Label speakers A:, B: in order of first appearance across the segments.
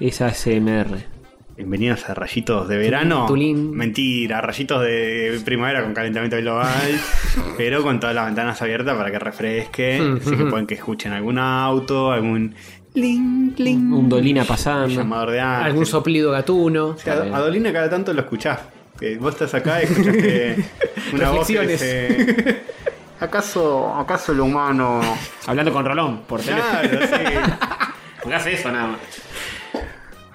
A: Es ASMR.
B: Bienvenidos a Rayitos de Verano.
A: Tulín.
B: Mentira, Rayitos de Primavera con calentamiento global, pero con todas las ventanas abiertas para que refresque. así que pueden que escuchen algún auto, algún cling, cling,
A: Un Dolina
B: Ah,
A: pasando.
B: llamador de ángel.
C: Algún soplido gatuno.
B: O sea, a Dolina cada tanto lo escuchás. Que vos estás acá y escuchás que una voz que
C: Reflexiones.
B: dice, ¿Acaso, ¿Acaso el humano...?
A: Hablando con Rolón, por teléfono.
B: Claro, sí.
A: Porque hace eso nada más.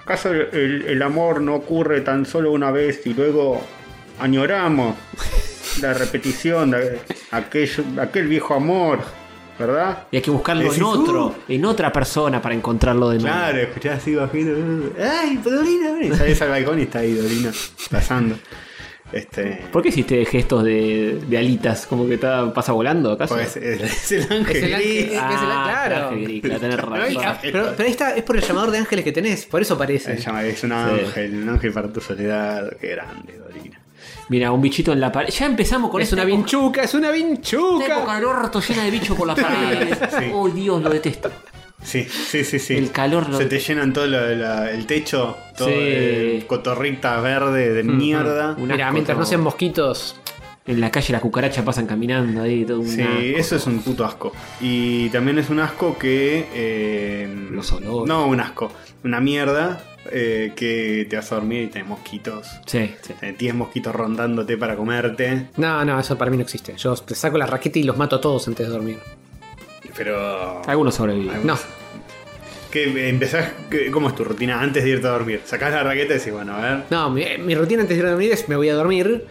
B: ¿Acaso el, el- el amor no ocurre tan solo una vez y luego añoramos la repetición de aquello- aquel viejo amor? ¿Verdad?
A: Y hay que buscarlo
B: Decís,
A: en otro,
B: "Uh".
A: en otra persona para encontrarlo de nuevo.
B: Claro, escuchás así bajito. "Uh, ¡Ay, Dolina! ven". Salís al balcón y está ahí Dolina pasando. Este,
A: ¿Por qué hiciste gestos de, de alitas? Como que está, pasa volando, ¿acaso? Ah,
B: pues, es, es el ángel.
C: Es el ángel.
B: gris.
C: que se la- claro.
A: traje gris, la tenés
C: Pero, ahí-
A: razón.
C: ah, pero- pero ahí está, es por el llamador de ángeles que tenés, por eso
B: Se
C: parece.
B: llama- Es un ángel, un ángel para tu soledad. Qué grande, Dolina.
A: Mira, un bichito en la pared. Ya empezamos con
C: Es
A: esta
C: una
A: época-
C: vinchuca, es una
A: Esta época
C: vinchuca.
A: del orto llena de bichos por las paredes.
B: Sí.
A: Oh, Dios, lo detesto.
B: Sí, sí, sí, sí.
A: El calor lo-
B: Se te llenan todo lo- la- el techo, todo
A: Sí. Mm,
B: de cotorrita verde de mierda.
A: Un
C: Mira,
A: asco,
C: mientras no
A: no.
C: sean mosquitos,
A: En la calle las cucarachas pasan caminando ahí. Todo un
B: Sí,
A: asco.
B: eso es un puto asco. Y también es un asco que. eh,
A: Los olores.
B: No, un asco. Una mierda eh, que te vas a dormir y tenés mosquitos.
A: Sí, sí.
B: Tenés 10 mosquitos rondándote para comerte.
C: No, no, eso para mí no existe. Yo te saco la raqueta y los mato a todos antes de dormir.
B: Pero.
A: Algunos sobreviven.
B: Algunos-
C: No,
B: Que empezás. que- ¿Cómo es tu rutina antes de irte a dormir? Sacás la raqueta y decís, bueno, a ver.
C: no, mi, mi rutina antes de ir a dormir es me voy a dormir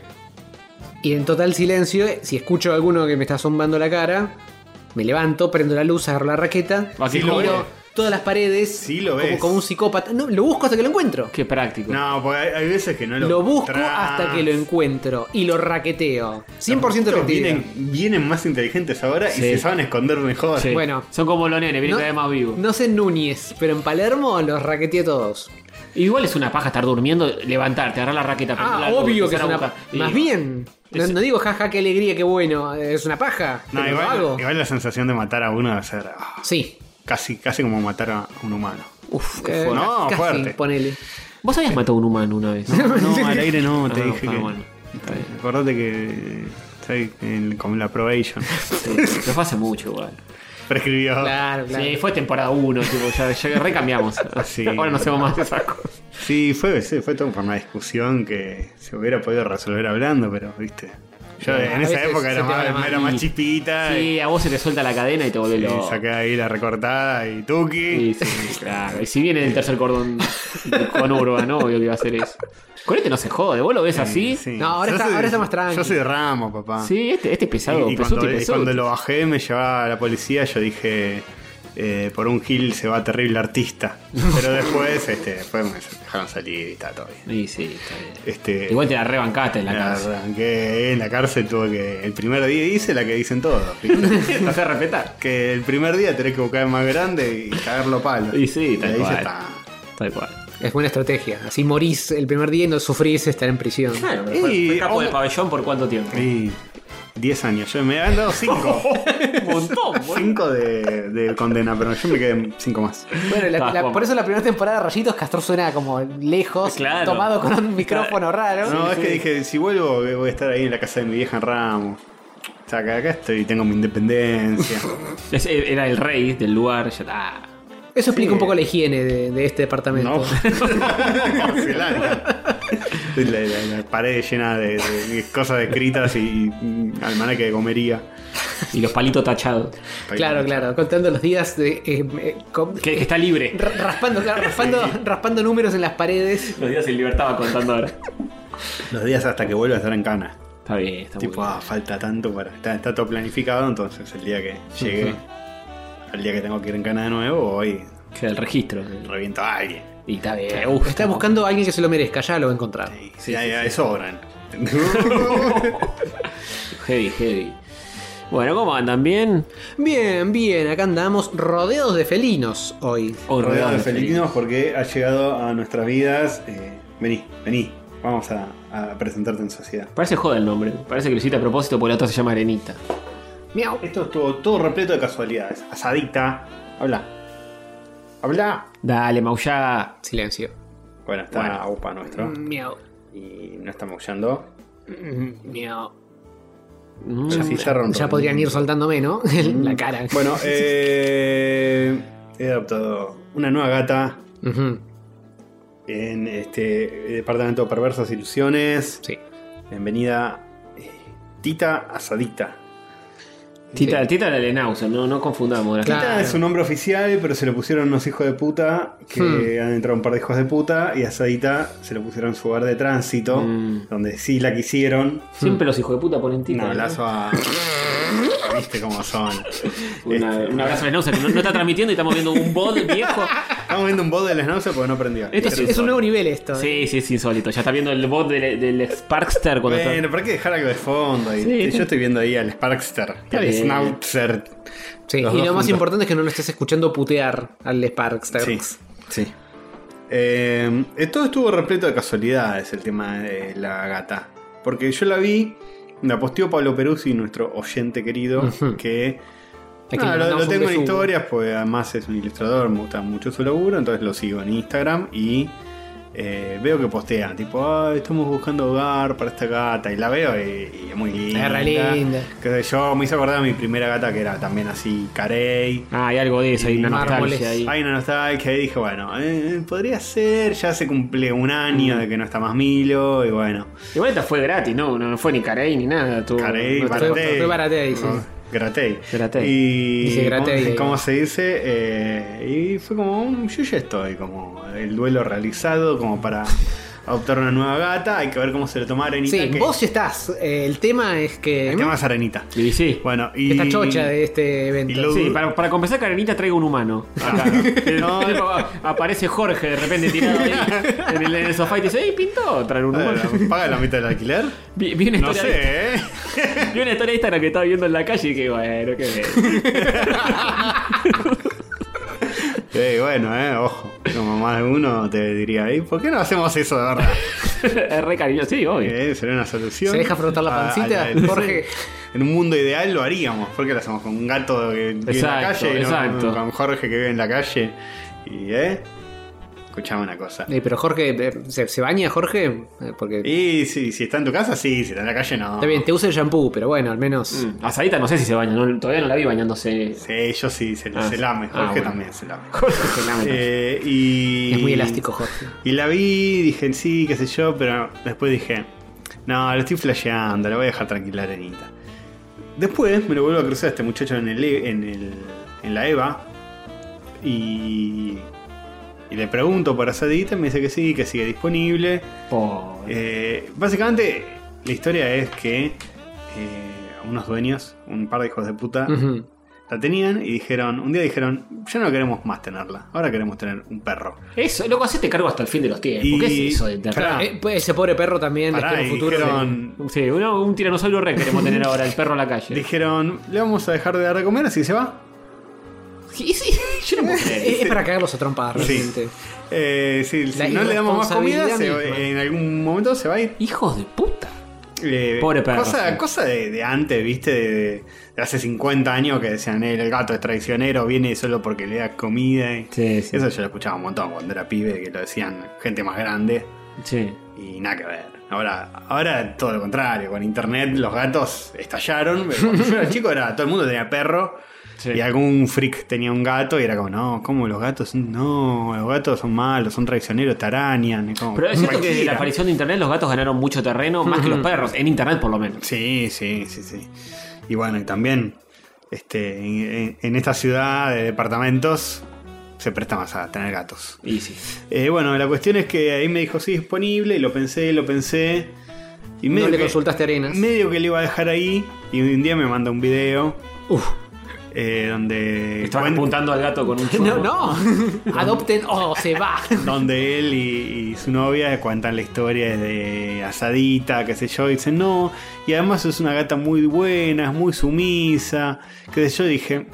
C: y en total silencio, si escucho a alguno que me está zumbando la cara, me levanto, prendo la luz, agarro la raqueta,
A: Va, qué
B: Sí, lo
A: joder.
C: miro todas las paredes
B: Sí, lo
C: como,
B: ves.
C: como un psicópata. No, lo busco hasta que lo encuentro.
A: Qué práctico.
B: No, porque hay, hay veces que no lo.
C: Lo busco
B: encontrás.
C: hasta que lo encuentro y lo raqueteo. 100%
B: Estos
C: efectivo.
B: vienen, vienen más inteligentes ahora
A: Sí.
B: y se saben esconder mejor.
A: Sí.
C: bueno.
A: Son como los nenes, vienen
C: No-
A: cada vez más vivos.
C: No sé en Núñez, pero en Palermo los raqueteé todos.
A: Igual es una paja estar durmiendo, levantarte, agarrar la raqueta. prender
C: Ah,
A: la luz,
C: obvio que
A: empezar
C: es
A: a
C: una paja.
A: buscar. Y-
C: Más bien. No,
A: Es-
C: no digo jaja, qué alegría, qué bueno. Es una paja.
B: No,
C: pero lo hago.
B: igual, igual la sensación de matar a uno debe ser ah,
C: Sí.
B: casi, casi como matar a un humano.
A: Uf, qué
C: Eh,
A: fuerte.
B: No,
C: casi,
B: fuerte.
C: ponele.
A: Vos habías matado a un humano una vez.
B: No, no, al aire no, te
A: Ah,
B: dije
A: está
B: que.
A: bueno, está bien.
B: Acordate que. ¿sabes? En- Con la probation.
A: Sí, Pero fue hace mucho igual.
B: Prescribió.
C: Claro, claro.
A: Sí, fue temporada 1, ya, ya recambiamos.
B: Sí.
A: Ahora no hacemos más de esas cosas.
B: Sí, fue, sí, fue todo por una discusión que se hubiera podido resolver hablando, pero, viste. Yo
C: Eh,
B: en
C: a
B: esa
C: veces
B: época era
C: se te va
B: más,
C: la mano.
B: era más chispita. y-
A: Sí, a vos se te suelta la cadena y te volvés
B: y
A: loco.
B: saqué ahí la recortada y
A: Sí,
B: Tuki.
A: sí, claro. Y si viene el tercer cordón con Urban, ¿no? obvio que iba a hacer eso. Con este no se jode, vos lo ves así. Sí,
B: Sí.
C: No, ahora
B: Yo
C: está-
B: soy-
C: ahora está más tranqui.
B: Yo soy de ramo, papá.
A: este, este es pesado,
B: Y, y
A: pesuti,
B: cuando, y
A: pesuti.
B: cuando lo bajé, me llevaba a la policía. Yo dije, eh, por un gil se va terrible artista. Pero después, este, después me dejaron salir y está todo bien.
A: Y sí, está bien.
B: Este,
A: Igual te la rebancaste en la
B: me
A: casa.
B: arranqué eh, en la cárcel, tuve que. El primer día hice la que dicen todos. ¿viste?
A: No sé respetar.
B: que el primer día tenés que buscar el más grande y cagarlo palo.
A: Y sí,
B: y
A: tal
B: ahí
A: cual.
B: ya está.
A: Tal cual.
C: Es buena estrategia. Así morís el primer día y no sufrís estar en prisión.
A: Claro,
B: pero fue- fue capo
A: del
B: del
A: pabellón por cuánto tiempo.
B: Y 10 años. Yo me han dado 5.
A: Un montón, boludo.
B: 5 de, de condena, pero yo me quedé 5 más.
C: Bueno, la-
A: Ah,
C: la-
A: Juan.
C: por eso la primera temporada de Rayitos Castro suena como lejos,
A: Claro.
C: tomado con un micrófono raro.
B: No, es que dije, si vuelvo voy a estar ahí en la casa de mi vieja en Ramos. O sea, que acá estoy, tengo mi independencia.
A: Es- eh, Era el rey del lugar. Ya está.
C: Eso explica
B: Sí.
C: un poco la higiene de, de este departamento.
B: no. Se larga. La, la- la pared llena de, de cosas escritas y, y almanaque de comería.
A: Y los palitos tachados.
C: Claro, claro, contando los días de... eh, eh, com-
A: Que, que está libre.
C: ra- Raspando, claro, raspando, raspando números en las paredes.
A: Los días en libertad va contando ahora.
B: Los días hasta que vuelva a estar en cana.
A: Está bien, está
B: tipo,
A: muy bien.
B: ah, falta tanto para. Está, está todo planificado, entonces el día que llegue, el día que tengo que ir en cana de nuevo, hoy
A: Queda el registro.
B: reviento a alguien.
A: Y está bien. Uf,
C: Está buscando a alguien que se lo merezca, ya lo va a encontrar.
B: Y
A: Sí,
B: ya-
A: sí,
B: ya
A: sí.
B: sobran.
A: Heavy, heavy. Bueno, ¿cómo andan? ¿Bien?
C: Bien, bien, acá andamos rodeados de felinos hoy.
A: Oh,
B: rodeado de
A: rodeados felinos.
B: felinos porque ha llegado a nuestras vidas. eh, vení, vení, vamos a, a presentarte en sociedad.
A: Parece joda el nombre. Parece que lo hiciste a propósito porque la otra se llama Arenita.
C: Miau.
B: Esto estuvo todo repleto de casualidades. Asadita, habla. Habla.
A: Dale, maullá.
C: Silencio.
B: Bueno, Mm. está upa nuestro.
C: Miau.
B: Y no está maullando.
C: Miau.
A: Mm.
B: Así cerra un
C: Ya
B: rato.
C: podrían ir soltándome, ¿no? La cara.
B: Mm. Bueno, eh, he adoptado una nueva gata
C: Ujú,
B: en este departamento de perversas ilusiones.
C: Sí.
B: Bienvenida, eh, Tita Asadita.
A: Tita, tita la Lenauser, no, no confundamos. las-
C: Claro.
B: Tita es un nombre oficial, pero se lo pusieron unos hijos de puta que
C: Hmm.
B: han entrado un par de hijos de puta y Asadita se lo pusieron en su hogar de tránsito,
A: Mm.
B: donde sí la quisieron.
A: Siempre los hijos de puta ponen tita.
B: Un
A: ¿no?
B: abrazo a. ¿Viste cómo son?
A: Una-
B: Este,
A: un abrazo a Lenauser que no, no está transmitiendo y estamos viendo un bot viejo.
B: Estamos viendo un bot de las náuseas porque no aprendió.
A: Esto
C: Es, es un nuevo nivel esto. ¿eh?
A: Sí, sí, es insólito. Ya está viendo el bot del, del Sparkster cuando está-
B: Bueno, ¿para qué dejar algo de fondo? Y-
A: Sí,
B: yo
A: sí.
B: estoy viendo ahí al Sparkster, y al
A: bien.
B: Schnauzzer.
C: Sí, Y
B: Los
C: lo
B: dos
C: más
B: juntos.
C: importante es que no lo estés escuchando putear al Sparkster.
B: Sí, sí. Eh, eh, todo estuvo repleto de casualidades el tema de la gata. Porque yo la vi, la posteó Pablo Peruzzi, nuestro oyente querido,
C: Ujú.
B: que.
C: A quien
B: nada,
C: le
B: lo,
C: mandamos
B: lo
C: un
B: tengo en
C: beso.
B: historias, pues además es un ilustrador, me gusta mucho su laburo, entonces lo sigo en Instagram y eh, veo que postean, tipo, "Ay, estamos buscando hogar para esta gata, y la veo y, y es muy linda.
C: Es re linda.
B: Que yo me hice acordar a mi primera gata que era también así, Carey.
A: Ah, hay algo de eso, hay una
C: Mármoles.
A: nostalgia ahí.
B: Hay una nostalgia y dije, bueno, eh, podría ser, ya se cumple un año de que no está más Milo y bueno.
A: Igual esta fue gratis, ¿no? No no fue ni Carey ni nada. tuvo-
B: Carey,
A: no tuvo-
C: Baratey.
B: Baratey.
C: fue Baratey, sí.
B: No, Gratey.
A: Gratey.
B: Y
C: Dice Gratey
B: ¿cómo,
C: ahí.
B: cómo se dice? Eh, y fue como, un, yo ya estoy, como el duelo realizado, como para adoptar una nueva gata, hay que ver cómo se lo toma Arenita.
C: Sí,
B: que-
C: vos ya estás. Eh, el tema es que.
B: El tema es Arenita.
A: Y sí.
B: Bueno, y...
C: Esta chocha de este evento.
B: y lo-
A: Sí, para, para compensar, Karenita traigo un humano. Acá.
B: No,
A: Tipo, Aparece Jorge de repente tirado ahí en el, en el sofá y te dice: ¡Ey, pintó! Traer un
B: A
A: humano.
B: ver, Eh, ¿Paga la mitad del alquiler?
A: Vi, vi una
B: No
A: historia de-
B: sé, ¿eh?
A: vi una historia de Instagram que estaba viendo en la calle y que bueno, que.
B: Sí, bueno, eh, ojo. Como más de uno te diría, ¿y por qué no hacemos eso de verdad?
A: es re cariñoso, sí, obvio.
B: Eh, sería una solución.
C: ¿Se deja frotar la
B: A- a
C: pancita,
B: la-
C: Jorge?
B: En un mundo ideal lo haríamos. ¿Por qué lo hacemos con un gato que vive en la
A: Exacto,
B: calle? y no
A: exacto.
B: Con Jorge que vive en la calle. Y, ¿eh? Escuchame una cosa.
C: Eh, pero Jorge, eh, ¿se, se baña Jorge? Eh, Porque.
B: Y sí, si está en tu casa, sí. Si está en la calle, no.
C: Está bien, te usa el shampoo, pero bueno, al menos.
A: Mm, Asadita no sé si se baña, no- todavía no la vi bañándose.
B: Sí, yo sí, se,
A: Ah,
B: se lame.
A: ah,
B: Jorge
A: bueno.
B: también se lame.
A: Se la mete.
B: Eh, y...
C: Es muy elástico, Jorge.
B: Y la vi, dije sí, qué sé yo, pero después dije, no, lo estoy flasheando, la voy a dejar tranquila Arenita. Después me lo vuelvo a cruzar a este muchacho en, el, E- en, el- en la EVA y, y le pregunto por Asadita y me dice que sí, que sigue disponible.
A: Pobre.
B: Eh, básicamente la historia es que eh, unos dueños, un par de hijos de puta,
C: Ujú.
B: la tenían y dijeron, un día dijeron, ya no queremos más tenerla, ahora queremos tener un perro.
A: Eso, loco, hacete cargo hasta el fin de los tiempos.
B: Y-
A: ¿Qué es eso de tratar-
B: Pará.
C: Eh, pues ese pobre perro también,
B: Pará,
C: espera un
B: y
C: futuro. de-
B: dijeron,
A: Sí, uno- un tiranosaurio re queremos tener ahora, el perro a la calle.
B: Dijeron, le vamos a dejar de dar de comer así se va.
A: Sí, sí, yo no puedo
C: Eh,
A: creer.
C: Es para cagarlos a trompadas,
B: Sí.
C: realmente.
B: Eh, sí,
C: La
B: si no le damos más comida, se-
C: irresponsabilidad misma.
B: en algún momento se va a ir.
A: Hijos de puta.
B: Eh,
A: Pobre perro,
B: Cosa,
A: sí.
B: cosa de, de antes, viste, de, de- de hace 50 años que decían, "Eh, el gato es traicionero, viene solo porque le das comida. y-
A: Sí, sí.
B: Eso yo lo escuchaba un montón cuando era pibe, que lo decían gente más grande
A: Sí.
B: y nada que ver. Ahora, ahora todo lo contrario, con internet los gatos estallaron. pero Cuando yo era chico era, todo el mundo tenía perro.
A: Sí.
B: Y algún freak tenía un gato y era como, no, como los gatos, son- no, los gatos son malos, son traicioneros, te arañan. y como,
A: Pero es cierto que desde
B: "Mentira".
A: la aparición de internet los gatos ganaron mucho terreno, más que los perros, en internet por lo menos.
B: Sí, sí, sí, sí. Y bueno, y también este, en, en esta ciudad de departamentos se presta más a tener gatos.
A: Y sí.
B: Eh, bueno, la cuestión es que ahí me dijo, sí, disponible, y lo pensé, lo pensé. Y
C: No
B: medio,
C: le
B: que,
C: consultaste arenas.
B: medio que le iba a dejar ahí y un día me manda un video
C: Uf.
B: eh, donde...
A: Estaban
B: cuen-
A: apuntando al gato con un
C: No,
A: chorro.
C: no. Adopten o se va.
B: donde él y, y su novia cuentan la historia de asadita, qué sé yo, y dicen no, y además es una gata muy buena, es muy sumisa, qué sé yo, dije,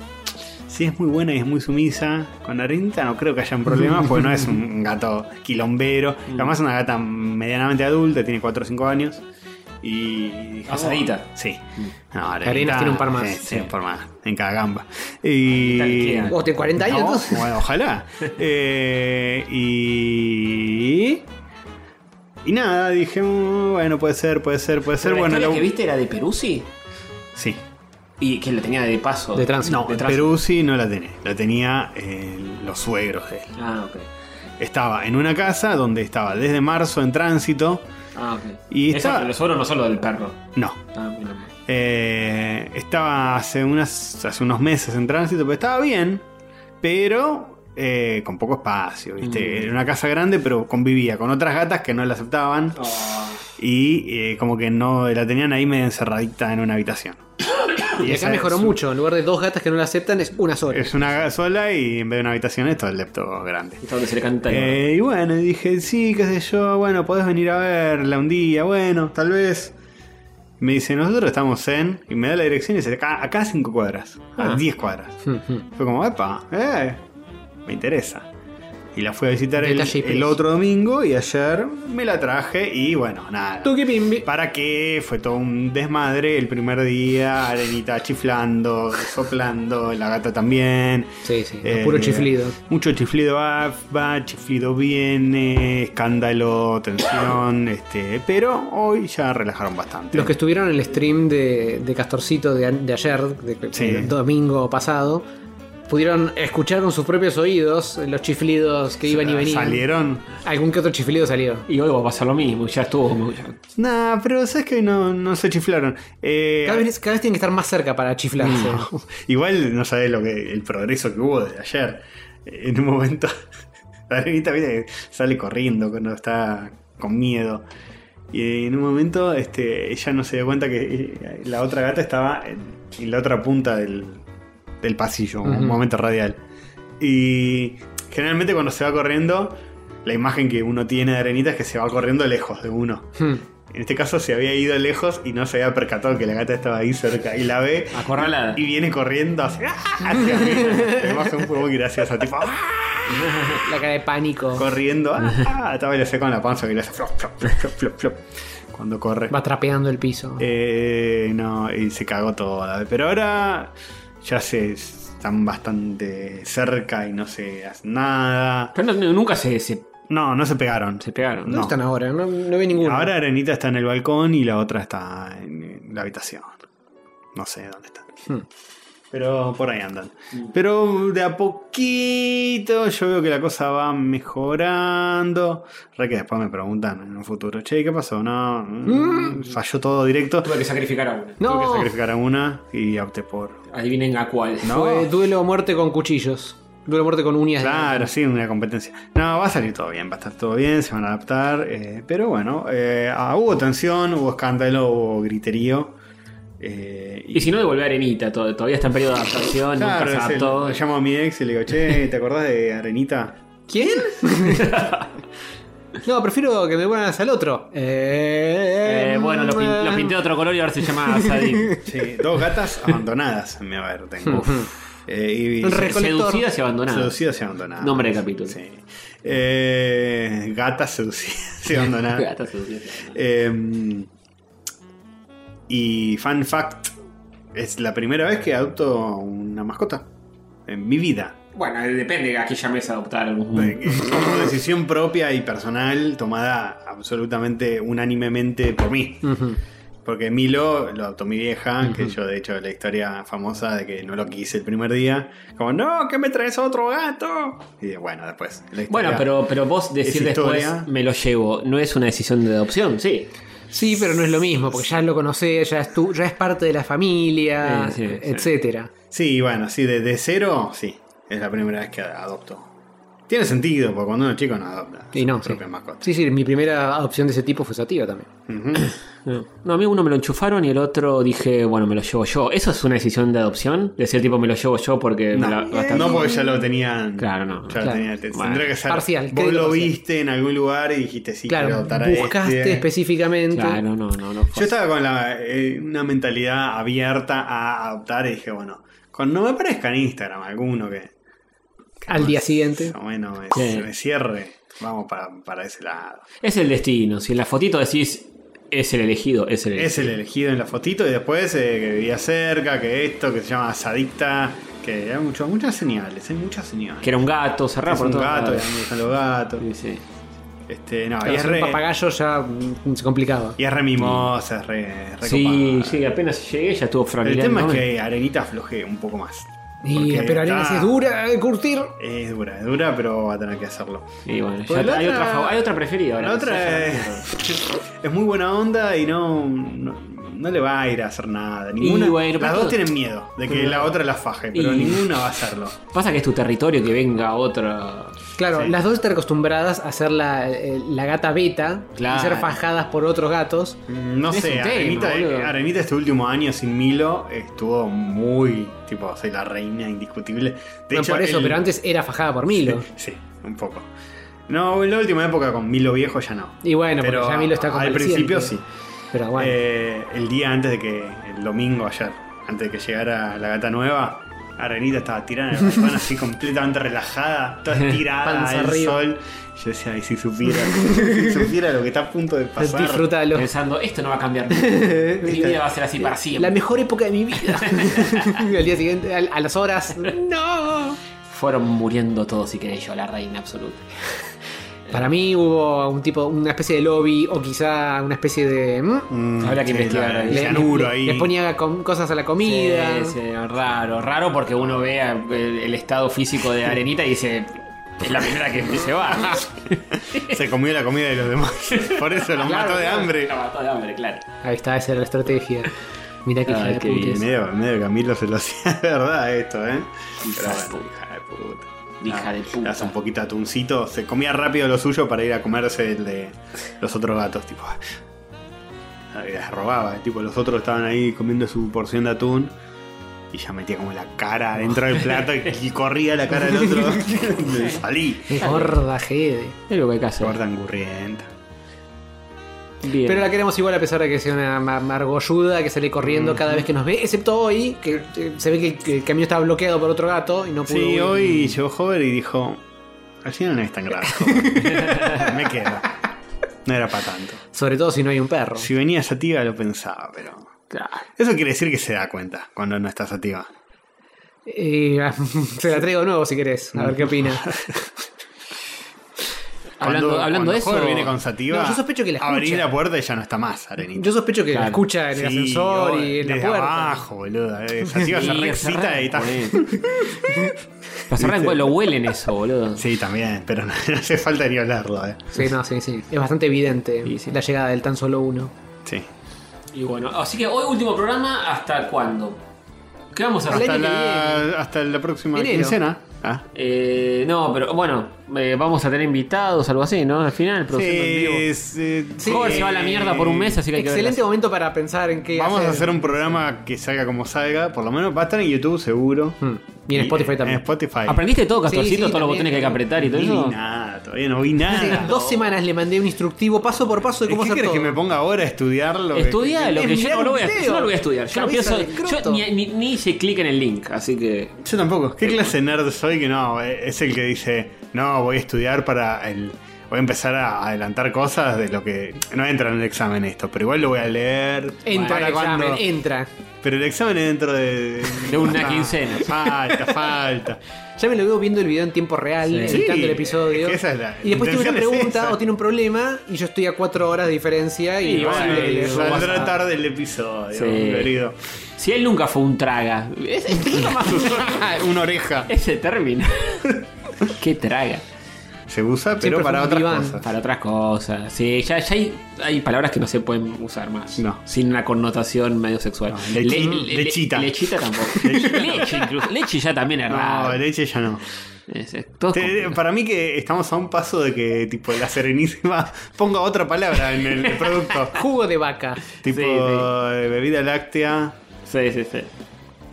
B: si es muy buena y es muy sumisa, con Arenita no creo que hayan problemas, porque no es un un gato quilombero, además es una gata medianamente adulta, tiene 4 o 5 años, Y. dije,
D: Pasadita.
B: "Oh". Sí. No,
C: Arenas tiene un par más.
B: Sí, tiene un par más. En cada gamba. Y.
D: Tal
C: ¿Vos tenés 40 años
B: No,
C: entonces?
B: Bueno, ojalá. Eh, y. Y nada, dije, "Mm, bueno, puede ser, puede ser, puede ser.
A: Pero
B: Bueno,
A: la historia
B: la-
A: que viste era de Peruzzi
B: sí.
A: y que la tenía de paso.
C: De tránsito.
B: No,
A: de tránsito.
B: Peruzzi no la tenía. La tenía eh, los suegros de él.
A: Ah, ok.
B: Estaba en una casa donde estaba desde marzo en tránsito.
A: Ah, ok.
B: Y
A: Eso,
B: está-
A: pero los oros no son los del perro.
B: No.
A: Ah, menos mal.
B: Eh, estaba hace, unas, hace unos meses en tránsito, pero estaba bien, pero eh, con poco espacio, ¿viste?
C: Mm.
B: Era una casa grande, pero convivía con otras gatas que no la aceptaban
A: Ah,
B: y eh, como que no la tenían ahí medio encerradita en una habitación.
C: Y
B: esa
C: acá mejoró
B: es-
C: mucho. En lugar de dos gatas que no la aceptan, es una sola.
B: Es una gata sola y en vez de una habitación es todo el lepto grande.
A: Está donde se le canta el-
B: Eh, y bueno, y dije, sí, qué sé yo, bueno, podés venir a verla un día, bueno, tal vez. Me dice, nosotros estamos en, y me da la dirección y dice, acá, acá a 5 cuadras, a
A: Ah.
B: 10 cuadras.
C: Ujú.
B: Fue como, epa, eh, me interesa. Y la fui a visitar el,
C: Detalle y
B: el
C: precio.
B: otro domingo y ayer me la traje y bueno, nada.
C: Tuquipimbi.
B: ¿Para qué? Fue todo un desmadre el primer día, arenita chiflando, soplando, la gata también.
C: Sí, sí.
B: Eh,
C: puro chiflido.
B: Mucho chiflido va, va, chiflido viene, escándalo, tensión, este, pero hoy ya relajaron bastante.
C: Los que estuvieron en el stream de, de Castorcito de, a- de ayer, de,
B: Sí.
C: del domingo pasado, pudieron escuchar con sus propios oídos los chiflidos que iban y venían.
B: Ah, salieron.
C: Algún que otro chiflido salió.
A: Y hoy va a pasar lo mismo, ya estuvo. ya-
B: Nah, pero sabes que no, no se chiflaron. Eh,
C: Cada vez, cada vez tienen que estar más cerca para chiflarse.
B: Igual no sabés lo que el progreso que hubo de ayer. Eh, En un momento, la arenita viste, sale corriendo cuando está con miedo. Y eh, en un momento este, ella no se dio cuenta que eh, la otra gata estaba en, en la otra punta del, del pasillo,
C: Ujú.
B: un momento radial. Y generalmente cuando se va corriendo, la imagen que uno tiene de arenita es que se va corriendo lejos de uno.
C: Hmm.
B: En este caso se había ido lejos y no se había percatado que la gata estaba ahí cerca. Y la ve
A: Acorralada.
B: y viene corriendo hacia, hacia mí. Además fue un poco muy gracioso. Tipo, ¡ah!
C: La cara de pánico.
B: corriendo. ¡ah! Estaba y le hace con la panza que le hace flop, flop, flop, flop, flop, flop, Cuando corre.
C: Va trapeando el piso.
B: Eh, no, y se cagó toda. Pero ahora ya se están bastante cerca y no se hacen nada.
A: Pero no- no- nunca se, se,
B: No, no se pegaron.
A: se pegaron.
B: no.
C: ¿Dónde están ahora? No, no vi ninguno.
B: Ahora Arenita está en el balcón y la otra está en la habitación. No sé dónde está.
C: Hmm.
B: Pero por ahí andan. Pero de a poquito yo veo que la cosa va mejorando. Re que después me preguntan en un futuro, che, ¿qué pasó? No, mm, falló todo directo.
A: Tuve que sacrificar a una.
C: Hmm. No.
B: Tuve que sacrificar a una y opté por...
A: Adivinen a cuál.
C: Fue duelo a muerte con cuchillos. Duelo a muerte con uñas. de-
B: Claro, sí, una competencia. No, va a salir todo bien, va a estar todo bien, se van a adaptar. eh, pero bueno, eh, ah, hubo tensión, hubo escándalo, hubo griterío. eh,
A: Y si no, devolver a Arenita. to- Todavía está en periodo de adaptación,
B: Claro,
A: nunca se
B: es el-
A: adaptó. ¿eh?
B: lo llamo a mi ex y le digo, che, ¿te acordás de Arenita?
C: ¿Quién? no, prefiero que me pongas al otro. Eh,
A: Eh, bueno, lo, pin- lo pinté de otro color y ahora se llama Sadie.
B: Sí, dos gatas abandonadas, me va a ver, tengo. Eh, y-
C: Un re- Recolector.
A: Seducidas y abandonadas.
B: Seducidas y abandonadas.
A: Nombre de capítulo.
B: Sí. Eh, gatas seducidas y abandonadas.
A: Gatas seducidas y abandonadas.
B: Eh, y fan fact, es la primera vez que adopto una mascota en mi vida.
A: Bueno, depende a qué llames a adoptar.
B: Eh, Como decisión propia y personal tomada absolutamente unánimemente por mí.
C: Ujú.
B: Porque Milo lo adoptó mi vieja, que yo de hecho la historia famosa de que no lo quise el primer día, como, no, que me traes otro gato. Y bueno, después. la historia.
A: Bueno, pero, pero vos decir
B: Es
A: después
B: historia.
A: me lo llevo, no es una decisión de adopción, sí.
C: Sí, pero no es lo mismo, porque ya lo conocés, ya es, tu- ya es parte de la familia,
A: Eh, sí, sí.
C: etcétera.
B: Sí, bueno, sí, desde cero, sí, es la primera vez que adopto. Tiene sentido, porque cuando uno es chico no adopta.
C: Y no,
B: su
C: sí.
B: propia mascota.
C: sí, sí, mi primera adopción de ese tipo fue Sativa también.
B: Ujú.
A: Mm. No, a mí uno me lo enchufaron y el otro dije, bueno, me lo llevo yo. ¿Eso es una decisión de adopción? Decir, tipo, me lo llevo yo porque... me la-
B: No,
A: gastar-
B: no, porque ya lo tenían.
A: Claro, no.
B: Ya
A: Claro.
B: lo tenían. te-
A: Bueno.
B: Tendría que ser.
C: Parcial,
B: Vos lo
C: ¿qué digo parcial?
B: viste en algún lugar y dijiste sí, quiero
C: claro,
B: adoptar a
C: buscaste
B: este.
C: específicamente.
A: Claro, no, no, no. fue
B: Yo estaba con la, eh, una mentalidad abierta a adoptar y dije, bueno, cuando me aparezca en Instagram alguno que
C: Al día siguiente.
B: más o menos me,
A: Sí.
B: se me cierre, vamos para, para ese lado.
A: Es el destino. Si en la fotito decís, Es el elegido, es el elegido.
B: Es el elegido en la fotito y después eh, que vivía cerca, que esto, que se llama Sadicta, que hay mucho- muchas señales, hay muchas señales.
A: Que era un gato, cerrado
B: es
A: por
B: un
A: todos
B: gato, y a
A: lados.
B: mí me gustan los gatos.
A: Sí, sí.
B: Este, no, y
C: Claro,
B: es
C: ser un
B: re,
C: papagayo ya mm, se complicaba.
B: y es re mimosa, es re, es re
A: Sí,
B: copada.
A: sí, apenas llegué ya estuvo
B: Pero
A: familiar.
B: el tema es que Arenita afloje un poco más.
C: Y,
B: Porque
C: pero Arenas
B: está-
C: es dura de curtir.
B: Es dura, es dura, pero va a tener que hacerlo.
A: Y bueno, ya
B: Porque la
A: hay,
B: otra-
A: otra, fa- hay otra preferida ahora.
B: La
A: que se
B: otra
A: llama-
B: es, es muy buena onda y no, no, no le va a ir a hacer nada. Ninguna,
A: Y bueno, pero
B: las dos
A: todo-
B: tienen miedo de que la otra la faje, pero
A: Y-
B: ninguna va a hacerlo.
A: Pasa que es tu territorio que venga otra.
C: Claro,
B: Sí.
C: las dos están acostumbradas a ser la, eh, la gata beta
A: Claro.
C: y ser fajadas por otros gatos.
B: Mm, No
A: Es
B: sé,
A: un tema,
B: Arenita,
A: boludo.
B: Arenita este último año sin Milo estuvo muy, tipo, soy la reina indiscutible. De
C: No
B: hecho,
C: por eso,
B: el-
C: pero antes era fajada por Milo.
B: Sí, un poco. No, en la última época con Milo viejo ya no.
C: Y bueno,
B: pero
C: porque ya Milo está
B: al
C: convaleciente.
B: principio sí.
C: Pero bueno,
B: Eh, el día antes de que, el domingo ayer, antes de que llegara la gata nueva, Arenita estaba tirada en el balcón así completamente relajada, toda estirada
C: Panza
B: al
C: arriba.
B: sol. Yo decía, ay, si supiera, si supiera lo que está a punto de Eh, pasar.
C: disfrútalo.
A: Pensando, esto no va a cambiar. Mi vida va a ser así para
C: La
A: siempre.
C: mejor época de mi vida. al día siguiente, al- a, las horas. ¡No!
A: Fueron muriendo todos si queréis yo, la reina absoluta.
C: Para mí hubo un tipo, una especie de lobby o quizá una especie de. ¿Mm?
B: Mm,
A: Habrá que
B: sí,
A: investigar
B: la-
A: ahí.
B: el
A: Le-
B: cianuro
C: le-
B: ahí.
C: les ponía com- cosas a la comida.
A: Sí, sí, raro, raro porque uno ve a- el, el estado físico de Arenita y dice. Es la primera que se va.
B: Se comió la comida de los demás. Por eso lo
A: Claro,
B: mató de
A: claro,
B: hambre.
A: La mató de hambre, claro.
C: Ahí está, esa era la estrategia. Mira qué
A: Ay,
C: hija de
A: Ah, qué
C: puta
A: bien, ¿eh?
C: es.
B: Medio, medio Camilo se lo hacía de verdad esto, ¿eh?
A: Hija
B: Pero
A: de
B: bueno,
A: puta.
B: hija de puta.
A: Hija de puta.
B: Le hace un poquito de atuncito. Se comía rápido lo suyo para ir a comerse el de los otros gatos, tipo. Ah, Las robaba, ¿eh? tipo, los otros estaban ahí comiendo su porción de atún. Y ya metía como la cara dentro del plato y, y corría la cara del otro. Le salí.
C: Es gorda, jede.
A: Es lo que hay que hacer.
B: Gorda angurrienta.
A: Bien.
C: Pero la queremos igual a pesar de que sea una ma- margolluda que sale corriendo cada vez que nos ve, excepto hoy, que eh, se ve que el, que el camino estaba bloqueado por otro gato y no pudo.
B: Sí,
C: huir.
B: hoy llegó Hover y dijo: Al final no es tan grave. Hover. Me quedo. No era para tanto.
C: Sobre todo si no hay un perro.
B: Si venía Sativa lo pensaba, pero.
A: Claro.
B: Eso quiere decir que se da cuenta cuando no está Sativa.
C: Eh, se la traigo de nuevo si querés, a ver qué opina.
A: Hablando,
B: Cuando-
A: hablando
B: cuando
A: de eso.
B: Hover viene con Sativa.
C: No, yo sospecho que la escucha.
B: Abrí la puerta y ya no está más, Arenita.
C: Yo sospecho que la
A: Claro.
C: escucha en el
B: Sí,
C: ascensor
B: oh,
C: y en la
B: desde
C: puerta.
B: abajo, boludo. Eh, Sativa se
A: Sí,
B: re
A: se
B: excita
A: re-
B: y está.
A: Los arrancos lo huelen eso, boludo.
B: Sí, también, pero no, no hace falta ni hablarlo, eh.
C: Sí, no, sí, sí. Es bastante evidente
A: Sí, sí.
C: la llegada del tan solo uno.
B: Sí.
A: Y bueno, así que hoy último programa, ¿hasta cuándo? ¿Qué vamos a hacer?
B: Hasta
C: año que
B: la, hasta la próxima
C: Enero.
B: quincena. Ah.
A: Eh, no, pero bueno, eh, vamos a tener invitados, algo así, ¿no? Al final,
B: Sí,
A: produciendo en vivo.
B: es, eh,
C: Sí.
A: Jorge se va a la mierda por un mes, así que hay que
C: Excelente
A: verlas.
C: momento para pensar en qué
B: Vamos a hacer un programa que salga como salga, por lo menos va a estar en YouTube seguro.
A: Hmm.
C: Mm. Y en Spotify también.
B: En Spotify.
A: ¿Aprendiste todo, Castorcito?
C: Sí, sí,
A: todos los
C: también.
A: botones que hay que apretar y todo
B: No
A: eso.
B: vi nada, todavía no vi
C: Hace
B: nada.
C: dos semanas le mandé un instructivo paso por paso de
B: ¿Qué
C: cómo hacer
B: quieres
C: todo.
B: que me ponga ahora a estudiar lo que-
A: Estudia lo
C: Es
A: que yo
C: mirar
A: no lo
C: un
A: voy a
C: video.
A: yo no lo voy a estudiar. Yo no
C: Cabeza
A: pienso.
C: de
A: Yo
C: croto.
A: ni, ni, ni hice clic en el link, así que.
B: Yo tampoco. ¿Qué clase de nerd soy que no? eh, Es el que dice, no, voy a estudiar para el... Voy a empezar a adelantar cosas de lo que... No entra en el examen esto, pero igual lo voy a leer.
C: Entra
B: ¿Para
C: el examen,
B: cuándo?
C: entra.
B: Pero el examen es dentro de...
A: De una
B: Ah,
A: quincena.
B: Falta, falta.
C: Ya me lo veo viendo el video en tiempo real,
A: Sí.
C: editando
B: Sí,
C: el episodio.
B: es que esa es la-
C: y después tiene
B: la
C: una
B: intención es
C: pregunta
B: esa.
C: o tiene un problema y yo estoy a cuatro horas de diferencia y,
A: Y
C: no
A: bueno,
C: sé
A: y
C: leer.
A: eso
B: Saldrá
A: pasa.
B: tarde el episodio,
A: Sí.
B: querido.
A: Si él nunca fue un traga. Es- es- nunca más usó
B: una oreja.
A: ese término. Qué traga.
B: Se usa, pero
C: Siempre
B: para
C: fue un
B: otras
C: diván.
B: cosas.
A: Para otras cosas. Sí, ya, ya hay, hay palabras que no se pueden usar más.
B: No.
A: Sin una connotación medio sexual.
B: No, lechi- lechita.
A: Lechita tampoco. Leche incluso. Leche ya también es raro.
B: No, leche ya no.
A: Es- es- todo es
B: Te-
A: complicado.
B: para mí que estamos a un paso de que tipo la serenísima ponga otra palabra en el producto.
C: Jugo de vaca.
B: tipo
A: Sí, sí.
B: eh, bebida láctea
A: Sí, sí, sí.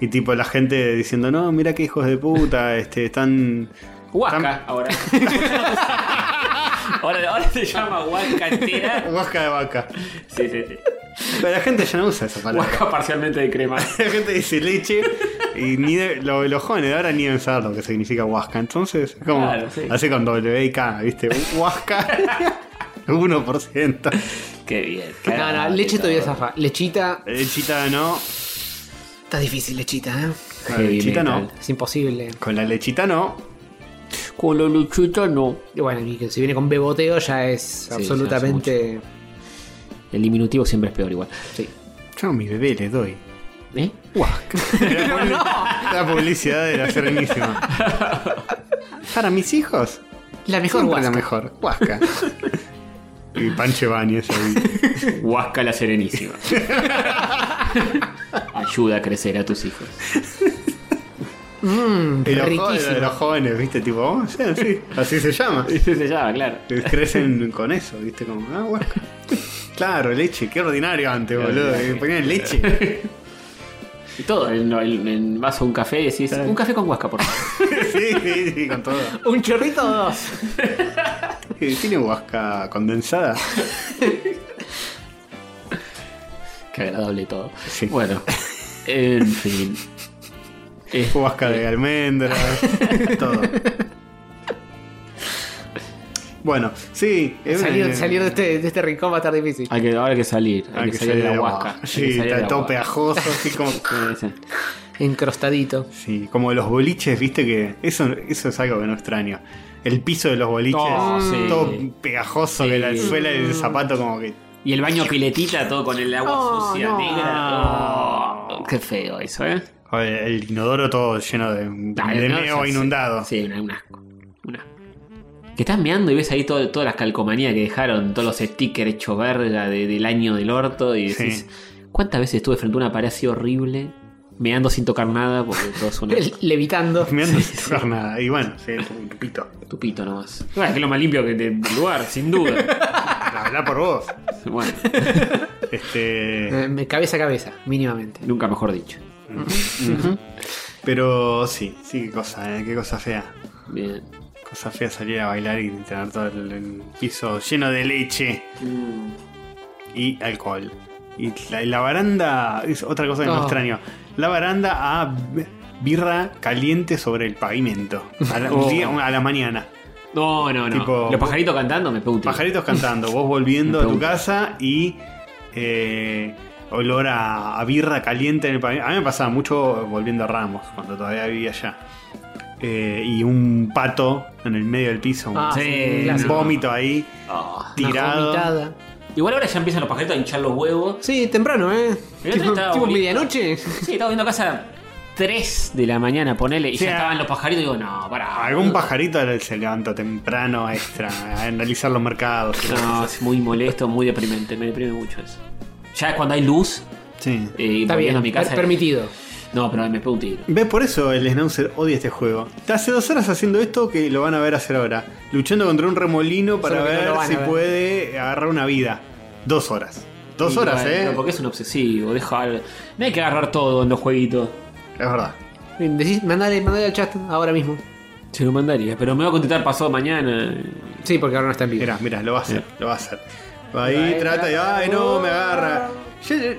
B: y tipo la gente diciendo, "No, mira qué hijos de puta, este están
A: Huasca ahora. ahora. Ahora se llama huasca entera.
B: huasca de vaca."
A: Sí, sí, sí.
B: Pero la gente ya no usa esa palabra.
A: Huasca parcialmente de crema.
B: La gente dice leche y ni de- lo- los jóvenes de ahora ni deben saber lo que significa huasca. Entonces, es como
A: Claro, sí.
B: así con W y K, ¿viste? Huasca 1%.
A: Qué bien.
C: No, no, leche todavía zafa. Lechita.
B: Lechita no.
C: Está difícil, lechita, ¿eh?
B: Con la
A: Heavy
B: lechita
A: metal.
B: no.
C: Es imposible.
B: Con la lechita no.
A: Con la luchita no.
C: Y bueno, y que si viene con beboteo ya es
A: ya es
C: absolutamente.
A: El diminutivo siempre es peor igual.
C: Sí.
B: Yo a mi bebé le doy.
A: ¿Eh?
B: La, publicidad era serenísima. Para mis hijos.
C: La mejor
B: siempre la
C: guasca.
B: mejor. Huasca. y Panche Bañez ahí.
A: Huasca la Serenísima. Ayuda a crecer a tus hijos.
C: Mm,
B: Y los,
C: riquísimo.
B: jóvenes, de los jóvenes, viste, tipo, vamos a hacer así. Así se llama.
A: Eso se llama, claro.
B: Y Crecen con eso, viste, como, ah, huasca. Claro, leche, qué ordinario antes,
A: Qué
B: boludo.
A: ordinario.
B: que Ponían leche.
A: Y todo. En, en- en- vas a un café y decís, un café con Huasca, por favor.
B: sí, sí, sí, con todo.
C: Un chorrito o dos.
B: Eh, ¿Tiene huasca condensada?
A: Qué agradable todo.
B: Sí.
A: Bueno, en fin. Eh,
B: Huasca de almendras, todo. Bueno, sí. es
C: Salir,
B: una-
C: salir de, este, de este rincón va a estar difícil.
A: hay que, ahora hay que salir. Hay,
B: Ah,
A: que, salir de la Huasca. hay que
B: Sí,
A: salir
B: está
A: de la
B: todo
A: Huasca.
B: pegajoso, así como.
A: Sí, sí.
C: Encrostadito.
B: Sí, como los boliches, viste que. Eso, eso es algo que no extraño. El piso de los boliches,
A: Oh, sí.
B: todo pegajoso, que la
A: Sí.
B: suela del zapato, como que.
A: Y el baño piletita, todo con el agua
C: Oh,
A: sucia,
C: no.
A: negra. Oh, qué feo eso, ¿eh?
B: o el- El inodoro todo lleno de,
A: Ah,
B: de
A: no,
B: meo
A: o sea,
B: inundado.
A: Sí, una, un asco. un asco. Que estás meando y ves ahí todo, todas las calcomanías que dejaron, todos los stickers hecho verga de- del año del orto y decís, ¿cuántas veces estuve frente a una pared así horrible? Meando sin tocar nada porque todo es un
C: El- Levitando.
B: Meando sin tocar nada. Y bueno, sí, tu- tu pito.
A: tupito nomás. Bueno, es que es lo más limpio que del lugar, sin duda.
B: La verdad por vos.
A: Bueno,
B: Este.
C: Eh, me- cabeza a cabeza, mínimamente.
A: nunca mejor dicho.
B: Pero sí, sí, qué cosa, ¿eh? qué cosa fea.
A: Bien.
B: Cosa fea salir a bailar y tener todo el, el piso lleno de leche
A: Mm.
B: y alcohol. Y la, la baranda es otra cosa que
C: Oh.
B: no extraño. La baranda a b- birra caliente sobre el pavimento. A la, un
A: Oh.
B: día- a la mañana.
A: No, no, no.
B: Tipo-
A: los pajaritos cantando me preguntan.
B: Pajaritos cantando, vos volviendo a tu
A: pregunto.
B: casa y eh, olor a, a birra caliente en el pavimento. A mí me pasaba mucho volviendo a Ramos, cuando todavía vivía allá. Eh, y un pato en el medio del piso, un-
C: Ah,
A: Sí,
C: sí,
B: un
C: clásico.
B: vómito ahí,
A: Ah.
C: Una
B: tirado.
C: vomitada.
A: Igual ahora ya empiezan los pajaritos a hinchar los huevos.
C: Sí, temprano, ¿eh?
A: Pero
C: Tipo,
A: este estaba
C: tipo
A: bonito.
C: medianoche.
A: Sí, estaba viendo casa 3 de la mañana, ponele, y
B: Sí,
A: ya
B: ah.
A: estaban los pajaritos y digo, no, pará.
B: Algún pajarito se levantó temprano extra a analizar los mercados.
A: No, es muy molesto, muy deprimente, me deprime mucho eso. Ya cuando hay luz,
B: Sí.
A: eh,
C: Está bien,
A: volviendo a mi casa.
C: per- permitido.
A: No, pero me pego un tiro.
B: ¿Ves? Por eso el Snauzer odia este juego. Está hace dos horas haciendo esto que lo van a ver hacer ahora. Luchando contra un remolino para
C: Solo que no
B: ver
C: lo van a
B: si
C: ver.
B: puede agarrar una vida. Dos horas. Dos
A: Y
B: horas,
A: bueno,
B: eh.
A: Porque es un obsesivo, deja algo. No hay que agarrar todo en los jueguitos.
B: Es verdad.
C: Decís, mandale, mandale al chat ahora mismo.
A: Se lo mandaría, pero me va a contestar pasado mañana.
C: Sí, porque ahora no está en vivo.
B: Mirá, mirá, lo va a hacer, lo va a hacer. Va ahí,
C: Ahí,
B: trata y
C: trata.
B: ay no, me agarra. Yo- yo-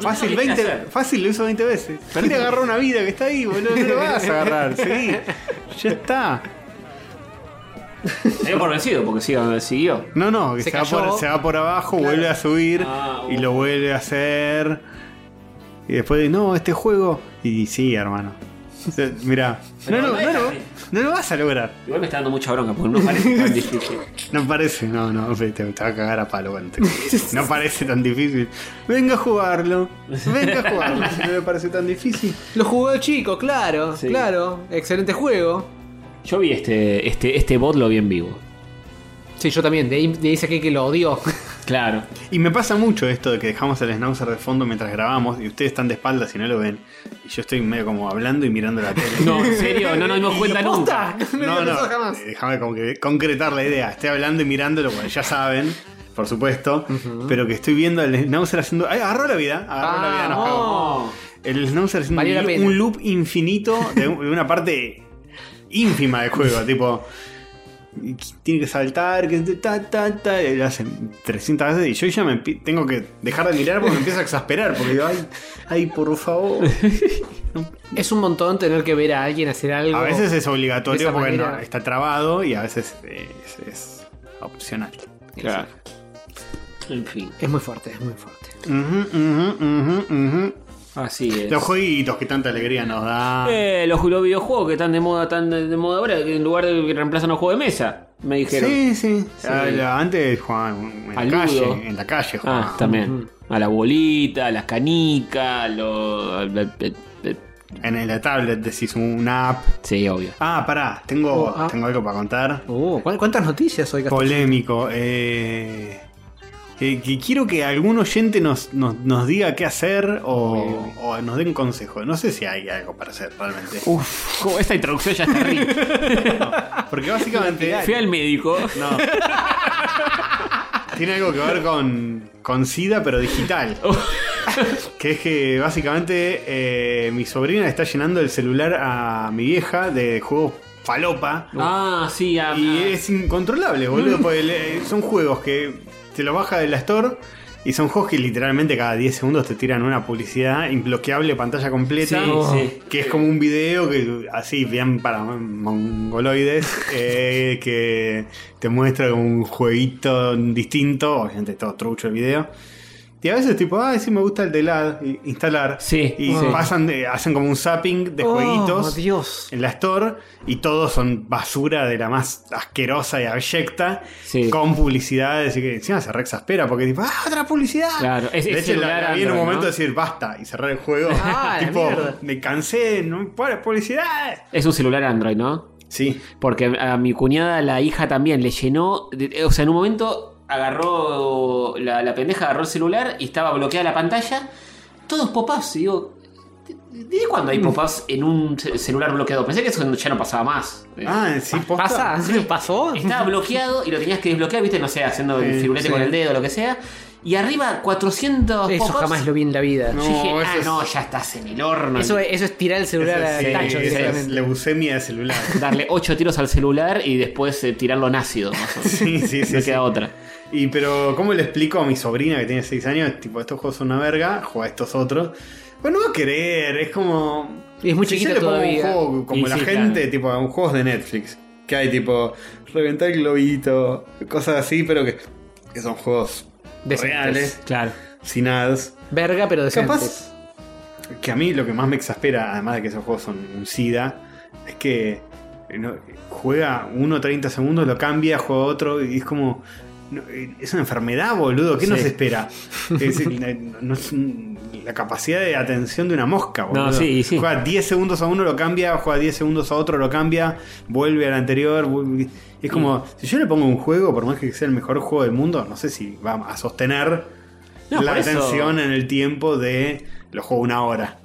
B: fácil,
A: No lo viste
B: 20,
A: hacer.
B: fácil, lo hizo 20 veces. Pero te agarró una vida que está ahí, boludo. No lo vas a agarrar, sí. Ya está.
A: Se dio por vencido porque siga- siguió.
B: No, no, que
C: Se
B: se, va
C: cayó.
B: por, se va por abajo, vuelve a subir
A: Ah,
B: y
A: uh.
B: lo vuelve a hacer. Y después de, no, este juego. Y sí, hermano. Se- Mirá, no,
A: Pero
B: no,
A: no
B: no,
A: es
B: no,
A: así.
B: no lo vas a lograr.
A: Igual me está dando mucha bronca porque no parece tan difícil.
B: No parece, no, no, te, te va a cagar a palo. bueno, te- no parece tan difícil. Venga a jugarlo, venga a jugarlo. Si no le parece tan difícil,
C: Lo jugó de chico, claro,
A: Sí.
C: claro. Excelente juego.
A: Yo vi este, este, este bot, lo vi en vivo.
C: Sí, yo también. De ahí, de ahí saqué que lo odió.
A: Claro.
B: Y me pasa mucho esto de que dejamos el schnauzer de fondo mientras grabamos y ustedes están de espaldas y no lo ven. Y yo estoy medio como hablando y mirando la tele.
A: No, en serio, no nos dimos cuenta
C: ¡Posta!
A: nunca.
C: No,
B: No,
C: había
B: no,
C: pensado jamás.
B: eh, déjame como que concretar la idea. Estoy hablando y mirándolo, bueno, ya saben, por supuesto, pero que estoy viendo al Snauzer haciendo. ¡Ay, agarró la vida! Agarró la vida, nos cagó.
A: No.
B: El Snauzer haciendo
C: Ah, oh. Valió la
B: un,
C: pena.
B: un loop infinito de, un- de una parte ínfima del juego, tipo. Tiene que saltar, que ta, ta, ta, y lo hacen 300 veces y yo ya me empie- tengo que dejar de mirar porque me empiezo a exasperar. Porque digo, ay, ay, por favor.
C: Es un montón tener que ver a alguien hacer algo.
B: A veces es
C: de
B: obligatorio
C: esa
B: porque no-
C: manera.
B: está trabado y a veces eh, es, es opcional.
A: Claro. En fin.
C: Es muy fuerte, es muy fuerte.
B: Ujú, ujú, ujú, ujú.
A: Así es.
B: Los jueguitos que tanta alegría nos da.
A: Eh, los, los videojuegos que están de moda, tan de, de moda ahora, que en lugar de que reemplazan los juegos de mesa, me dijeron.
B: Sí, sí.
A: Sí.
B: Ah, la- Antes jugaban en la
A: Al ludo.
B: calle. En la calle jugaban.
A: Ah, también. A la bolita, a las canicas, eh, a los. al- al- al- al-
B: En la tablet decís una app.
A: Sí, obvio.
B: Ah, pará, tengo,
C: Oh, ah.
B: tengo algo para contar.
C: Uh, ¿cu- ¿Cuántas noticias hoy, Castor?
B: Polémico. eh, que, que quiero que algún oyente nos, nos- nos diga qué hacer o, o nos den consejo. No sé si hay algo para hacer realmente.
A: Uf, como esta introducción ya está rica.
B: Porque básicamente.
A: Fui al médico.
B: No. Tiene algo que ver con, con SIDA, pero digital. que es que básicamente eh, mi sobrina está llenando el celular a mi vieja de juegos falopa.
A: Ah, sí, a,
B: Y
A: a-
B: es incontrolable, boludo. porque le- son juegos que te lo baja de la store. Y son juegos que literalmente cada 10 segundos te tiran una publicidad imbloqueable, pantalla completa.
A: Sí, sí.
B: Que es como un video que así, bien para mongoloides, eh, que te muestra como un jueguito distinto. Obviamente todo trucho el video. Y a veces tipo, ah, sí me gusta el de LAD, y- instalar.
A: Sí,
B: Y
A: sí.
B: pasan, de- hacen como un zapping de
C: Oh,
B: jueguitos
C: Dios.
B: en la Store y todos son basura de la más asquerosa y abyecta
A: Sí.
B: con publicidades y que encima se re exaspera porque tipo, ¡ah, otra publicidad!
A: Claro, es-
B: de
A: es
B: hecho, la- la,
A: celular
B: vi en un
A: Android,
B: momento
A: ¿no?
B: decir basta y cerrar el juego.
C: Ah, la
B: tipo,
C: mierda.
B: me cansé, no me pones publicidades.
A: es un celular Android, ¿no?
B: Sí,
A: Porque a mi cuñada, la hija también, le llenó. de- o sea, en un momento agarró. La, la pendeja agarró el celular y estaba bloqueada la pantalla. Todos pop-ups. Y digo, ¿de- ¿desde cuándo
B: Mm.
A: hay pop-ups en un ce- celular bloqueado? Pensé que eso ya no pasaba más.
B: ah, sí, posta.
C: ¿Pasa? ¿Pasó?
A: Estaba bloqueado y lo tenías que desbloquear, viste, no sé, haciendo el
B: Sí,
A: firulete
B: sí.
A: con el dedo, lo que sea. Y arriba 400
C: Eso
A: pop-ups.
C: jamás lo vi en la vida.
A: Yo
B: No,
A: dije,
B: eso
A: ah,
B: es-
A: no, ya estás en el horno.
C: Eso, es- eso es tirar el
B: Esa
C: celular
B: es,
C: al
B: sí,
C: tacho,
B: esa es
C: directamente.
B: leucemia de celular.
A: Darle 8 tiros al celular y después eh, tirarlo en ácido. Más o menos.
B: sí, sí, sí.
A: no
B: sí.
A: queda otra.
B: Y pero, ¿cómo le explico a mi sobrina que tiene 6 años? Tipo, estos juegos son una verga, juega estos otros. Pero no va a querer, es como.
C: Y es muy
B: Si yo
C: chiquita
B: le pongo
C: todavía.
B: Un juego como
A: Y
B: la
A: sí,
B: gente,
A: claro.
B: tipo, un juegos de Netflix. Que hay tipo, reventar el globito, cosas así, pero que, que son juegos
C: Decentes.
B: reales,
A: Claro.
B: sin ads.
C: Verga, pero decentes.
B: Capaz. Que a mí lo que más me exaspera, además de que esos juegos son un SIDA, es que eh, no- juega uno 30 segundos, lo cambia, juega otro, y es como. no, eh, es una enfermedad, boludo. ¿Qué nos
A: Sí.
B: espera? Es decir, eh, no- no es un- la capacidad de atención de una mosca, boludo.
A: No, sí, sí.
B: Juega 10 segundos a uno, lo cambia, juega 10 segundos a otro, lo cambia, vuelve al anterior. vuelve- Es como, si yo le pongo un juego, por más que sea el mejor juego del mundo, no sé si va a sostener
A: No,
B: la
A: por eso-
B: atención en el tiempo de lo juego una hora.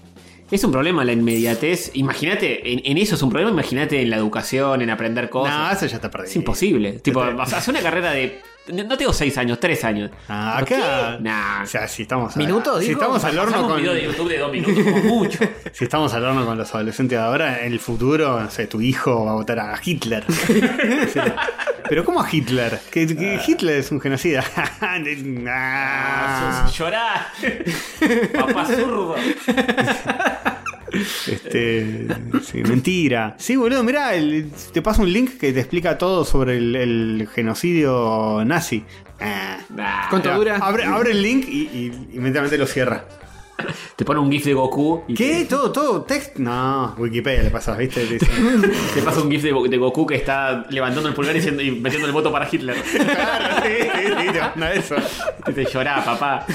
A: Es un problema la inmediatez. Imagínate, en, en eso es un problema. Imagínate en la educación, en aprender
B: No,
A: cosas.
B: eso ya está perdido.
A: es imposible. Tipo, hace una carrera de. No tengo 6 años, 3 años.
B: Ah, acá.
A: Nah.
B: O sea, si estamos a-
C: ¿Minutos,
B: si
C: digo?
B: estamos al
A: Pasamos
B: horno
A: un
B: con
A: video de YouTube de 2 minutos, como mucho.
B: si estamos al horno con los adolescentes de ahora, en el futuro, no sé, tu hijo va a votar a Hitler. Sí. Pero ¿cómo a Hitler? Que,
A: Ah.
B: que Hitler es un genocida. Ah.
A: Llorar. Papá zurdo.
B: Este, sí, mentira. Sí, boludo, mirá, el- te paso un link que te explica todo sobre el, el genocidio nazi. Ah.
A: Nah.
C: Con- ¿Cuánto
B: Ya,
C: dura?
B: Abre, abre el link y, y inmediatamente lo cierra.
A: Te pone un GIF de Goku. y
B: ¿Qué? ¿Todo, todo texto? No, Wikipedia le pasas, ¿viste? Te dice-
A: te- Te pasa un GIF de, Bo- de Goku que está levantando el pulgar y, siendo- y metiendo el voto para Hitler.
B: Claro, sí, sí, sí, te manda eso.
A: Y te llorá, papá.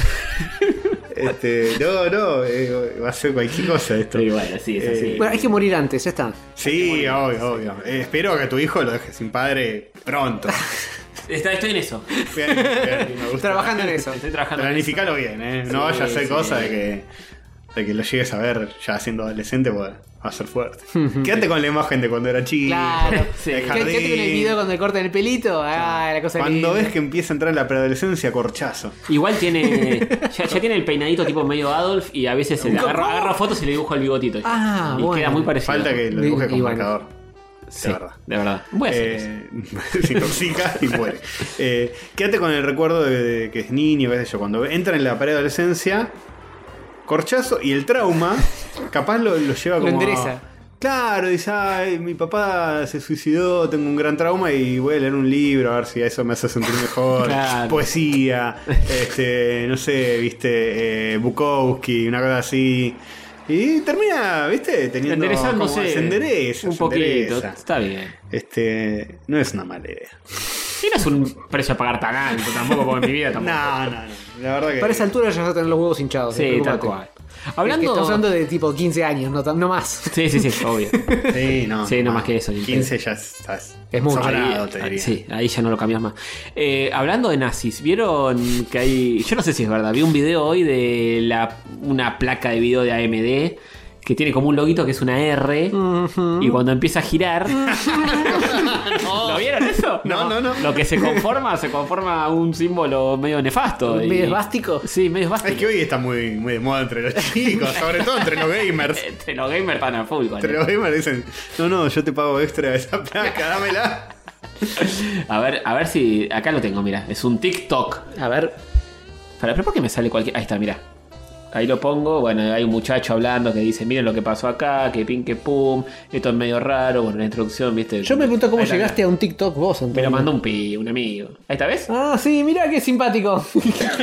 B: Este, no, no, eh, va a ser cualquier cosa esto.
A: Pero bueno, sí, es así.
B: Eh,
C: Bueno, hay que morir antes, ya está.
B: Sí, obvio, obvio. Eh, espero que tu hijo lo deje sin padre pronto.
A: Está- estoy en eso.
B: Bien, bien, me gusta.
C: Trabajando en eso.
A: Estoy trabajando. en eso.
B: Planificalo bien, ¿eh? No
A: Sí,
B: vaya a ser
A: sí.
B: cosa de que. De que lo llegues a ver ya siendo adolescente, porque va a ser fuerte. Quédate con la imagen de cuando era chico.
C: Claro.
A: Sí.
B: del
C: ¿Qué,
B: jardín.
C: qué tiene el video cuando le cortan el pelito? Ah, la cosa
B: Cuando
C: linda.
B: ves que empieza a entrar la preadolescencia, corchazo.
A: Igual tiene. Ya, ya tiene el peinadito tipo medio Adolf y a veces se le agarra, agarra fotos y le dibujo el bigotito.
C: Ah,
A: y
C: bueno.
A: queda muy parecido.
B: Falta que lo dibuje con
C: Y bueno.
B: marcador.
A: Sí,
B: de verdad.
A: De verdad. Voy a hacer eso.
B: Eh, se intoxica y muere. Eh, quédate con el recuerdo de, de que es niño, qué sé yo. Cuando entra en la preadolescencia, corchazo y el trauma, capaz lo, lo lleva
C: Lo
B: como.
C: endereza.
B: Claro, dice, "Ay, mi papá se suicidó, tengo un gran trauma y voy a leer un libro a ver si eso me hace sentir mejor.
A: Claro.
B: Poesía, este, no sé, viste, eh, Bukowski, una cosa así. Y termina, viste, teniendo
A: Enderezándose
B: como- se endereza,
A: un
B: se
A: poquito.
B: endereza.
A: Está bien.
B: Este, no es una mala idea.
A: Y no es un precio a pagar tan alto tampoco, porque en mi vida tampoco.
B: No, no, no. La verdad que.
C: Para esa altura ya vas a tener los huevos hinchados.
A: Eh,
C: eh,
A: sí, tal
C: preocupate.
A: cual.
C: Es que
A: Hablando.
C: estamos hablando de tipo 15 años, no, tan- no más.
A: Sí, sí, sí, obvio.
B: Sí, no.
A: Sí, no más que eso, ni
B: 15 ya estás.
C: Es mucho.
B: sobrado,
A: Ahí-
B: te diría.
A: Ah, Sí, ahí ya no lo cambias más. Eh, hablando de nazis, ¿vieron que hay. Yo no sé si es verdad, vi un video hoy de la, una placa de video de AMD que tiene como un loguito que es una R y cuando empieza a girar. ¿Lo vieron eso?
B: No, no, no.
A: Lo que se conforma, se conforma a un símbolo medio nefasto. y-
C: ¿Medio esvástico?
A: Sí, medio
B: Es que
A: esvástico.
B: hoy está muy, muy de moda entre los chicos, sobre todo entre los gamers.
A: Entre Eh, los gamers están a full con
B: Entre
A: eso.
B: los gamers dicen, no, no, yo te pago extra esa placa, dámela.
A: A ver, a ver si. Acá lo tengo, mira. Es un TikTok.
C: A ver,
A: Para, pero ¿por qué me sale cualquier.? Ahí está, mira. Ahí lo pongo. Bueno, hay un muchacho hablando que dice: Miren lo que pasó acá, que pin, que pum. Esto es medio raro. Bueno, la introducción, viste.
C: yo me pregunto cómo
A: Ahí está,
C: llegaste a un TikTok vos,
A: mira.
C: Antonio.
A: Me lo mandó un pi, un amigo. Ahí está, ¿ves?
C: Ah, sí, mira qué simpático.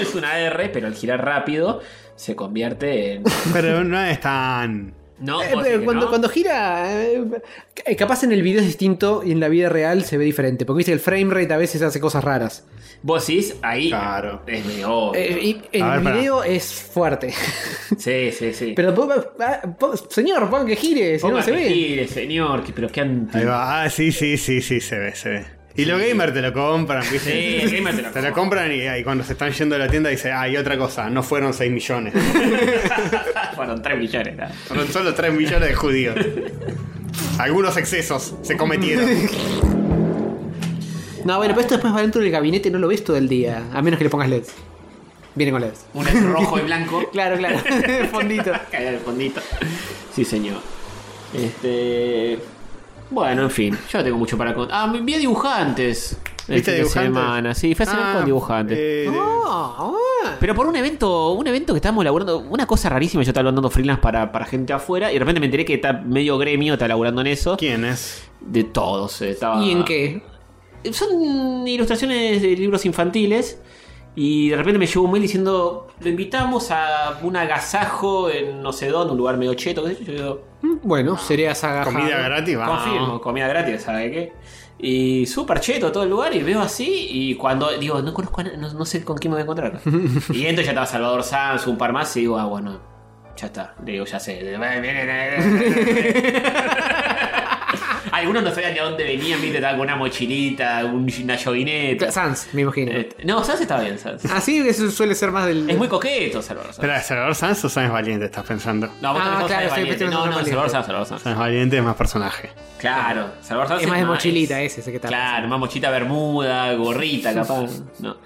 A: es una R, pero al girar rápido se convierte en.
B: Pero no es tan.
A: No, vos
C: Eh, pero
A: decís que
C: cuando,
A: no.
C: cuando gira, eh, eh, capaz en el video es distinto y en la vida real se ve diferente. Porque viste, el frame rate a veces hace cosas raras.
A: Vos decís, ahí.
B: Claro.
A: Es medio. obvio.
C: Eh, y el
B: A ver, pará.
C: video es fuerte.
A: sí, sí, sí.
C: Pero, po- pa- po- señor, ponga que gire, si no,
A: Ponga
C: no se
A: que
C: ve.
A: gire, señor, que, pero qué anti.
B: Ahí va. Ah, sí, sí, sí, sí, se ve, se ve. Y los gamers te lo compran, ¿viste?
A: Sí, el gamer te lo
B: Te lo
A: compra.
B: compran y, y cuando se están yendo a la tienda dice, ah, y otra cosa, no fueron 6 millones,
A: Fueron 3 millones. ¿no?
B: fueron solo 3 millones de judíos. Algunos excesos se cometieron.
A: Este
C: No, bueno, pero esto después va dentro del gabinete, no lo ves todo el día. A menos que le pongas LEDs. Viene con E LEDs.
A: Uno es rojo y blanco.
C: Claro, claro. Fondito.
A: Caer al fondito. Sí, señor. Este. Bueno, en fin, yo no tengo mucho para contar. Ah, vi a dibujantes. el
B: ¿Viste
A: fin de
B: dibujantes?
A: semana, sí, fui a cenar
B: Ah,
A: con dibujantes.
B: eh, de-
C: Ah, ah.
A: Pero por un evento, un evento que estábamos laburando, una cosa rarísima, yo estaba laburando freelance para, para gente afuera y de repente me enteré que está medio gremio, está laburando en eso.
B: ¿Quién es?
A: De todos, eh, estaba...
C: ¿Y en qué?
A: Son ilustraciones de libros infantiles. Y de repente me llegó un mail diciendo: Lo invitamos a un agasajo en no sé dónde, un lugar medio cheto. qué sé yo. Yo digo,
C: Mm, Bueno, sería saga.
B: ¿Comida gratis? Va.
A: confirmo, comida gratis, ¿sabe qué? Y súper cheto todo el lugar. Y veo así. Y cuando digo: No conozco a na- no, no sé con quién me voy a encontrar. y entonces ya estaba Salvador Sanz, un par más. Y digo: Ah, bueno, ya está. Le digo: Ya sé. Algunos no sabían de dónde venían, viste, tal, con una mochilita, un- una llovineta.
C: Sans, me imagino.
A: Este, No, Sans está bien, Sans.
C: Así eso suele ser más del.
A: Es muy coqueto Salvador Sanz.
B: Espera, ¿Salvador Sanz o Sanz Valiente estás pensando?
A: No, vos
C: Ah,
A: tenés
C: claro,
A: claro,
C: estoy pensando
A: No,
C: en
A: no,
C: Valiente.
A: Salvador Sanz, Salvador Sanz.
B: Sanz Valiente es más personaje.
A: Claro, Salvador Sanz
C: Es más de mochilita ese, ese que tal.
A: Claro, más mochita bermuda, gorrita capaz. No.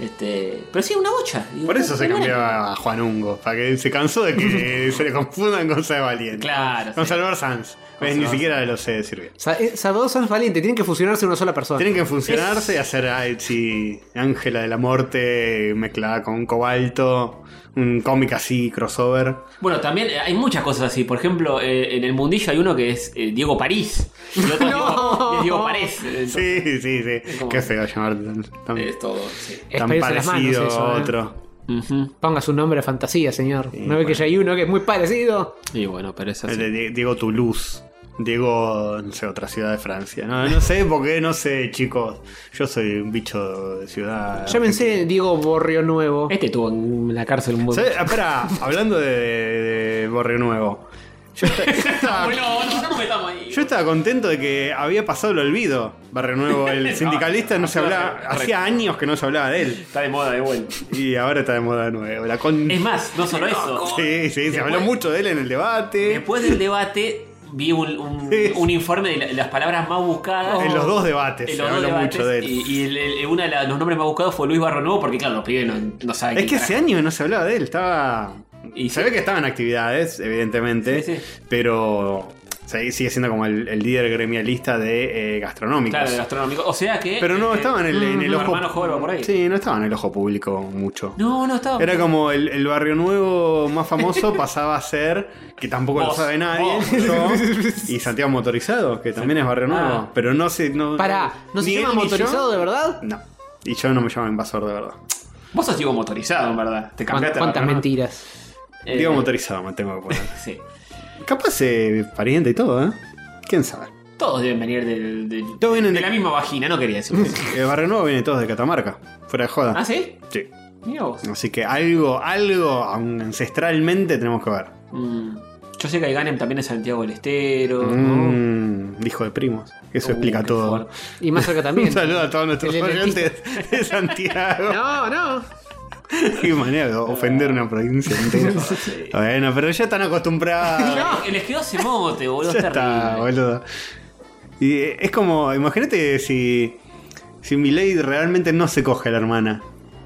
A: Este, pero sí, una bocha. Digo,
B: Por eso se
A: bueno,
B: cambió a Juan Ungo, para que se cansó de que se le confundan con Sanz Valiente.
A: Claro,
B: Con
A: sí.
B: Salvador Sanz. Ves, Ni
A: Salvador
B: siquiera lo sé decir bien.
C: Sa- eh, Salvador Sanz Valiente, tienen que fusionarse en una sola persona.
B: Tienen que funcionarse y hacer ay, sí, Ángela de la Muerte mezclada con un cobalto, un cómic así, crossover.
A: Bueno, también hay muchas cosas así. Por ejemplo, eh, en el mundillo hay uno que es eh, Diego París. Y otro es Diego, es Diego Parés. Entonces,
B: Sí, sí, sí.
A: como-
B: Qué feo llamarte tan, tan-
A: Es todo, sí.
C: Es
B: tan
C: pedirse las manos
B: parecido
C: eso,
B: a
C: ¿eh?
B: otro.
A: Ujú.
C: Ponga su nombre a fantasía, señor. no ve que ya hay uno que es muy parecido.
A: Y bueno, pero es
B: El
A: así.
B: de Die- Diego Toulouse. Diego, no sé, otra ciudad de Francia. No, no sé por qué, no sé, chicos. Yo soy un bicho de ciudad.
C: Llámense Diego Borrio Nuevo.
A: Este tuvo en la cárcel un buen.
B: ¿Sabés? Ah, Espera, hablando de, de Barrio Nuevo. Yo esta- yo estaba,
A: Bueno, no, no nos metamos ahí.
B: yo estaba contento de que había pasado el olvido. Barrio Nuevo, el sindicalista, no se hablaba. Hacía años que no se hablaba de él.
A: Está de moda de vuelta.
B: Y ahora está de moda de nuevo. La con...
A: Es más, no solo eso.
B: Sí, sí, se habló mucho de él en el debate.
A: Después del debate vi un, un-
B: Sí.
A: un informe de la- las palabras más buscadas.
B: En los dos debates
A: En
B: se
A: los dos
B: habló
A: debates,
B: mucho de él.
A: Y, y el- el- uno de la- los nombres más buscados fue Luis Barro Nuevo, porque claro, los pibes no, no saben
B: Es que
A: quién
B: hace
A: carajo.
B: años no se hablaba de él, estaba.
A: Y
B: se
A: sí.
B: ve que estaba en actividades, evidentemente.
A: Sí, sí.
B: Pero sea, sigue siendo como el, el líder gremialista de eh, gastronómicos.
A: Claro, de gastronómico. O sea que.
B: Pero no
A: eh,
B: estaba en el, en el
A: tu
B: ojo.
A: hermano Jorba por ahí.
B: Sí, no estaba en el ojo público mucho.
A: No, no estaba.
B: Era como el, el barrio nuevo más famoso pasaba a ser, que tampoco lo
A: Vos,
B: sabe nadie,
A: vos.
B: yo, y Santiago Motorizado, que también es barrio nuevo.
A: Ah.
B: Pero no se. No,
C: Pará, ¿no se
B: ni
C: llama
B: él ni
C: motorizado
B: yo-
C: de verdad?
B: No. Y yo no me llamo invasor de verdad.
A: Vos sos Diego motorizado, en verdad. Te
C: ¿Cuán-
A: cambiaste.
C: ¿Cuántas
A: la-
C: mentiras?
A: Eh,
B: Digo motorizado, me tengo que poner.
A: Sí.
B: Capaz eh, pariente y todo, ¿eh? ¿Quién sabe?
A: Todos deben venir del, del-
B: Todos vienen
A: de
B: de-
A: la misma vagina, no quería eso.
B: El barrio nuevo viene todos de Catamarca. Fuera de joda.
A: ¿Ah, sí?
B: Sí.
A: Mira vos.
B: Así que algo, algo aun ancestralmente tenemos que ver.
A: Mm. Yo sé que Ganem también es Santiago del Estero. ¿no?
B: Mm, hijo de primos. Eso
A: Oh, Uh,
B: explica
A: qué
B: todo.
A: fuerte.
C: Y más acá
B: Un
C: también.
B: saludo a todos nuestros
C: El elefantito.
B: oyentes de Santiago.
C: No, no.
B: Qué manera de ofender una provincia entera.
A: Sí.
B: bueno, pero ya están acostumbrados.
A: Eh, Les quedó ese mote, boludo.
B: Ya
A: es
B: está,
A: terrible.
B: boludo. Y eh, es como, imagínate si, si Milady realmente no se coge a la hermana.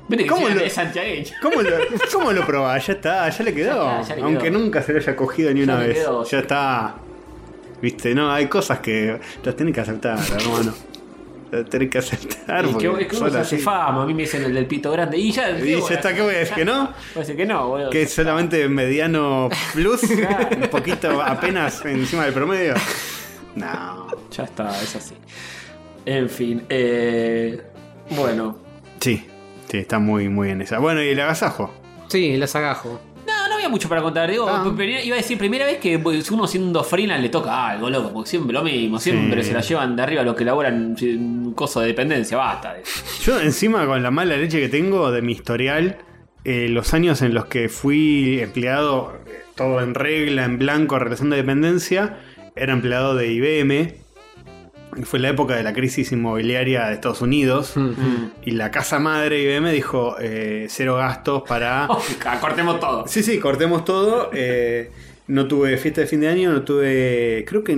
A: Vete que
B: ¿Cómo
A: encima
B: lo-
A: es santiagueño.
B: ¿Cómo lo, cómo lo probás? Ya está, ya le quedó.
A: Ya está, ya le
B: Aunque
A: quedó.
B: nunca se lo haya cogido ni una
A: le
B: vez.
A: quedó.
B: Ya está. Viste, no, hay cosas que las tenés que aceptar, hermano. Las tenés que aceptar.
A: Y
B: porque
A: que, es que uno
B: son
A: se hace
B: así.
A: fama, a mí me dicen el del pito grande. Y ya.
B: Y ya está, ¿qué voy a decir? ¿Que no?
A: Puede ser que no, boludo.
B: Que es solamente mediano plus, un poquito apenas encima del promedio. No.
A: Ya está, es así. En fin, eh, bueno.
B: Sí, sí, está muy, muy en esa. Bueno, y el agasajo.
C: Sí, las agajo.
A: No, no había mucho para contar. Digo,
B: Ah.
A: primera- iba a decir, primera vez que pues, uno siendo freelance le toca algo, loco. Porque siempre lo mismo, siempre
B: Sí.
A: se la llevan de arriba los que laboran en cosas de dependencia. Basta. de-
B: Yo encima con la mala leche que tengo de mi historial, eh, los años en los que fui empleado, eh, todo en regla, en blanco, relación de dependencia, era empleado de IBM. y Fue la época de la crisis inmobiliaria de Estados Unidos. Y la casa madre IBM dijo eh, cero gastos
A: Oh,
B: para...
A: cortemos todo.
B: Sí, sí, cortemos todo. eh, no tuve fiesta de fin de año, no tuve... Creo que...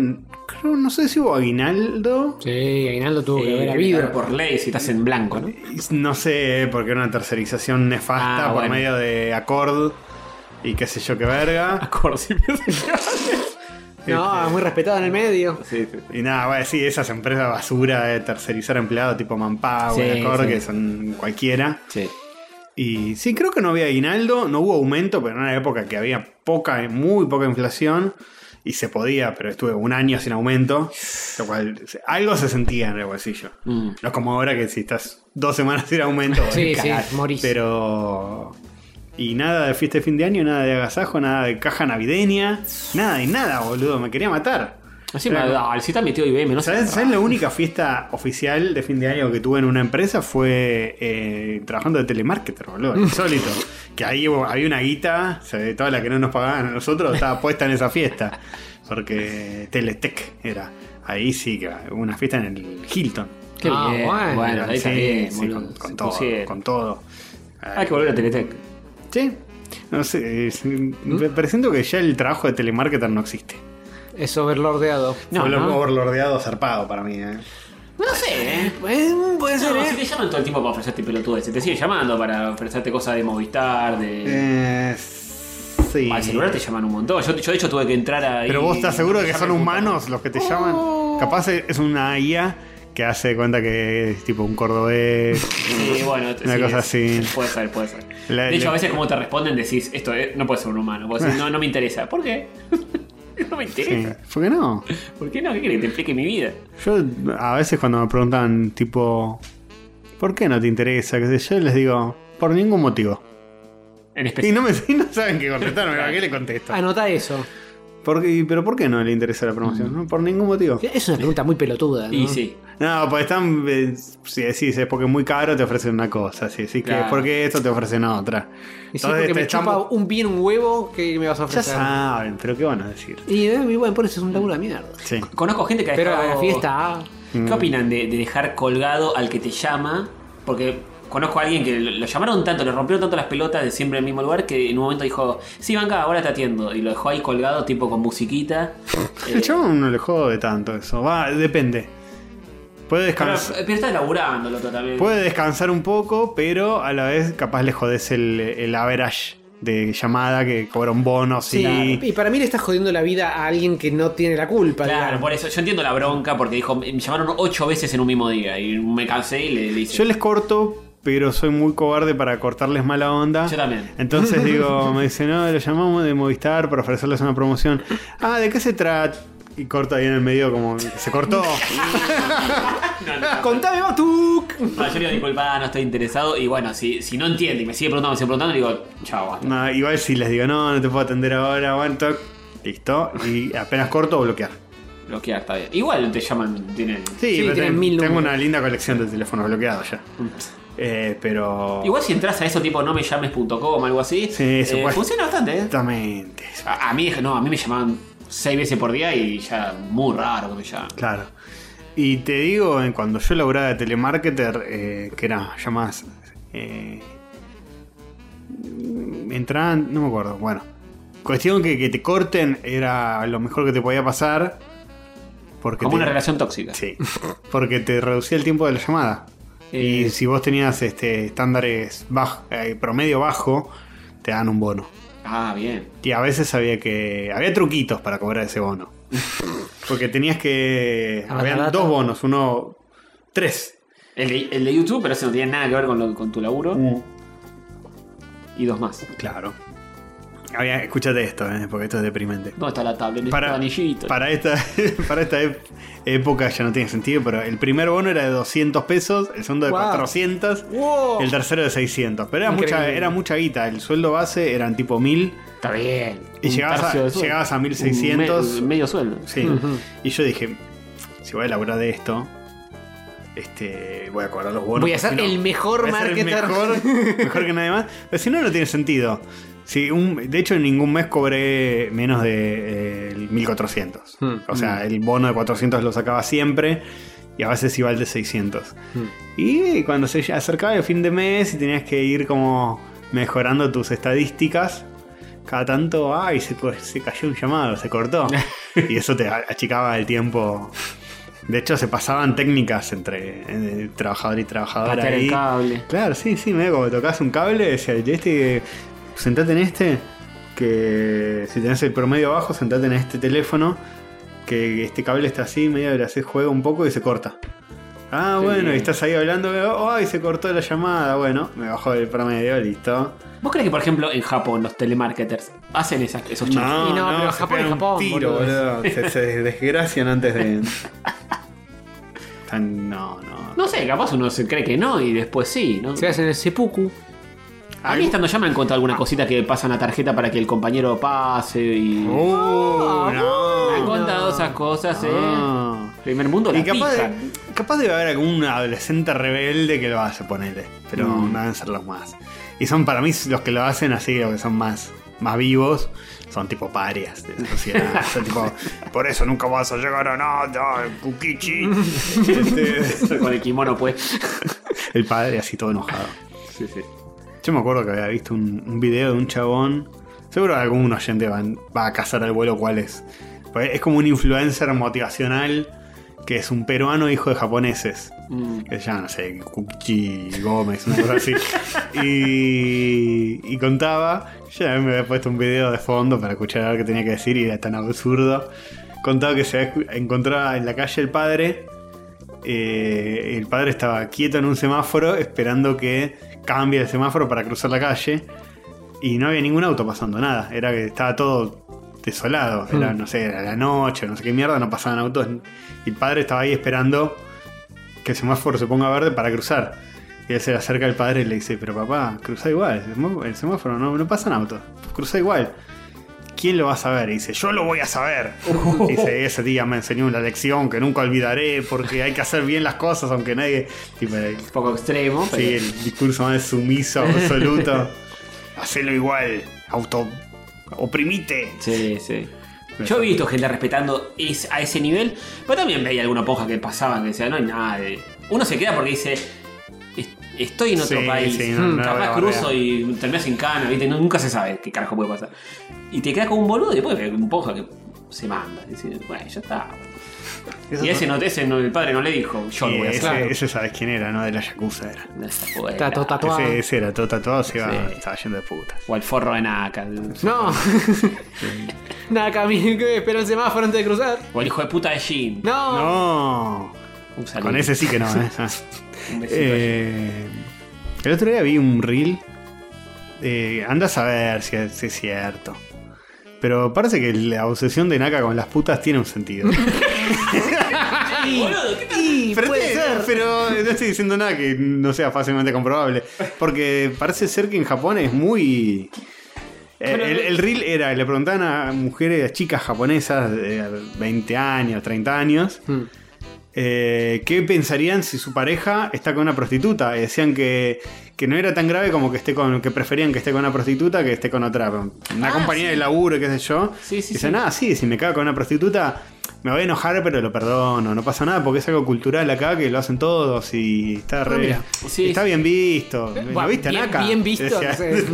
B: Creo, no sé si hubo aguinaldo.
C: Sí, Aguinaldo tuvo que
A: Eh,
C: haber habido.
A: por ley si estás en blanco, ¿no?
B: No sé, porque era una tercerización nefasta
A: Ah,
B: por
A: bueno.
B: medio de Accord y qué sé yo qué verga.
A: Acorde, si
B: Este,
C: No, ah, muy respetado en el medio.
A: Sí, sí.
B: Y nada, bueno, sí, esas empresas basura de tercerizar empleados tipo Manpower,
A: Sí,
B: Accord,
A: sí.
B: que son cualquiera.
A: Sí.
B: Y sí, creo que no había aguinaldo, no hubo aumento, pero en una época que había poca, muy poca inflación y se podía, pero estuve un año sin aumento, lo cual algo se sentía en el bolsillo.
A: Mm.
B: No es como ahora que si estás dos semanas sin aumento.
C: Sí,
B: bueno,
C: sí,
B: cagás.
C: morís.
B: Pero. Y nada de fiesta de fin de año, nada de agasajo, nada de caja navideña, nada de nada, boludo. Me quería matar.
A: Encima, dale, si está metido IBM, no sé.
B: ¿Sabes? ¿Sabes la única fiesta oficial de fin de año que tuve en una empresa? Fue eh, trabajando de telemarketer, boludo.
A: Mm.
B: Insólito. que ahí hubo- había una guita, o sea, de toda la que no nos pagaban a nosotros, estaba puesta en esa fiesta. Porque Teletech era. Ahí sí que hubo una fiesta en el Hilton.
A: Qué
C: Ah,
A: bien.
C: bueno,
A: Bueno,
B: Era,
A: ahí está
B: sí,
A: bien,
B: sí,
A: boludo.
B: con, con
A: Se
B: todo,
A: pusieron.
B: con todo.
A: Hay que volver a Teletec.
B: Sí. No sé, es-
A: ¿Mm?
B: me presiento que ya el trabajo de telemarketer no existe.
C: Es overlordeado.
A: No,
B: Fue
A: no.
B: lo overlordeado zarpado para mí. ¿eh?
A: No sé, ¿eh?
C: puede ¿eh?
A: No, si te llaman todo el tiempo para ofrecerte pelotudes, te siguen llamando para ofrecerte cosas de Movistar, de.
B: Eh, sí.
A: Al celular te llaman un montón. Yo, yo de hecho tuve que entrar ahí.
B: Pero vos estás seguro de que
A: Ya
B: son
A: me
B: humanos los que te
C: Oh.
B: llaman. Capaz es es una IA que hace de cuenta que es tipo un cordobés.
A: Sí, bueno,
B: Una
A: sí,
B: cosa
A: es-
B: así.
A: Puede ser, puede ser.
B: La-
A: de hecho,
B: la- Ah.
A: a veces como te responden decís, esto eh, no puede ser un humano. Vos decís, no, no me interesa. ¿Por qué? no me
B: Sí.
A: interesa.
B: ¿Por qué no?
A: ¿Por qué no? ¿Qué querés que te explique mi vida?
B: Yo a veces cuando me preguntan tipo, ¿por qué no te interesa? ¿Qué sé yo? Les digo, por ningún motivo.
A: En especial.
B: Y no, me, y no saben qué contestarme, ¿a qué le contesto?
C: Anota eso.
B: ¿Por qué- ¿Pero por qué no le interesa la promoción?
C: Mm.
B: No, por ningún motivo.
C: Es una pregunta muy pelotuda. ¿no?
A: Y sí.
B: No, pues están. eh, si decís, es porque es muy caro, te ofrecen una cosa. Si decís que
A: Claro.
B: es porque esto, te ofrecen otra.
C: Y sí,
B: Entonces,
C: porque
B: te
C: me
B: están bu-
C: chupa un bien un huevo que me vas a
B: Ya
C: ofrecer.
B: saben, pero ¿qué van a decir?
C: Y, eh, y bueno, por eso es un laburo de mierda.
B: Sí.
A: Conozco gente que ha
C: Pero a
A: dejado-
C: la fiesta. ah,
A: ¿Qué opinan de, de dejar colgado al que te llama? Porque conozco a alguien que lo, lo llamaron tanto, le rompieron tanto las pelotas de siempre en el mismo lugar que en un momento dijo, sí, banca, ahora te atiendo. Y lo dejó ahí colgado, tipo con musiquita.
B: El
A: Eh,
B: chabón no le jode tanto eso. Va, depende. Puede
A: pero,
B: descansar.
A: pero está laburando el otro también.
B: Puede descansar un poco, pero a la vez capaz le jodés el, el average de llamada que cobra un bono, sí.
C: Sí, y para mí le estás jodiendo la vida a alguien que no tiene la culpa.
A: Claro,
C: digamos.
A: por eso yo entiendo la bronca porque dijo, me llamaron ocho veces en un mismo día y me cansé y le, le hice.
B: Yo les corto, pero soy muy cobarde para cortarles mala onda.
A: Yo también.
B: Entonces digo, me dice, no, lo llamamos de Movistar para ofrecerles una promoción. Ah, ¿de qué se trata? Y corta ahí en el medio como, se cortó.
A: No, no, no.
C: Contame vos, tú.
A: No, yo le digo, disculpa, no estoy interesado. Y bueno, si, si no entiende y me sigue preguntando, me sigue preguntando, le digo, chao, basta.
B: No, igual si les digo, no, no te puedo atender ahora, bueno, toc, listo. Y apenas corto, bloquear.
A: Bloquear, está bien. Igual te llaman, tienen.
B: Sí,
C: Sí,
B: pero
C: tienen
B: ten-
C: mil
B: tengo
C: números.
B: una linda colección de teléfonos bloqueados ya. Eh, pero...
A: Oh. Igual si entras a eso tipo no me llames.com o algo así,
B: Sí, eso puede.
A: funciona bastante, ¿eh?
B: Exactamente.
A: A, a mí, no, a mí me llamaban seis veces por día y ya muy raro que me llaman.
B: Claro. Y te digo, en cuando yo laburaba de telemarketer, eh, que era llamadas. Eh, entraban, no me acuerdo. Bueno, cuestión que, que te corten era lo mejor que te podía pasar. Porque
A: Como
B: te-
A: una relación tóxica.
B: Sí, porque te reducía el tiempo de la llamada.
A: Eh,
B: Y si vos tenías este estándares baj- eh, promedio bajo, te dan un bono.
A: Ah, bien.
B: Y a veces había que. Había truquitos para cobrar ese bono. Porque tenías que.
C: Ah,
B: Habían
C: data.
B: dos bonos, uno. Tres.
A: El de, el de YouTube, pero eso no tiene nada que ver con, lo- con tu laburo.
B: Mm.
A: Y dos más.
B: Claro. Había, escúchate esto, eh, porque esto es deprimente.
A: ¿Dónde está la tablet? Necesito
B: Para,
A: un anillito.
B: para esta, para esta ep- época ya no tiene sentido, pero el primer bono era de 200 pesos, el segundo de
C: Wow.
B: 400,
C: Wow.
B: el tercero de 600. Pero era mucha,
C: Increíble.
B: era mucha guita, el sueldo base eran tipo 1000
A: Está bien.
B: y
A: Un
B: llegabas a,
A: tercio del sueldo.
B: llegabas a
A: Un
B: 1600.
A: me- medio sueldo.
B: Sí.
C: Ujú.
B: Y yo dije, si voy a laburar de esto, este, voy a cobrar los bonos.
C: Voy
B: porque
C: a ser
B: si no-
C: el mejor
B: voy a ser el
C: marketer.
B: mejor, mejor que nadie más. Pero si no, no tiene sentido. Si un, de hecho, en ningún mes cobré menos de eh, el 1400.
A: Hmm.
C: Mm.
B: O sea, el bono de 400 lo sacaba siempre y a veces iba al de 600.
A: Hmm.
C: Mm.
B: Y cuando se acercaba el fin de mes y tenías que ir como mejorando tus estadísticas, cada tanto, ay, se, co- se cayó un llamado, se cortó. y eso te a- achicaba el tiempo. De hecho, se pasaban técnicas entre, eh, trabajador y trabajadora.
A: Patear el
B: ahí.
A: cable.
B: Claro, sí, sí, medio como tocas un cable, decía, "Y este, sentate en este, que si tenés el promedio abajo, sentate en este teléfono, que este cable está así, medio le haces juego un poco y se corta. Ah,
A: Qué
B: bueno,
A: bien.
B: y estás ahí hablando, veo, ay, se cortó la llamada, bueno, me bajó el promedio, listo.
A: ¿Vos crees que, por ejemplo, en Japón los telemarketers hacen esas, esos chistes?
B: No,
C: Y no,
B: no,
C: pero
B: se
C: Japón
B: pegan
C: es
B: un
C: Japón,
B: tiro,
C: boludo.
B: boludo, Se, se desgracian antes de... Tan- No, no.
A: No sé, capaz uno se cree que no y después sí, ¿no?
C: Se hacen el seppuku.
A: A mí estando ya me han contado alguna cosita que pasan la tarjeta para que el compañero pase y.
B: Oh,
A: me han
B: no.
A: contado esas cosas, eh.
B: no.
A: Primer mundo, la
B: Ah. Y capaz,
A: pija.
B: de- capaz debe haber algún adolescente rebelde que lo hace, ponele. Pero
A: Mm.
B: no deben ser los más. Y son para mí los que lo hacen así, los que son más, más vivos, son tipo parias de la sociedad. Son tipo, por eso nunca vas a llegar a nada, Kukichi. Este,
A: Con el kimono, pues.
B: el padre así todo enojado.
A: Sí, sí.
B: Yo me acuerdo que había visto un, un video de un chabón. Seguro algún oyente va, va a cazar al vuelo cuál es. Pues es como un influencer motivacional que es un peruano hijo de japoneses.
A: Mm.
B: que ya no sé, Cuchi Gómez, una cosa así. y, y contaba, yo me había puesto un video de fondo para escuchar a ver qué tenía que decir y era tan absurdo. Contaba que se había escu- encontraba en la calle el padre. eh, el padre estaba quieto en un semáforo esperando que cambie el semáforo para cruzar la calle. Y no había ningún auto pasando nada. Era que estaba todo desolado. Era,
C: Mm.
B: no sé, era la noche, no sé qué mierda, no pasaban autos. Y el padre estaba ahí esperando que el semáforo se ponga verde para cruzar. Y él se le acerca al padre y le dice, pero papá, cruza igual, el semá- el semáforo no, no pasan autos, cruza igual. ¿Quién lo va a saber? Y dice, yo lo voy a saber. Y dice, ese día me enseñó una lección que nunca olvidaré porque hay que hacer bien las cosas aunque nadie... Tipo, el-
A: Un poco extremo, pero.
B: sí, el discurso más sumiso, absoluto. Hacelo igual, auto... oprimite.
A: Sí, sí. Yo he visto gente respetando es, a ese nivel, pero también veía alguna poja que pasaba que decía, no hay nada de... Uno se queda porque dice, "Es- estoy en otro
B: Sí,
A: país, Hmm,
B: sí, no, no,
A: capaz
B: no,
A: cruzo y termino sin cana, ¿viste? nunca se sabe qué carajo puede pasar. Y te quedas como un boludo y después ve un poja que se manda. Dice, bueno, ya está. Y ese no, ese no, el padre no le dijo, yo
B: Y
A: lo voy a
B: ese,
A: hacer.
C: claro.
B: ese sabes quién era, ¿no? De la Yakuza era.
A: Esa fue
C: Está
A: la-
C: todo tatuado.
B: Ese, ese era todo tatuado, se iba,
A: Ah, Sí.
B: estaba yendo de puta.
A: O al forro de Naka.
C: No. Nada, camino que espero el semáforo antes de cruzar.
A: O el hijo de puta de Jin.
C: No.
B: No,
A: Un saludo.
B: con ese sí que no, ¿eh? Ah.
A: Un besito.
B: Eh, el otro día vi un reel. Eh, anda a saber si es, si es cierto. Pero parece que la obsesión de Naka con las putas tiene un sentido.
A: Boludo, ¿qué tal?
C: Y
B: Pero este
C: puede
B: tiene-
C: ser.
B: pero no estoy diciendo nada que no sea fácilmente comprobable. Porque parece ser que en Japón es muy. eh, El, el reel era, le preguntaban a mujeres, a chicas japonesas de 20 años, 30 años,
C: Hmm.
B: eh, ¿Qué pensarían si su pareja está con una prostituta? Y decían que, que no era tan grave como que esté con. que preferían que esté con una prostituta que esté con otra. Una
A: Ah,
B: compañía
A: sí.
B: de laburo, qué sé yo.
A: Sí, sí,
B: Dicen,
A: sí.
B: ah, sí, si me cago con una prostituta, me voy a enojar, pero lo perdono, no pasa nada, porque es algo cultural acá que lo hacen todos y está re-
C: mira.
A: Ah, Sí,
B: está
A: sí. Eh,
B: bien visto. ¿Lo
C: Bueno,
B: viste,
C: bien,
B: Naka?
C: bien visto.
B: Decía.
C: no sé.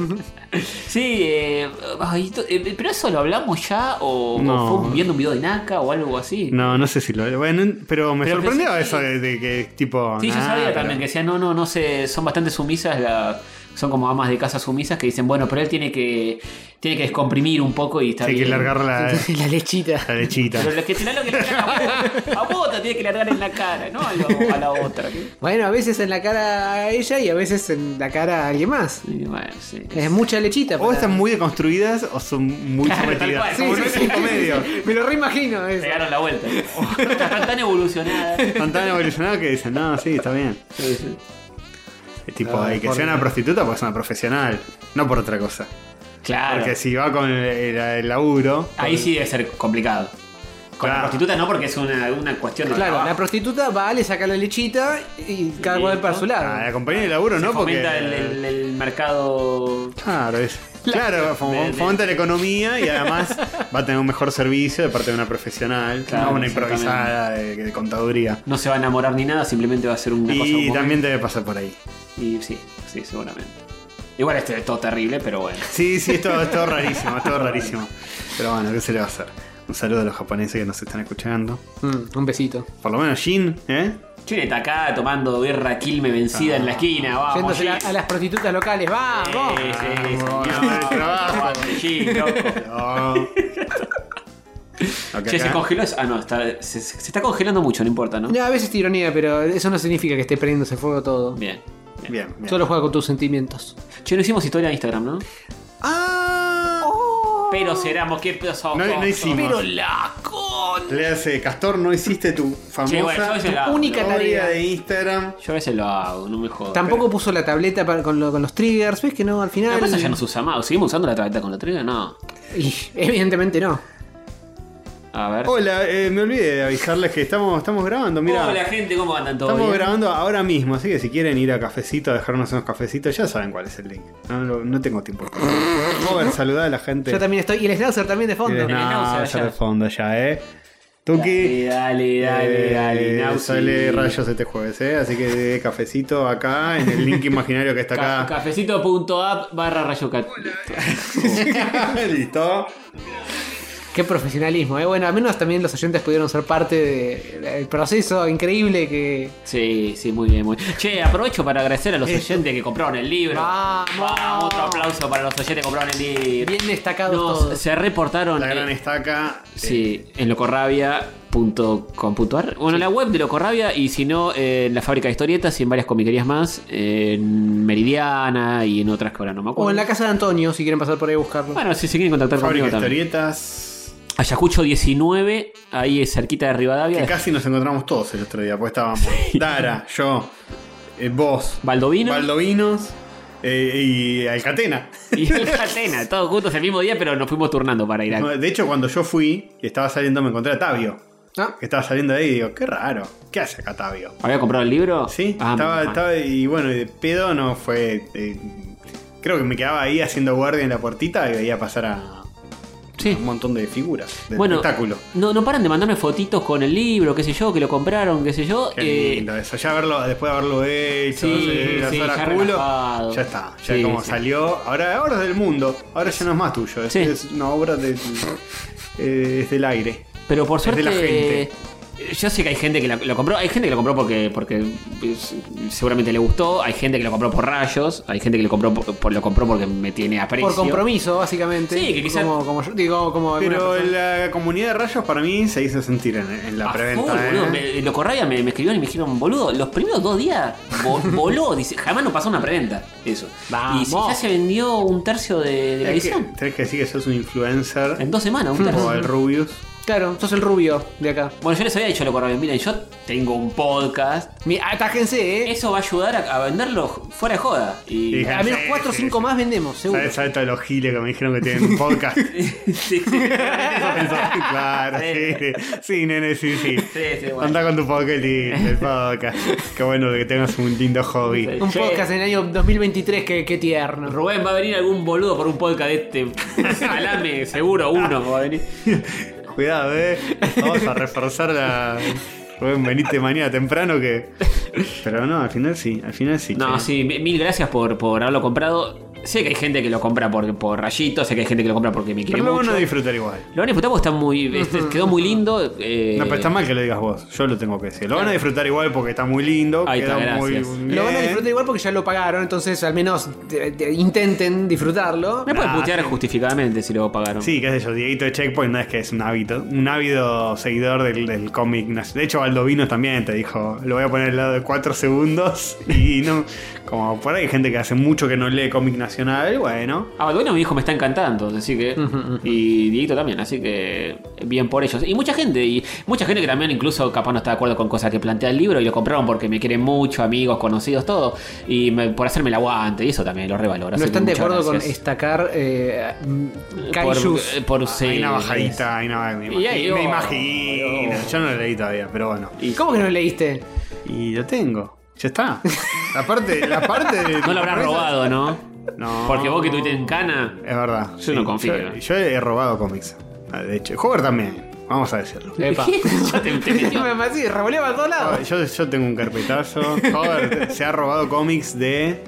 A: Sí, eh, ay, to- eh, pero eso lo hablamos ya o, o
B: No.
A: fue viendo un video de Naka o algo así.
B: No, no sé si lo. Bueno, pero me
A: Pero que
B: sorprendió
A: sí.
B: eso de, de que tipo.
A: Sí, yo
B: nah,
A: sabía
B: pero-
A: también que decían, no, no, no sé, son bastante sumisas, la- son como amas de casa sumisas que dicen, bueno, pero él tiene que tiene que descomprimir un poco y está
B: Hay
A: bien.
B: que largar la,
C: La lechita.
B: la lechita.
A: Pero lo que tiene lo que le largan a vos, a vos te tiene que largar en la cara, no a, lo- a la otra. ¿qué?
C: Bueno, a veces en la cara a ella y a veces en la cara a alguien más.
A: Y bueno, sí.
C: Es mucha lechita.
B: O
C: para-
B: están Oh, muy deconstruidas o son muy
A: Claro, tal cual.
B: sometidas.
C: Sí,
B: Como
C: sí,
B: no es
C: sí,
B: un comedio.
C: sí, sí. Me lo reimagino. eso.
A: Pegaron la vuelta. Están tan evolucionadas.
B: Son tan evolucionadas que dicen, no, sí, está bien.
A: Sí, sí.
B: Es tipo,
C: No,
B: ay, que
C: por
B: sea una
C: nada.
B: prostituta porque es una profesional, no por otra cosa.
A: Claro.
B: Porque si va con el, el laburo.
A: Ahí sí debe ser complicado. Con la
B: Claro.
A: prostituta no, porque es una, una cuestión de
C: Claro, la
A: trabajo.
C: prostituta va, le saca la lechita y cada
A: Listo.
C: cual para su lado.
B: Ah, la compañía de laburo, ¿no? Porque.
A: Fomenta el, el- el mercado.
B: Claro, es. Claro, fom-
A: de- de-
B: fomenta la economía y además va a tener un mejor servicio de parte de una profesional,
A: Claro,
B: no una
A: exactamente.
B: improvisada de, de contaduría.
A: No se va a enamorar ni nada, simplemente va a ser una cosa. un
B: Y
A: momento.
B: también debe pasar por ahí.
A: Y sí, sí, seguramente. Igual esto es todo terrible, pero bueno.
B: Sí, sí, es todo, es todo rarísimo, es todo rarísimo. Pero bueno, ¿qué se le va a hacer? Un saludo a los japoneses que nos están escuchando.
C: Mm, un besito.
B: Por lo menos Jin, ¿eh?
A: Chile está acá tomando birra quilme vencida en la esquina, vamos.
C: Yéndose la-
A: Gil.
C: a las prostitutas locales. ¡Vamos!
A: Sí, sí,
B: Ah,
A: señor.
B: bueno, el trabajo.
A: Aguante, Gil, loco.
B: No. Lo que
A: Che, se
B: acá-
A: congeló. es- Ah, no, está, se, se está congelando mucho, no importa, ¿no?
C: No, a veces tironía, pero eso no significa que esté prendiéndose fuego todo.
A: Bien. bien.
B: Bien, bien.
C: Solo juega con tus sentimientos.
A: Che, no hicimos historia de Instagram, ¿no?
B: ¡Ah!
A: Pero seramos, qué pedazo.
B: No- no hicimos.
A: Pero la con.
B: Le hace Castor, no hiciste tu famosa
A: Che, bueno, yo a veces lo hago.
C: única
A: Yo
C: tarea.
B: historia de Instagram.
A: a veces lo hago, no me jodas.
C: Tampoco puso la tableta para- con, lo- con los triggers. ¿Ves que no? Al
A: Pero
C: final.
A: por eso ya no se usa más. ¿O ¿Seguimos usando la tableta con la triga? No.
C: Y, evidentemente no.
A: A ver.
B: Hola, eh, me olvidé de avisarles que estamos, estamos grabando, mira.
A: Hola, gente, ¿cómo andan todos?
B: Estamos
A: Bien.
B: grabando ahora mismo, así que si quieren ir a cafecito a dejarnos unos cafecitos, ya saben cuál es el link. No, no- no tengo tiempo. Robert, saludá a la gente.
C: Yo también estoy. Y el Schnauzer también de
B: Eh,
C: fondo.
A: Bien.
B: no,
A: náusea
B: ya
A: ya.
B: de fondo ya, eh. Tuki.
A: Dale, dale, dale, dale.
B: Eh,
A: Nausi.
B: sale rayos este jueves, eh. Así que de cafecito acá, en el link imaginario que está
A: Ca-
B: acá. eh.
A: Cafecito.app barra rayocat.
B: Listo.
C: Qué profesionalismo, ¿eh? Bueno, al menos también los oyentes pudieron ser parte de- del proceso increíble que.
A: Sí, sí, muy bien, muy bien. Che, aprovecho para agradecer a los oyentes que compraron el libro.
C: Vamos.
A: Vamos, otro aplauso para los oyentes que compraron el libro.
C: Bien destacados
A: Nos,
C: todos.
A: se reportaron.
B: La gran
A: eh,
B: estaca. eh,
A: Sí, en locorrabia.com.ar. Bueno, la web de Locorrabia y si no, eh, en la fábrica de historietas y en varias comiquerías más, eh, en Meridiana y en otras que ahora no me acuerdo.
C: O en la casa de Antonio, si quieren pasar por ahí a buscarlo.
A: Bueno, si se quieren contactar
B: Fábrica
A: conmigo
B: de
A: también.
B: historietas.
A: Ayacucho 19, ahí es cerquita de
B: Que
A: Rivadavia.
B: casi nos encontramos todos el otro día, porque estábamos Dara, yo, eh, vos,
A: Baldovino
B: Baldovinos eh, y Alcatena.
A: y el Catena, todos juntos el mismo día, pero nos fuimos turnando para ir a...
B: De hecho, cuando yo fui y estaba saliendo, me encontré a Tabio.
C: Ah,
B: Que estaba saliendo de ahí y digo, qué raro, ¿qué hace acá Tabio?
A: ¿Había comprado el libro?
B: Sí,
A: Ah,
B: estaba,
A: menos mal.
B: estaba- y bueno, y de pedo no fue. eh, creo que me quedaba ahí haciendo guardia en la puertita y veía pasar a,
A: Sí.
B: a un montón de figuras, de
A: Bueno,
B: espectáculo.
A: No, no paran de mandarme fotitos con el libro, qué sé yo, que lo compraron, qué sé yo.
B: Qué
A: eh,
B: lindo eso. Ya verlo, después de haberlo hecho,
A: Sí,
B: hacer las
A: sí,
B: horas
A: ya
B: culo,
A: relajado.
B: ya está. Ya
A: Sí,
B: como
A: sí.
B: salió. Ahora, ahora es del mundo. Ahora ya no es más tuyo. Es,
A: Sí.
B: es una obra del- eh, es del aire.
A: Pero por
B: de
A: suerte.
B: la gente.
A: Yo sé que hay gente que la- lo compró, hay gente que lo compró porque, porque es- seguramente le gustó, hay gente que lo compró por rayos, hay gente que lo compró, por, por- lo compró porque me tiene aprecio.
C: Por compromiso, básicamente.
A: Sí, que quizá-
C: Como, como yo digo, como alguna
B: Pero
C: persona.
B: la comunidad de rayos para mí se hizo sentir en, en la
A: A
B: preventa.
A: full,
B: ¿eh?
A: boludo. Me- lo Corraya me, me escribió y me dijeron, boludo, los primeros dos días vo- voló, dice, jamás no pasó una preventa. Eso.
C: Vamos.
A: Y si ya se vendió un tercio de, de la
B: Es que
A: edición.
B: tenés que decir que sos un influencer
A: En dos semanas, un tercio.
B: o el Rubius.
C: Claro, sos el rubio de acá.
A: Bueno, yo les había dicho a lo Corraya, miren, yo tengo un podcast.
C: Mi- Atájense, eh.
A: Eso va a ayudar a, a venderlo fuera de joda. Y.
B: Sí.
C: Al menos
B: Sí,
C: 4 o
B: sí,
C: 5
B: sí.
C: más vendemos, seguro.
B: ¿Sabes, sabes todos los giles que me dijeron que tienen un podcast?
A: Sí, sí,
B: claro, sí, sí, sí, nene, sí, sí.
A: sí, sí, bueno.
B: Anda con tu podcast y el podcast. Qué bueno que tengas un lindo hobby.
C: Un
A: Che.
C: podcast en el año 2023, que, que tierno.
A: Rubén, va a venir algún boludo por un podcast de este. Alame, seguro, uno va a venir.
B: Cuidado, eh. Vamos a reforzar la. Rubén, veniste mañana temprano que. Pero no, al final sí, al final sí.
A: No,
B: che.
A: sí, mi- mil gracias por, por haberlo comprado. Sé que hay gente que lo compra por, por rayitos, sé que hay gente que lo compra porque me quiere
B: Pero luego
A: mucho.
B: no disfrutar igual.
A: Lo van a disfrutar porque está muy, este, quedó muy lindo. eh,
B: No, pero está mal que lo digas vos, yo lo tengo que decir. Lo van a disfrutar igual porque está muy lindo,
A: Ahí
B: queda
A: está,
B: muy
A: gracias.
B: bien.
C: Lo van a disfrutar igual porque ya lo pagaron, entonces al menos te- te- intenten disfrutarlo.
A: Me pueden
B: Nah,
A: putear justificadamente si lo pagaron.
B: Sí, qué sé yo, Dieguito de Checkpoint no es que es un ávido, un ávido seguidor del, del cómic. nacional. De hecho, Valdovinos también te dijo, lo voy a poner al lado de 4 segundos. Y no, como por ahí hay gente que hace mucho que no lee cómic nacional, bueno.
A: Ah, bueno, mi hijo me está encantando, así que. Y Dieguito también, así que. Bien por ellos. Y mucha gente, y mucha gente que también incluso capaz no está de acuerdo con cosas que plantea el libro y lo compraron porque me quieren mucho, amigos, conocidos, todo. Y me- por hacerme el aguante, y eso también lo revaloro. así
C: No
A: que
C: están de
A: muchas
C: acuerdo con este
A: gracias.
C: estacar eh,
A: Por,
C: kaijus.
A: eh, por sí,
B: Ah, hay una bajadita, hay una me
A: Y ahí,
B: imagino. Me
A: oh,
B: imagino.
A: oh.
B: Yo no lo leí todavía, pero bueno.
A: eh,
C: ¿Cómo que no leíste?
B: Y lo tengo. Ya está. La parte, la parte de-
A: No lo habrás robado, ¿no?
B: No.
A: Porque vos que tuviste en cana.
B: Es verdad.
A: Yo no confío.
B: Yo, yo he robado cómics. Ah, De hecho, Hover también. Vamos a decirlo.
C: Epa.
A: Ya te- te metió.
C: Me así, revoleaba a todos lados.
B: Yo, yo tengo un carpetazo. Hover se ha robado cómics de.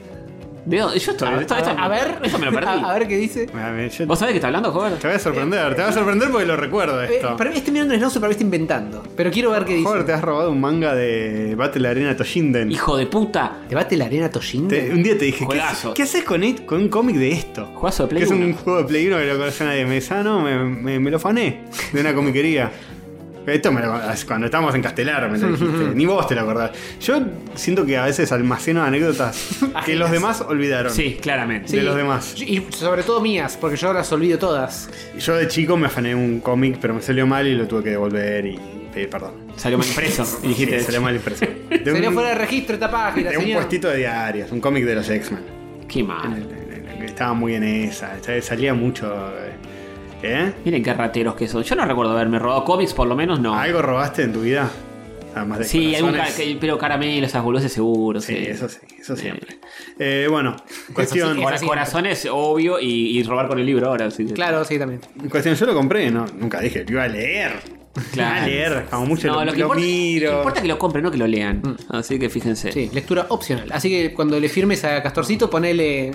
A: ¿De dónde? Yo esto,
B: A-
A: esto- esto-
C: A ver,
A: esto me lo perdí.
C: A, a ver qué dice.
B: Mira, mira, yo-
A: ¿Vos sabés que está hablando, joven?
B: te voy a sorprender, te va a sorprender porque lo recuerdo
C: Eh,
B: esto.
C: para mí estoy mirando un Snowsuit, para mí está inventando. Pero quiero ver qué dice.
B: Hover, te has robado un manga de Battle Arena Toshinden.
A: Hijo de puta.
C: ¿Te bate la arena Toshin?
B: Te- un día te dije, ¿qué,
A: Juegazo.
B: qué haces con, it- con un cómic de esto?
A: Juegazo de Play
B: Que es un
A: uno.
B: juego de Play 1 que lo conoce nadie. Me dice, "Ah, no, me, me- me lo fané de una comiquería. Esto me lo, cuando estábamos en Castelar me lo dijiste. Ni vos te lo acordás. Yo siento que a veces almaceno anécdotas que los demás olvidaron.
A: Ah, Sí, claramente.
B: de los demás.
C: Y sobre todo mías, porque yo las olvido todas.
B: Yo de chico me afané un cómic, pero me salió mal y lo tuve que devolver y pedir perdón.
A: Salió mal impreso. Y dijiste.
B: Sí, salió mal impreso. De
C: Sería
B: un,
C: fuera de registro esta página,
B: de un
C: señor.
B: puestito de diarios, un cómic de los X-Men.
A: Qué mal.
B: Estaba muy en esa, salía mucho. eh. ¿Eh?
A: Miren qué rateros que son. Yo no recuerdo haberme robado cómics, por lo menos no.
B: ¿Algo robaste en tu vida? Además de
A: sí, algún
B: corazones.
A: ca- pero caramelo, esas boludeces seguro.
B: Sí,
A: Sí,
B: eso sí, eso siempre. Eh, bueno,
C: sí
B: cuestión,
C: que-
A: Ahora,
C: Eso sí.
A: corazones, obvio, y, y robar con el libro ahora. Sí.
C: Claro, sí, también.
B: cuestión, yo lo compré, no, nunca dije, lo iba a leer.
A: Claro.
B: Iba a leer, como mucho
A: No,
B: lo,
A: lo que
B: lo
A: importa,
B: miro.
A: que importa es que lo compren, no que lo lean. Así que fíjense.
C: Mm. Sí, lectura opcional. Así que cuando le firmes a Castorcito, ponele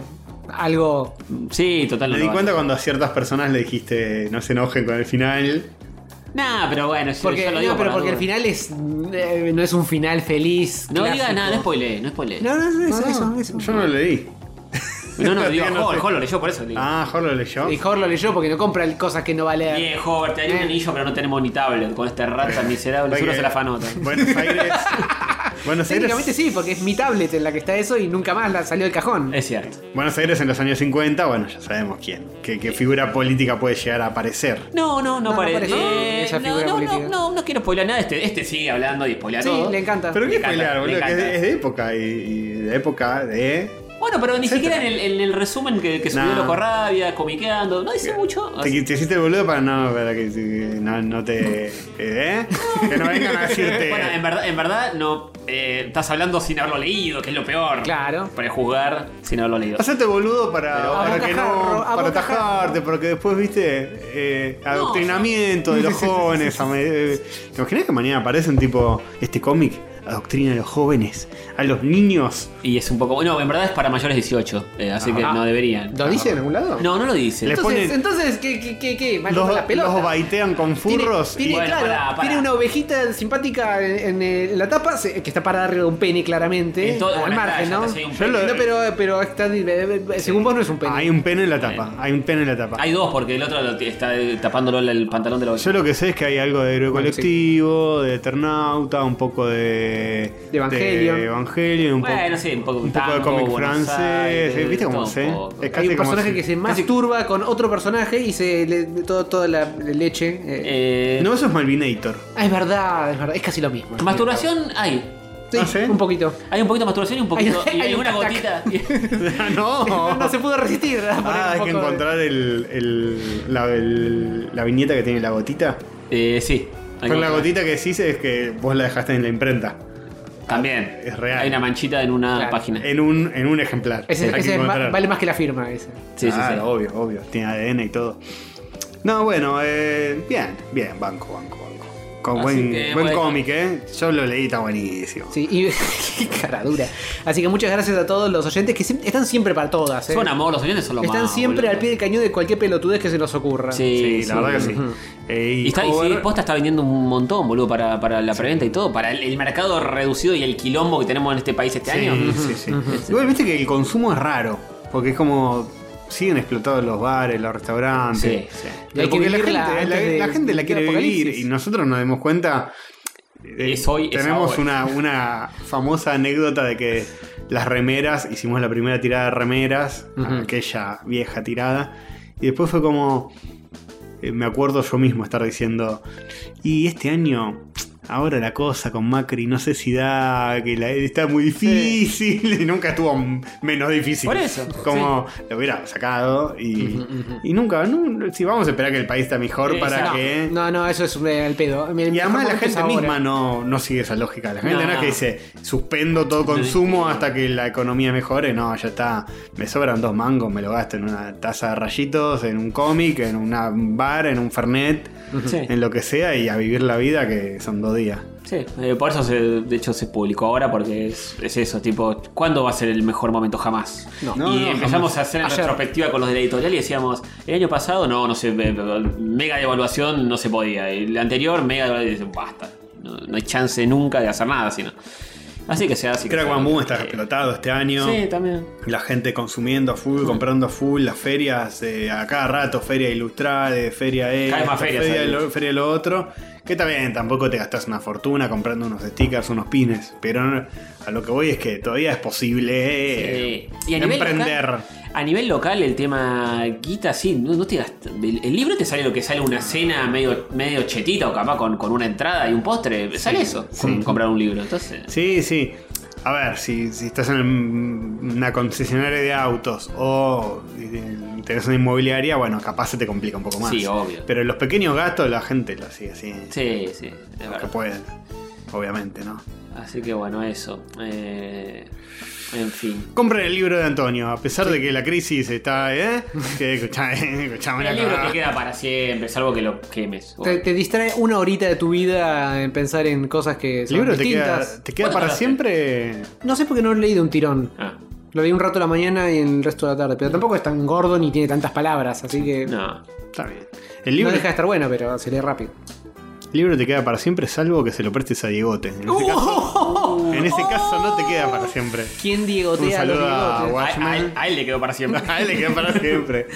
C: algo.
A: Sí, total.
B: Me
A: no
B: di
A: lo
B: cuenta cuando a ciertas personas le dijiste no se enojen con el final.
A: van. Nah, pero bueno, yo,
C: Porque,
A: yo lo
C: no,
A: digo por
C: pero
A: la
C: porque el
A: duda.
C: final es. eh, no es un final feliz.
A: No
C: clásico.
A: digas nada, no spoilees, no spoilees.
C: No, no, no, eso, eso, eso.
B: Yo no lo leí.
A: No, no, digo,
B: Diga, no
A: Hall,
B: sé.
A: Hall lo leyó por eso. le digo.
B: Ah, Jorge lo leyó.
C: Y Hor lo leyó porque no compra cosas que no va a leer.
A: Bien, Howard, te daría un anillo, pero no tenemos ni tablet con este rata miserable.
B: Porque
A: Seguro se la fanota.
B: Buenos Aires. Buenos
C: Técnicamente
B: Aires.
C: sí, porque es mi tablet en la que está eso y nunca más la salió del cajón.
A: Es cierto.
B: Buenos Aires en los años 50, bueno, ya sabemos quién. ¿Qué, qué figura política puede llegar a aparecer?
A: No, no, no,
C: no
A: parece.
C: parece
A: Eh,
C: esa
A: no,
C: figura
A: no, no,
C: política.
A: no, no quiero spoiler nada. Este, este sigue hablando y spoilea
C: Sí,
A: todo.
C: le encanta.
B: Pero
A: Me
B: qué
A: encanta,
B: pelear,
A: me
B: boludo, que es,
A: encanta.
B: es de época y, y de época de. ¿eh?
A: Bueno, pero ni siquiera en el, en el resumen que, que subió
B: Nah.
A: Locorrabia, comiqueando, no dice mucho.
B: Te,
A: así-
B: te hiciste el boludo para no, para que que no, no te. ¿Eh? Que no vengan a decirte.
A: Bueno, en verdad, en verdad no. eh, estás hablando sin haberlo leído, que es lo peor.
C: Claro.
A: Prejuzgar sin haberlo leído.
B: Hacete boludo para,
A: Pero-
B: para que no.
C: Abocajarro,
B: Para
C: abocajarro.
B: atajarte, porque después, viste, eh, adoctrinamiento de los jóvenes. a me- eh, ¿Te imaginas que mañana aparece un tipo este cómic? adoctrina a los jóvenes, a los niños.
A: Y es un poco. No, en verdad es para mayores 18, eh, así que
B: Ah.
A: no deberían.
C: ¿Lo dice en algún lado?
A: No, no lo dice.
B: Le-
C: Entonces,
B: ponen-
C: entonces ¿qué, qué, qué, qué? ¿Van a
B: Los,
C: jugar la pelota?
B: los baitean con
C: Tiene-
B: furros
C: Tiene,
A: Bueno,
C: claro,
A: pará, pará.
C: tiene una ovejita simpática en, en, eh, la tapa se- que está parada arriba de un pene, claramente.
A: En todo-
C: al
A: bueno,
C: margen,
A: está, ya
C: ¿no?
A: te sigue un
C: No,
A: pene.
B: Yo lo-
C: pero, pero está- eh, eh, según vos no es un
B: y-
C: pene.
B: hay un pene en la tapa, hay un pene en la tapa.
A: Hay dos, porque el otro lo t- está eh, tapándolo el- el pantalón de la
B: Yo lo que sé es que hay algo de héroe
C: Bueno,
B: colectivo, de Eternauta, un poco de.
C: De Evangelion.
B: de Evangelion, un,
A: Bueno,
B: poco-
A: sí, un poco
B: un poco de
A: tango,
B: cómic
A: Buenos
B: francés.
A: Aires,
B: ¿Viste cómo
A: todo
B: sé?
A: un poco.
B: Es
C: Hay
B: casi
C: un
B: como
C: personaje
B: si-
C: que se masturba con otro personaje y se le todo- toda la leche. eh.
A: Eh,
B: No, eso es Malvinator.
C: Ah, es verdad, es verdad, es casi lo mismo.
A: Masturbación hay.
C: Sí,
B: Ah, ¿sí?
C: un poquito.
A: Hay un poquito de masturbación y un poquito.
C: Hay-
A: y
C: hay
A: hay
C: un
A: una
C: tac-tac.
A: gotita.
B: no.
C: No se pudo resistir. a poner
B: Ah, hay
C: un
B: que
C: poco de-
B: encontrar el, el- la, el- la viñeta que tiene la gotita.
A: Eh, sí. Hay
B: Con la
A: gotita.
B: gotita que decís es que vos la dejaste en la imprenta.
A: También.
B: Es real.
A: Hay una manchita en una
C: Claro.
A: página.
B: En un, en un ejemplar.
C: Ese,
B: Hay que
C: ese es ma-
B: encontrar.
C: vale más que la firma ese.
A: Sí, sí, sí.
B: Claro, obvio, obvio. Tiene ADN y todo. No, bueno, eh, bien, bien, banco, banco, banco. Con
A: Así
B: buen,
A: que,
B: buen
A: bueno.
B: cómic, ¿eh? Yo lo leí, está buenísimo.
C: Sí, y qué cara dura. Así que muchas gracias a todos los oyentes que siempre- están siempre para todas. ¿eh?
A: Son amor, los señores son lo
C: Están
A: más,
C: siempre
A: boludo.
C: al pie del cañón de cualquier pelotudez que se nos ocurra.
A: Sí,
B: Sí,
A: sí.
B: la verdad que sí. Eh,
A: Y, está, y
B: Hover-
A: sí, Posta está vendiendo un montón, boludo, para, para la preventa y todo, para el, el mercado reducido y el quilombo que tenemos en este país este
B: Sí,
A: año.
B: sí, sí. Igual viste que el consumo es raro, porque es como siguen explotados los bares, los restaurantes.
A: Sí, sí.
C: Y hay que
B: Porque la gente
C: vivirla
B: la,
C: antes de-
B: la gente la
C: del
B: quiere vivir
C: apocalipsis.
B: y nosotros nos demos cuenta. eh,
A: Es hoy, es
B: tenemos
A: ahora.
B: una, una famosa anécdota de que las remeras, hicimos la primera tirada de remeras,
C: Ujú.
B: aquella vieja tirada, y después fue como. eh, Me acuerdo yo mismo estar diciendo. Y este año. Ahora la cosa con Macri, no sé si da, que la, está muy difícil, y nunca estuvo m- menos difícil.
A: Por eso,
B: Como lo hubiera sacado y, y nunca, no, si vamos a esperar que el país está mejor
A: Eh,
B: para
A: no,
B: que...
C: No, no, eso es eh, al pedo. El
B: Y
C: mejor
B: además la
C: momento es
B: gente
C: ahora.
B: misma no, no sigue esa lógica. La gente
A: No.
B: no, es que dice, suspendo todo consumo hasta que la economía mejore. No, ya está. Me sobran dos mangos, me lo gasto en una taza de rayitos, en un cómic, en una- un bar, en un fernet,
A: Sí.
B: en lo que sea y a vivir la vida que son dos días.
A: Sí, eh, por eso se- de hecho se publicó ahora, porque es, es eso, tipo, ¿cuándo va a ser el mejor momento? Jamás.
C: No.
B: No,
A: y
B: no,
A: empezamos
B: jamás.
A: a hacer en
C: Ayer.
A: retrospectiva con los de la editorial y decíamos, el año pasado no, no sé, me- me- mega devaluación no se podía, el anterior mega devaluación, y dicen, basta, no, no hay chance nunca de hacer nada, sino. Así que sea así.
B: Crack
A: que-
B: Bamboo está
A: eh,
B: explotado este año.
A: Sí, también.
B: La gente consumiendo a full, comprando a full, las ferias, eh, a cada rato, feria ilustrada, feria E,
A: Cada vez más ferias
B: feria,
A: hay.
B: lo, feria lo otro. Que también tampoco te gastas una fortuna comprando unos stickers, unos pines. Pero no- a lo que voy es que todavía es posible eh,
A: Sí. Y a nivel
B: emprender.
A: local, a nivel local, el tema guita, sí, no, no te gasta- El, el libro te sale lo que sale una cena medio, medio chetita o capaz con, con una entrada y un postre. Sale eso, con comprar un libro. Entonces,
B: Sí, sí. A ver, si, si estás en el- una concesionaria de autos o eh, tenés una inmobiliaria, bueno, capaz se te complica un poco más.
A: Sí, obvio.
B: Pero los pequeños gastos la gente lo sigue haciendo.
A: sí, sí, es
B: que
A: verdad.
B: pueden, obviamente, ¿no?
A: Así que bueno, eso. Eh, en fin.
B: Compren el libro de Antonio, a pesar de que la crisis está, ¿eh? Que escuchá, eh, escuchá, una
A: El libro
B: cagada.
A: te queda para siempre, salvo que lo quemes. o-
C: Te, te distrae una horita de tu vida en pensar en cosas que
B: El
C: son
B: libro te
C: distintas.
B: queda, te queda
A: ¿Cuánto
B: para
A: tardaste?
B: siempre.
C: No sé por qué no lo leí de un tirón.
A: Ah,
C: Lo leí un rato a la mañana y el resto de la tarde. Pero tampoco es tan gordo ni tiene tantas palabras, así que no,
A: no.
B: Está bien. El libro,
C: deja de estar bueno, pero se lee rápido.
B: el libro te queda para siempre, salvo que se lo prestes a Diegote. En ese,
C: Uh.
B: caso, en ese caso no te queda para siempre.
C: ¿Quién
B: Un
C: diegotea los
B: saludo a
C: bigotes?
A: A,
B: Watchmen.
A: a él, a él le quedó para siempre.
B: A él le queda para siempre.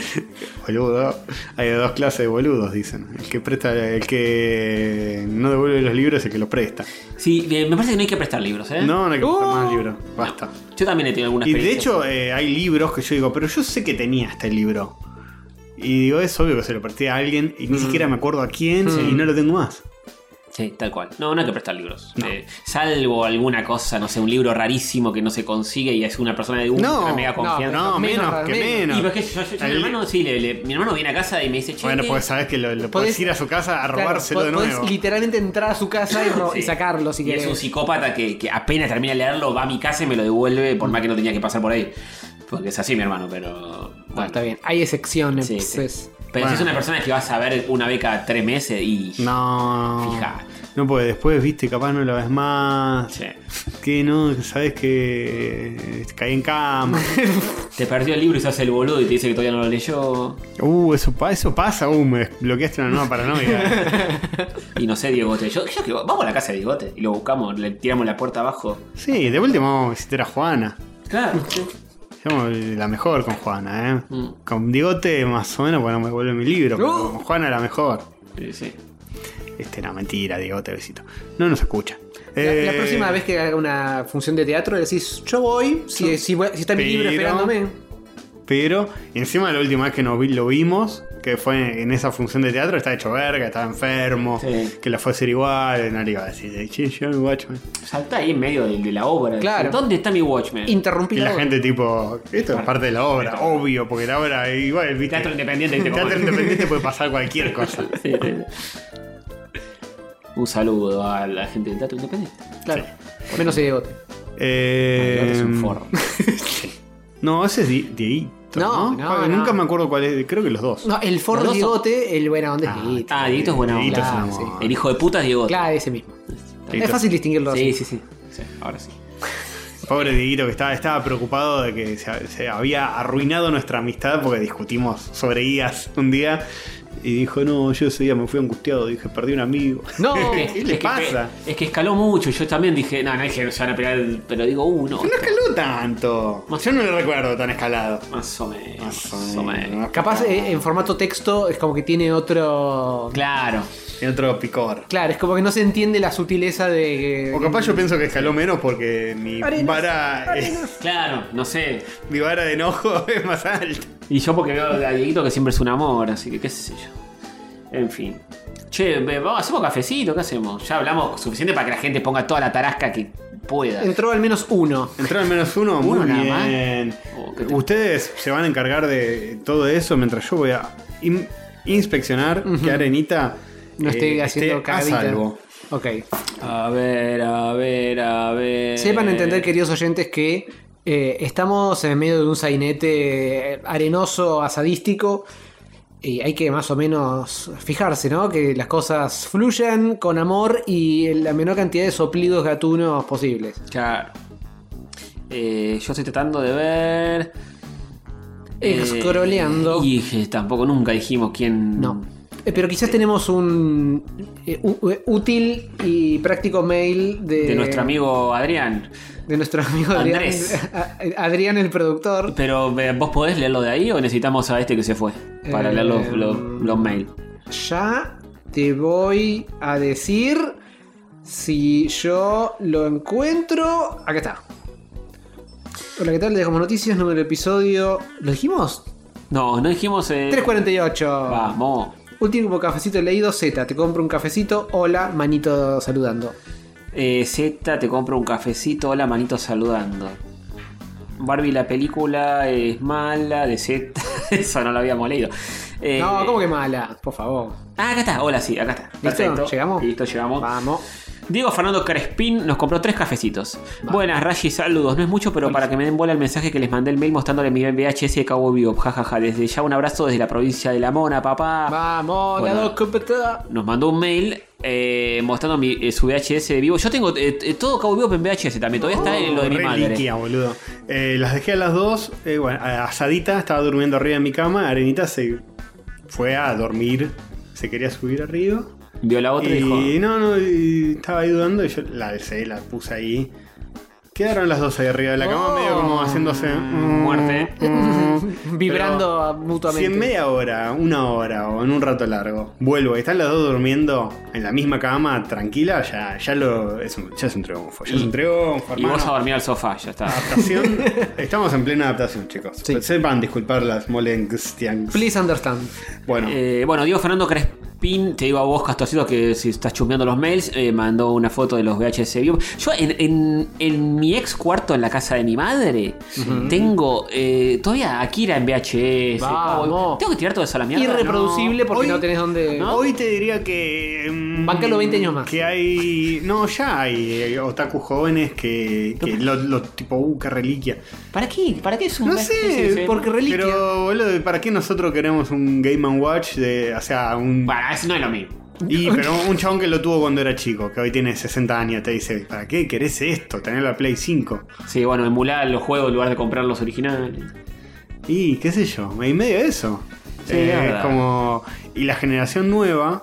B: Boludo. Hay dos clases de boludos, dicen. El que presta, el que no devuelve los libros es el que los presta.
A: Sí, bien, me parece que no hay que prestar libros, ¿eh?
B: No, no hay que prestar
C: Uh.
B: más libros. Basta.
A: Yo también he tenido alguna
B: Y de
A: experiencia.
B: hecho eh, hay libros que yo digo, pero yo sé que tenía este libro. Y digo, es obvio que se lo partí a alguien y ni
A: Mm.
B: siquiera me acuerdo a quién y no lo tengo más.
A: Sí, tal cual. No, no hay que prestar libros. Eh, salvo alguna cosa, no sé, un libro rarísimo que no se consigue y es una persona de un
B: No,
A: una mega
B: no,
A: confianza.
B: No, menos,
C: menos,
B: que
C: menos.
B: menos.
A: Y porque yo, yo- yo-
B: El-
A: mi hermano, sí, le- le- mi hermano viene a casa y me dice, che,
B: Bueno,
A: ¿qué?
B: pues sabes que lo, lo podés
C: Podés-
B: ir a su casa a
C: Claro,
B: robárselo de
C: podés
B: nuevo.
C: literalmente entrar a su casa y, ro-
A: Sí.
C: y sacarlo si
A: Y es un
C: quieres.
A: psicópata que, que apenas termina de leerlo, va a mi casa y me lo devuelve,
B: Mm.
A: por más que no tenía que pasar por ahí. Porque es así, mi hermano, pero. Bueno,
C: Está bien, hay excepciones. pues,
A: Sí, sí.
C: es-
A: Pero si
B: Ah,
A: es
B: Bueno.
A: una persona que vas a ver una vez cada tres meses y.
B: No.
A: Fijate.
B: No, porque después, viste, capaz no la ves más.
A: Che,
B: Que no, sabes que eh, caí en cama.
A: Te perdió el libro y se hace el boludo y te dice que todavía no lo leyó.
B: Uh, eso, pa- eso pasa. Uh, me desbloqueaste una nueva paranoia.
A: Y no sé, Diegote. Yo, yo que vamos a la casa de Diegote y lo buscamos, le tiramos la puerta abajo.
B: sí, de último vamos a visitar a Juana.
A: Claro.
B: Somos la mejor con Juana, ¿eh?
A: Mm. ¡Uh!
B: Con Digote más o menos, porque no me vuelve mi libro. pero
C: No.
B: con Juana la mejor.
A: Sí, sí.
B: Este, no, mentira, Digote, besito. No nos escucha.
C: La, la
B: Eh,
C: próxima vez que haga una función de teatro, decís, yo voy, si, si, voy- si está mi libro
B: Pero- eh,
C: esperándome.
B: Pero encima la última vez que nos vi- lo vimos, que fue en esa función de teatro, estaba hecho verga, estaba enfermo,
A: Sí.
B: que la fue a hacer igual, no le iba a decir, che, yo el Watchmen.
A: Salta ahí en medio de, de la obra.
C: Claro.
A: ¿Dónde está mi Watchman?
C: Interrumpí
B: Y la
C: obra.
B: gente tipo, esto es parte de la obra, obvio, porque la obra eh, igual, viste,
A: Teatro independiente, ¿viste?
B: teatro independiente puede pasar cualquier cosa.
A: Sí, sí. Un saludo a la gente del Teatro Independiente.
C: Claro. Menos el bigote.
B: Eh,
A: Diegote es un forro.
B: No, ese es Di- Dieguito.
C: No,
B: No,
C: no,
B: Porque
C: no.
B: Nunca me acuerdo cuál es, creo que los dos.
C: No, el forro
A: Los dos son-
C: bigote, el buena onda es
B: Ah,
C: Dieguito.
A: Ah, Dieguito es buena
B: Dieguito
A: onda.
C: es un
B: amor.
A: El hijo de puta es Diegote.
C: Claro, ese mismo.
B: Dieguito.
C: Es fácil distinguirlo
A: Sí,
C: así.
A: sí, sí, sí. Ahora sí.
B: Pobre Dieguito que estaba, estaba preocupado de que se, se había arruinado nuestra amistad porque discutimos sobre guías un día. Y dijo, no, yo ese día me fui angustiado, dije, perdí un amigo.
C: No,
A: Es-
B: ¿Qué le
A: es que-
B: pasa?
A: es que escaló mucho. Yo también dije, no, no es que se van a pegar, pero digo, uh, no.
B: No escaló tanto. Yo no lo recuerdo tan escalado.
A: Más o menos.
B: Más o
A: menos.
B: menos.
C: Capaz eh, en formato texto es como que tiene otro. Claro,
A: Claro.
B: Tiene otro picor.
C: es como que no se entiende la sutileza de.
B: O capaz yo pienso que escaló menos porque mi
C: Arenas,
B: vara eh,
A: Claro, no sé.
B: mi vara de enojo es más alta.
A: Y yo porque veo a Dieguito que siempre es un amor, así que qué sé yo. En fin. Che, ve- vamos, hacemos cafecito, ¿qué hacemos? Ya hablamos suficiente para que la gente ponga toda la tarasca que pueda.
C: Entró al menos uno.
B: Entró al menos uno,
A: Uno
B: muy
A: nada más.
B: bien.
A: Oh, qué te-
B: Ustedes se van a encargar de todo eso mientras yo voy a in- inspeccionar que Arenita
C: No
B: Eh,
C: esté haciendo
B: a
C: cagadita.
B: salvo.
C: Ok.
A: A ver, a ver, a ver.
C: Sepan
A: Eh,
C: entender, queridos oyentes, que eh, estamos en medio de un sainete eh, arenoso, asadístico. Y hay que más o menos fijarse, ¿no? Que las cosas fluyan con amor y la menor cantidad de soplidos gatunos posibles.
A: Claro. Eh, yo estoy tratando de ver.
C: Escroleando.
A: Eh, y eh, tampoco nunca dijimos quién.
C: No. Eh, Pero quizás tenemos un eh, u- eh, útil y práctico mail de,
A: De nuestro amigo Adrián.
C: de nuestro amigo Adrián,
A: Andrés.
C: A- a- Adrián, el productor.
A: Pero eh, vos podés leerlo de ahí o necesitamos a este que se fue para
C: Eh,
A: leer los, los, los mails.
C: Ya te voy a decir si yo lo encuentro. Acá está. Hola, ¿qué tal? Le dejamos noticias, número de episodio. ¿Lo dijimos?
A: No, no dijimos. eh,
C: 348.
A: Vamos.
C: Último cafecito leído, Z. Te compro un cafecito. Hola, manito saludando.
A: Eh, Z, te compro un cafecito. Hola, manito saludando. Barbie, la película es mala de Z. Eso no lo habíamos leído. Eh,
C: No, ¿cómo que mala? Por favor.
A: Ah, acá está. Hola, sí, acá está. Perfecto.
C: ¿Llegamos?
A: Listo, llegamos.
C: Vamos.
A: Diego Fernando Crespín nos compró tres cafecitos. Buenas, Rashi, saludos. No es mucho, pero para que me den bola el mensaje que les mandé el mail mostrándole mi VHS de Cabo Vivo. Jajaja, desde ya un abrazo desde la provincia de La Mona, papá.
C: Vamos,
A: Bueno.
C: la dos completada.
A: Nos mandó un mail eh, mostrando mi, eh, su VHS de vivo. Yo tengo eh, eh, todo Cabo Vivo en VHS también. Todavía está en lo de mi
B: Re
A: madre.
B: liquia, boludo. Eh, las dejé a las dos. eh, bueno, a- asadita estaba durmiendo arriba en mi cama. Arenita se fue a dormir. Se quería subir arriba.
A: Vio la otra y
B: Y
A: dijo.
B: no, no, y estaba ahí dudando y yo la alcé, la puse ahí. Quedaron las dos ahí arriba de la cama,
C: Oh.
B: medio como haciéndose. mm,
A: Muerte.
B: mm.
C: Vibrando
B: Pero Si
C: mutuamente.
B: en media hora, una hora o en un rato largo vuelvo y están las dos durmiendo en la misma cama, tranquila, ya, ya, lo, es, un, ya es un triunfo. Ya es un triunfo,
A: Y vos a
B: hermano.
A: dormir al sofá, ya está.
B: Adaptación. Estamos en plena adaptación, chicos.
C: Sí.
B: Sepan disculpar las molestias.
C: Please understand.
B: Bueno,
A: Eh, bueno, Diego Fernando Cres- Pin, te digo a vos, Castorcito, que si estás chumbeando los mails, eh, mandó una foto de los VHS vivo. Yo en, en- en mi ex cuarto en la casa de mi madre tengo eh, todavía Akira en VHS.
C: Vamos.
A: Cowboy. Tengo que tirar todo eso a la mierda.
C: Irreproducible
B: No,
C: porque
B: hoy-
C: no tenés donde.
A: ¿No?
B: Hoy te diría que. mm,
C: Bancalo 20 años más.
B: Que hay. No, ya hay eh, otaku jóvenes que. que lo, lo- tipo, uh, qué reliquia.
A: ¿Para qué? ¿Para qué es un
B: No
A: VHS?
B: sé,
C: porque reliquia.
B: Pero, boludo, ¿para qué nosotros queremos un Game Watch? De, o sea, un.
A: Para, eso no es lo mismo.
B: Y, pero un chabón que lo tuvo cuando era chico, que hoy tiene 60 años, te dice: ¿Para qué querés esto? Tener la Play 5.
A: Sí, bueno, emular los juegos en lugar de comprar los originales.
B: Y qué sé yo, y medio de eso.
A: Sí,
B: Eh,
A: es
B: es
A: verdad.
B: como. Y la generación nueva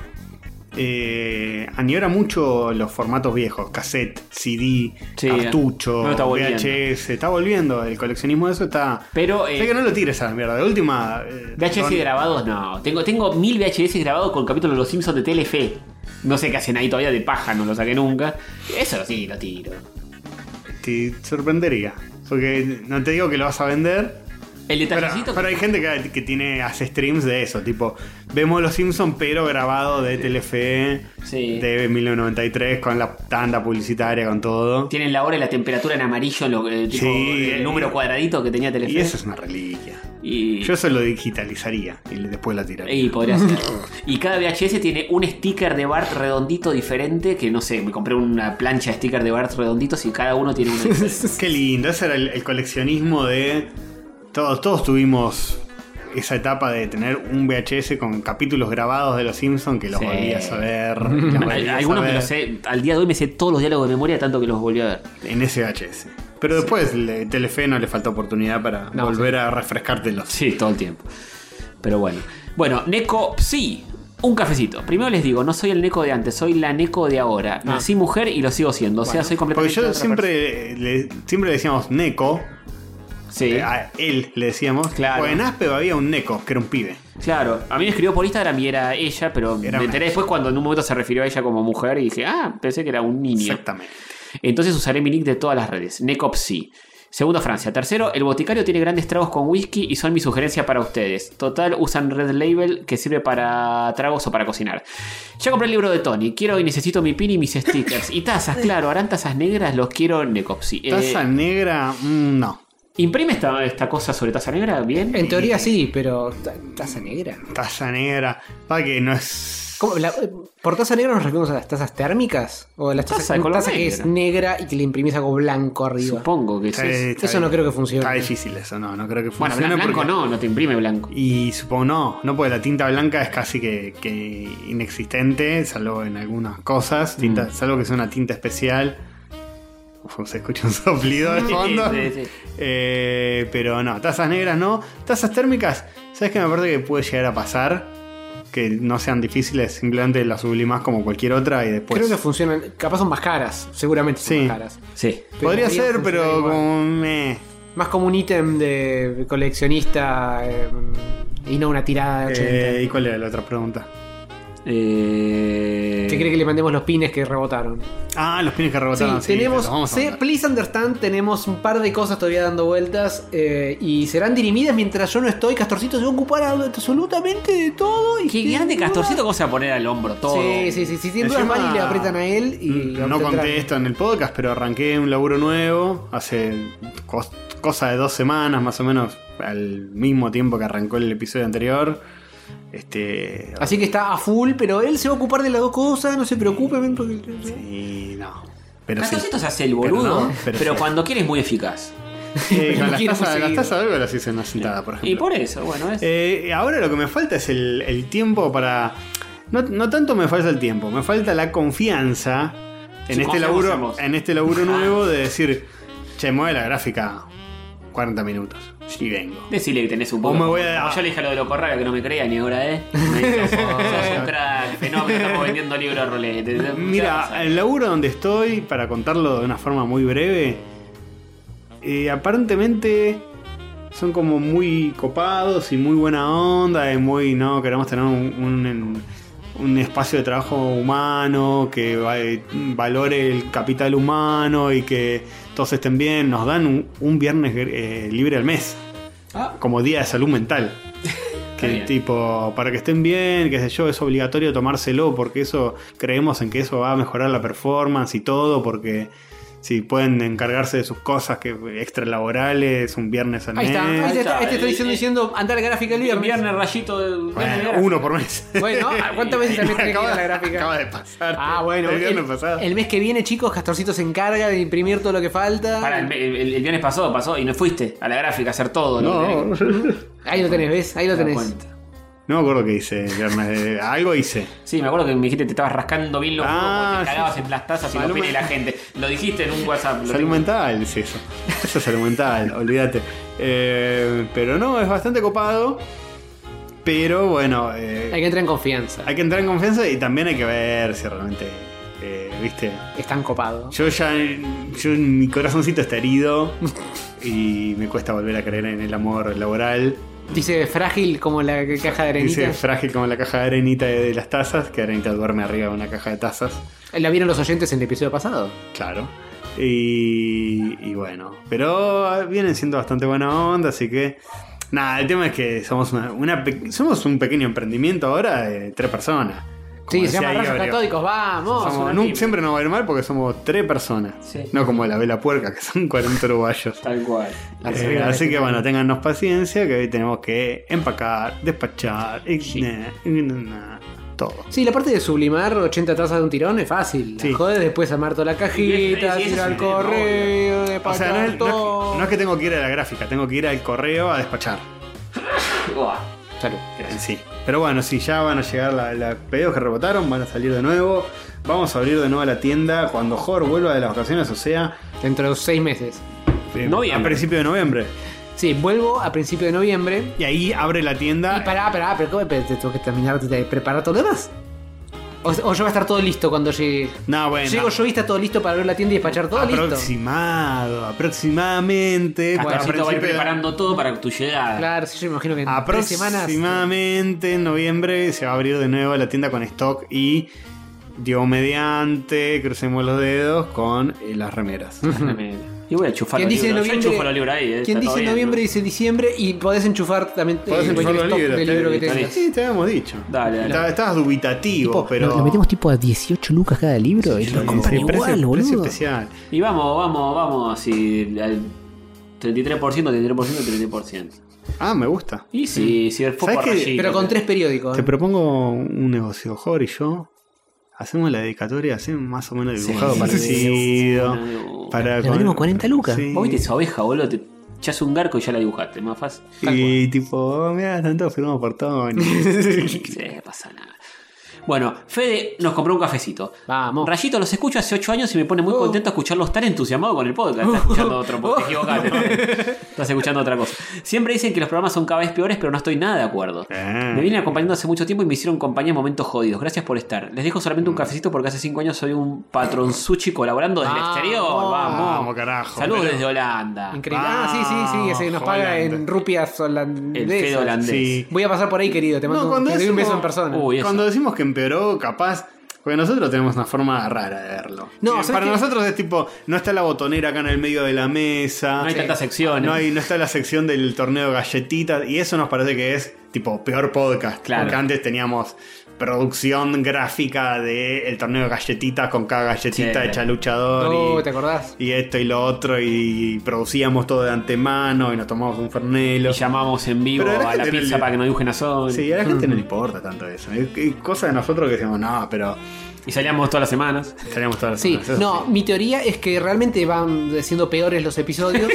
B: eh, añora mucho los formatos viejos: cassette, CD,
A: Sí,
B: cartucho,
A: no está volviendo.
B: VHS. Está volviendo, el coleccionismo de eso está.
A: Pero
B: O
A: eh,
B: sea que no lo tires a la mierda. De última. eh,
A: VHS
B: son-
A: grabados no. Tengo, tengo mil VHS grabados con capítulos de Los Simpsons de Telefe. No sé qué hacen ahí todavía de paja, no lo saqué nunca. Eso sí, lo tiro.
B: Te sorprendería. Porque no te digo que lo vas a vender.
A: El
B: Pero,
A: detallecito.
B: pero hay gente que, que tiene hace streams de eso, tipo, vemos los Simpsons pero grabado de Telefe
A: Sí.
B: de 1993 con la tanda publicitaria, con todo.
A: Tienen la hora y la temperatura en amarillo, lo- eh, tipo,
B: Sí.
A: el número cuadradito que tenía Telefe.
B: Y eso es una reliquia.
A: Y-
B: Yo eso lo digitalizaría y después la tiraría.
A: y podría ser. Y cada VHS tiene un sticker de Bart redondito diferente. Que no sé, me compré una plancha de sticker de Bart redonditos y cada uno tiene uno diferente.
B: Qué lindo, ese era el, el coleccionismo de... Todos, todos tuvimos esa etapa de tener un VHS con capítulos grabados de los Simpsons que los
A: Sí.
B: volvías a ver. los
A: Al-
B: volvías a
A: Algunos me
B: ver.
A: los sé, al día de hoy me sé todos los diálogos de memoria, tanto que los volví a ver.
B: En SHS. Pero después le- Telefe no le falta oportunidad para
C: No,
B: volver a refrescártelos.
A: Sí, todo el tiempo. Pero bueno. Bueno, Neko sí. Un cafecito. Primero les digo, no soy el Neko de antes, soy la Neko de ahora. Nací mujer y lo sigo siendo. O sea, soy
B: Porque
A: completamente.
B: yo
A: otra
B: siempre le, siempre le decíamos Neko,
A: persona. Sí.
B: eh, a él le decíamos.
A: Claro.
B: Porque en Aspe había un Neko, que era un pibe.
A: Claro. A mí me escribió por Instagram y era ella, pero
B: Era
A: me
B: una-
A: enteré después cuando en un momento se refirió a ella como mujer y dije, ah, pensé que era un niño.
B: Exactamente.
A: Entonces usaré mi nick de todas las redes. Necopsy. Segundo, Francia. Tercero, el boticario tiene grandes tragos con whisky y son mi sugerencia para ustedes. Total, usan Red Label que sirve para tragos o para cocinar. Ya compré el libro de Tony. Quiero y necesito mi pin y mis stickers. Y tazas, claro. Harán tazas negras, los quiero Necopsy. Eh,
B: Taza negra, mm, no.
A: ¿Imprime esta, esta cosa sobre taza negra? ¿Bien?
C: En teoría sí, pero. ta- Taza negra.
B: Taza negra. Para que no es.
C: ¿Cómo? La- eh, ¿Por taza negra nos referimos a las tazas térmicas? ¿O a las tazas
A: Taza de color
C: taza que
A: negro.
C: es negra y que le imprimís algo blanco arriba?
A: Supongo que
B: Está-
A: sí.
B: está-
C: Eso no creo que funcione.
B: Está difícil eso, no, no creo que
A: Bueno,
B: funcione.
A: blan- blanco
B: porque-
A: no, no te imprime blanco.
B: Y supongo no, no, porque la tinta blanca es casi que, que inexistente, salvo en algunas cosas, tinta,
A: Mm.
B: salvo que sea una tinta especial. Uf, se escucha un soplido de fondo.
A: Sí, sí, sí.
B: Eh, pero no, tazas negras no. Tazas térmicas, ¿sabes qué me parece que puede llegar a pasar? Que no sean difíciles, simplemente las sublimas como cualquier otra y después.
C: Creo que funcionan. Capaz son más caras. Seguramente son
B: pues. Sí.
C: más caras.
A: Sí.
C: Pero
B: Podría
C: podría
B: ser,
C: funcionar
B: pero
C: igual.
B: como. meh.
C: Más como un ítem de coleccionista eh, y no una tirada de 80.
B: Eh, ¿Y cuál era la otra pregunta?
A: Eh,
C: ¿Qué cree que le mandemos los pines que rebotaron?
B: Ah, los pines que rebotaron.
C: sí,
B: sí,
C: tenemos.
B: los vamos a
C: se-
B: mandar.
C: please understand, tenemos un par de cosas todavía dando vueltas eh, y serán dirimidas mientras yo no estoy. Castorcito se va a ocupar absolutamente de todo. Y
A: Qué
C: sin
A: grande
C: duda-
A: Castorcito, ¿cómo se va a poner al hombro todo?
C: Sí, sí, sí. sí, Sin dudas
B: Encima, mm,
C: van y le aprietan a él. Y
B: no
C: obtendrán-
B: conté esto en el podcast, pero arranqué un laburo nuevo hace cos- cosa de dos semanas, más o menos, al mismo tiempo que arrancó el episodio anterior. Este.
C: Así que está a full, pero él se va a ocupar de las dos cosas. No se preocupe, ven, porque.
B: y no. Pero sí.
A: Castorcito se hace el boludo,
B: Pero
A: pero,
B: no, pero sí.
A: cuando quiere es muy eficaz.
B: Eh, con
C: No
B: las
C: quiero
B: tazas,
C: seguir.
B: las tazas de algo las hice en una sentada, por ejemplo.
A: Y por eso, bueno, es.
B: Eh, ahora lo que me falta es el, el tiempo para. No, no tanto me falta el tiempo, me falta la confianza en,
A: Sí,
B: este,
A: confiamos
B: laburo,
A: en vos.
B: en este laburo nuevo de decir, che, mueve la gráfica 40 minutos y vengo.
A: Decirle que tenés un poco.
B: O me voy a-
A: Como Yo le dije a lo de lo corral que no me creía ni ahora, ¿eh? Me dijo, Sos un crack, fenómeno, estamos vendiendo libros de rolete.
B: Mira, el laburo donde estoy, para contarlo de una forma muy breve, eh, aparentemente son como muy copados y muy buena onda, y muy, no, queremos tener un, un- un espacio de trabajo humano que va- eh, valore el capital humano y que todos estén bien. Nos dan un, un viernes eh, libre al mes,
C: Ah.
B: como día de salud mental. Que
A: bien.
B: tipo, para que estén bien, qué sé yo, es obligatorio tomárselo porque eso creemos en que eso va a mejorar la performance y todo, porque si pueden encargarse de sus cosas que extralaborales un viernes al
C: Ahí está,
B: mes.
C: ahí
A: está,
C: está,
B: eh,
C: este está
A: el-
C: diciendo,
A: el-
C: diciendo andar la gráfica el
A: El
C: viernes.
A: viernes rayito del
B: Bueno,
A: viernes de-
B: uno por mes.
C: Bueno, ¿a ¿cuántas veces también tenés que
B: acaba,
C: ir a la gráfica?
B: acaba de pasar.
C: Ah, bueno,
B: El viernes
C: el-
B: pasado.
C: el mes que viene, chicos, Castorcito se encarga de imprimir todo lo que falta.
A: Pará, el, el- el viernes pasó, pasó y no fuiste a la gráfica a hacer todo. lo que tenés que-
B: no,
C: Ahí lo tenés, ¿ves? Ahí lo
A: te das
C: tenés.
A: cuenta.
B: no me acuerdo qué hice el viernes. de- algo hice.
A: Sí, me acuerdo que me dijiste que te estabas rascando bien los huevos,
B: Ah,
A: te cagabas
B: sí.
A: en las tazas y los
B: Salud
A: penes de la
B: mental.
A: gente. Lo dijiste en un WhatsApp. lo
B: Salud
A: tengo.
B: mental es eso. Eso es salud mental, olvídate. Eh, pero no, es bastante copado. Pero bueno, eh,
C: Hay que entrar en confianza.
B: hay que entrar en confianza y también hay que ver si realmente, eh, viste.
C: Están copados.
B: Yo ya, yo, mi corazoncito está herido y me cuesta volver a creer en el amor laboral.
C: Dice frágil como la caja de
B: Dice
C: arenita.
B: frágil como la caja de arenita de las tazas, que arenita duerme arriba de una caja de tazas.
C: La vieron los oyentes en el episodio pasado.
B: Claro. Y, y bueno, pero ah, vienen siendo bastante buena onda, así que... Nada, el tema es que somos, una, una pe- somos un pequeño emprendimiento ahora de tres personas. Como
C: Sí, se
B: decía
C: llama Rayos
B: Iorio.
C: Catódicos, vamos.
B: Somos-
A: una
B: nun-
A: pyme.
B: siempre nos va a ir mal porque somos tres personas.
A: Sí.
B: No como la vela puerca, que son 40 uruguayos.
A: Tal cual.
B: Eh, así que bueno, téngannos paciencia, que hoy tenemos que empacar, despachar, eh, y- na- y na- na- eh, todo.
C: Sí, la parte de sublimar 80 tazas de un tirón es fácil. La
B: Sí.
C: Jodes después armar toda la cajita,
A: Y es- y ese
C: tirar
A: es
C: al
A: el tema,
C: correo, de
B: O sea, no es, no es-
C: todo.
B: no es que tengo que ir a la gráfica, tengo que ir al correo a despachar.
A: Buah.
C: Salud.
B: en Eh, sí. Pero bueno, sí, ya van a llegar la- la- los pedidos que rebotaron, van a salir de nuevo. Vamos a abrir de nuevo la tienda cuando Jor vuelva de las vacaciones, o sea,
C: Dentro de seis meses.
B: eh,
A: Noviembre.
B: a principio de noviembre.
C: Sí, vuelvo a principio de noviembre.
B: Y ahí abre la
C: Y
B: tienda.
C: Ah, pará, pará, pero ¿cómo? Pero te tengo que terminar de preparar todo lo demás. O, o yo va a estar todo listo cuando llegue.
B: No, bueno.
C: Llego yo y está todo listo para abrir la tienda y despachar todo listo.
B: aproximado, aproximadamente. para
A: Castorcito va a ir
B: principio-
A: preparando todo para tu llegada.
C: Claro, sí, yo me imagino que en tres semanas.
B: Aproximadamente en noviembre se va a abrir de nuevo la tienda con stock y Dios mediante, crucemos los dedos con eh, las remeras.
A: Y voy a chufar
C: Quien
A: los
C: dice
A: libros. Yo enchufo los libros
C: noviembre,
A: ahí. eh,
C: quien
A: está todo
C: dice
A: bien,
C: noviembre
A: ¿no?
C: dice diciembre y podés enchufar también
B: Podés
C: eh,
B: enchufar los
C: cualquier stock
B: libros.
C: de
B: te-
C: libro que
B: te-
C: tengas.
B: Sí, te habíamos dicho.
A: Dale, dale.
B: Está- Estabas dubitativo,
D: Tipo,
B: pero.
D: Lo, lo metemos tipo a 18 lucas cada libro y lo compran
B: Sí, precio-
D: igual,
B: precio
D: boludo.
B: especial.
A: Y vamos, vamos, vamos. Si al 33%, 33%, 33%.
B: Ah, me gusta.
A: Y si, si fue
B: ¿Sabes
A: por
B: qué?
A: rayito,
C: Pero con tres periódicos.
B: Te propongo un negocio, Jorge y yo. Hacemos la dedicatoria, hacemos más o menos dibujado
A: sí,
B: parecido.
A: sí, sí.
B: para
D: Le ponemos 40 lucas.
A: Vos viste esa oveja, boludo. Te echás un garco y ya la dibujaste. Más fácil.
B: Y tipo, oh, mira, tanto firmamos por Tony.
A: Sí, pasa nada. Bueno, Fede nos compró un cafecito.
C: Vamos.
A: Rayito, los escucho hace 8 años y me pone muy
C: Oh.
A: contento escucharlos tan entusiasmado con el podcast. Estás escuchando otro podcast,
C: Oh.
A: te equivocaste, ¿no? Estás escuchando otra cosa. Siempre dicen que los programas son cada vez peores, pero no estoy nada de acuerdo.
B: Ah.
A: Me vienen acompañando hace mucho tiempo y me hicieron compañía en momentos jodidos. Gracias por estar. Les dejo solamente un
B: Mm.
A: cafecito porque hace 5 años soy un patronzuchi colaborando desde el
C: Vamos.
A: exterior. Vamos.
B: Vamos, carajo.
A: Saludos
B: Pero-
A: desde Holanda.
C: Increíble. Ah, sí, sí, sí, ese nos paga
B: Holanda.
C: en rupias
A: El Fede
C: holandesas.
A: holandés.
B: Sí.
C: Voy a pasar por ahí, querido. Te
B: No,
C: mando un-
B: cuando
C: te doy
B: es
C: un beso
B: como-
C: en persona.
A: Uy, eso.
B: Cuando decimos que empeoró, capaz. Porque nosotros tenemos una forma rara de verlo.
C: No,
B: Eh,
C: ¿sabes
B: para
C: qué?
B: nosotros es tipo, no está la botonera acá en el medio de la mesa.
A: No hay
B: Sí.
A: tantas secciones.
B: No, hay- no está la sección del torneo galletitas. Y eso nos parece que es tipo peor podcast.
A: Claro.
B: Porque antes teníamos producción gráfica del el torneo de galletitas con cada galletita
A: Sí.
B: hecha luchador.
C: Oh,
B: y,
C: ¿te acordás?
B: y esto y lo otro. Y producíamos todo de antemano. Y nos tomamos un fernelo.
A: Y llamamos en vivo
B: Pero la
A: a la
B: gente no
A: pizza
B: le-
A: para que nos dibujen a Sol.
B: Sí, a la gente no le importa tanto eso. Es- es cosa de nosotros que decimos, no, pero
A: Y salíamos todas las semanas.
B: estaríamos todas las
C: Sí,
B: semanas, eso
C: no, mi teoría es que realmente van siendo peores los episodios.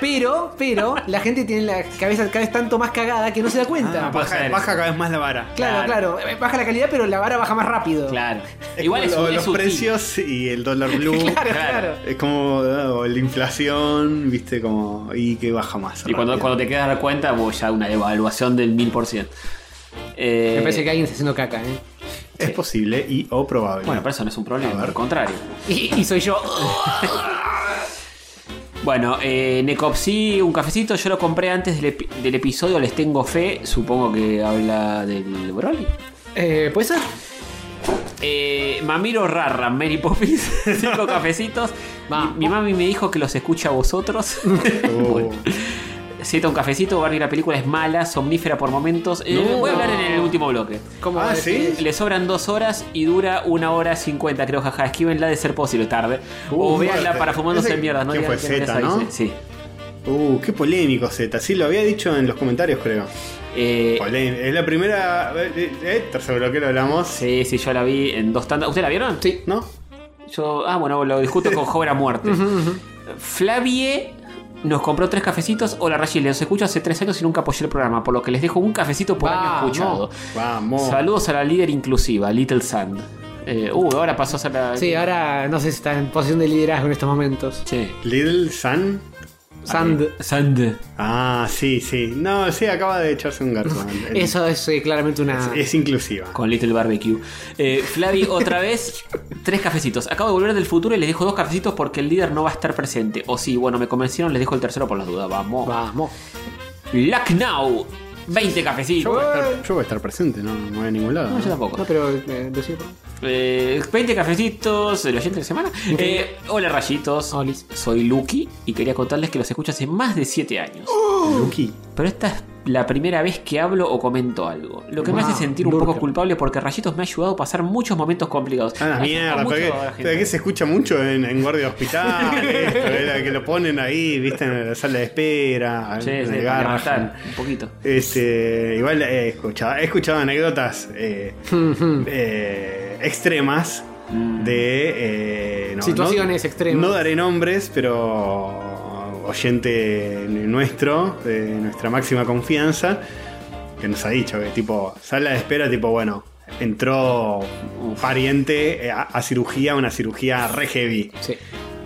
C: pero, pero, la gente tiene la cabeza cada vez tanto más cagada que no se da cuenta.
B: Ah,
A: puede
B: baja,
A: ser.
B: baja cada vez más la vara.
C: claro, claro, eh, Baja la calidad, pero la vara baja más rápido.
A: Claro. Igual
B: como
A: es,
B: lo-
A: es
B: los
A: sutil.
B: precios y el dólar blue.
C: Claro,
A: Claro.
C: claro.
B: Es como ah, o la inflación, viste, como. Y que baja más.
A: Y cuando,
B: rápido.
A: cuando te quedas a dar cuenta, vos ya una devaluación del 1000%. Eh,
C: Me parece que alguien está haciendo caca, ¿eh?
B: Es posible y o probable.
A: Bueno, pero eso no es un problema,
B: A ver.
A: al contrario.
C: Y, y soy yo.
A: Bueno, eh, Necopsy, un cafecito, yo lo compré antes del, epi- del episodio Les Tengo Fe, supongo que habla del Broly.
C: Eh, ¿Puede ser?
A: Eh, Mamiro Rarra, Mary Poppins, cinco cafecitos. Mi-
C: Vamos.
A: Mi, mami me dijo que los escucha a vosotros.
B: Oh.
A: Bueno. Zeta un cafecito, Barbie la película es mala, somnífera por momentos. Eh,
C: No.
A: voy a hablar en el último bloque.
C: ¿Cómo
B: Ah,
C: le-
B: ¿sí?
A: Le sobran dos horas y dura una hora cincuenta, creo, jaja. Esquivenla de ser posible tarde.
B: Uh,
A: o veanla
B: fuerte.
A: para fumándose
B: Ese-
A: en mierdas, ¿no?
B: ¿quién
A: digan
B: fue?
A: que les
B: Zeta, ¿no?
A: avise. Sí.
B: Uh, qué polémico Z. Sí, lo había dicho en los comentarios, creo.
A: Eh,
B: Polé- Es la primera. Eh, eh, eh, tercer bloque lo hablamos.
A: sí, sí, yo la vi en dos tandas. ¿Usted la vieron?
C: Sí.
B: ¿No?
A: Yo, ah, bueno, lo discuto con Joven a muerte.
C: Ujú, ujú.
A: Flavie nos compró tres cafecitos. Hola Rachel, los escucho hace tres años y nunca apoyé el programa, por lo que les dejo un cafecito por año
C: Vamos.
A: escuchado.
B: Vamos.
A: Saludos a la líder inclusiva, Little Sand. Eh, uh, ahora pasó a ser la.
C: Sí, ahora no sé si está en posición de liderazgo en estos momentos.
A: Che.
B: Little Sun.
C: Sand.
A: Sand.
B: Ah, sí, sí. No, sí, acaba de echarse un garfón. El-
C: Eso es eh, claramente una.
B: Es inclusiva.
A: Con Little Barbecue. Eh, Flavi, otra vez, tres cafecitos. Acabo de volver del futuro y les dejo dos cafecitos porque el líder no va a estar presente. O sí, bueno, me convencieron, les dejo el tercero por las dudas. Vamos.
C: Vamos.
A: Lucknow, 20
B: Yo voy,
A: cafecitos.
B: a estar, yo voy a estar presente, no me voy a ningún lado.
A: No, yo tampoco.
C: No, pero eh, decía-
A: Eh, 20 cafecitos, el oyente de la semana. Eh, hola rayitos,
C: Olis.
A: soy Lucky y quería contarles que los escucho hace más de 7 años.
B: Lucky.
A: Pero esta es la primera vez que hablo o comento algo. Lo que me
C: Wow,
A: hace sentir un
C: Lurker.
A: poco culpable porque Rayitos me ha ayudado a pasar muchos momentos complicados.
B: Ah, la
A: Ayuda
B: mierda,
A: mucho
B: pero que,
A: a la
B: pero
A: gente.
B: que se escucha mucho en, en guardia de hospital, esto, era que lo ponen ahí, viste, en la sala de espera,
A: Sí,
B: en
A: sí,
B: el
A: para
B: garra.
A: levantar un poquito.
B: Este, igual he escuchado, he escuchado anécdotas eh, eh, extremas de eh, no,
C: Mm. Situaciones
B: no-
C: extremas.
B: No daré nombres, pero oyente nuestro, de nuestra máxima confianza, que nos ha dicho que tipo, sala de espera, tipo, bueno, entró un pariente eh, a, a cirugía, una cirugía re heavy.
C: Sí.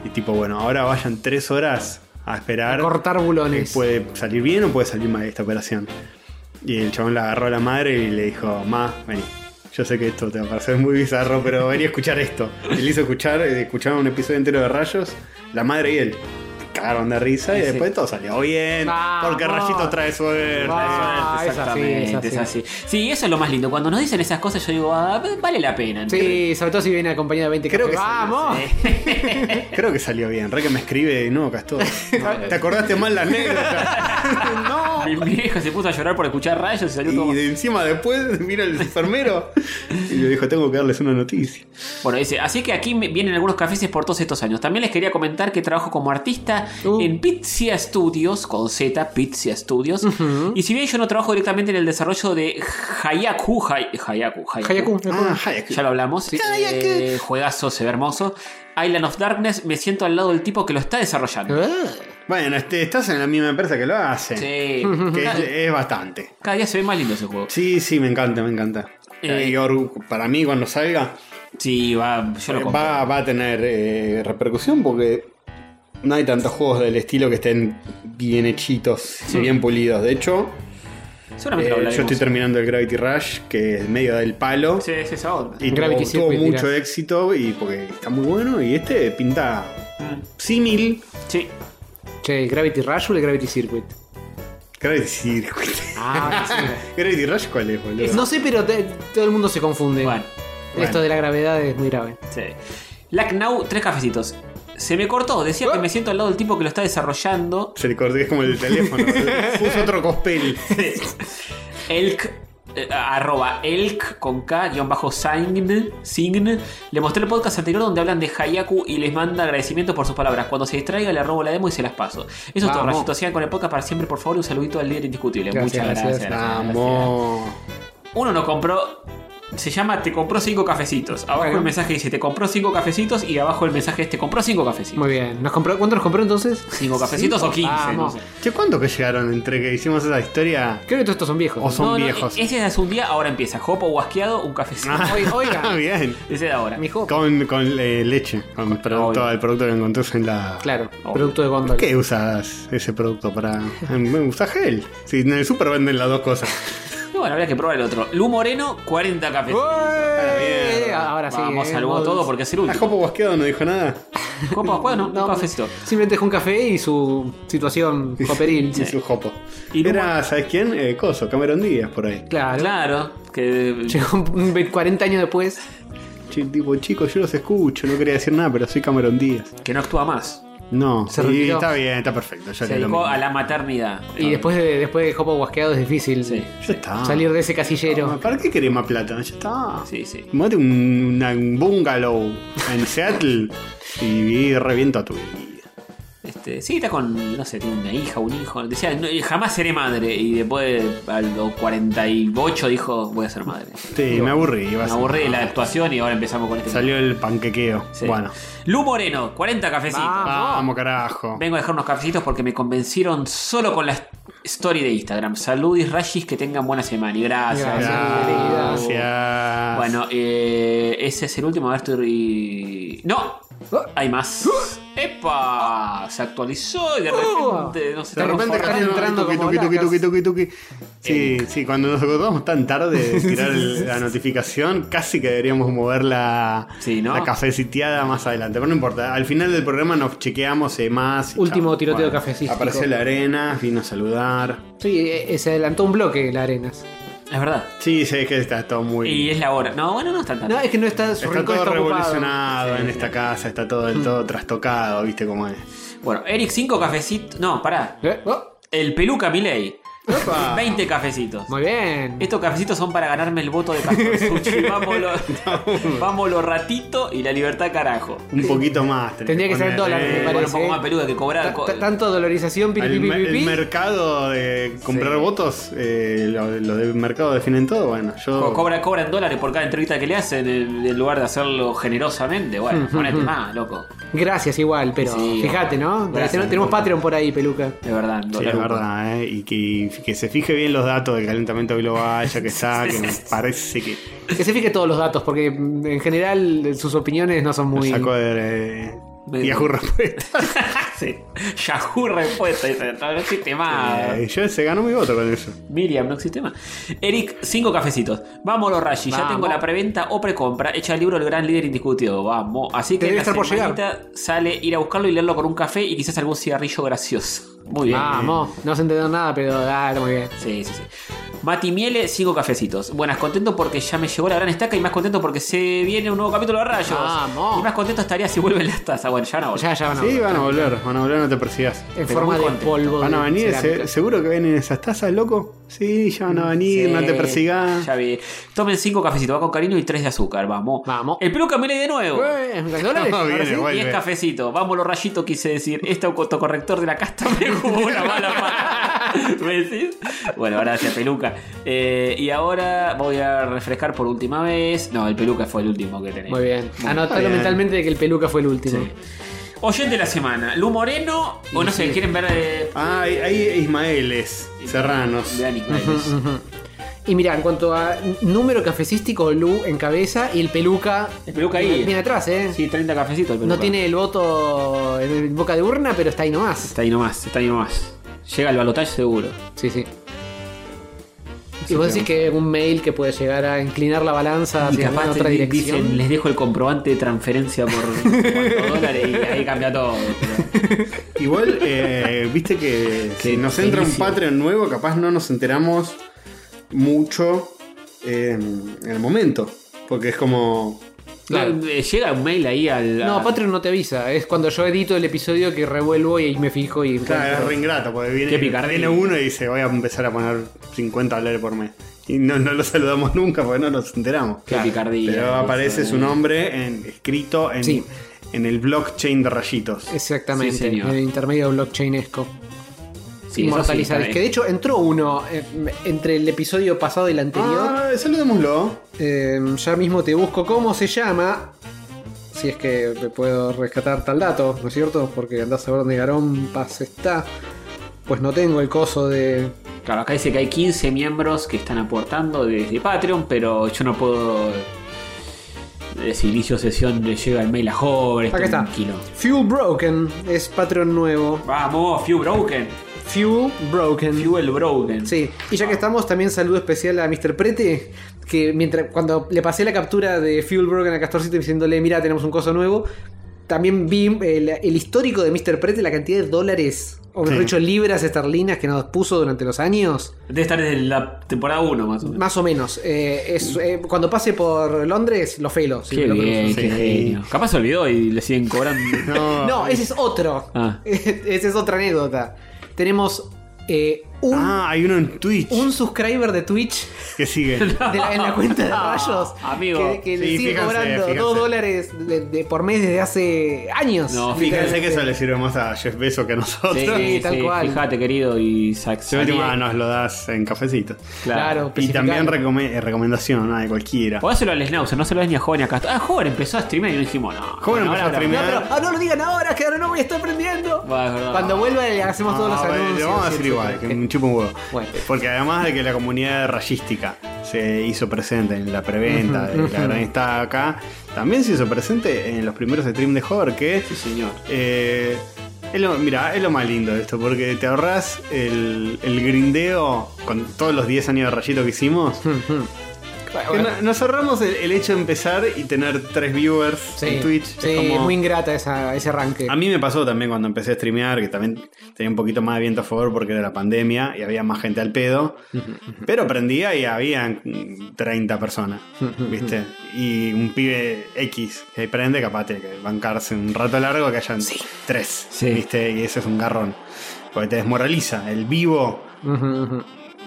B: Y tipo, bueno, ahora vayan tres horas a esperar.
C: Cortar
B: Eh,
C: bulones.
B: puede salir bien o puede salir mal esta operación. Y el chabón la agarró a la madre y le dijo, ma, vení. Yo sé que esto te va a parecer muy bizarro, pero vení a escuchar esto. Y le hizo escuchar, eh, escucharon un episodio entero de Rayos, la madre y él. Cagaron de risa y
A: Sí.
B: después todo salió bien.
C: Vamos.
B: Porque Rayito trae suerte.
C: Vamos. Ah, es así,
A: Exactamente,
C: es así.
A: es así. Sí, eso es lo más lindo. Cuando nos dicen esas cosas, yo digo, ah, vale la pena. Eh,
C: Sí, sobre todo si viene acompañado de 20
B: Creo
C: cafés.
B: que sí,
C: ¡Vamos!
B: Creo que salió bien. Re que me escribe, no, Castor. Te acordaste mal la anécdota. no.
A: Mi, mi viejo se puso a llorar por escuchar rayos y salió todo.
B: Y de encima después mira el enfermero y le dijo, tengo que darles una noticia.
A: Bueno, dice, así que aquí me- vienen algunos cafés por todos estos años. También les quería comentar que trabajo como artista
C: Uh.
A: en Pizia Studios, con Z, Pizia Studios. Y si bien yo no trabajo directamente en el desarrollo de Hayaku, Hay- Hayaku, Hayaku.
C: Hayaku.
B: Ah, Hayek.
A: Ya lo hablamos. Eh, juegazo, se ve hermoso. Island of Darkness, me siento al lado del tipo que lo está
B: ¿Eh?
A: desarrollando.
C: Ah.
B: Bueno, este, estás en la misma empresa que lo hace.
A: Sí.
B: Que es,
A: Cada,
B: es bastante.
A: cada día se ve más lindo ese juego.
B: Sí, sí, me encanta, me encanta.
A: Eh,
B: Y Oru, para mí, cuando salga,
A: Sí, va, yo lo
B: eh,
A: compro.
B: va, va a tener eh, repercusión porque no hay tantos juegos del estilo que estén bien hechitos y bien pulidos. De hecho,
A: Seguramente
B: eh,
A: lo hablaremos.
B: yo estoy terminando el Gravity Rush, que es medio del palo.
A: Sí, sí, esa onda.
B: Y
C: Gravity
B: tuvo, tuvo
C: Circuit,
B: mucho
C: dirás.
B: éxito y porque está muy bueno. Y este pinta
A: Ah.
B: símil.
A: Sí.
C: Che, ¿el Gravity Rush o el Gravity Circuit?
B: Gravity Circuit.
C: Ah, sí.
B: Gravity Rush, ¿cuál es, boludo?
C: No sé, pero te- todo el mundo se confunde.
A: Bueno.
C: Esto de la gravedad es muy grave.
A: Sí. Lacknow, tres cafecitos. Se me cortó, decía
B: ¿Eh?
A: que me siento al lado del tipo que lo está desarrollando.
B: Se le cortó, es como el teléfono. Puso otro cospel.
A: Elk, eh, arroba elk con K, guión bajo sign, sign. Le mostré el podcast anterior donde hablan de Hayaku y les manda agradecimientos por sus palabras. Cuando se distraiga le robo la demo y se las paso. Eso es todo,
C: Vamos.
A: rayitos. Sigan con el podcast para siempre, por favor. Un saludito al líder indiscutible.
C: Gracias,
A: Muchas gracias.
C: gracias.
A: gracias,
B: Vamos.
A: Uno nos compró. Se llama Te compró cinco cafecitos. Abajo
C: Bueno.
A: el mensaje dice Te compró cinco cafecitos y abajo el mensaje es Te compró cinco cafecitos.
C: Muy bien. ¿Nos compró, ¿Cuánto nos compró entonces?
A: Cinco cafecitos o quince. no
C: Vamos.
A: sé.
B: Che, ¿cuánto que llegaron entre que hicimos esa historia?
C: Creo que todos estos son
B: O
C: viejos.
B: son viejos.
A: Ese es un día, ahora empieza. Jopo guasqueado, un cafecito.
C: Oi-
B: Ah,
C: Oiga,
B: bien.
A: Ese de ahora.
C: mi hijo.
B: Con, con eh, leche, con el producto,
A: obvio.
B: el producto que encontrás en la.
C: Claro,
A: Obvio.
C: producto de
B: ¿Por
C: góndola.
B: qué usas ese producto para.? Me gusta gel. Si en el super venden las dos cosas.
A: Y bueno, habría que probar el otro. Lu Moreno, 40 cafecitos.
C: ¡Ué!
B: mierda.
C: Oh, Ahora sí.
A: Vamos,
C: eh,
A: salvó
C: modos.
A: todo porque es el
B: ¿A
A: último.
B: Jopo Bosqueado no dijo nada?
A: Jopo guasqueado, no,
C: No,
A: un cafecito.
C: Simplemente dejó un café y su situación coperil.
B: Y su Jopo.
A: Y
B: Era, ¿sabes quién? Eh, Coso, Cameron Díaz por ahí.
C: Claro.
A: Claro, que.
C: Llegó un ve- 40 años después.
B: Chi- tipo, chicos, yo los escucho, no quería decir nada, pero soy Cameron Díaz.
A: Que no actúa más.
B: No,
C: Se
B: y
C: retiró.
B: está bien, está perfecto. Yo
A: Se
B: haría lo
A: dedicó
B: mismo.
A: a la maternidad. Ah,
C: Y después de, después de Jopo Guasqueado es difícil
A: Sí, Ah.
B: Ya está. Ah,
C: salir de ese casillero.
B: ¿Para qué querés más plata? Ya está.
A: sí, sí.
B: Mate un, una- un bungalow en Seattle y viví reviento a tu vida.
A: Este, sí, está con, no sé, tiene una hija, un hijo. Decía, "No, jamás seré madre. Y después, a los 48, dijo, voy a ser madre.
B: Sí, me aburrí.
A: Me
B: iba a ser-
A: aburrí de la actuación y ahora empezamos con este.
B: Salió el panquequeo.
A: Sí.
B: Bueno.
A: Lu Moreno, 40 cafecitos.
C: Ah.
B: Vamos, carajo.
A: Vengo a dejar unos cafecitos porque me convencieron solo con la story de Instagram. Saludis, Rashis, que tengan buena semana. Y gracias.
C: Gracias.
B: Gracias.
A: Bueno, eh, ese es el último. A ver, estoy. ¡No! Hay más. ¡Epa! Se actualizó y de
C: Oh.
A: repente. No sé,
B: De repente
C: Están
B: cayó-
C: entrando
B: tuqui,
C: como Eh.
B: tuqui, tuqui,
C: lacas.
B: tuqui, tuqui. Sí, sí, cuando nos acordamos tan tarde de tirar el- la notificación, casi que deberíamos mover la,
A: Sí, ¿no?
B: la cafeciteada más adelante. Pero no importa, al final del programa nos chequeamos eh, más. y
C: Último
B: chao.
C: tiroteo cafecístico.
B: Apareció la arena, vino a saludar.
C: Sí, eh, eh, se adelantó un bloque la Arenas.
A: Es verdad.
B: Sí, sé que está todo muy.
A: Y es la hora. No, bueno, no es tan tarde.
C: No, es que no está su
B: Está
C: rincón
B: todo
C: está ocupado.
B: revolucionado en esta casa, está todo del todo trastocado, ¿viste cómo es?
A: Bueno, Eric 5 cafecitos. No, pará.
C: ¿Eh? Oh,
A: El peluca Milei. 20 cafecitos.
C: muy bien.
A: Estos cafecitos son para ganarme el voto de Pastor Suchi. Vámonos, vámonos ratito y la libertad carajo.
B: Un poquito más. tenés
C: Tendría que ser
B: poner,
C: dólar, me
B: eh,
C: parece.
A: Bueno, un poco más peluca que cobrar.
C: Ta-
A: co-
C: ta- Tanto dolorización, pi, pi,
B: El,
C: pi,
B: me-
C: pi,
B: el
C: pi.
B: mercado de comprar
A: Sí.
B: votos, eh, lo, lo del mercado definen todo. Bueno,
A: co-
B: yo.
A: cobra, cobra en dólares por cada entrevista que le hacen en, en lugar de hacerlo generosamente. Bueno, ponete más, loco.
C: Gracias igual, pero
A: Sí,
C: fíjate, ¿no?
A: gracias,
C: Tenemos- tenemos
A: Nicolás.
C: Patreon por ahí, peluca.
A: De verdad, en
B: Sí,
A: dólar
B: es
A: uno.
B: verdad, ¿eh? Y que, que se fije bien los datos del calentamiento global, ya que está, que me parece que
C: Que se fije todos los datos, porque mm, en general sus opiniones no son
B: lo
C: muy.
B: sacó de. eh,
A: Medio-
B: Yahoo Respuesta.
A: sí. Yahoo respuesta. dice, No existe más.
B: Eh, yo se ganó mi voto con eso.
A: Miriam, no existe más. Eric, cinco cafecitos. Vámonos, Rashi. Ya
C: Vamos.
A: tengo la preventa o precompra. Echa el libro El Gran Líder Indiscutido. Vamos. Así que
C: Debe
A: la
C: estar por llegar.
A: semanita sale ir a buscarlo y leerlo con un café y quizás algún cigarrillo gracioso. Muy bien.
C: Vamos, no se entendió nada, pero ah, está muy bien.
A: Sí, sí, sí. Mati Miele, cinco cafecitos. Buenas, contento porque ya me llegó la gran estaca y más contento porque se viene un nuevo capítulo de Rayos.
C: Vamos.
A: Y más contento estaría si vuelven las tazas. Bueno, ya no.
C: Ya, ya van a
B: sí, van a volver, van a volver, no te persigas.
C: En
A: pero
C: forma
A: muy
C: de
A: contento.
C: polvo.
B: Van a
C: de
B: venir, se-
C: cerámica.
B: seguro que vienen esas tazas, loco. Sí, ya van a venir,
A: Sí,
B: no te persigas.
A: Ya vi. Tomen cinco cafecitos, va con cariño y tres de azúcar. Vamos.
C: Vamos.
A: El peluca Miele de nuevo.
C: Eh, ¿en dólares?
B: No,
C: Ahora
B: viene,
C: sí.
B: bueno. Vuelve.
A: 10 cafecitos, vamos los rayitos, quise decir. Este autocorrector de la casta me jugó una mala pata. ¿Me decís? Bueno, gracias, peluca. Eh, y ahora voy a refrescar por última vez. No, el peluca fue el último que tenés.
C: Muy bien. Ah, Anótalo
B: bien.
C: mentalmente de que el peluca fue el último.
A: Sí. Oyente de la semana, Lu Moreno, o no sé, ¿quieren ver? eh,
B: Ah, hay, hay Ismaeles, Serranos.
A: vean Ismaeles.
C: Y mira, en cuanto a n- número cafecístico, Lu en cabeza y el peluca.
A: El peluca ahí.
C: Viene atrás, ¿eh?
A: Sí, 30 cafecitos el peluca.
C: no tiene el voto en boca de urna, pero está ahí nomás.
A: Está ahí nomás, está ahí nomás. Llega al balotaje seguro.
C: Sí, sí. Y vos decís que un mail que puede llegar a inclinar la balanza
A: Y
C: hacia
A: capaz
C: Ah, alguna otra
A: di-
C: dirección.
A: dicen, les dejo el comprobante de transferencia por cuatro dólares y ahí cambia todo. pero-
B: Igual, eh, viste que si nos entra un
A: buenísimo.
B: Patreon nuevo, capaz no nos enteramos mucho eh, en el momento. Porque es como.
C: Claro.
A: Eh, Llega un mail ahí al.
C: No,
A: al-
C: Patreon no te avisa. Es cuando yo edito el episodio que revuelvo y ahí me fijo y
B: Claro, es
C: encuentro.
B: re ingrato, porque
A: Qué
B: viene,
A: picardía.
B: viene uno y dice: Voy a empezar a poner 50 dólares por mes. Y no, no lo saludamos nunca porque no nos enteramos.
A: Qué picardía.
B: Pero aparece
A: Eso,
B: su
A: eh.
B: nombre en, escrito en,
C: Sí.
B: en el blockchain de rayitos.
C: Exactamente,
A: Sí, señor.
C: el intermedio blockchainesco.
A: Sí,
C: Inmortalizar.
A: eso sí,
C: que de hecho entró uno eh, entre el episodio pasado y el anterior.
B: Ah, saludémoslo.
C: Eh, ya mismo te busco cómo se llama. Si es que me puedo rescatar tal dato, ¿no es cierto? Porque andás a ver dónde Garompas está. Pues no tengo el coso de.
A: Claro, acá dice que hay 15 miembros que están aportando desde Patreon, pero yo no puedo. eh, Si inicio sesión le llega el mail a jóvenes.
C: Acá está.
A: tranquilo.
C: Fuel Broken es Patreon nuevo.
A: Vamos, Few Broken.
C: Fuel Broken.
A: Fuel Broken.
C: Mm. Sí, y ya que estamos, también saludo especial a Mr. Prete, que mientras cuando le pasé la captura de Fuel Broken a Castorcito diciéndole, mira, tenemos un coso nuevo, También vi el, el histórico de Mr. Pret de la cantidad de dólares, o mejor
B: Sí.
C: dicho, libras esterlinas que nos puso durante los años.
A: Debe estar desde la temporada 1 más o menos.
C: Más o menos. Eh, es, eh, cuando pase por Londres, lo felo. sí,
A: qué
C: lo felo.
A: bien,
B: sí.
A: qué genio. Capaz se olvidó y le siguen cobrando.
B: No,
C: No, ese es otro.
A: Ah.
C: Esa es otra anécdota. Tenemos eh, un,
B: Ah, hay uno en Twitch
C: un subscriber de Twitch
B: que sigue.
C: de la- en la cuenta de rayos
A: Amigo.
C: que, que le
B: Sí,
C: sigue
B: fíjense,
C: cobrando
B: fíjense.
C: 2 dólares de- de por mes desde hace años.
A: No,
B: Fíjense que eso
C: Literalmente.
B: le sirve más a Jeff Bezos que a nosotros.
A: Sí,
C: Sí, tal
A: sí,
C: cual.
A: Fíjate, querido, y sac-
B: Se ve que,
A: salí-
B: ah, nos lo das en cafecito.
A: Claro.
C: Claro.
B: Y también
C: Especificalo.
B: recome- eh, recomendación, nada, de cualquiera.
A: Podáselo al Snauzer, no se lo des ni a Joven ni a Castro. Ah, Joven empezó a streamear y dijimos, no. bueno,
B: Joven empezó a
A: ahora-
B: streamear.
C: No, pero ah, no lo digan ahora, que ahora no voy a estar aprendiendo.
A: Va, es verdad.
C: Cuando vuelva le hacemos todos los
B: Ah, bueno,
C: anuncios.
B: Lo vamos a hacer
C: etcétera.
B: igual, que me chupa un huevo.
C: Bueno.
B: Porque además de que la comunidad rayística se hizo presente en la preventa, de la gran está acá, también se hizo presente en los primeros streams de Hover, que
A: Sí, señor.
B: eh, es lo, mira, es lo más lindo de esto, porque te ahorras el, el grindeo con todos los 10 años de rayito que hicimos. Que
C: Bueno,
B: no- Nos ahorramos el, el hecho de empezar y tener tres viewers
C: sí,
B: en Twitch.
C: sí,
B: es como-
C: muy ingrata esa, ese arranque.
B: a mí me pasó también cuando empecé a streamear, que también tenía un poquito más de viento a favor porque era la pandemia y había más gente al pedo. pero prendía y había 30 personas, ¿viste? Y un pibe X que prende, capaz tiene que bancarse un rato largo que hayan tres,
A: Sí.
B: ¿viste? Y eso es un garrón. Porque te desmoraliza. El vivo,
C: Ujú, ujú.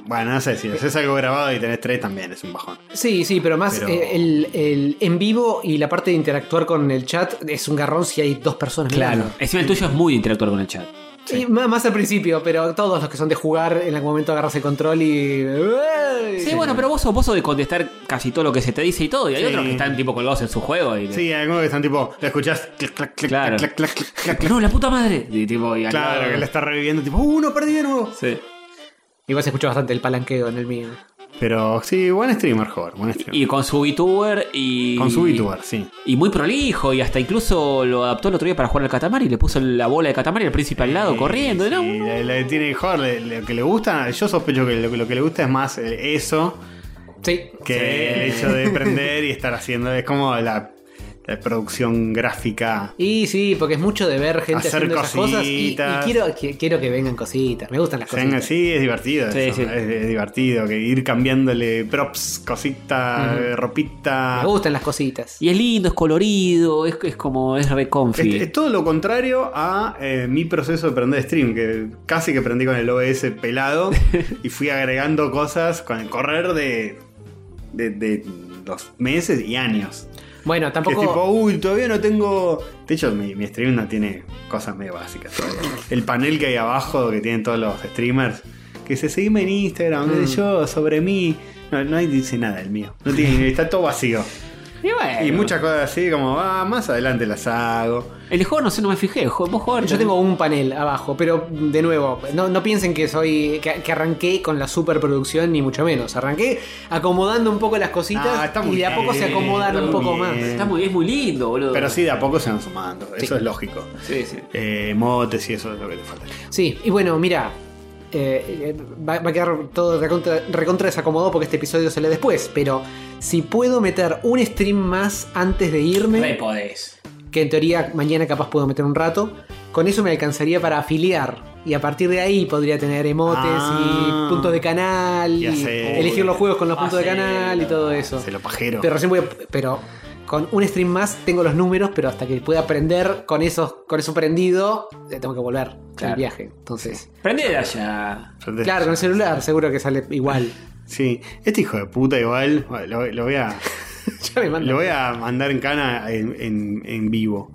B: bueno, no sé, si haces algo grabado y tenés tres también es un bajón.
C: Sí, sí, pero más
B: Pero-
C: eh, el, el en vivo y la parte de interactuar con el chat es un garrón si hay dos personas. mirando.
A: Encima el tuyo es muy interactuar con el chat.
C: Y más, más al principio, pero todos los que son de jugar en algún momento agarras el control y. ¡Ey!
A: Sí, bueno, pero vos sos, vos sos de contestar casi todo lo que se te dice y todo. Y hay
B: Sí.
A: otros que están tipo colgados en su juego. Y
B: Sí, hay algunos que están tipo, te escuchás, clac, clac, clac,
A: Claro.
B: clac, clac, clac, clac, clac.
A: No, la puta madre. Y tipo, y al
B: Claro,
A: lado-
B: que la está reviviendo, tipo, uno perdí de nuevo.
A: Sí.
C: Igual se escucha bastante el palanqueo en el mío.
B: Pero sí, buen streamer, joder, buen streamer.
A: Y con su VTuber y.
B: Con su VTuber, sí.
A: Y muy prolijo, y hasta incluso lo adaptó el otro día para jugar al Catamar y le puso la bola de Catamar y el príncipe al lado corriendo.
B: Sí,
A: ¿no?
B: Eh, sí, la- la que tiene joder, le- le- lo que le gusta, yo sospecho que lo, lo que le gusta es más eh, eso
C: Sí.
B: que el hecho de prender y estar haciendo. Es como la, la producción gráfica.
C: Y sí, porque es mucho de ver gente
B: Hacer
C: haciendo esas cosas. Y, y
B: cositas.
C: quiero, que, quiero que vengan cositas. Me gustan las
B: Sí,
C: cositas.
B: sí, es divertido.
A: Sí,
B: eso,
A: sí.
B: Es, es divertido que ir cambiándole props, cosita, eh, ropita.
C: Me gustan las cositas.
A: Y es lindo, es colorido, es, es como, es
B: Es,
A: reconfi.
B: es todo lo contrario a eh, mi proceso de prender stream, que casi que prendí con el OBS pelado y fui agregando cosas con el correr de, de, de los meses y años.
C: Bueno,
B: Que es tipo,
C: tampoco.
B: uy, todavía no tengo. De hecho, mi, mi stream no tiene cosas medio básicas todavía. El panel que hay abajo que tienen todos los streamers, que se seguime en Instagram, qué sé yo, sobre mí. No, no hay- dice nada el mío. No tiene, está todo vacío.
A: Y bueno,
B: Y muchas cosas así, como, ah, más adelante las hago.
A: El juego no sé, no me fijé. el juego- vos jugador,
C: Yo tengo un panel abajo, pero de nuevo, no, no piensen que soy. Que, que arranqué con la superproducción, ni mucho menos. Arranqué acomodando un poco las cositas
B: Ah, está muy
C: y de a poco se
B: bien,
C: acomodan
B: está
C: un
B: muy
C: poco
B: bien.
C: más.
A: Está muy, es muy lindo, boludo.
B: Eh, Pero sí, de a poco se van sumando. Eso es lógico.
A: Sí, sí.
B: Eh, motes y eso es lo que te falta.
C: Sí, y bueno, mira. eh, eh, va, va a quedar todo recontra, recontra desacomodado porque este episodio sale después. Pero si puedo meter un stream más antes de irme.
A: Re podés.
C: que en teoría mañana capaz puedo meter un rato. Con eso me alcanzaría para afiliar. Y a partir de ahí podría tener emotes
B: Ah.
C: y puntos de canal.
B: Y
C: Y
B: hacer-
C: elegir los juegos con los
A: Ah,
C: puntos de
A: sí.
C: canal y todo eso.
B: Se lo pajero.
C: Pero recién voy a- Pero con un stream más tengo los números, pero hasta que pueda aprender con esos, con eso prendido, eh, tengo que volver
A: Claro.
C: al viaje. Entonces.
A: Prende allá.
B: Entonces,
C: Claro, con el celular seguro que sale igual.
B: Sí, este hijo de puta igual, bueno, lo, lo voy a
C: ya me
B: lo
C: mando.
B: voy a mandar en cana en, en- en vivo.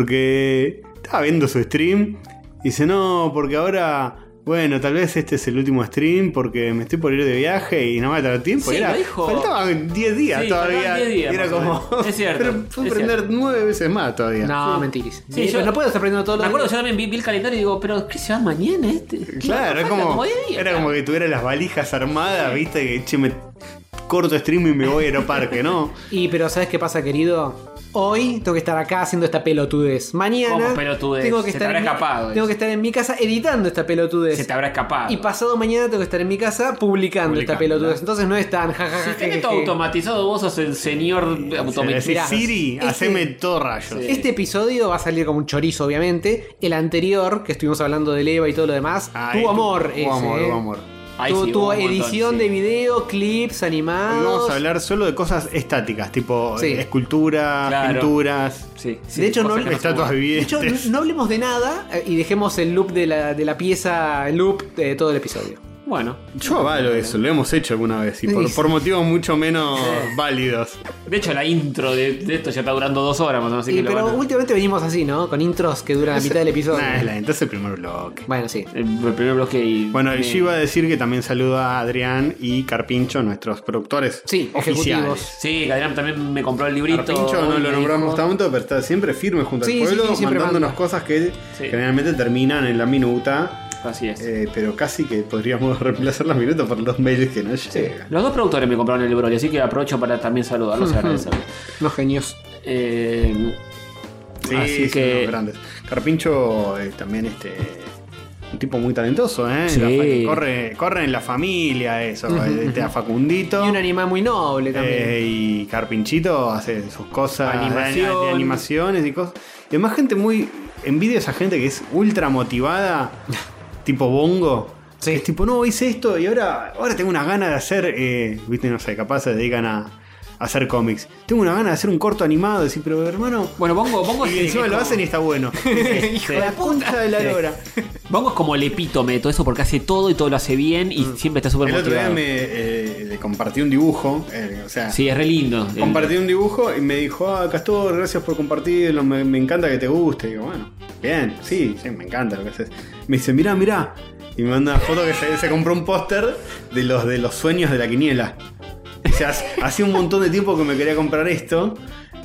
B: Porque estaba viendo su stream y dice, no, porque ahora, bueno, tal vez este es el último stream porque me estoy por ir de viaje y no me va a tener tiempo.
A: Sí,
B: Y era,
A: lo dijo.
B: Faltaban 10 días
A: Sí,
B: todavía.
A: faltaban 10 días,
B: era
A: más o
B: como...
A: menos. Es cierto,
B: Pero pude
A: es
B: prender nueve veces más todavía.
C: No, mentiris.
A: Sí,
C: Eh,
A: yo-
C: No puedo estar aprendiendo todo
A: Me
C: lo
A: acuerdo, yo también vi, vi el calendario y digo, pero ¿qué se va mañana este?
B: Claro, es
A: Falta
B: como,
A: diez días,
B: era
A: claro.
B: como que tuviera las valijas armadas, viste, que che, me corto stream y me voy a Aeroparque, ¿no?
C: Y pero ¿sabes qué pasa, querido? Hoy tengo que estar acá haciendo esta pelotudez. Mañana
A: ¿Cómo pelotudez?
C: tengo que
A: Se te
C: estar
A: habrá
C: en mi-
A: escapado
C: tengo
A: eso.
C: que estar en mi casa editando esta pelotudez.
A: Se te habrá escapado.
C: Y pasado mañana tengo que estar en mi casa publicando, esta
A: Publicándola.
C: pelotudez. Entonces no es tan
B: Ah,
C: jajaja.
A: si
B: eh,
A: tenés todo automatizado, vos sos el señor
B: Le decís,
A: automatizado.
B: Siri,
C: este-
B: haceme todo rayo.
A: Sí.
C: Este episodio va a salir como un chorizo, obviamente. El anterior, que estuvimos hablando de Eva y todo lo demás,
A: Ah,
B: Ay,
C: tuvo amor.
B: Ah, Tuvo
C: ese,
B: amor,
C: eh.
B: tuvo amor.
A: Ahí
C: tuvo
A: sí,
C: tuvo
A: hubo un montón,
C: edición
A: sí.
C: de video, clips
B: Hoy
C: animados.
B: vamos a hablar solo de cosas estáticas, tipo
C: Sí.
B: eh, esculturas,
A: Claro.
B: pinturas,
A: Sí, sí,
C: De hecho, no-
A: cosas que se
B: estatuas
A: pueden-
C: De
B: vivientes.
C: hecho, no, no hablemos de nada eh, y dejemos el loop de la, de la pieza, el loop de todo el episodio.
A: Bueno,
B: Yo avalo eso, lo hemos hecho alguna vez y por,
C: Sí.
B: por motivos mucho menos válidos.
A: de hecho la intro de, de esto ya está durando dos horas más o menos. así
C: Y-
A: que lo
C: pero
A: van a-
C: últimamente venimos así, ¿no? Con intros que duran la mitad del episodio.
B: Nah, es la- entonces el primer bloque.
C: Bueno, sí.
A: el, el primer bloque y...
B: Bueno,
A: me-
B: yo iba a decir que también saluda a Adrián y Carpincho, nuestros productores
C: Sí,
B: oficiales.
C: ejecutivos.
A: Sí, que Adrián también me compró el librito.
B: Carpincho no
A: me
B: lo
A: dijo-
B: nombramos tanto, pero está siempre firme junto
C: Sí, sí,
B: al pueblo,
C: sí, siempre
B: mandándonos
C: manda.
B: cosas que
A: Sí.
B: generalmente terminan en la minuta,
A: Así es.
B: eh, pero casi que podríamos reemplazar la minuta por los mails que no llegan.
A: Los dos productores me compraron el libro, así que aprovecho para también saludarlos y agradecerles.
C: Los genios.
A: Eh,
B: Sí,
A: así
B: son
A: que-
B: unos grandes. Carpincho eh, también este un tipo muy talentoso, ¿eh?
A: Sí.
B: La fa- corre, corre en la familia eso, eh, te da Facundito.
C: Y un animal muy noble también.
B: Eh, y Carpinchito hace sus cosas de-
A: Animación.
B: de animaciones y cosas. Y además gente muy... Envidio a esa gente que es ultra motivada, tipo bongo.
C: Sí.
B: que Es tipo, no, hice esto y ahora, ahora tengo unas ganas de hacer... eh, Viste, no sé, capaz se dedican a, a hacer cómics. Tengo una gana de hacer un corto animado. Decir, pero hermano...
A: bueno, este Bongo, Bongo es
B: Y
A: el
B: encima
A: que
B: lo
A: como-
B: hacen y está bueno.
C: Hijo
A: sí.
C: de la punta de la lora.
A: Bongo es como el epítome de todo eso porque hace todo y todo lo hace bien y siempre está súper
B: Mm. El otro día
A: motivado.
B: me eh, le compartí un dibujo. eh, o sea,
A: Sí, es re lindo. El-
B: Compartí un dibujo y me dijo, ah, Castor, gracias por compartirlo, me, me encanta que te guste. Y digo, bueno, bien, sí, sí, me encanta lo que haces. Me dice, mirá, mirá. Y me manda una foto que se, se compró un póster de los de los sueños de la quiniela. O sea, hace- hacía un montón de tiempo que me quería comprar esto.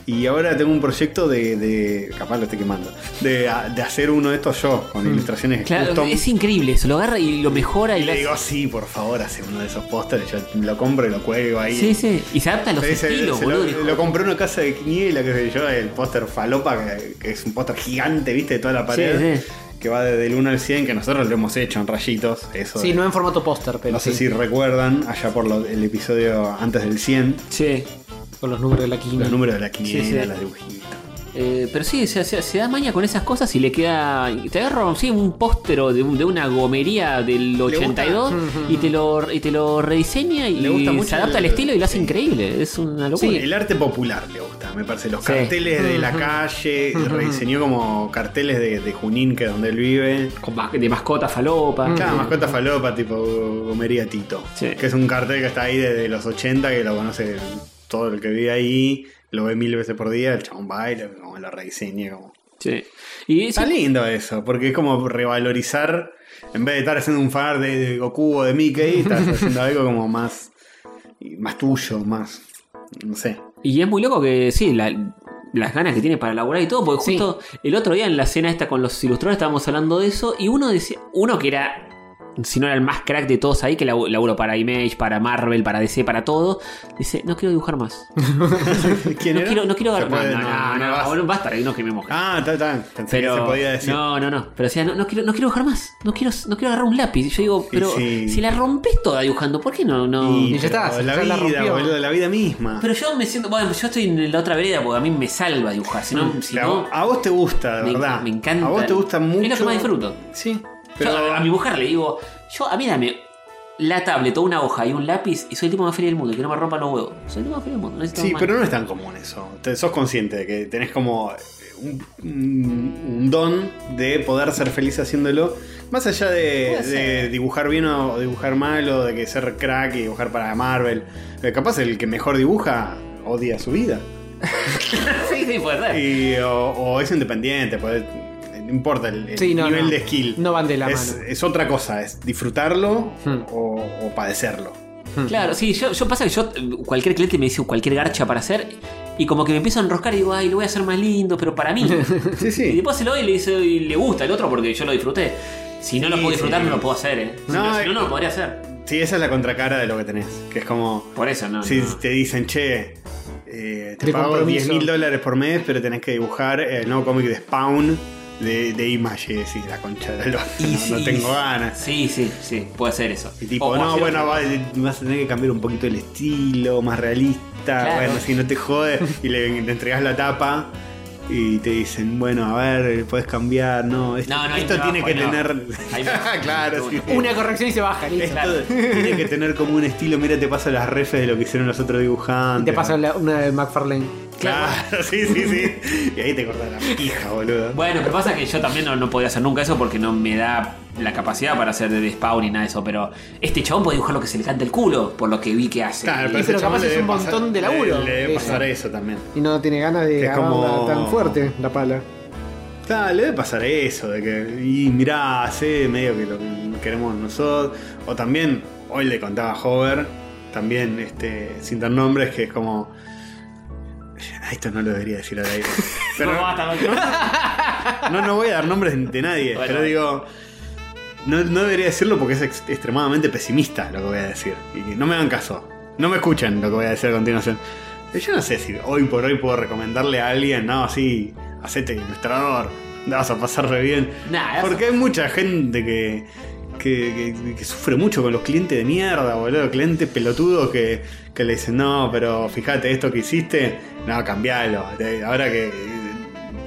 B: Y ahora tengo un proyecto de. de- capaz lo estoy quemando. De, de hacer uno de estos yo, con ilustraciones
A: Mm. Eh, Claro,
B: custom.
A: es increíble eso. Lo agarra y lo mejora y, lo
B: Y le
A: hace-
B: digo, sí, por favor, hace uno de esos pósters. Yo lo compro y lo cuelgo ahí.
A: Sí, sí. Y se adapta a los
B: Sí, se-
A: estilos,
B: se
A: boludo.
B: lo, lo compré en una casa de quiniela, que sé yo, el póster falopa, que, que es un póster gigante, viste, de toda la pared.
A: Sí, sí.
B: Que va desde el 1 al 100, que nosotros lo hemos hecho en rayitos. Eso
C: Sí,
B: de-
C: no en formato póster, pero
B: no sé
C: sí,
B: si recuerdan, allá por lo- el episodio antes del 100,
A: Sí.
C: Con los números de la
B: los
C: quina.
B: números de la quiniela,
A: Sí, sí.
B: las dibujitos.
A: Eh, pero sí, se, se- se da maña con esas cosas y le queda. Te agarra sí, un póstero de, un- de una gomería del 82 y te lo y te lo rediseña y
B: Mm, Le gusta mucho
A: se adapta
B: el-
A: al estilo y lo hace
B: sí.
A: increíble. Es una locura.
B: El arte popular le gusta, me parece. Los
A: Sí.
B: carteles de la calle, rediseñó como carteles de, de Junín, que es donde él vive.
A: Con ma- de mascota falopa.
B: Claro, mascota falopa, tipo Gomería Tito.
A: Sí.
B: Que es un cartel que está ahí desde los 80, que lo conoce todo el que vive ahí, lo ve mil veces por día, el chabón baila, como lo rediseña. Como...
A: Sí. Y
B: Está
A: sí,
B: lindo eso, porque es como revalorizar, en vez de estar haciendo un far de, de Goku o de Mickey, estás haciendo algo como más, más tuyo, más, no sé.
A: y es muy loco que sí, la- las ganas que tiene para laburar y todo, porque
C: Sí.
A: justo el otro día en la cena esta con los ilustradores estábamos hablando de eso y uno decía, uno que era, si no era el más crack de todos ahí, que labu- laburó para Image, para Marvel, para DC, para todo, dice, no quiero dibujar más.
B: ¿Quién
A: No
B: era?
A: quiero, no quiero
B: Se
A: agarrar.
B: puede-
A: No, no, no, no,
B: vas.
A: boludo, basta, que no quememos.
B: Ah, está, está. Pensé que
A: pero,
B: se podía decir.
A: No, no, no. Pero o sea, no, no quiero, no quiero dibujar más. No quiero, no quiero agarrar un lápiz. Yo digo, pero
B: sí.
A: si la rompes toda dibujando, ¿por qué no? no?
B: Y,
C: Y ya
B: pero
C: está,
B: La
C: ya
B: vida,
C: la rompió.
B: boludo, la vida misma.
A: Pero yo me siento. Bueno, yo estoy en la otra vereda porque a mí me salva dibujar. Si no, si
B: Pero
A: no,
B: a vos te gusta, de
A: me,
B: verdad.
A: me encanta.
B: A vos te gusta mucho.
A: Es lo que más disfruto.
C: Sí.
B: Pero-
A: Yo a, a mi mujer le digo, yo, a mí dame la tablet, o una hoja y un lápiz y soy el tipo más feliz del mundo. Que no me rompan los huevos. Soy el tipo más feliz del mundo. no necesito
B: Sí,
A: más.
B: pero no es tan común eso. Te- sos consciente de que tenés como eh, un, un- un don de poder ser feliz haciéndolo. Más allá de, de dibujar bien o dibujar mal, o de que ser crack y dibujar para Marvel. Eh, Capaz el que mejor dibuja odia su vida.
A: sí, sí, puede ser.
B: Y- o, o es independiente, puede- no importa el, el
C: Sí, no,
B: nivel
C: no.
B: de skill.
C: No van de la
B: es,
C: mano.
B: es otra cosa, es disfrutarlo
C: Hmm.
B: o- o padecerlo.
A: Claro, sí, yo, yo pasa que yo eh, cualquier cliente me dice cualquier garcha para hacer y como que me empiezo a enroscar y digo, ay, lo voy a hacer más lindo, pero para mí.
B: Sí,
A: y
B: sí.
A: después se lo doy y le, dice, y le gusta el otro porque yo lo disfruté. Si no lo
B: Sí,
A: puedo disfrutar,
B: sí.
A: no lo puedo hacer, ¿eh? Si
B: No,
A: no, si
B: eh,
A: no, no lo podría hacer.
B: Sí, esa es la contracara de lo que tenés. Que es como.
A: Por eso, no.
B: Si
A: no.
B: te dicen, che, eh, te
C: De
B: pago
C: compromiso.
B: 10 mil dólares por mes, pero tenés que dibujar el nuevo cómic de Spawn de, de Images y la concha de los.
A: Y
B: no,
A: sí,
B: no tengo ganas.
A: Sí, sí, sí, puede ser eso.
B: Y tipo,
A: O- o
B: no,
A: hacer
B: bueno,
A: otra-
B: va- vas a tener que cambiar un poquito el estilo, más realista.
A: Claro.
B: Bueno, si no te jode, y le, le entregas la tapa. Y te dicen, bueno, a ver, puedes cambiar, no, esto,
A: No, no, hay
B: esto tiene que
A: trabajo,
B: tener.
A: no. Hay más.
B: claro, sí.
C: Una corrección y se baja, listo.
B: Esto tiene que tener como un estilo, mira, te paso las refes de lo que hicieron los otros dibujantes.
C: Y te pasa la- una de McFarlane.
B: Claro, sí, sí, sí. Y ahí te cortas la pija, boludo.
A: Bueno, pero pasa que yo también no, no podría hacer nunca eso porque no me da la capacidad para hacer de spawn ni nada de eso. Pero este chabón puede dibujar lo que se le canta el culo, por lo que vi que hace.
B: Claro,
A: Y-
C: pero
B: ese
C: capaz
B: chabón
C: es
B: le debe
C: un montón de laburo.
B: Le, le debe
C: Eso.
B: pasar eso también.
C: Y no tiene ganas de
B: Que es como-
C: agarrarla tan fuerte la pala.
B: Claro, le debe pasar eso, de que, y mirá, sé medio que lo que queremos nosotros. O también, hoy le contaba a Hover, también este, sin dar nombres, que es como. "Ah, Esto no lo debería decir al aire. Pero
A: No, basta, no-
B: No, no voy a dar nombres de- de nadie,
A: Bueno.
B: pero digo. No, no debería decirlo porque es ex- extremadamente pesimista lo que voy a decir. Y que no me hagan caso. No me escuchen lo que voy a decir a continuación. Pero yo no sé si hoy por hoy puedo recomendarle a alguien, no, así, hacete ilustrador, la vas a pasar re bien.
A: Nah,
B: Porque hay mucha gente que, que, que- que sufre mucho con los clientes de mierda, boludo. Clientes pelotudos que, que le dicen, no, pero fíjate, esto que hiciste, no, cambialo. te- Ahora que. eh,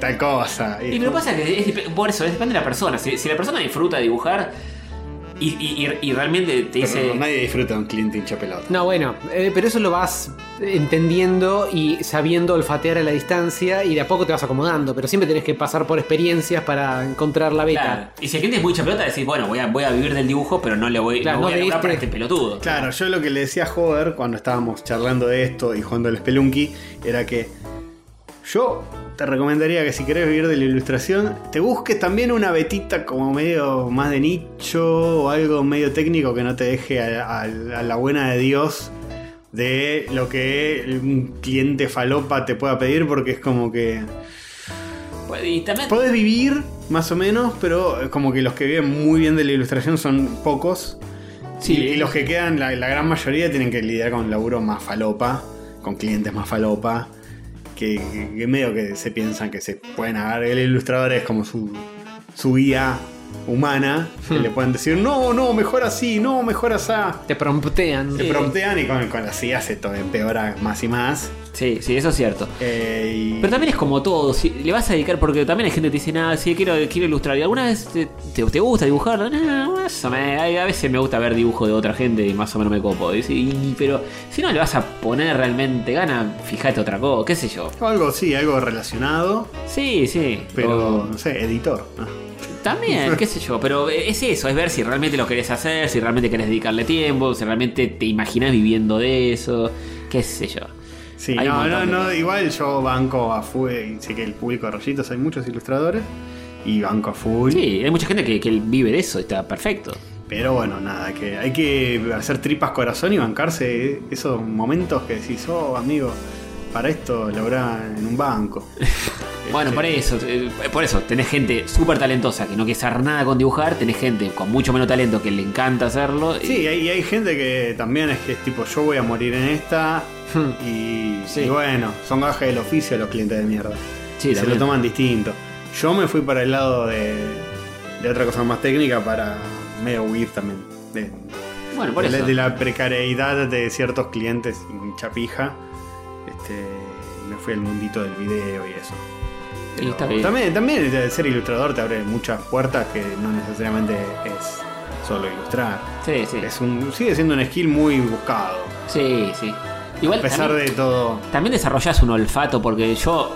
B: tal cosa.
A: Y me pasa que es dep- por eso, es depende de la persona. Si, si la persona disfruta de dibujar y, y- y- y realmente te
B: Pero
A: dice.
B: nadie disfruta de un cliente hincha pelota.
C: No, bueno, eh, pero eso lo vas entendiendo y sabiendo olfatear a la distancia y de a poco te vas acomodando, pero siempre tenés que pasar por experiencias para encontrar la beta.
A: Claro. Y si el cliente es mucha pelota, decís, bueno, voy a, voy a vivir del dibujo, pero no le voy,
C: Claro,
A: no voy
C: no
A: a
C: de
A: dibujar para
C: este.
A: este pelotudo.
B: Claro, yo lo que le decía a Hover cuando estábamos charlando de esto y jugando al Spelunky era que yo te recomendaría que si querés vivir de la ilustración, te busques también una vetita como medio más de nicho o algo medio técnico que no te deje a, a- a la buena de Dios de lo que un cliente falopa te pueda pedir porque es como que...
A: Pues, Y también.
B: Podés vivir, más o menos, pero eh, como que los que viven muy bien de la ilustración son pocos.
A: Sí.
B: y, y los que quedan, la, la gran mayoría, tienen que lidiar con laburo más falopa, con clientes más falopa, que, que- que medio que se piensan que se pueden agarrar. El ilustrador es como su, su guía humana,
A: Hmm.
B: que le pueden decir, no, no, mejor así, no, mejor así.
C: Te promptean.
B: Te promptean y con, con las ideas se to- empeora más y más.
A: Sí, sí, eso es cierto.
B: Eh, y-
A: Pero también es como todo, si le vas a dedicar, porque también hay gente que te dice, nada, sí, quiero, quiero ilustrar. ¿Y alguna vez te, te- te gusta dibujar? "Nah, más o menos". Ay, a veces me gusta ver dibujos de otra gente y más o menos me copo. Y sí, y- pero si no le vas a poner realmente gana, fíjate otra cosa, qué sé yo.
B: Algo, sí, algo relacionado,
A: Sí, sí.
B: pero,
A: o-
B: no sé, editor. ¿no?
A: También, qué sé yo. Pero es eso, es ver si realmente lo querés hacer, si realmente querés dedicarle tiempo, si realmente te imaginás viviendo de eso, qué sé yo.
B: Sí,
A: Hay un
B: no, no,
A: montón de
B: no,
A: cosas.
B: igual yo banco a full, y sé que el público de rollitos hay muchos ilustradores y banco a full.
A: Sí, hay mucha gente que, que vive de eso, está perfecto.
B: Pero bueno, nada, que hay que hacer tripas corazón y bancarse esos momentos que decís, oh amigo, para esto laburá en un banco.
A: Bueno,
B: Este,
A: por eso, eh, por eso, tenés gente súper talentosa que no quiere hacer nada con dibujar, tenés gente con mucho menos talento que le encanta hacerlo. y-
B: Sí, y hay, y hay gente que también es que es tipo, yo voy a morir en esta. Y,
A: Hmm. Sí.
B: y bueno, son gajes del oficio los clientes de mierda.
A: Sí,
B: se
A: también.
B: lo toman distinto. Yo me fui para el lado de, de otra cosa más técnica para medio huir también. De,
A: Bueno, por
B: de la-
A: eso.
B: de la precariedad de ciertos clientes y chapija. Este, me fui al mundito del video y eso.
A: Y
B: Pero
A: está bien.
B: También, también el ser ilustrador te abre muchas puertas que no necesariamente es solo ilustrar.
A: Sí, sí.
B: Es un, sigue siendo un skill muy buscado.
A: Sí, sí. Igual
B: A pesar
A: también,
B: de todo.
A: también desarrollás un olfato porque yo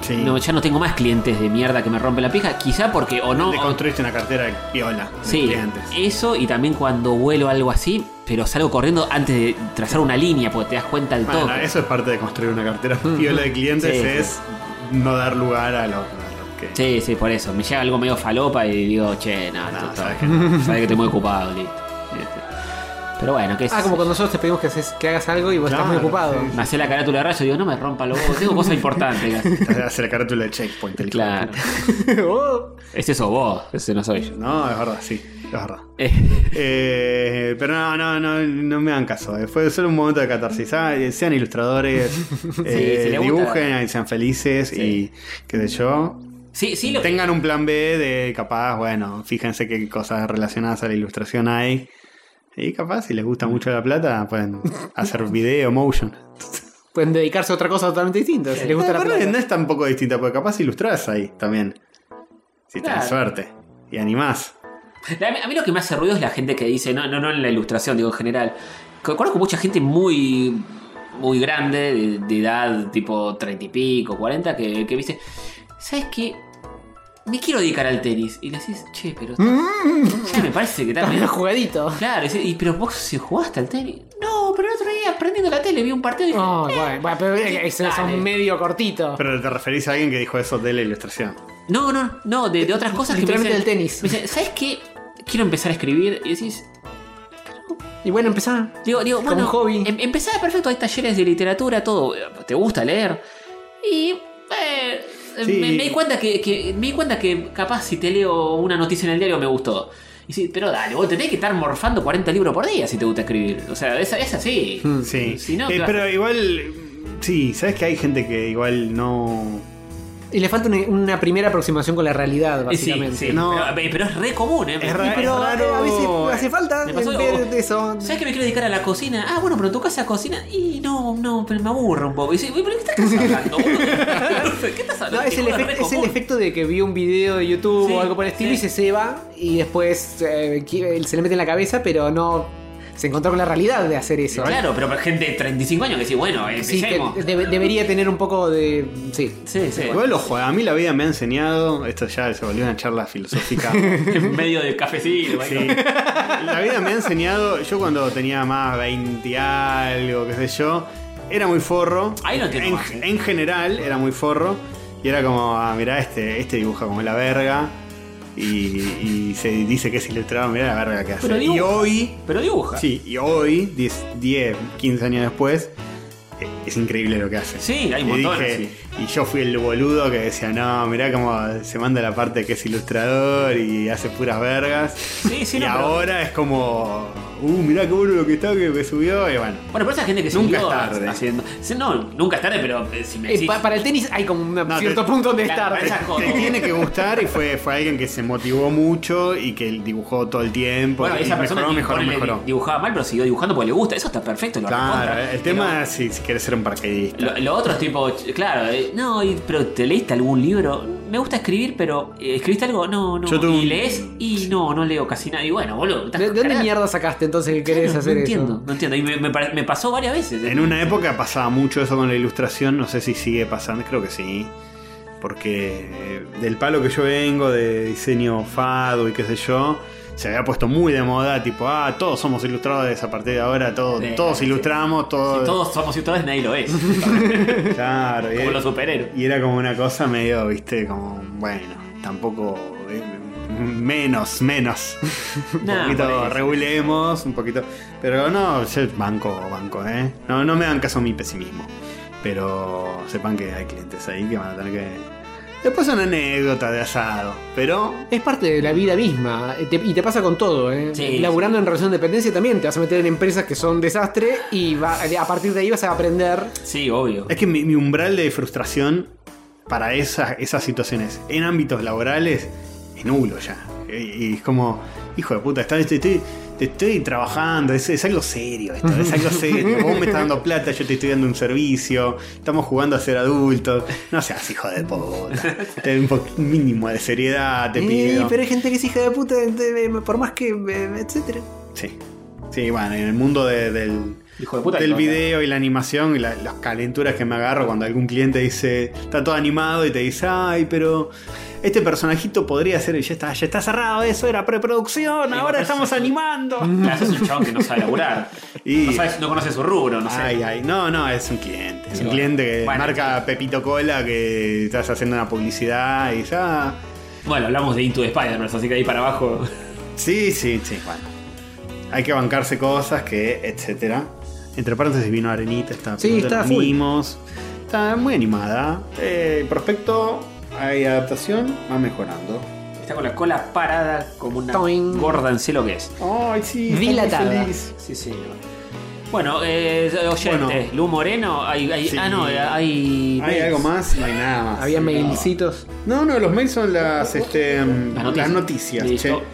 B: Sí,
A: no, ya no tengo más clientes de mierda que me rompen la pija, quizá porque o no...
B: le
A: o-
B: construiste una cartera de piola de
A: Sí,
B: clientes.
A: eso y también cuando vuelo algo así, pero salgo corriendo antes de trazar una línea porque te das cuenta del
B: Bueno,
A: todo.
B: eso es parte de construir una cartera piola de clientes,
A: Sí, sí.
B: es no dar lugar a los, a los que.
A: Sí, sí, por eso. Me llega algo medio falopa y digo, che, no,
B: No,
A: esto está-
B: sabes
A: sabes
B: que
A: que... estoy muy ocupado, listo. Este. Pero bueno, ¿qué es?
C: Ah, como cuando nosotros te pedimos que, haces- que hagas algo y vos estás muy
B: Claro,
C: ocupado.
B: sí.
A: Me hacía la carátula de rayo y digo, no me rompa los huevos, tengo cosas importantes. que hacer.
B: Hace la carátula de checkpoint. el
A: claro.
C: Oh.
A: Ese sos vos, ese no soy yo.
B: No, es verdad, sí, es verdad.
A: Eh,
B: Eh, pero no, no, no, no me hagan caso. eh. Fue solo un momento de catarsis. Ah, eh, sean ilustradores, eh,
A: si les gusta.
B: dibujen, y sean felices
A: Sí.
B: y qué sé yo.
A: sí, sí, lo que-
B: Tengan un plan B de capaz, bueno, fíjense qué cosas relacionadas a la ilustración hay. Y capaz, si les gusta mucho la plata, pueden hacer video, motion.
C: Pueden dedicarse a otra cosa totalmente distinta. Si les gusta la
B: La verdad
C: plata.
B: que no es tampoco distinta, porque capaz ilustras ahí también. Si tenés
A: Claro.
B: suerte. Y animás.
A: la- a mí lo que me hace ruido es la gente que dice, no, no, no en la ilustración, digo en general. Co- Conozco mucha gente muy muy grande, de, de edad tipo 30 y pico, 40, que, que me dice, ¿sabes qué? Me quiero dedicar al tenis. Y le decís, che, pero ya me parece que
C: Mm. Está
A: también
C: medio jugadito.
A: Claro, y, dice, "Y, pero vos si jugaste al tenis. No, pero el otro día prendiendo la tele vi un partido y dije,
C: Oh, bueno, bueno, pero es, es
A: Dale.
C: un medio cortito.
B: Pero te referís a alguien que dijo eso de la ilustración.
A: No, no, no, de, de otras cosas que me
C: Literalmente
A: dicen,
C: del tenis.
A: me dicen, ¿sabes qué? Quiero empezar a escribir. Y decís,
C: Y bueno, empezá.
A: digo, digo,
C: Como
A: bueno,
C: hobby.
A: em- empezá perfecto, hay talleres de literatura, todo, eh, te gusta leer. Y eh,
B: Sí.
A: me, me di cuenta que, que- me di cuenta que capaz si te leo una noticia en el diario me gustó. Y sí, pero dale, vos tenés que estar morfando 40 libros por día si te gusta escribir. O sea, es, es así.
B: Sí.
A: Si no,
B: Eh,
A: ¿qué vas a
B: pero igual. Sí, sabes que hay gente que igual no.
C: Y le falta una, una primera aproximación con la realidad,
A: Eh, Sí,
C: básicamente.
A: sí,
B: No.
A: pero, pero es re común, ¿eh?
B: Es ra-
C: Y pero
B: es raro.
C: a veces hace falta
A: Me pasó-
C: ver de eso.
A: ¿Sabes que me quiero dedicar a la cocina? Ah, bueno, pero en tu casa cocina. Y no, no, pero me aburro un poco. Y dice, "Uy, pero ¿qué estás hablando? boludo? ¿Qué estás hablando?
C: No, es, el
A: Tipo,
C: efecto,
A: Ah, re
C: es el
A: común.
C: efecto de que vio un video de YouTube
A: Sí,
C: o algo por el estilo
A: sí.
C: y se ceba y después eh, qui- se le mete en la cabeza, pero no se encontró con la realidad de hacer eso.
A: Claro, pero para gente de 35 años que dice, bueno, eh,
C: Sí, que
A: empecemos.
C: debe- debería tener un poco de. Sí.
A: Sí, sí.
B: Igual ojo, a mí la vida me ha enseñado. Esto ya se volvió una charla filosófica.
A: En medio del cafecito.
B: Sí.
A: algo.
B: La vida me ha enseñado. Yo cuando tenía más 20 y algo, qué sé yo, era muy forro.
A: Ahí lo entiendo
B: en,
A: más, ¿eh?
B: en general, era muy forro. Y era como, ah, mirá, este, este dibuja como la verga. Y, y se dice que es ilustrado, mirá la verga que hace.
A: Pero
B: y
A: dibuja.
B: hoy,
A: Pero dibuja.
B: sí, y hoy, 10, 10, 15 años después, eh, es increíble lo que hace.
A: Sí, hay un
B: Y
A: montón.
B: dije-
A: sí.
B: y yo fui el boludo que decía, no, mirá cómo se manda la parte que es ilustrador y hace puras vergas.
A: Sí, sí,
B: y
A: no, pero-
B: ahora es como, uh, mirá qué boludo que está, que, que subió, y bueno.
A: Bueno, pero esa gente que se
B: Nunca
A: hundió
B: es tarde.
A: haciendo. sí, No, nunca es tarde, pero eh, si me
C: Eh,
A: decís.
C: pa- para el tenis hay como un
B: No,
C: cierto
B: te-
C: punto de
A: Claro,
C: estar.
A: para esas cosas.
B: Te tiene que gustar y fue, fue alguien que se motivó mucho y que dibujó todo el tiempo.
A: Bueno,
B: y
A: esa persona
B: mejoró,
A: que
B: mejoró,
A: ponele,
B: mejoró.
A: dibujaba mal, pero siguió dibujando porque le gusta. Eso está perfecto. Lo
B: Claro,
A: recontra.
B: el
A: Pero-
B: tema es si, si quieres ser un parquedista.
A: Lo, lo otro es tipo, ch- claro, eh, no, y- pero ¿te leíste algún libro? Me gusta escribir, pero eh, ¿escribiste algo? No, no.
B: Yo tuve
A: ¿Y
B: un-
A: lees? Y no, no leo casi nada. Y bueno, boludo.
C: ¿De,
A: estás
C: de dónde
A: cagado.
C: mierda sacaste entonces que
A: Claro,
C: querés
A: no
C: hacer
A: entiendo,
C: eso?
A: No entiendo, y me, me pare- me pasó varias veces. eh.
B: En una época pasaba mucho eso con la ilustración, no sé si sigue pasando, creo que sí. Porque eh, del palo que yo vengo, de diseño fado y qué sé yo, se había puesto muy de moda, tipo, ah, todos somos ilustradores a partir de ahora, todo-
A: Sí,
B: todos
A: sí.
B: ilustramos, todos.
A: Si todos somos y todas, nadie lo es.
B: Claro, y,
A: como los superhéroes.
B: y era como una cosa medio, viste, como, bueno, tampoco. eh, Menos, menos. un
A: Nah, por
B: poquito
A: eso.
B: regulemos, un poquito. Pero no, yo banco, banco, ¿eh? No, no me dan caso a mi pesimismo. Pero sepan que hay clientes ahí que van a tener que. Después una anécdota de asado, pero.
C: Es parte de la vida misma eh, te- y te pasa con todo. ¿eh?
A: Sí,
C: Laburando en relación de dependencia también te vas a meter en empresas que son desastre y va- a partir de ahí vas a aprender.
A: Sí, obvio.
B: Es que mi, mi umbral de frustración para esas, esas situaciones en ámbitos laborales es nulo ya. Y, y es como, hijo de puta, está- estoy, estoy- te estoy trabajando, es, es algo serio esto, es algo serio. Vos me estás dando plata, yo te estoy dando un servicio, estamos jugando a ser adultos. No seas hijo de puta. Ten un po- mínimo de seriedad, te
C: Eh,
B: pido.
C: pero hay gente que es hija de puta, eh, por más que. eh, etcétera.
B: Sí. Sí, bueno, en el mundo de- del,
A: Hijo de puta.
B: del
A: que-
B: video y la animación y la- las calenturas que me agarro cuando algún cliente dice, está todo animado y te dice, ay, pero este personajito podría ser, y ya está, ya está cerrado, eso era preproducción, ahora
A: pero
B: estamos
A: sí.
B: animando.
A: Claro, sos un chabón que no sabe laburar.
B: Y-
A: No, sabes- no conoce su rubro, no sé.
B: Ay, ay, no, no, es un cliente. Es
A: Sí, bueno.
B: un cliente que
A: Bueno,
B: marca Pepito Cola, que estás haciendo una publicidad y ya.
A: Bueno, hablamos de Into the Spider-Man, así que ahí para abajo.
B: Sí, sí, sí, bueno. hay que bancarse cosas que, etcétera. Entre paréntesis vino Arenita, está
C: Sí,
B: pidiendo
C: está
B: los
C: full.
B: mimos. Está muy animada. Eh, prospecto, hay adaptación, va mejorando.
A: Está con la cola parada como una
C: Toing.
A: gorda en celo que es.
B: Ay, sí, está muy
C: Dilatada.
B: feliz.
A: Sí, sí. Bueno, eh, oyentes,
B: Bueno.
A: Lu Moreno, hay, hay-
B: Sí.
A: ah, no, hay...
B: Hay algo más, no hay nada más.
C: Había
B: No.
C: mailcitos.
B: No, no, los mails son las, este, mm,
A: Las
B: las
A: noticias.
B: noticias.
A: Listo.
B: che.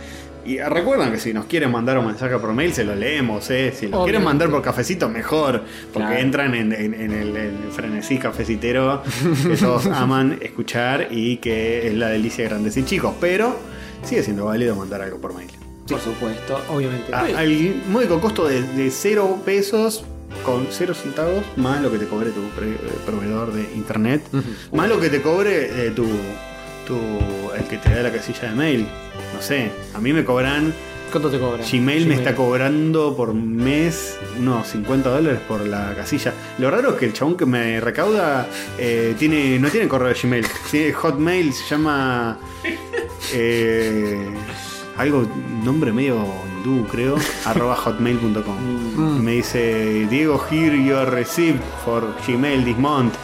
B: Y recuerdan que si nos quieren mandar un mensaje por mail, se lo leemos, eh. Si nos
C: Obvio.
B: quieren mandar por cafecito, mejor. Porque
A: Claro.
B: entran en, en- en el, en el frenesí cafecitero que todos aman escuchar y que es la delicia de grandes y chicos. Pero sigue siendo válido mandar algo por mail.
A: Por supuesto.
C: Obviamente.
B: A- Al módico costo de, de 0 pesos con 0 centavos, más lo que te cobre tu pre- eh, proveedor de internet, más lo que te cobre eh, tu, tu- el que te da la casilla de mail. No sé, a mí me cobran,
C: ¿Cuánto te cobra?
B: Gmail me está cobrando por mes unos 50 dólares por la casilla. Lo raro es que el chabón que me recauda eh, tiene no tiene correo de Gmail, tiene Hotmail, se llama... eh, algo, nombre medio hindú creo, arroba hotmail.com.
A: Mm,
C: Mm.
B: Me dice, Diego, here your receipt for Gmail this month.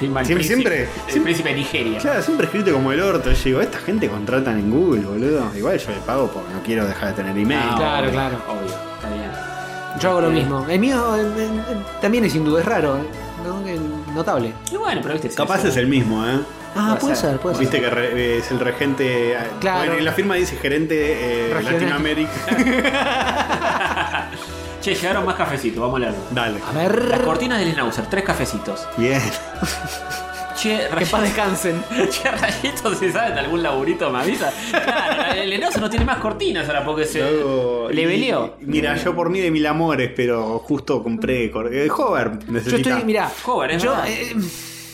A: Film al príncipe-
B: Siempre- siempre-
A: El
B: siempre-
A: príncipe de Nigeria.
B: Claro, siempre escrito como el orto. Yo digo, esta gente contratan en Google, boludo. Igual yo le pago porque no quiero dejar de tener email.
A: Ah,
C: Claro,
A: obvio,
C: claro.
A: Obvio, está bien.
C: Yo hago lo mismo. El mío eh, eh, eh, también es hindú, es raro. eh, ¿no? Eh, Notable.
A: Y bueno, pero viste...
B: Capaz es el mismo, ¿eh?
D: Ah,
A: Puede
D: puede
A: ser.
D: ser, puede ser.
B: Viste que re- es el regente. eh,
C: Claro.
B: bueno, en la firma dice gerente eh,
C: Regional.
B: Latinoamérica.
A: Che, llegaron más cafecitos, vamos a leerlo.
B: Dale.
C: A
A: Las
C: ver.
A: cortinas del Snauzer, tres cafecitos.
B: Bien.
A: Che,
C: Que paz
A: Rayito,
C: descansen.
A: che, Rayito, si sabes de algún laburito me avisa. Claro, el Snauzer no tiene más cortinas ahora porque se...
B: Luego-
A: ¿Le
B: y-
A: veleó?
B: Mira, yo por mí de mil amores, pero justo compré. cor- eh, Hover,
C: Yo
B: necesita.
C: estoy, mirá.
A: Joven, es
C: yo,
A: verdad.
C: eh,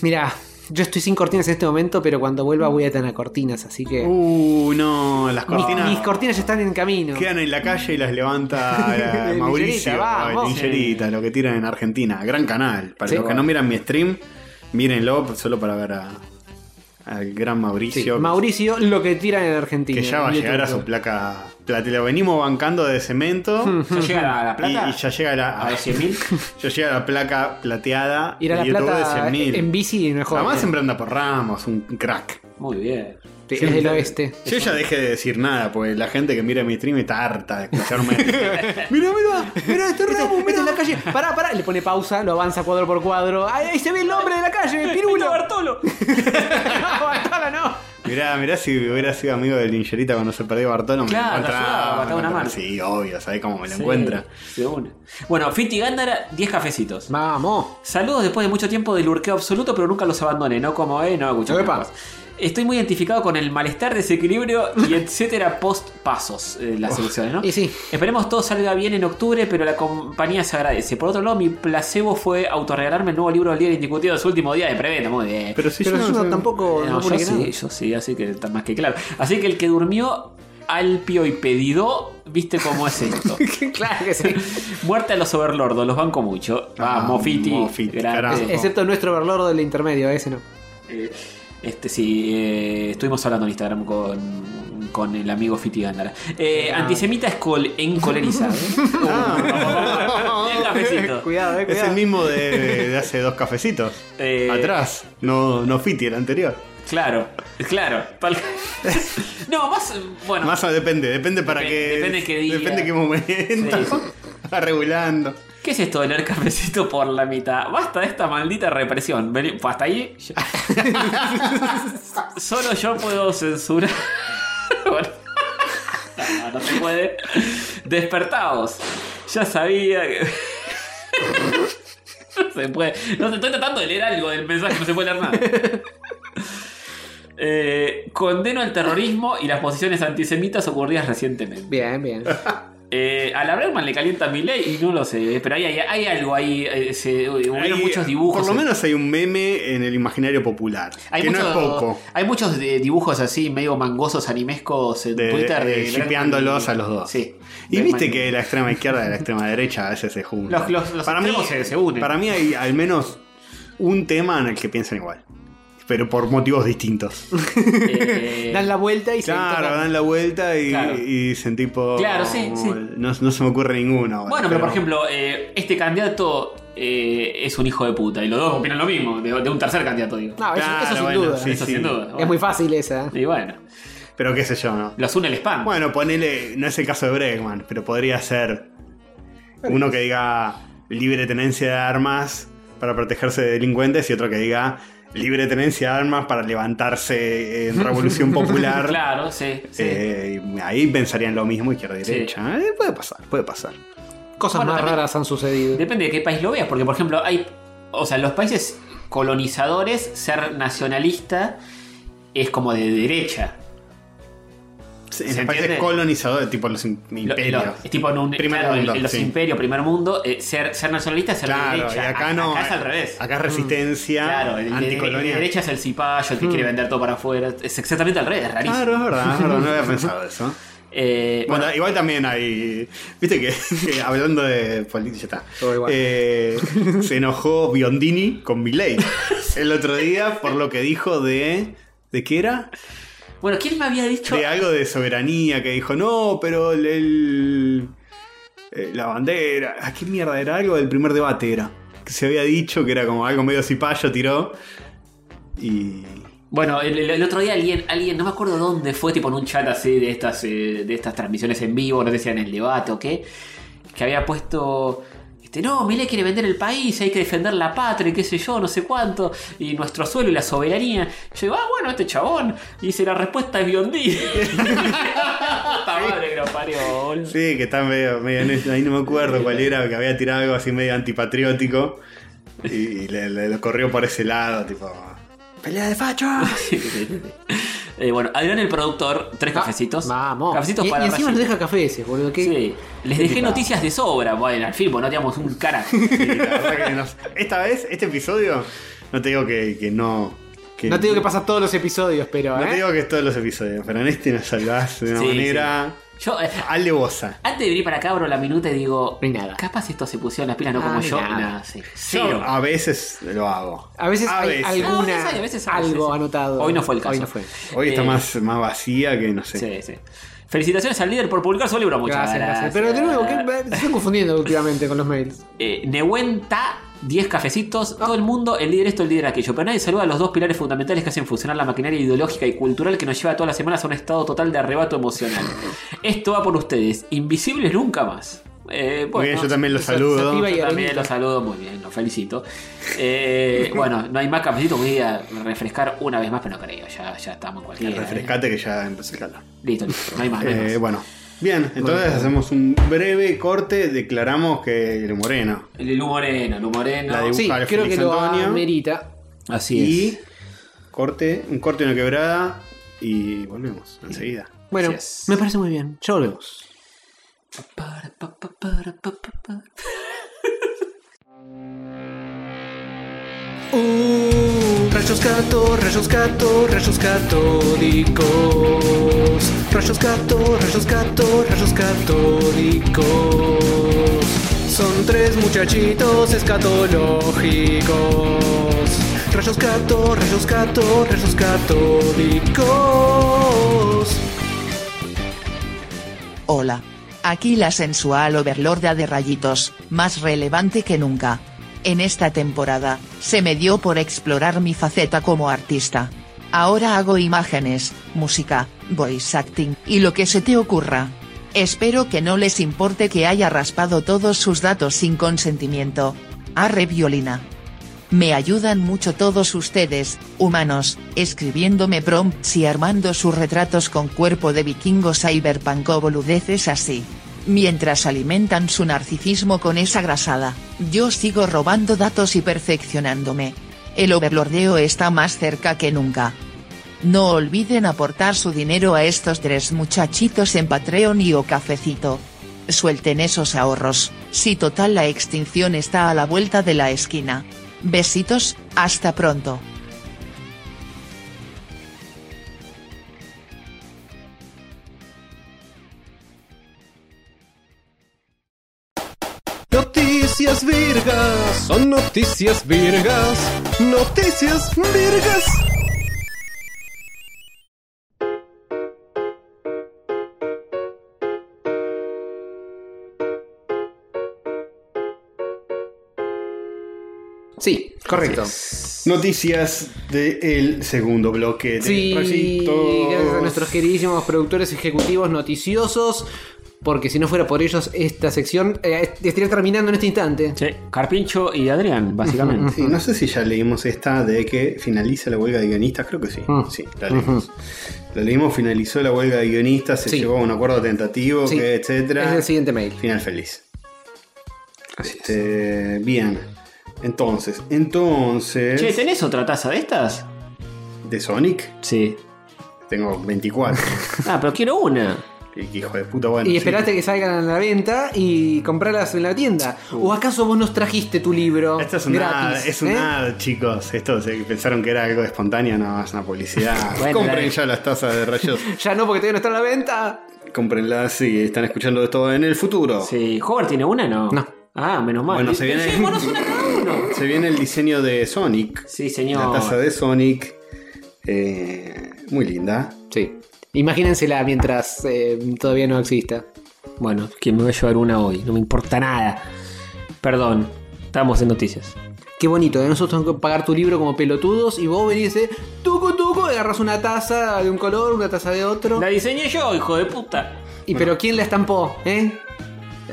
C: mirá, yo estoy sin cortinas en este momento, pero cuando vuelva voy a tener cortinas, así que.
B: Uh, no, las
C: mis,
B: cortinas.
C: mis cortinas ya están en camino.
B: Quedan en la calle y las levanta eh,
C: El
B: Mauricio.
C: Villerita, vamos.
B: el Villerita, lo que tiran en Argentina. Gran canal. Para
C: Sí.
B: los que no miran mi stream, mírenlo solo para ver a- al gran
C: Sí,
B: Mauricio.
C: Mauricio, lo que tiran en Argentina.
B: que ya va a
C: en
B: llegar a
C: YouTube.
B: su placa. La, te lo venimos bancando de cemento.
A: ¿Ya llega la, la
B: y,
A: plata?
B: y ya llega la,
A: ¿A 100.000?
B: ya llega la placa plateada
C: Ir a la
B: de YouTube
C: plata
B: de 100.000.
C: en bici no es joven.
B: Además siempre anda por ramos, un crack.
A: Muy bien.
C: Sí, es del oeste.
B: Yo ya dejé de decir nada, pues la gente que mira mi stream está harta de escucharme.
C: Mirá, mirá, mirá, este ramo, mirá en la calle. Pará, pará. Le pone pausa, lo avanza cuadro por cuadro. Ahí, ahí se ve el nombre de la calle, Pirulo.
A: Este Bartolo!
C: no, Bartola no.
B: Mirá, mirá si hubiera sido amigo del lincherita cuando se perdió Bartolo, me
A: Claro,
B: lo
A: te
B: encontraba,
A: ayudaba,
B: me
A: te daba una
B: encontraba.
A: mano.
B: Sí, obvio, sabés cómo me lo encuentra.
A: Sí, de una. Bueno, Fiti Gándara, 10 cafecitos.
C: Vamos.
A: Saludos después de mucho tiempo del lurqueo absoluto, pero nunca los abandoné, ¿no? Como, eh, no, escuchame
C: Epa.
A: una cosa. Estoy muy identificado con el malestar, desequilibrio y etcétera post pasos, eh, las elecciones, ¿no?
C: Y sí.
A: Esperemos todo salga bien en octubre, pero la compañía se agradece. Por otro lado, mi placebo fue autorregalarme el nuevo libro del líder indiscutido de su último día de preventa. Muy bien.
B: Pero si
C: Pero
B: yo
C: yo
B: no,
C: no- tampoco
A: Eh, No,
C: no,
A: yo
C: publiqué nada.
A: sí, yo sí, así que está más que claro. Así que el que durmió alpio y pedido, viste cómo es esto.
C: claro que sí.
A: Muerte a los overlordos, los banco mucho. Vamos,
B: Ah,
A: Mofiti.
B: Mofiti,
A: grande.
B: carajo.
C: Excepto nuestro Berlordo del intermedio, ese no.
A: Eh, este sí, eh, estuvimos hablando en Instagram con, con el amigo Fiti Gándara. Eh, Antisemita es col encolerizado.
B: Ah.
A: Bien cafecito.
C: Cuidado, eh,
B: Es
C: cuidado.
B: el mismo de, de hace dos cafecitos.
A: Eh,
B: Atrás. No, no Fiti, el anterior.
A: Claro, claro. tal- No, más. Bueno,
B: Más o depende, depende para
A: Depe-
B: qué.
A: Ah. depende qué día.
B: Depende qué momento.
A: Sí,
B: Va regulando.
A: ¿qué es esto de leer cafecito por la mitad? Basta de esta maldita represión. Vení, pues, Hasta ahí. ya. Solo yo puedo censurar. Bueno. No, no se puede. Despertaos. Ya sabía que. No se puede. No se- estoy tratando de leer algo del mensaje, no se puede leer nada. Eh, condeno el terrorismo y las posiciones antisemitas ocurridas recientemente.
C: Bien, bien.
A: Eh, a la Bergman le calienta mi ley y no lo sé, eh, pero hay, hay, hay algo ahí. eh, se, hubieron
B: Hay-
A: muchos dibujos.
B: Por lo
A: eh,
B: menos hay un meme en el imaginario popular.
A: Hay
B: que
A: muchos,
B: no es poco.
A: Hay muchos de dibujos así, medio mangosos, animescos en
B: De-
A: Twitter.
B: eh, shippeándolos
A: y-
B: a los dos.
A: Sí.
B: Y
A: De-
B: viste
A: man-
B: que la extrema izquierda y la extrema derecha a veces se juntan.
A: Los- los- los extremos se- se unen.
B: Para mí hay al menos un tema en el que piensan igual. pero por motivos distintos.
A: Eh,
C: Dan la vuelta y se
B: Claro,
C: encuentran.
B: dan la vuelta y,
A: Claro.
B: y dicen tipo. "Oh,
A: Claro, sí, sí.
B: No, no se me ocurre ninguna. ahora,
A: Bueno, pero por ejemplo, eh, este candidato eh, es un hijo de puta y los dos opinan lo mismo, de, de un tercer candidato, digo.
C: No, eso,
B: Claro,
C: eso sin
B: bueno,
C: duda.
B: sí,
A: Eso sin duda.
C: Es
A: bueno.
C: muy fácil esa.
A: Y bueno,
B: Pero qué sé yo, ¿no?
A: los une el spam.
B: Bueno, ponele. No es el caso de Bregman, pero podría ser uno que diga libre tenencia de armas para protegerse de delincuentes y otro que diga libre tenencia de armas para levantarse en revolución popular.
A: claro, sí. sí.
B: Eh, ahí pensarían lo mismo izquierda y derecha. Eh, puede pasar, puede pasar.
C: Cosas
A: Bueno,
C: más
A: también-
C: raras han sucedido.
A: Depende de qué país lo veas, porque por ejemplo hay, o sea, en los países colonizadores ser nacionalista es como de derecha.
B: Sí,
A: ¿Se
B: En países
A: entiende?
B: colonizadores, tipo los im-
A: Lo-
B: imperios.
A: lo- este es tipo en, un,
B: Primer
A: claro, en-
B: mundo,
A: en los
B: sí.
A: imperios, primer mundo, eh, ser, ser nacionalista es ser de
B: Claro,
A: derecha.
B: y
A: A-
B: acá no.
A: es al revés. Mm.
B: Acá es resistencia
A: Claro, el de- el de
B: anticolonial.
A: derecha es el cipayo, el que quiere vender todo para afuera. Es exactamente al revés, es rarísimo.
B: Hmm. Claro, es verdad, es verdad, no había pensado eso.
A: Eh,
B: Bueno, igual también hay. Viste que, que hablando de política, ya
C: Todo
B: está.
C: igual.
B: Eh, se enojó Biondini con Milei el otro día por lo que dijo de. ¿De qué era?
A: bueno, ¿quién me había dicho?
B: de algo de soberanía que dijo, no, pero el, el- eh, la bandera, ¿a qué mierda era? Algo del primer debate era. Que se había dicho que era como algo medio cipayo, tiró. Y.
A: Bueno, el, el- el otro día alguien, alguien, no me acuerdo dónde fue, tipo en un chat así de estas, eh, de estas transmisiones en vivo, no sé si era en el debate o qué, que había puesto, este, no, Milei quiere vender el país, hay que defender la patria, y qué sé yo, no sé cuánto, y nuestro suelo y la soberanía. Yo digo, ah, bueno, este chabón. Y dice, la respuesta es Biondi. Esta madre que lo parió, boludo.
B: Sí, que está medio. medio en eso, ahí no me acuerdo cuál era, que había tirado algo así medio antipatriótico. Y, y le, le- lo corrió por ese lado, tipo. ¡Pelea de facho!
A: Eh, bueno, Adrián el productor, tres
C: Ah,
A: cafecitos.
C: Vamos.
A: Cafecitos
C: y,
A: para
C: y encima
A: Rayito.
C: nos deja café ese, boludo. ¿Qué?
A: Sí, les dejé
C: Complicado.
A: noticias de sobra, bueno, al fin, porque no teníamos un carajo.
B: Sí, la verdad que nos- esta vez, este episodio, no te digo que, que no. que-
C: No te digo que pasa todos los episodios, pero.
B: No
C: ¿eh?
B: te digo que es todos los episodios, pero en este nos salvás de una
A: Sí,
B: manera
A: Yo, eh,
B: alevosa.
A: antes de venir para acá, abro la minuta y digo,
C: No hay nada.
A: capaz estos se pusieron las pilas no como
C: Ah,
A: yo, y
C: nada. ah,
A: nada, sí.
B: Yo
A: Cero.
B: a veces lo hago.
C: A veces
B: A
C: hay
B: veces.
A: No, a
C: alguna.
A: veces hay, a veces hay,
C: algo
A: sí, sí.
C: anotado.
A: Hoy no fue el caso.
C: Hoy no fue.
B: Hoy está
A: Eh,
B: más, más vacía que no sé.
A: Sí, sí. Felicitaciones al líder por publicar su libro, muchas
C: Gracias,
A: gracias.
C: gracias. Pero de nuevo, ¿qué? me estoy confundiendo últimamente con los mails.
A: Eh, Nehuenta, 10 cafecitos, todo el mundo, el líder esto, el líder aquello. Pero nadie saluda a los dos pilares fundamentales que hacen funcionar la maquinaria ideológica y cultural que nos lleva todas las semanas a un estado total de arrebato emocional. esto va por ustedes, invisibles nunca más. Eh,
B: Muy
A: bueno,
B: bien, yo también los saludo.
C: Sativa y
A: Yo también
C: Arenita.
A: los saludo muy bien, los felicito. Eh, bueno, no hay más cafecito, voy a refrescar una vez más, pero no creo, ya, ya estamos en cualquiera. eh.
B: Refrescate que ya empezó el calor.
A: Listo, listo, no hay más. no hay
B: Eh,
A: más.
B: bueno. Bien, entonces hacemos un breve corte, declaramos que el moreno.
A: El Lu Moreno, Lu Moreno.
B: La dibujo.
C: Sí,
B: Dibujale,
C: creo que
B: Félix
C: lo
B: Antonio.
C: amerita.
A: Así es.
B: Y corte, un corte y una quebrada. Y volvemos enseguida.
C: Bueno,
A: Así es.
C: me parece muy bien. Ya volvemos.
A: Para, pa, pa, para, pa, pa, pa.
D: Uh, rayos gato, rayos gato, rayos catódicos. Rayos gato, rayos gato, rayos catódicos. Son tres muchachitos escatológicos. Rayos gato, rayos gato, rayos catódicos.
E: Hola. Aquí la sensual overlorda de rayitos, más relevante que nunca. En esta temporada, se me dio por explorar mi faceta como artista. Ahora hago imágenes, música, voice acting, y lo que se te ocurra. Espero que no les importe que haya raspado todos sus datos sin consentimiento. Arre violina. Me ayudan mucho todos ustedes, humanos, escribiéndome prompts y armando sus retratos con cuerpo de vikingo cyberpunk o boludeces así. Mientras alimentan su narcisismo con esa grasada, yo sigo robando datos y perfeccionándome. El overlordeo está más cerca que nunca. No olviden aportar su dinero a estos tres muchachitos en Patreon y o cafecito. Suelten esos ahorros, si total la extinción está a la vuelta de la esquina. Besitos, hasta pronto.
D: Noticias virgas, son noticias virgas, noticias virgas.
C: Sí, correcto.
B: Noticias del segundo bloque de
C: Sí,
B: Rayitos.
C: gracias a nuestros queridísimos productores ejecutivos noticiosos. Porque si no fuera por ellos, esta sección eh, estaría terminando en este instante.
A: Sí, Carpincho y Adrián, básicamente.
B: Sí, no sé si ya leímos esta de que finaliza la huelga de guionistas, creo que sí.
C: Mm.
B: Sí, la leímos. La leímos, finalizó la huelga de guionistas, se
C: Sí.
B: llegó a un acuerdo tentativo,
C: Sí.
B: que etcétera.
C: Es el siguiente mail.
B: Final feliz. Este, bien. Entonces, entonces.
A: Che, ¿tenés otra taza de estas?
B: De Sonic,
A: Sí.
B: tengo 24.
A: Ah, pero quiero una.
B: Y que hijo de puta, bueno.
C: y
B: sí.
C: esperaste que salgan a la venta y comprarlas en la tienda. ¿O acaso vos nos trajiste tu libro?
B: Esto Uh. es un
C: gratis,
B: ad, es un
C: ¿eh?
B: ad, chicos. Esto se- pensaron que era algo espontáneo, no, es una publicidad.
A: Bueno,
B: Compren
A: la-
B: ya las tazas de rayos.
C: Ya no, porque todavía no está a la venta.
B: Comprenlas si están escuchando esto en el futuro.
A: Sí. ¿Howard tiene una no?
C: No.
A: Ah, menos mal.
B: Bueno, se viene-
A: Dejémonos una cada uno.
B: Se viene el diseño de Sonic.
A: Sí,
B: La
A: señor.
B: taza de Sonic. eh, muy linda.
C: Sí. Imagínensela mientras eh, todavía no exista.
A: Bueno, que me voy a llevar una hoy. No me importa nada. Perdón. Estamos en noticias.
C: Qué bonito, ¿eh? nosotros tenemos que pagar tu libro como pelotudos y vos venís eh, de tuco tuco, agarras una taza de un color, una taza de otro.
A: La diseñé yo, hijo de puta.
C: Y pero ¿quién la estampó? ¿Eh?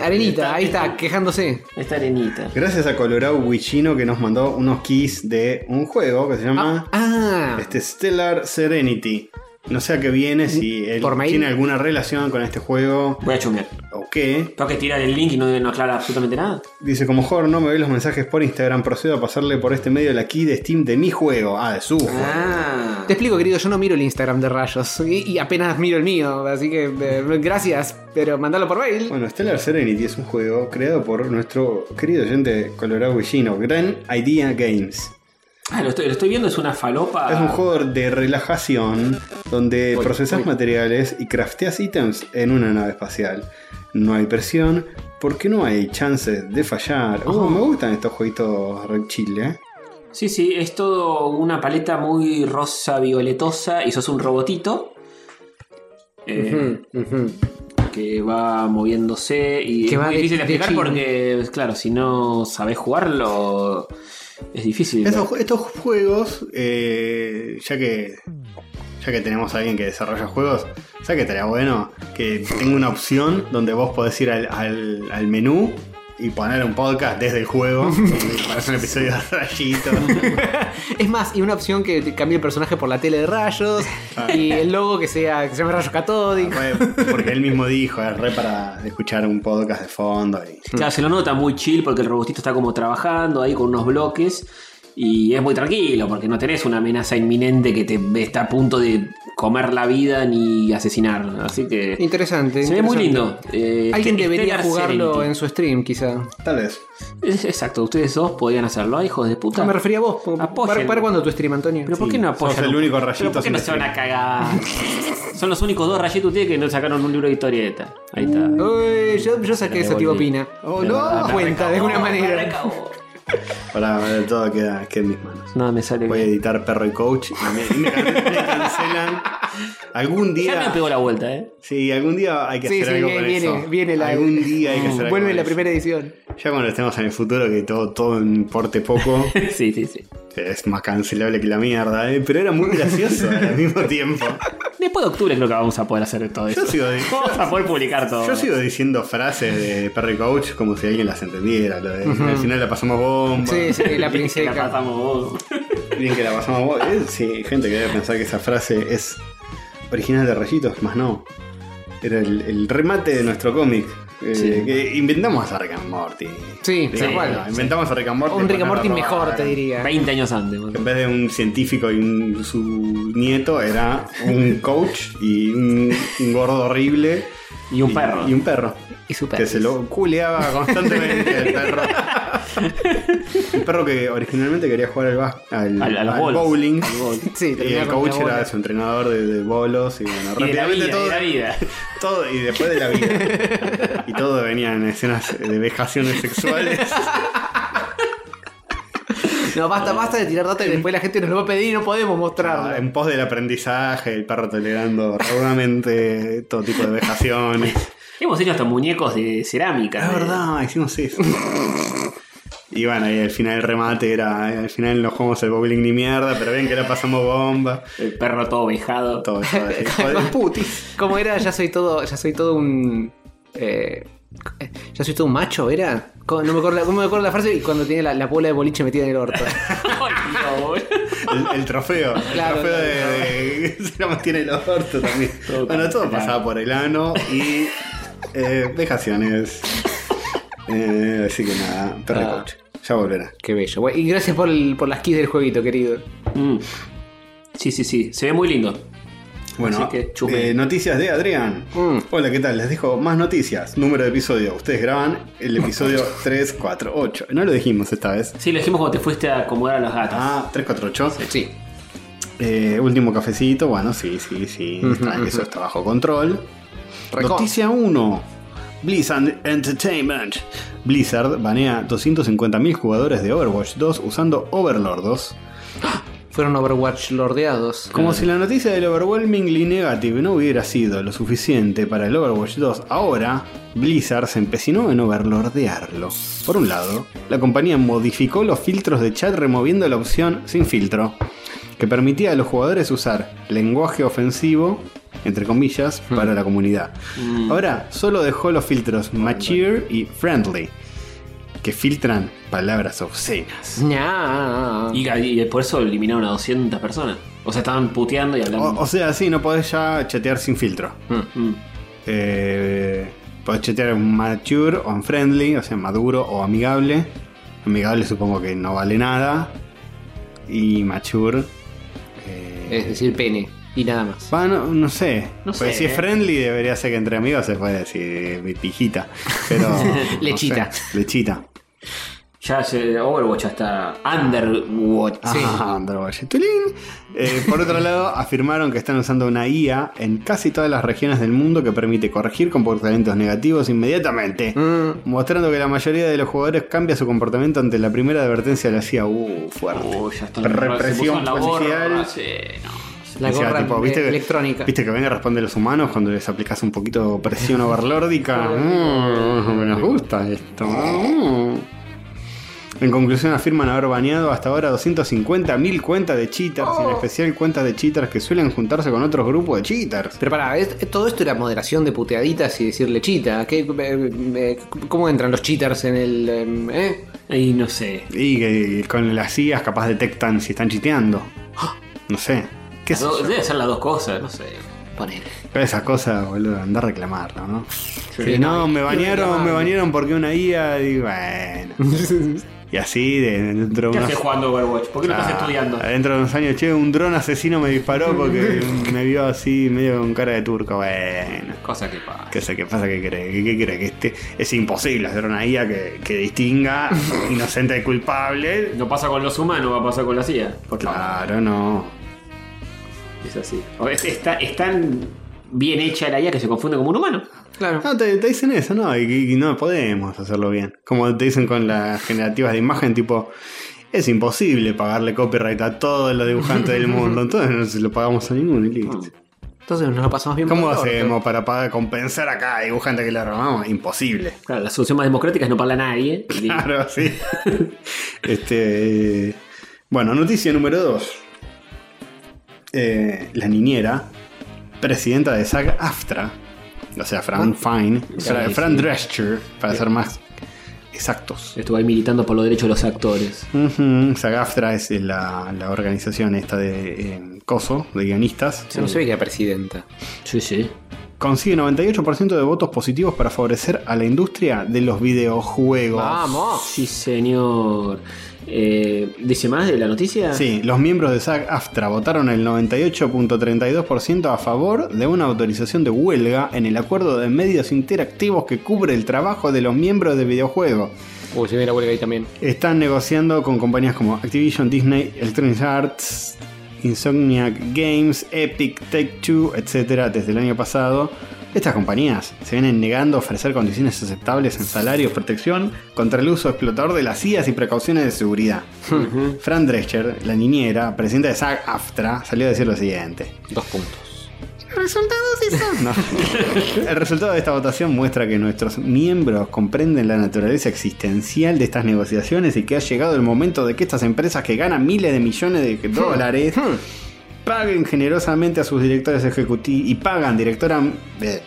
C: Arenita,
A: Está-
C: ahí está,
A: está-
C: quejándose.
A: Esta arenita.
B: Gracias a Colorado Wichino que nos mandó unos keys de un juego que se llama
C: Ah, ah,
B: este, Stellar Serenity. No sé a qué viene, si él
C: ¿Por mail?
B: tiene alguna relación con este juego
A: Voy a chumear.
B: o qué.
A: Tengo que tirar el link y no, no aclara absolutamente nada.
B: Dice, como Jorge no me ve los mensajes por Instagram, procedo a pasarle por este medio la key de Steam de mi juego. Ah, de su juego.
A: Ah.
C: Te explico, querido, yo no miro el Instagram de Rayos y, y apenas miro el mío, así que eh, gracias, pero mandalo por mail.
B: Bueno, Stellar Serenity es un juego creado por nuestro querido oyente Colorado Guillino, Gran Idea Games.
A: Ah, lo estoy, lo estoy viendo, es una falopa.
B: Es un juego de relajación donde
A: Voy,
B: procesas
A: voy.
B: materiales y crafteas ítems en una nave espacial. No hay presión porque no hay chances de fallar. Uh, me gustan estos jueguitos re chile. ¿eh?
A: Sí, sí, es todo una paleta muy rosa, violetosa, y sos un robotito. eh,
C: Mm,
A: Que va moviéndose y
C: Que
A: es
C: va
A: muy
C: de-
A: difícil de
C: de
A: explicar
C: chin.
A: porque, claro, si no sabés jugarlo, es difícil.
B: Esos- estos juegos, eh, ya que ya que tenemos a alguien que desarrolla juegos, ¿sabes que estaría bueno? Que tenga una opción donde vos podés ir al, al- al menú y poner un podcast desde el juego. Y Parece un episodio de rayito.
C: Es más, y una opción que te cambie el personaje por la tele de Rayos y el logo que sea que se llame Rayos
B: Ah,
C: Catódico.
B: Porque él mismo dijo, es re para escuchar un podcast de fondo. y-
A: Claro, se lo nota muy chill porque el robotito está como trabajando ahí con unos bloques y es muy tranquilo porque no tenés una amenaza inminente que te está a punto de comer la vida ni asesinarla. Así que
C: Interesante.
A: se ve muy
C: interesante.
A: lindo. Eh,
C: Alguien
A: Ste-
C: debería
A: Stellar
C: jugarlo
A: Serenity.
C: en su stream, quizá.
B: Tal vez.
A: Es- Exacto, ustedes dos podrían hacerlo, ¿ah, hijos de puta.
C: No, me refería a vos. po-
A: Apoyen.
C: ¿Para, para cuándo tu stream, Antonio?
A: Pero ¿por qué no
B: Sí, sos
A: apoyan?
B: el único
A: ¿Pero
B: rayito
A: ¿Por qué no
B: sin
A: se van a cagar? Son los únicos dos rayitos ustedes que no sacaron un libro de historieta. Ahí está.
C: Uh, Uy, yo, yo saqué
A: Me
C: esa
A: devolví.
C: pina.
B: Oh, no.
C: Cuenta, de alguna
A: Me
C: manera.
A: acabo.
B: Para ver, todo queda, queda en mis manos.
A: No, me sale
B: Voy a
A: bien.
B: editar Perro y Coach. y me, me can- me cancelan. Algún día.
A: Ya me pegó la vuelta, ¿eh?
B: Sí, algún día hay que
C: Sí,
B: hacer
C: sí,
B: algo
C: viene-
B: con
C: viene-
B: eso.
C: viene la-
B: Algún día hay que
A: Mm,
B: hacer algo
C: Vuelve
B: con
C: la
B: eso.
C: primera edición.
B: Ya cuando estemos en el futuro, que todo, todo importe poco,
A: Sí, sí, sí.
B: es más cancelable que la mierda, ¿eh? pero era muy gracioso al mismo tiempo.
A: Después de octubre creo que vamos a poder hacer todo eso.
B: Yo sigo, di-
A: Vamos a poder publicar todo.
B: yo sigo diciendo frases de Perry Coach como si alguien las entendiera. lo de, Al final la pasamos bomba.
C: Sí, sí, la
A: Que la
C: princesa.
A: pasamos uh, vos.
B: Bien que la pasamos bomba. Eh, sí, gente que debe pensar que esa frase es original de Rayitos, más no. Era el, el remate de nuestro cómic. eh,
A: Sí.
B: que inventamos a Rick and Morty.
C: Sí,
B: Eh,
C: tal cual.
B: no, inventamos a Rick and Morty.
C: Un Rick
B: para
C: and Morty
B: robar.
C: mejor, te diría.
A: 20 años antes. boludo.
B: En vez de un científico y un- su nieto, era un coach y un, un gordo horrible.
A: Y un perro.
B: Y un perro.
C: Y super.
B: Que se lo culeaba constantemente el perro. Un perro que originalmente quería jugar al, bas- al,
A: Al- a los
B: al
A: bolos.
B: bowling.
C: Sí,
B: Y
C: terminaba
B: el
C: con una
B: coach era
C: bola.
B: su entrenador de, de bolos. Y bueno,
A: Y de la
B: rápidamente
A: vida,
B: todo,
A: de la vida.
B: todo- Y después de la vida. y todo venían escenas de vejaciones sexuales.
C: No, basta, basta de tirar data y después la gente nos lo va a pedir y no podemos
B: Ah,
C: mostrarlo.
B: En pos del aprendizaje, el perro tolerando raudamente todo tipo de vejaciones.
A: Hemos hecho hasta muñecos de
B: Es
A: cerámica. de-
B: verdad, hicimos eso. Y bueno, y al final el remate era. eh, Al final no jugamos el bowling ni mierda, pero ven que la pasamos bomba.
A: El perro todo vejado.
B: Todo eso. así,
C: Más
B: joder.
C: putis. Como era, ya soy todo, ya soy todo un. eh, ya soy todo un macho, ¿era? Co- No me acuerdo, la- no me acuerdo la frase y cuando tiene la, la bola de boliche metida en el orto.
A: Ay, no, boludo.
B: El, el trofeo. El
C: Claro,
B: trofeo de, de- Se lo mantiene el orto también.
A: Todo
B: bueno, todo
A: claro.
B: pasaba por el ano y. eh, vejaciones. Eh, así que nada, perro
C: Ah.
B: coach. Ya volverá.
C: Qué bello. Bueno, y gracias por, el- por las keys del jueguito, querido.
A: Mm. Sí, sí, sí. Se ve muy lindo.
B: Bueno,
A: Así que chumen.
B: eh, noticias de Adrián.
C: Mm.
B: Hola, ¿qué tal? Les dejo más noticias. Número de episodio. Ustedes graban el episodio 348. No lo dijimos esta vez.
A: Sí, lo dijimos cuando te fuiste a acomodar a los gatos.
B: Ah, 348.
C: Sí.
B: Eh, último cafecito. Bueno, sí, sí, sí. Está- Eso está bajo control. Noticia 1. Blizzard Entertainment. Blizzard banea 250.000 jugadores de Overwatch 2 usando Overlord 2.
C: Fueron Overwatch lordeados.
B: Como si la noticia del Overwhelmingly Negative no hubiera sido lo suficiente para el Overwatch 2, ahora Blizzard se empecinó en overlordearlo. Por un lado, la compañía modificó los filtros de chat removiendo la opción sin filtro, que permitía a los jugadores usar lenguaje ofensivo, entre comillas, para la comunidad. Ahora solo dejó los filtros mature y friendly, que filtran palabras obscenas. Ah.
C: Ña.
A: Y, y por eso eliminaron a 200 personas. O sea, estaban puteando y hablando.
B: O, o sea, sí, no podés ya chatear sin filtro.
A: Em. Mm.
B: Eh, podés chatear en mature o en friendly, o sea, maduro o amigable. Amigable supongo que no vale nada. Y mature. eh,
C: Es decir, pene. Y nada más.
B: va, no, no sé.
A: No
B: Porque
A: sé,
B: si es
A: eh.
B: friendly, debería ser que entre amigos se puede decir eh, mi pijita. Pero. no
C: Lechita.
B: sé, lechita.
A: Ya se- Overwatch ya está. Underwatch.
B: Ah, Underwatch. Tulín. Eh, por otro lado, afirmaron que están usando una IA en casi todas las regiones del mundo que permite corregir comportamientos negativos inmediatamente.
C: Mm.
B: Mostrando que la mayoría de los jugadores cambia su comportamiento ante la primera advertencia de la CIA. Uh, fuerte.
A: Uy, ya están.
B: Represión
A: se pusieron la gorra,
B: policial.
A: sí, no.
C: La
B: Decía,
C: gorra
B: tipo,
C: de-
B: ¿viste que-
C: electrónica.
B: Viste que ven a responder los humanos cuando les aplicas un poquito de presión overlórdica. Mm, nos gusta esto. Mm. En conclusión, afirman haber baneado hasta ahora 250.000 cuentas de cheaters,
C: Oh.
B: en especial cuentas de cheaters que suelen juntarse con otros grupos de cheaters.
C: Pero pará, ¿es- todo esto era moderación de puteaditas y decirle chita. ¿Qué- eh, eh, ¿Cómo entran los cheaters en el. em, eh?
A: Y no sé.
B: Y que con las IAs capaz detectan si están chiteando. No sé. ¿Qué sé
A: Las do-
B: yo?
A: Debe ser las dos cosas, no sé.
C: Ponele.
B: Pero esas cosas, boludo, andá a reclamarlo, ¿no?
A: Sí,
B: Que no, me bañaron,
C: reclamar.
B: me bañaron porque una IA y bueno. y así de- dentro de
A: ¿Qué
B: unos-
A: haces jugando Overwatch? ¿Por qué no estás
B: Ah,
A: estudiando?
B: Dentro de unos años, che, un dron asesino me disparó porque me vio así medio con cara de turco, bueno.
A: Cosa que pasa.
B: ¿Qué sé qué pasa? ¿Qué cree? ¿Qué, qué cree? Que este, es imposible hacer una IA que, que distinga inocente de culpable.
A: No pasa con los humanos, va a pasar con la CIA. Por favor.
B: Claro, no.
A: Es así. O es, está, es tan bien hecha la IA que se confunde como un humano.
C: Claro.
B: No, Ah, te, te dicen eso, no, y, y no podemos hacerlo bien. Como te dicen con las generativas de imagen, tipo, es imposible pagarle copyright a todos los dibujantes del mundo, entonces no se lo pagamos a ninguno y listo.
C: Entonces nos lo pasamos bien.
B: ¿Cómo
C: por el orto.
B: hacemos para pagar, compensar a cada dibujante que le robamos? Imposible.
A: Claro, la solución más democrática es no parla a nadie. Y-
B: Claro, sí. este, eh, bueno, noticia número 2. la niñera, presidenta de SAG AFTRA, o sea, Fran Fine, Fra-
A: sí.
B: Fran Drescher, para ser más exactos.
A: Estuvo ahí militando por los derechos de los actores.
B: Ujú, SAG AFTRA es eh, la, la organización esta de eh, COSO, de guionistas.
C: Se No se veía presidenta.
A: Sí, sí.
B: Consigue 98% de votos positivos para favorecer a la industria de los videojuegos.
C: ¡Vamos!
A: Sí, señor. Eh, ¿Dice más de la noticia?
B: Sí, los miembros de SAG-AFTRA votaron el 98.32% a favor de una autorización de huelga en el acuerdo de medios interactivos que cubre el trabajo de los miembros de videojuegos.
C: Uy, se ve la huelga ahí también.
B: Están negociando con compañías como Activision, Disney, Electronic Arts, Insomniac Games, Epic, Take-Two, etcétera, desde el año pasado. Estas compañías se vienen negando a ofrecer condiciones aceptables en salarios, protección contra el uso explotador de las sillas y precauciones de seguridad. Fran Drescher, la niñera, presidenta de SAG-AFTRA, salió a decir lo siguiente.
C: Dos puntos.
B: resultados y son. No. El resultado de esta votación muestra que nuestros miembros comprenden la naturaleza existencial de estas negociaciones y que ha llegado el momento de que estas empresas que ganan miles de millones de dólares paguen generosamente a sus directores ejecutivos y pagan directora eh,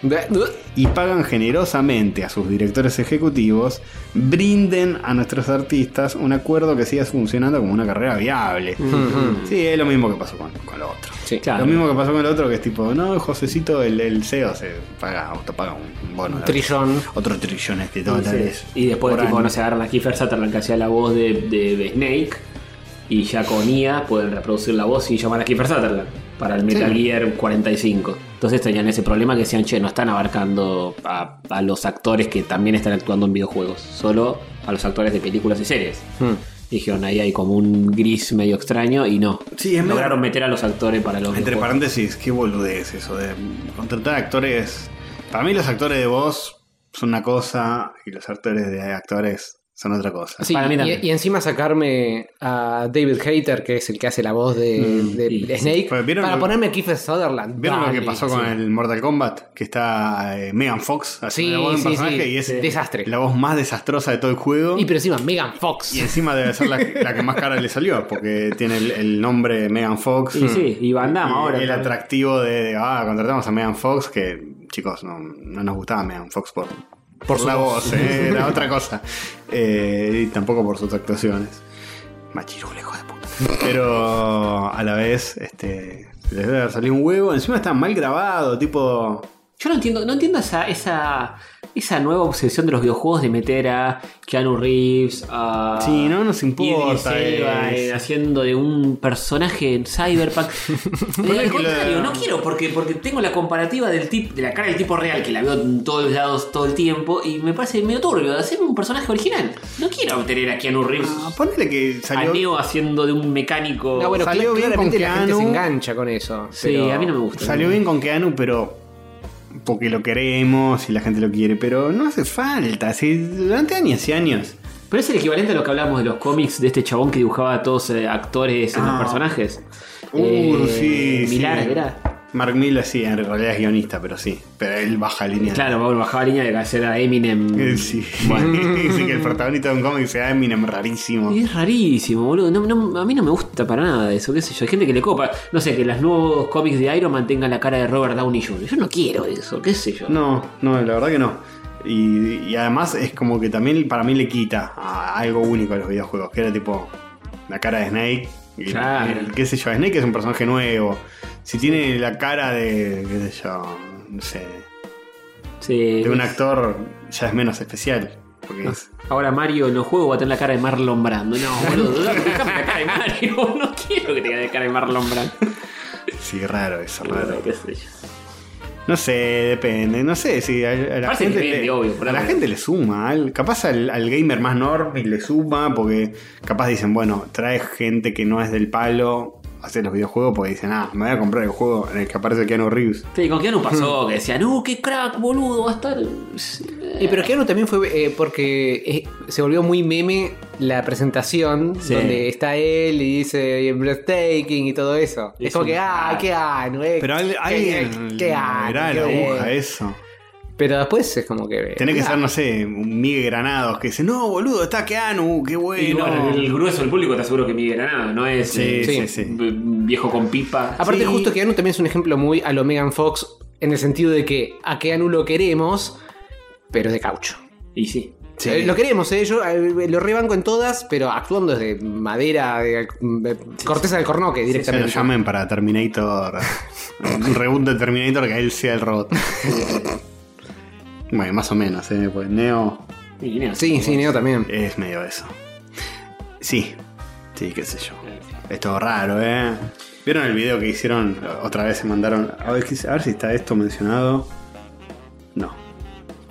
B: y pagan generosamente a sus directores ejecutivos brinden a nuestros artistas un acuerdo que siga funcionando como una carrera viable. Sí, es lo mismo que pasó con, con lo otro.
A: Sí, claro.
B: Lo mismo que pasó con el otro que es tipo, no, Josecito, el, el CEO se paga, autopaga un bono. de-
C: Trillón.
B: Otro este, trillones de dólares.
A: Y después,
B: por
A: tipo,
B: año.
A: no se agarran a Kiefer Sutherland que hacía la voz de, de- de Snake. Y ya con IA pueden reproducir la voz y llamar a Kiefer Sutherland para el Metal Gear 45. Entonces tenían ese problema que decían, che, no están abarcando a, a los actores que también están actuando en videojuegos, solo a los actores de películas y series. Y Dijeron, ahí hay como un gris medio extraño y no.
B: Sí, es medio-
A: Lograron meter a los actores para los
B: Entre
A: videojuegos.
B: paréntesis, qué boludez eso de contratar actores. Para mí los actores de voz son una cosa y los actores de actores son otra cosa.
C: Sí,
A: Para mí
C: y,
A: también.
C: y encima sacarme a David Hater, que es el que hace la voz de, de
A: sí, sí.
C: Snake,
B: Mm, Pero ¿vieron
C: para
B: lo-
C: ponerme a Kiefer Sutherland.
B: ¿Vieron lo
C: Dale,
B: que pasó con
C: sí.
B: el Mortal Kombat? Que está eh, Megan Fox
C: Sí,
B: haciendo la voz de un
C: sí,
B: personaje
C: sí.
B: y es
C: Desastre.
B: la voz más desastrosa de todo el juego.
C: Y pero encima, Megan Fox.
B: Y encima debe ser la, la que más cara le salió, porque tiene el, el nombre de Megan Fox.
A: Y sí, y Van Damme
B: Y
A: ahora.
B: El
A: también.
B: atractivo de, de, ah, contratamos a Megan Fox, que chicos, no, no nos gustaba Megan Fox por, por la voz, eh, era otra cosa. Eh, y tampoco por sus actuaciones. Machirulo, hijo de puta. Pero a la vez, este. Les debe haber salido un huevo. Encima está mal grabado, tipo.
A: Yo no entiendo, no entiendo esa, esa, esa nueva obsesión de los videojuegos de meter a Keanu Reeves, a.
B: Sí, no nos importa,
A: Idris Elba,
B: es-
A: eh, haciendo de un personaje en Cyberpunk. Eh, al
B: que lo-
A: contrario, no quiero, porque, porque tengo la comparativa del tip, de la cara del tipo real, que la veo en todos lados todo el tiempo, y me parece medio turbio. Hacerme un personaje original. No quiero tener a Keanu Reeves,
B: Ah, ponele que
A: a
B: salió.
A: Neo haciendo de un mecánico.
C: No, Ah, bueno,
B: Salió
C: cl-
B: bien
C: claramente
B: con
C: la gente
B: Keanu.
C: se engancha con eso.
A: sí,
C: pero-
A: a mí no me gusta.
B: Salió bien con Keanu, pero. Porque lo queremos y la gente lo quiere, pero no hace falta. Si durante años y años.
A: Pero es el equivalente a lo que hablábamos de los cómics de este chabón que dibujaba a todos eh, actores en los
B: Ah.
A: personajes.
B: Uh,
A: Eh,
B: sí, sí.
A: Millar era.
B: Mark Miller, sí, en realidad es guionista, pero sí. Pero él baja línea.
A: Claro, Pablo bajaba línea de que hacer a Eminem.
B: Eh, Sí.
A: Bueno.
B: Dice que el protagonista de un cómic sea Eminem rarísimo.
A: Y es rarísimo, boludo. No, no, a mí no me gusta para nada eso, qué sé yo. Hay gente que le copa. No sé, que los nuevos cómics de Iron Man tengan la cara de Robert Downey Jr. Yo no quiero eso, qué sé yo.
B: No, no, la verdad que no. Y, y además es como que también para mí le quita a algo único a los videojuegos, que era tipo la cara de Snake. Y,
A: Claro.
B: y qué sé yo, Snake es un personaje nuevo. Si tiene la cara de, qué sé yo, no sé,
A: Sí,
B: de un actor, ya es menos especial. Porque es-
A: Ahora Mario en los juegos va a tener la cara de Marlon Brando. No, boludo, dejame la cara de Mario. No quiero que tenga la cara de Marlon Brando.
B: sí, raro eso, raro.
A: Qué sé yo.
B: No sé, depende. No sé si a, a la,
A: Parece
B: gente,
A: depende,
B: le,
A: obvio, por
B: a la
A: algo.
B: gente le suma. al- capaz al, al gamer más norm y le suma porque capaz dicen, bueno, trae gente que no es del palo a hacer los videojuegos porque dicen, ah, me voy a comprar el juego en el que aparece Keanu Reeves.
A: Sí, con Keanu pasó, que decían, no, qué crack, boludo, va a estar.
C: Eh, pero Keanu también fue eh, porque eh, se volvió muy meme la presentación
A: Sí.
C: donde está él y dice breathtaking y todo eso.
A: Y
C: es
A: es
C: como
A: un
C: que, ah,
A: crack.
C: Keanu, eh,
B: Pero al-
C: qué-
B: alguien
C: qué
B: le
C: ano,
B: moverá
C: qué
B: la
C: bien.
B: aguja eso.
C: Pero después es como que.
B: Tiene que ser, no sé, un Miguel Granados que dice, no, boludo, está Keanu, qué
A: Y
B: bueno.
A: bueno, el grueso del público te aseguro que Miguel Granado no es
B: Sí,
A: eh,
B: sí,
C: Sí.
B: sí.
A: v- viejo con pipa.
C: Aparte,
B: Sí.
C: justo Keanu también es un ejemplo muy a lo Megan Fox en el sentido de que a Keanu lo queremos, pero es de caucho.
A: Y sí.
C: Eh, Lo queremos, ¿eh? yo eh, lo rebanco en todas, pero actuando desde madera, de, de corteza del cornoque
B: Se lo
C: directamente.
B: llamen para Terminator. un reboot de Terminator que él sea el robot. bueno, más o menos, ¿eh? Pues Neo
A: Y nada,
C: Sí, sí, Neo también.
A: Eh,
B: es medio eso. Sí, sí, qué sé yo. Es todo raro, ¿eh? ¿Vieron el video que hicieron? Otra vez se mandaron. A ver, qué- a ver si está esto mencionado. No.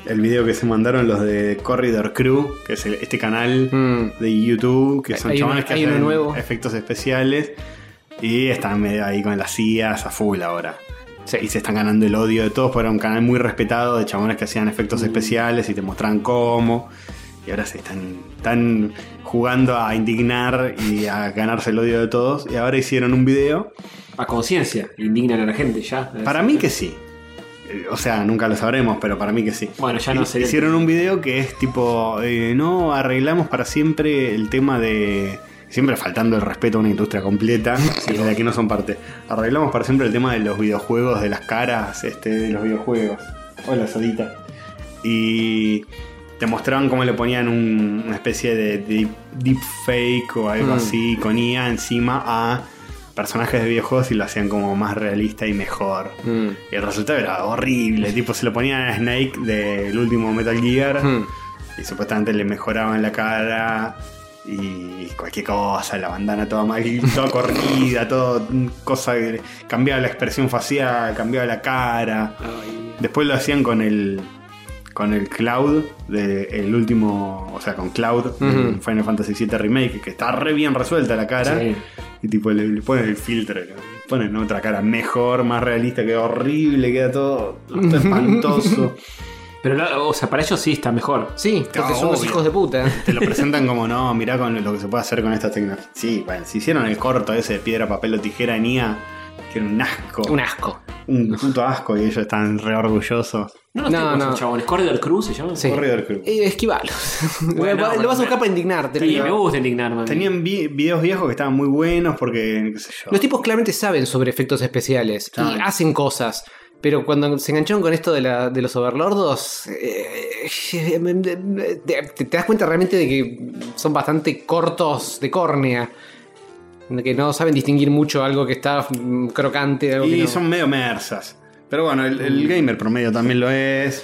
B: El video que se mandaron los de Corridor Crew, que es el- este canal
C: Mm.
B: de YouTube, que
C: Hay-
B: son
C: hay
B: chabones
C: uno-
B: que
C: hay uno
B: hacen
C: nuevo.
B: efectos especiales. Y están medio ahí con las sillas a full ahora. Y se están ganando el odio de todos, porque era un canal muy respetado de chabones que hacían efectos
C: Mm.
B: especiales y te mostraban cómo. Y ahora se están, están jugando a indignar y a ganarse el odio de todos. Y ahora hicieron un video
A: a conciencia, indignan a la gente ya.
B: Para mí que sí. Eh, O sea, nunca lo sabremos, pero para mí que sí.
A: Bueno, ya no
B: Hi-
A: sé.
B: Hicieron un video que es tipo, eh, no arreglamos para siempre el tema de... Siempre faltando el respeto a una industria completa, que de la que no son parte. Arreglamos para siempre el tema de los videojuegos, de las caras, este, de los videojuegos. Hola, Sodita. Y te mostraban cómo le ponían un- una especie de deep, fake o algo
C: Mm.
B: así, con IA encima a personajes de videojuegos y lo hacían como más realista y mejor.
A: Mm.
B: Y el resultado era horrible. Tipo, se lo ponían a Snake del último Metal Gear.
C: Hmm.
B: Y supuestamente le mejoraban la cara. Y cualquier cosa, la bandana toda mal, toda corrida, todo mm, cosa que cambiaba la expresión facial, cambiaba la cara. Después lo hacían con el. con el Cloud del último. O sea, con Cloud del Final Fantasy VII Remake, que está re bien resuelta la cara.
A: Sí.
B: Y tipo le, le ponen el filtro, le ponen otra cara mejor, más realista, queda horrible, queda todo, todo espantoso.
A: Pero, lo- o sea, para ellos sí está mejor.
C: Sí, porque
B: Ah,
C: son los
B: obvio.
C: hijos de puta.
B: Te lo presentan como no, mirá con lo que se puede hacer con estas tecnologías. Sí, bueno, si hicieron el corto ese de piedra, papel o tijera en IA, que era un asco.
C: Un asco.
B: Un puto asco y ellos están re orgullosos.
A: No, no,
C: No,
A: no.
C: no.
A: chabones. Corridor Cruz se llama.
C: Sí.
B: Corridor Crew.
C: Eh, esquivalos.
A: Bueno,
C: lo
A: bueno,
C: vas a buscar
A: me-
C: para indignarte.
A: Sí,
C: pero-
A: me gusta indignar, man.
B: Tenían vi- videos viejos que estaban muy buenos porque, qué sé yo.
C: Los tipos claramente saben sobre efectos especiales y
B: Saben.
C: hacen cosas. Pero cuando se engancharon con esto de, la- de los overlordos, eh, te, te das cuenta realmente de que son bastante cortos de córnea. de Que no saben distinguir mucho algo que está mm, crocante de algo que
B: Y
C: no.
B: son medio mersas. Pero bueno, el, el gamer promedio también lo es.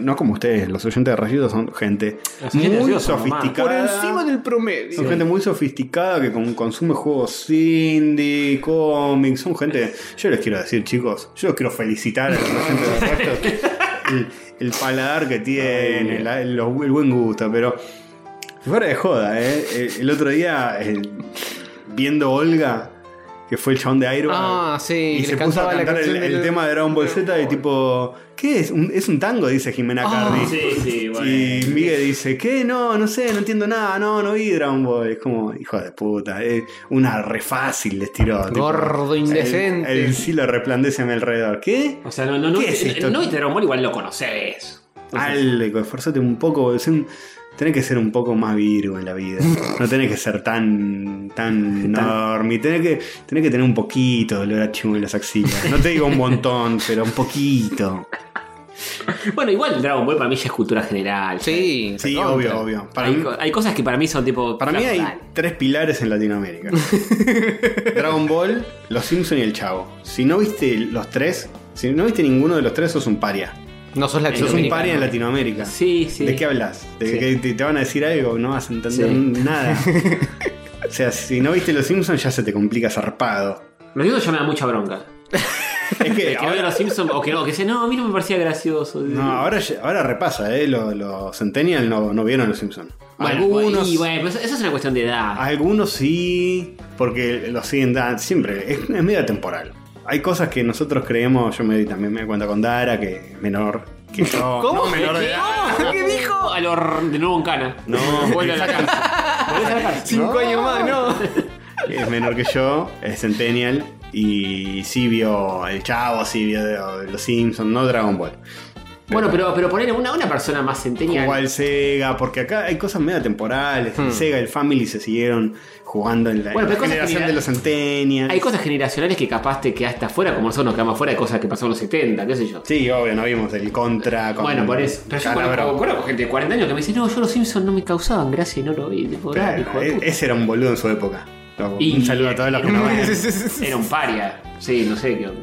B: No como ustedes, los oyentes de Rayitos son gente
A: Los oyentes de
B: muy
A: Rayitos son lo más.
C: por
B: sofisticada.
C: encima del promedio.
B: Son gente muy sofisticada que con- consume juegos indie, cómics. Son gente. Yo les quiero decir, chicos, yo los quiero felicitar a los oyentes de Rayitos. El, el paladar que tienen, el, el- el buen gusto, pero. Fuera de joda, ¿eh? El, el otro día, el- viendo Olga, que fue el chabón de Iron
C: Ah, sí.
B: y
C: que
B: se
C: les
B: puso a
C: cantaba la
B: cantar el,
C: canción
B: el
C: del-
B: tema de Dragon Ball Z y tipo, ¿qué es? Un- es un tango, dice Jimena
C: Ah,
B: Cardi.
A: Sí, sí, bueno.
B: Y Miguel dice, ¿qué? No, no sé, no entiendo nada, no, no vi Dragon Ball. Es como, hijo de puta, eh, una re fácil les tiró. tipo,
C: Gordo
B: el-
C: indecente.
B: El, cielo resplandece a mi alrededor. ¿Qué?
A: O sea, no, no, no.
B: ¿Qué es esto?
A: No, y Dragon Ball igual lo conoces.
B: Algo, esforzate un poco, sé un- tenés que ser un poco más virgo en la vida. No tenés que ser tan tan enorme. Tenés que, tenés que tener un poquito de olor a chimo en las axilas. No te digo un montón, pero un poquito.
A: Bueno, igual Dragon Ball para mí ya es cultura general.
C: Sí,
B: Sí,
C: recontra.
B: obvio, obvio. Para
A: hay,
B: mí,
A: co- hay cosas que para mí son tipo.
B: para mí hay
A: dale.
B: tres pilares en Latinoamérica. Dragon Ball, Los Simpson y El Chavo. Si no viste los tres, si no viste ninguno de los tres, sos un paria.
C: No sos
B: Sos un
A: Latinoamericano.
B: paria en Latinoamérica.
A: Sí, sí.
B: ¿De qué hablas? ¿De
A: Sí.
B: que te, te van a decir algo? No vas a entender
A: Sí.
B: nada. o sea, si no viste Los Simpsons ya se te complica zarpado.
A: Los Simpsons ya me da mucha bronca.
B: Es que,
A: El que no vio
B: ahora,
A: los Simpsons o que no, que dice, no, a mí no me parecía gracioso.
B: no, ahora, ya- ahora repasa, ¿eh? Los los Centennial no, no vieron Los Simpsons.
A: Bueno,
B: algunos,
A: y bueno, pues eso es una cuestión de edad.
B: algunos sí, porque lo siguen dando. Siempre, es, es medio temporal. Hay cosas que nosotros creemos, yo me doy también me doy cuenta con Dara, que es menor que yo.
C: ¿Cómo?
B: No, menor de
A: ¿Qué?
B: edad.
A: ¿Qué dijo? A lo de nuevo en cana.
B: No,
A: vuelve a la casa. Vuelve a la casa.
C: Cinco años más, no.
B: es menor que yo, es Centennial. Y sí vio El Chavo, sí vio Los Simpsons, no Dragon Ball.
A: Bueno, pero, pero poner una, una persona más centenial.
B: Jugó al Sega, porque acá hay cosas medio temporales. El Sega, el Family se siguieron jugando en la,
A: Bueno, pero
B: en la
A: hay cosas
B: generación
A: que-
B: de los Centennials.
A: Hay cosas generacionales que capaz te quedaste afuera, como nosotros nos quedamos afuera de cosas que pasaron en los 70, qué sé yo.
B: Sí, obvio, no vimos el Contra. con Ah,
A: bueno, por eso. Pero yo
B: Canavero.
A: conozco, conozco gente de 40 años que me dice, no, yo los Simpsons no me causaban gracia y no lo vi. Tipo,
B: Pero,
A: dale, hijo de
B: e-
A: puta.
B: ese era un boludo en su época. Loco,
A: Y-
B: Un saludo a todos los que no ven.
A: Era un paria. Sí, no sé qué onda.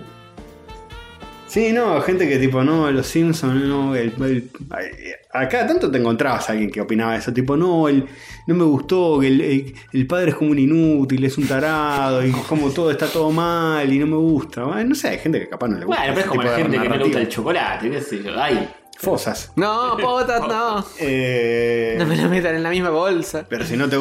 B: Sí, no, gente que tipo, no, los Simpsons, no, el, el- ay, acá tanto te encontrabas a alguien que opinaba eso, tipo, no, el, no me gustó, que el, el- el padre es como un inútil, es un tarado, y como todo está todo mal, y no me gusta. Ay, no sé, hay gente que capaz no le gusta.
A: Bueno, pero es
B: ese
A: como
B: tipo
A: la
B: de
A: gente que no le gusta
B: narrativa.
A: el chocolate, qué sé yo. Ay.
B: Fosas.
C: No, potas, no.
B: Eh,
C: No me lo metan en la misma bolsa.
B: Pero si no te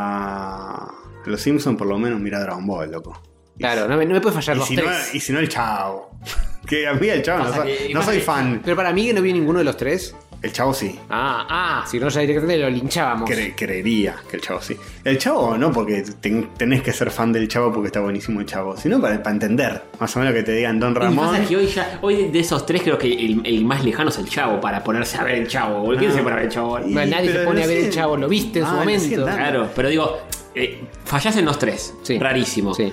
B: gusta los Simpsons, por lo menos mira Dragon Ball, loco.
C: Claro, no me, no me puede fallar
B: Y
C: los
B: si, no,
C: tres.
B: y si no, el chavo. Que a mí el chavo no,
A: Pasa
B: soy-
A: que-
B: no soy
A: pasa
B: fan.
C: Pero para mí que no vi ninguno de los tres,
B: El chavo sí.
A: Ah, ah.
C: Si no, ya directamente lo linchábamos.
B: Cre- creería que el chavo sí. El chavo no porque ten- tenés que ser fan del chavo porque está buenísimo el chavo, sino para, para entender. Más o menos que te digan Don
A: Lo que
B: Ramón.
A: pasa es que hoy, ya, hoy de esos tres creo que el, el más lejano es el chavo para ponerse a ver el chavo. boludo.
C: Ah.
A: ¿Quién se pone a ver el chavo?
B: Y-
C: No, nadie se
B: pero
C: pone
B: no
C: a ver
B: sé.
C: el chavo, lo viste en
B: Ah,
C: su
B: no
C: momento.
B: sientan.
A: Claro, pero digo, eh, fallás en los tres.
C: Sí.
A: Rarísimo.
C: Sí.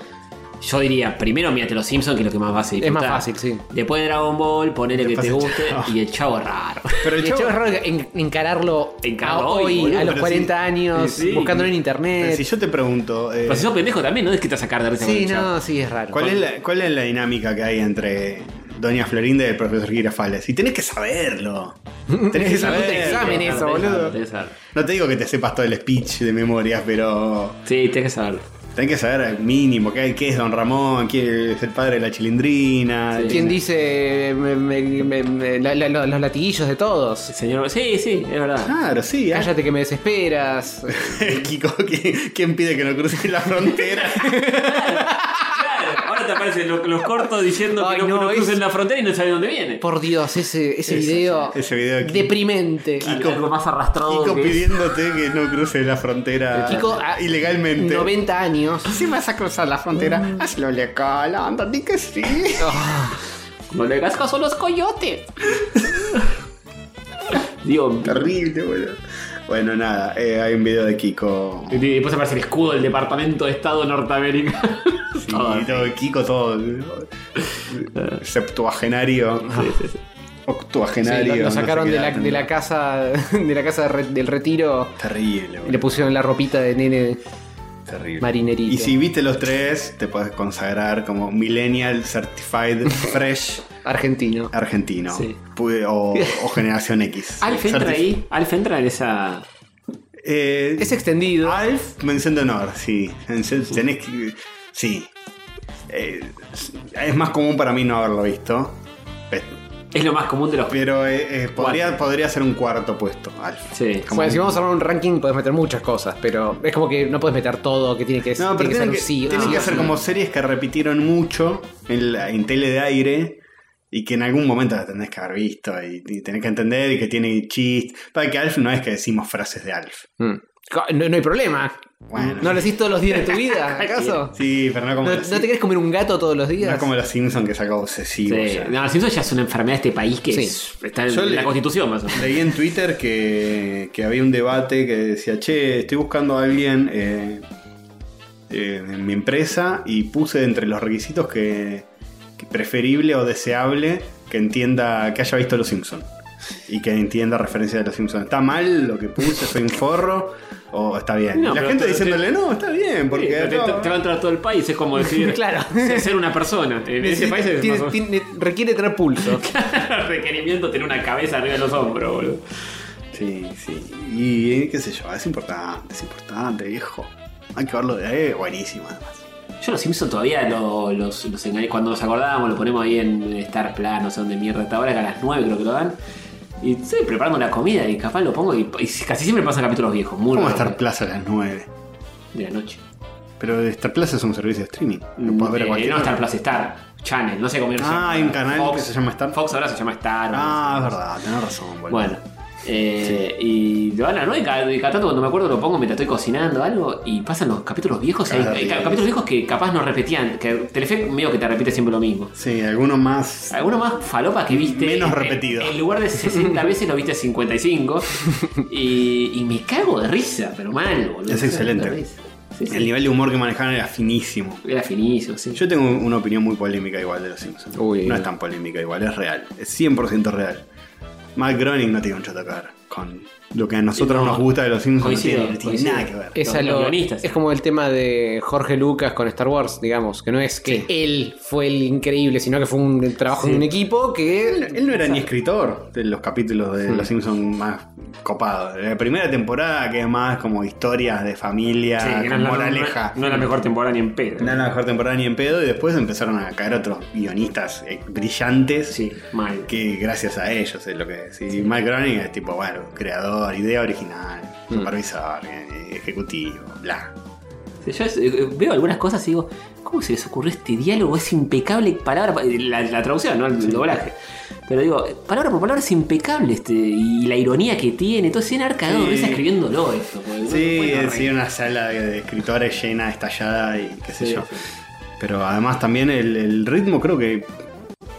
A: Yo diría, primero mírate los Simpsons, que es lo que más vas a disfrutar.
C: más fácil, sí.
A: Después Dragon Ball, ponele que te
B: Después el
A: guste.
B: Chavo.
A: Y el chavo es raro.
B: Pero
C: Y
B: el
C: el chavo es
B: chavo.
C: raro en- encararlo
A: Encaró
C: a
A: hoy,
C: hoy,
A: boludo,
C: a los
B: pero
C: 40
B: sí.
C: años,
A: Sí, sí.
C: buscándolo en internet.
B: Si yo te pregunto. eh,
A: Pero si sos pendejo también, no es que te vas a sacar de risa con
C: sí,
A: el chavo.
C: no, sí, es raro.
B: ¿Cuál es, la, ¿Cuál es la dinámica que hay entre Doña Florinda y el profesor Girafales? Y tenés que saberlo. Tenés que
C: Es un puto
B: saber.
C: examen eh.
A: Tenés que
C: eso,
A: saberlo,
C: boludo.
A: tenés que saberlo.
B: No te digo que te sepas todo el speech de memorias, pero
A: Sí, tenés que saberlo.
B: tenés que saber al mínimo qué, qué es Don Ramón, quién es el padre de la chilindrina.
A: Sí.
C: ¿Quién dice me- me- me- me- la- la- los latiguillos de todos?
A: Señor... Sí, sí, es
C: Ah,
A: verdad.
B: Claro, sí. hay-
C: Cállate que me desesperas.
B: Kiko, ¿quién, quién pide que no crucen la frontera?
A: Claro, ahora te aparecen los, los cortos diciendo
C: Ay,
A: que no,
C: no,
A: no
C: es-
A: crucen la frontera y no saben dónde viene.
C: Por Dios, ese, ese video
B: ese video de Kiko.
C: deprimente.
A: Kiko, algo más arrastrado
B: Kiko
A: que es.
B: pidiéndote que no cruces la frontera ah,
C: Kiko, a-
B: ilegalmente.
C: 90 años.
B: Si vas a cruzar la frontera, hazlo legal, anda, di que sí.
A: No le hagas caso a los coyotes. Digo,
B: Terrible, boludo. Bueno, nada, eh, hay un video de Kiko.
A: y después aparece el escudo del Departamento de Estado norteamericano.
B: Sí,
A: Ah,
B: todo, Kiko todo. Septuagenario.
C: Sí, lo-
B: Octuagenario.
C: lo,
B: no sé
C: sacaron
B: qué
C: de, la,
B: edad
C: de la
B: tendrá.
C: casa de la casa de re- del retiro
B: Terrible,
C: y le
B: boludo.
C: pusieron la ropita de nene
B: Terrible.
C: marinerito.
B: Y si viste los tres, te puedes consagrar como Millennial Certified Fresh
C: argentino.
B: Argentino.
A: Sí.
B: Pu- O, o Generación X.
A: Alf entra
B: Certif-
A: ahí. Alf entra en esa.
B: Eh,
C: Es extendido.
B: Alf, mención de honor, sí. Mención- Tenés que. Sí. Eh, es más común para mí no haberlo visto. Pe-
A: Es lo más común de los.
B: Pero eh, eh, podría, podría ser un cuarto puesto, Alf.
A: Sí.
B: Como-
C: Bueno, si vamos a armar un ranking, podés meter muchas cosas, pero es como que no puedes meter todo, que tiene que,
B: No, pero
C: tiene que ser
B: tienen
C: un
B: que,
C: sí.
B: tienen
C: sí,
B: que
C: sí.
B: hacer como series que repitieron mucho en, la- en tele de aire y que en algún momento las tendrás que haber visto y, y tenés que entender y que tiene chiste. Para que Alf no es que decimos frases de Alf.
C: Mm. Co- No, no hay problema.
B: Bueno.
C: ¿No lo decís todos los días de tu vida, acaso?
B: Sí, pero no como,
C: ¿No,
B: los,
C: no te querés comer un gato todos los
B: no
C: días?
B: como los Simpsons que saca obsesivo.
A: Sí.
B: ya.
A: No, el Simpson ya es una enfermedad de este país que
C: Sí.
A: es- está en
B: Yo
A: la
B: le-
A: constitución, más o menos.
B: Leí en Twitter que, que había un debate que decía, che, estoy buscando a alguien eh, eh, en mi empresa y puse entre los requisitos que, que preferible o deseable que entienda, que haya visto Los Simpsons. Y que entienda referencias de los Simpsons. ¿Está mal lo que puse? ¿Soy un forro? ¿O está bien?
A: No,
B: Y la
A: pero
B: gente
A: te-
B: diciéndole, no, está bien,
A: Sí,
B: porque...
A: te, te-
B: no".
A: te va a entrar a todo el país, es como decir.
C: Claro.
A: ser- Ser una persona. En este país es
C: Tiene-
A: más o menos-
C: tiene- requiere tener pulso.
A: requerimiento tener una cabeza arriba de los hombros, boludo.
B: Sí, sí. Y eh, qué sé yo, es importante, es importante, viejo. Hay que verlo de... eh, buenísimo, además.
A: Yo los Simpsons todavía lo- los, los engañé. Cuando nos acordábamos, lo ponemos ahí en Star Plus, no sé dónde mierda está ahora, que a las 9 creo que lo dan. Y estoy preparando la comida y capaz lo pongo y, y casi siempre pasan capítulos viejos. Muy
B: ¿Cómo
A: raro.
B: estar plaza a las 9?
A: De la noche.
B: Pero Star Plaza es un servicio de streaming. Lo puedes ver a
A: Eh,
B: cualquier
A: no Star
B: hora.
A: Plus, Star Channel, no sé cómo mierda se
B: Ah,
A: llama.
B: hay un canal
A: Fox.
B: que se llama Star.
A: Fox ahora se llama Star.
B: Ah, es verdad, tenés razón, boludo.
A: Bueno. eh, Y lo van a no, y cada, y cada tanto cuando me acuerdo lo pongo mientras estoy cocinando algo y pasan los capítulos viejos. Hay,
B: Cada
A: hay
B: día.
A: ca- capítulos viejos que capaz no repetían, que Telefe medio que te repite siempre lo mismo.
B: Sí, alguno más.
A: Alguno más falopa que viste.
B: Menos
A: en-
B: repetido.
A: En, lugar de 60 veces lo viste 55. y, y me cago de risa, pero mal, boludo.
B: Es excelente.
A: Me cago de risa. Sí, sí.
B: El nivel de humor que manejaban era finísimo.
A: Era finísimo, sí.
B: Yo tengo una opinión muy polémica igual de los Simpsons.
C: Uy.
B: no es tan polémica igual, es real. Es 100% real. Matt Groening no tiene mucho que ver con lo que a nosotros
A: No.
B: nos gusta de los Simpsons. no
A: Coincido,
B: tiene- No tiene,
A: coincido.
B: nada que ver.
C: Es,
A: Los-
C: a
A: los
C: lo-
A: guionistas.
C: es como el tema de Jorge Lucas con Star Wars, digamos, que no es que
B: Sí.
C: él fue el increíble, sino que fue un el trabajo
A: Sí.
C: en un equipo
B: Él,
C: que...
B: él no era ni escritor de los capítulos
A: Hmm.
B: de Los Simpsons más copados. La primera temporada que es más como historias de familia,
A: Sí, que
B: con
A: no es la-
B: moraleja.
A: no es la mejor temporada ni en pedo.
B: No era la mejor temporada ni en pedo y después empezaron a caer otros guionistas eh, brillantes
A: Sí, mal.
B: que gracias a ellos es lo que es. Y Mike Groening es tipo, bueno, creador, idea original,
A: Hmm.
B: supervisor, eh, ejecutivo, bla.
A: Sí, Yo es- eh, veo algunas cosas y digo, eh, ¿cómo se les ocurrió este diálogo? Es impecable palabra, pa- la, la traducción, no el doblaje. Pero digo, palabra por palabra es impecable este, y la ironía que tiene. Entonces, en arca de
B: Sí.
A: risa escribiéndolo esto. porque no se
B: Sí,
A: puede no
B: sí,
A: reír.
B: una sala de, de escritores llena, estallada y qué sé
A: Sí,
B: yo.
A: sí.
B: Pero además también el, el ritmo creo que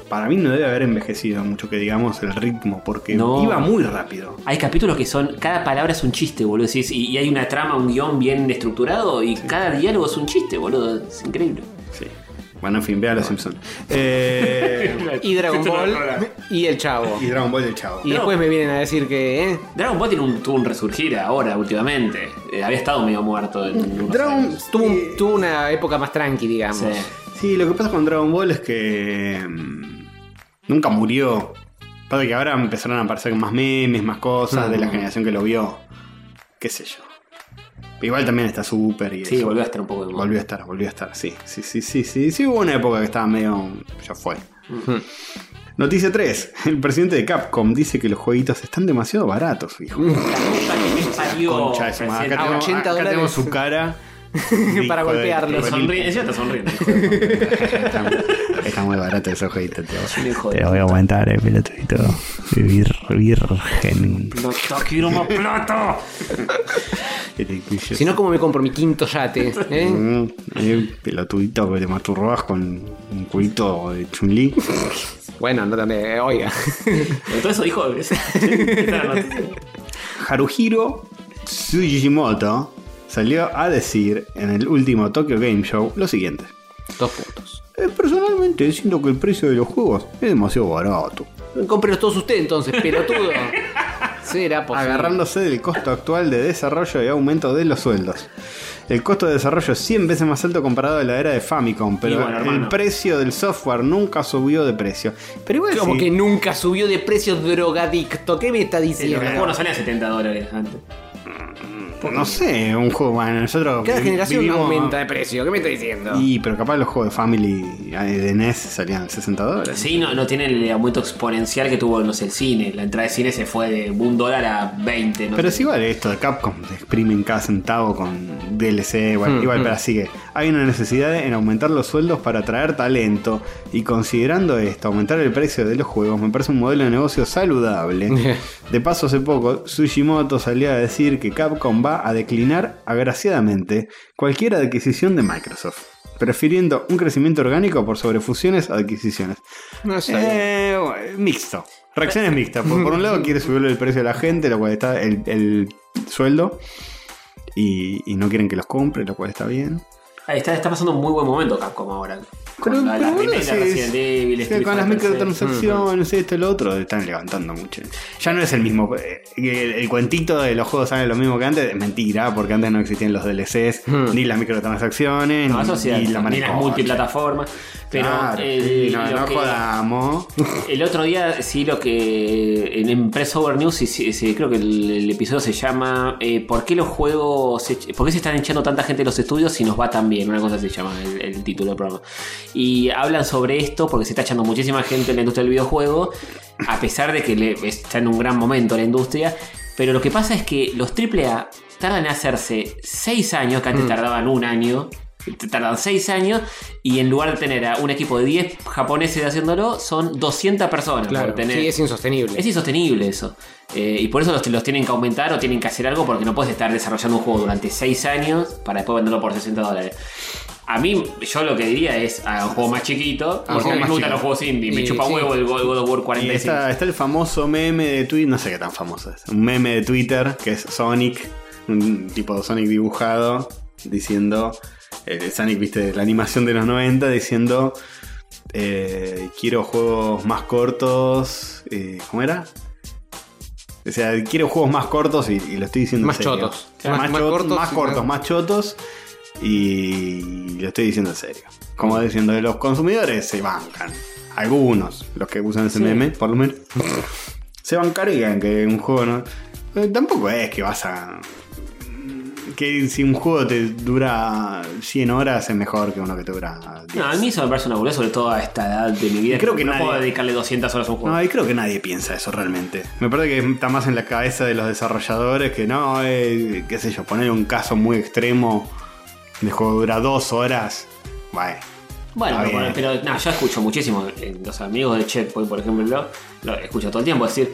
B: para mí no debe haber envejecido mucho que digamos el ritmo, porque
A: No.
B: iba muy rápido.
A: Hay capítulos que son. Cada palabra es un chiste, boludo. Decís, Y, y hay una trama, un guión bien estructurado. Y cada diálogo es un chiste, boludo. Es increíble.
B: Sí. Bueno, en fin, vea los Simpsons. Eh,
C: Y Dragon Ball y el Chavo.
B: y Dragon Ball del Chavo.
C: Y después me vienen a decir que, ¿eh?
A: Dragon Ball tiene un, tuvo un resurgir ahora, últimamente. Eh, había estado medio muerto en unos
B: Dragon-
A: años.
C: Tuvo,
B: Sí.
C: tuvo una época más tranqui, digamos.
A: Sí.
B: Sí, lo que pasa con Dragon Ball es que mm, nunca murió. Pasa que ahora empezaron a aparecer más memes, más cosas
A: Mm.
B: de la generación que lo vio. Qué sé yo. Igual también está super y
A: Sí,
B: eso.
A: volvió a estar un poco de moda.
B: Volvió a estar, volvió a estar, sí. Sí, sí, sí, sí. Sí, hubo una época que estaba medio. Ya fue. Noticia 3. El presidente de Capcom dice que los jueguitos están demasiado baratos, hijo.
A: La puta que me parió,
C: Oh,
B: Concha de su madre.
A: presidente.
B: Acá,
C: A
B: tenemos,
C: 80
B: acá
C: dólares.
B: tenemos su cara.
C: Para
B: Hijo de-
C: golpearlo.
B: de-
A: Sonríe, encima está sonriendo. hijo de-
B: Está muy- Está muy barato esos jueguitos, tío.
A: hijo
F: Te
A: de-
F: lo voy a aumentar, eh, pelotudito. Vir, virgen.
A: No no quiero más plata.
C: Si no, ¿cómo me compro mi quinto yate? ¿eh?
B: Mm, eh, pelotudito que te masturbas con un culito de chunli.
C: bueno, no también, oiga.
A: Todo eso dijo. esa- esa noticia.
B: Haruhiro Tsujimoto salió a decir en el último Tokyo Game Show lo siguiente.
C: Dos puntos.
B: "Eh, Personalmente siento que el precio de los juegos es demasiado barato.
C: Cómprelos todos ustedes entonces, pelotudo. Será posible.
B: agarrándose del costo actual de desarrollo y aumento de los sueldos. El costo de desarrollo es 100 veces más alto comparado a la era de Famicom, pero
A: bueno,
B: el
A: hermano.
B: precio del software nunca subió de precio. Pero igual
C: Como
B: sí.
C: que nunca subió de precio drogadicto. ¿Qué me está
A: Sí, los
C: diciendo?
A: juegos no salían a 70 dólares antes.
B: pues, No sé, un juego. Bueno, nosotros.
C: Cada
B: vi-
C: generación
B: vivimos-
C: aumenta de precio. ¿Qué me está diciendo?
B: Y, pero capaz los juegos de Family eh, de NES salían 60 dólares.
A: Sí, no, no tiene el aumento exponencial que tuvo, no sé, el cine. La entrada de cine se fue de un dólar a 20, no
B: Pero
A: sé.
B: es igual esto de Capcom, te exprimen cada centavo con DLC, igual,
C: Hmm,
B: igual
C: hmm.
B: pero sigue. Hay una necesidad en aumentar los sueldos para atraer talento y considerando esto, aumentar el precio de los juegos me parece un modelo de negocio saludable. de paso, hace poco, Tsushimoto salió a decir que Capcom va a declinar agraciadamente cualquier adquisición de Microsoft. Prefiriendo un crecimiento orgánico por sobre fusiones a adquisiciones.
C: No sé.
B: Eh, bueno, mixto. Reacciones mixtas. Por, por un lado quiere subirle el precio a la gente, lo cual está el, el sueldo. Y, y no quieren que los compre, lo cual está bien.
A: Ahí está, está pasando un muy buen momento Capcom ahora. Con
B: Pero-
A: la-
B: pero
A: las
B: bueno,
A: remeras
B: sí,
A: Resident Evil,
B: Sí,
A: Street
B: con las
A: Fighter, sí. Mm.
B: microtransacciones, esto y lo otro, están levantando mucho. Ya no es el mismo. eh, El, el cuentito de los juegos sale lo mismo que antes. Mentira, porque antes no existían los DLCs,
C: Mm.
B: ni las microtransacciones,
A: Hmm. No,
B: ni,
A: eso sí,
B: ni la
A: ni las
B: mariconcha.
A: multiplataformas. Pero
B: Claro,
A: el,
B: sí, no,
A: lo
B: no
A: que-
B: jodamos.
A: el otro día, sí, lo que en, en Press Over News, sí, sí, sí, creo que el, el episodio se llama eh, ¿Por qué los juegos, se ech- por qué se están echando tanta gente de los estudios si nos va tan bien? Una cosa se llama el, el título del programa. Y hablan sobre esto porque se está echando muchísima gente en la industria del videojuego, a pesar de que le- está en un gran momento la industria. Pero lo que pasa es que los AAA tardan en hacerse 6 años, que antes tardaban un año. Te Tardan 6 años y en lugar de tener a un equipo de 10 japoneses haciéndolo, son 200 personas.
C: Claro,
A: por tener.
C: sí, es insostenible.
A: Es insostenible eso. Eh, y por eso los, los tienen que aumentar o tienen que hacer algo porque no puedes estar desarrollando un juego durante 6 años para después venderlo por 60 dólares. A mí, yo lo que diría es a un juego más chiquito, porque
B: juego
A: a mí me
B: más
A: gustan
B: chico.
A: los juegos indie. Me
C: Y
A: chupa
C: sí.
A: huevo el God God of War
B: Y
A: 45.
B: está, está el famoso meme de Twitter, no sé qué tan famoso es, un meme de Twitter que es Sonic, un tipo de Sonic dibujado, diciendo, eh, Sonic, viste, la animación de los 90, diciendo, eh, quiero juegos más cortos, eh, ¿cómo era? O sea, quiero juegos más cortos y, y lo estoy diciendo en
C: Más
B: serio.
C: chotos.
B: O sea,
C: Más-
B: más,
C: más
B: cho-
C: cortos
B: más
C: y
B: cortos,
C: más-
B: más chotos. Y lo estoy diciendo en serio. Como diciendo, los consumidores se bancan. Algunos, los que usan ese meme, por lo menos. se bancarían que un juego no. Eh, Tampoco es que vas a. Que si un juego te dura 100 horas es mejor que uno que te dura 10.
A: No, a mí eso me parece una burla, sobre todo a esta edad de mi vida.
B: Y creo que
A: no
B: nadie-
A: puedo dedicarle 200 horas a un juego.
B: No, y creo que nadie piensa eso realmente. Me parece que está más en la cabeza de los desarrolladores que no, eh, qué sé yo, poner un caso muy extremo de juego que dura dos horas. Bueno,
A: Bueno,
B: Ah,
A: pero,
B: bien.
A: pero, no, yo escucho muchísimo. eh, Los amigos de Checkpoint, por ejemplo, lo, lo escucho todo el tiempo decir.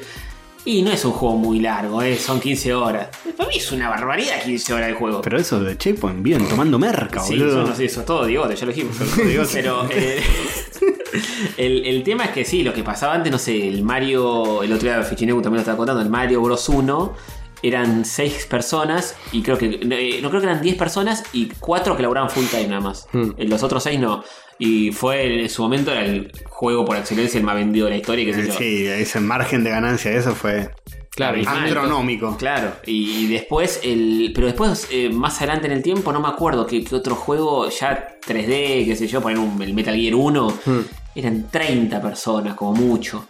A: Y no es un juego muy largo, eh, son 15 horas. Para mí es una barbaridad 15 horas de juego.
B: Pero eso de Checkpoint, bien, tomando merca,
A: Sí,
B: boludo.
A: eso no sé, eso es todo Diegote, ya lo dijimos.
B: Diegote.
A: Pero eh, el, el tema es que sí, lo que pasaba antes, no sé, el Mario, el otro día Fichinegu también lo estaba contando, el Mario Bros 1 eran 6 personas y creo que, no, eh, no creo que eran 10 personas y 4 que laburaban full time nada más.
B: Hmm.
A: Eh, Los otros 6 no. Y fue en su momento era el juego por excelencia el más vendido de la historia, que sé yo.
B: Eh, Sí, ese margen de ganancia, eso fue
C: Claro,
A: y-
B: astronómico.
A: Claro, y, y después, el, pero después, eh, más adelante en el tiempo, no me acuerdo que, otro juego ya 3D, qué sé yo, poner un, el Metal Gear 1,
B: Hmm.
A: eran 30 personas como mucho.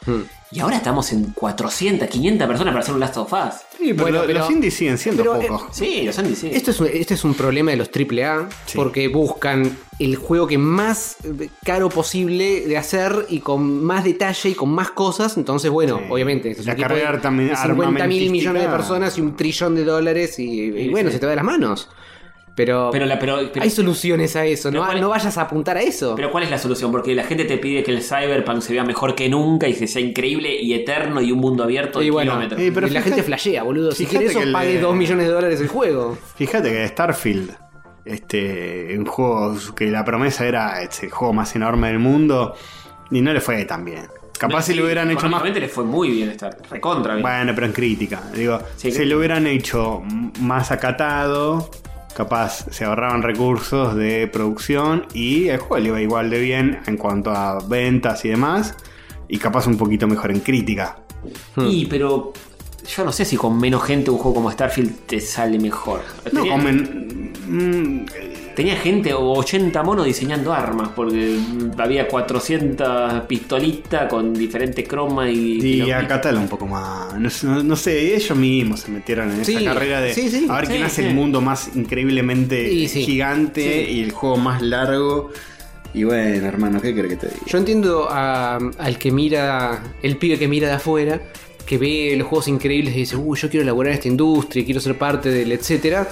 A: Y ahora estamos en 400, 500 personas para hacer un Last of Us.
B: Sí, pero,
C: Bueno,
B: lo-
C: pero-
B: los indies siguen siendo
C: pero, eh,
B: pocos.
A: Sí, los Andy, sí.
C: Esto es, un- este es un problema de los AAA
B: Sí.
C: porque buscan el juego que más eh, caro posible de hacer y con más detalle y con más cosas. Entonces, bueno,
B: Sí.
C: obviamente, es un
B: La
C: tipo
B: carrera
C: de
B: artami-
C: 50 mil millones de
B: armamentística.
C: personas y un trillón de dólares y, y
A: Sí,
C: bueno,
A: sí.
C: se te va de las manos. Pero,
A: pero, la, pero, pero,
C: hay soluciones a eso,
A: pero
C: no,
A: cuál es-
C: no vayas a apuntar a eso.
A: pero ¿cuál es la solución? Porque la gente te pide que el Cyberpunk se vea mejor que nunca y que sea increíble y eterno y un mundo abierto de
C: y bueno,
A: kilómetros.
B: eh, pero
C: la
B: fíjate-
C: gente flashea, boludo. Si
B: fíjate
C: quieres eso,
B: que le-
C: pague 2 millones de dólares el juego.
B: Fíjate que Starfield, este, un juego que la promesa era este, el juego más enorme del mundo, y no le fue tan bien. Capaz si lo hubieran hecho más.
A: Económicamente le fue muy bien estar recontra bien.
B: Bueno, pero en crítica. Digo,
A: Sí.
B: si lo hubieran hecho m- más acatado, capaz se ahorraban recursos de producción y el juego le iba igual de bien en cuanto a ventas y demás, y capaz un poquito mejor en crítica.
A: Y pero yo no sé si con menos gente un juego como Starfield te sale mejor.
B: No,
A: tenía,
B: comen. mm,
A: tenía gente o 80 monos diseñando armas porque había 400 pistolitas con diferentes cromas y...
B: mm, Y
A: quilombitos.
B: acatala un poco más. No, sé- no sé, ellos mismos se metieron en
C: Sí,
B: esa carrera de
C: sí, sí.
B: a ver quién
A: Sí,
B: hace
A: sí.
B: el mundo más increíblemente
C: Y sí.
B: gigante
A: Sí.
B: y el juego más largo. Y bueno, hermano, ¿qué crees que te diga?
C: Yo entiendo a- al que mira, el pibe que mira de afuera, que ve los juegos increíbles y dice, uy, yo quiero laburar en esta industria, quiero ser parte del etcétera.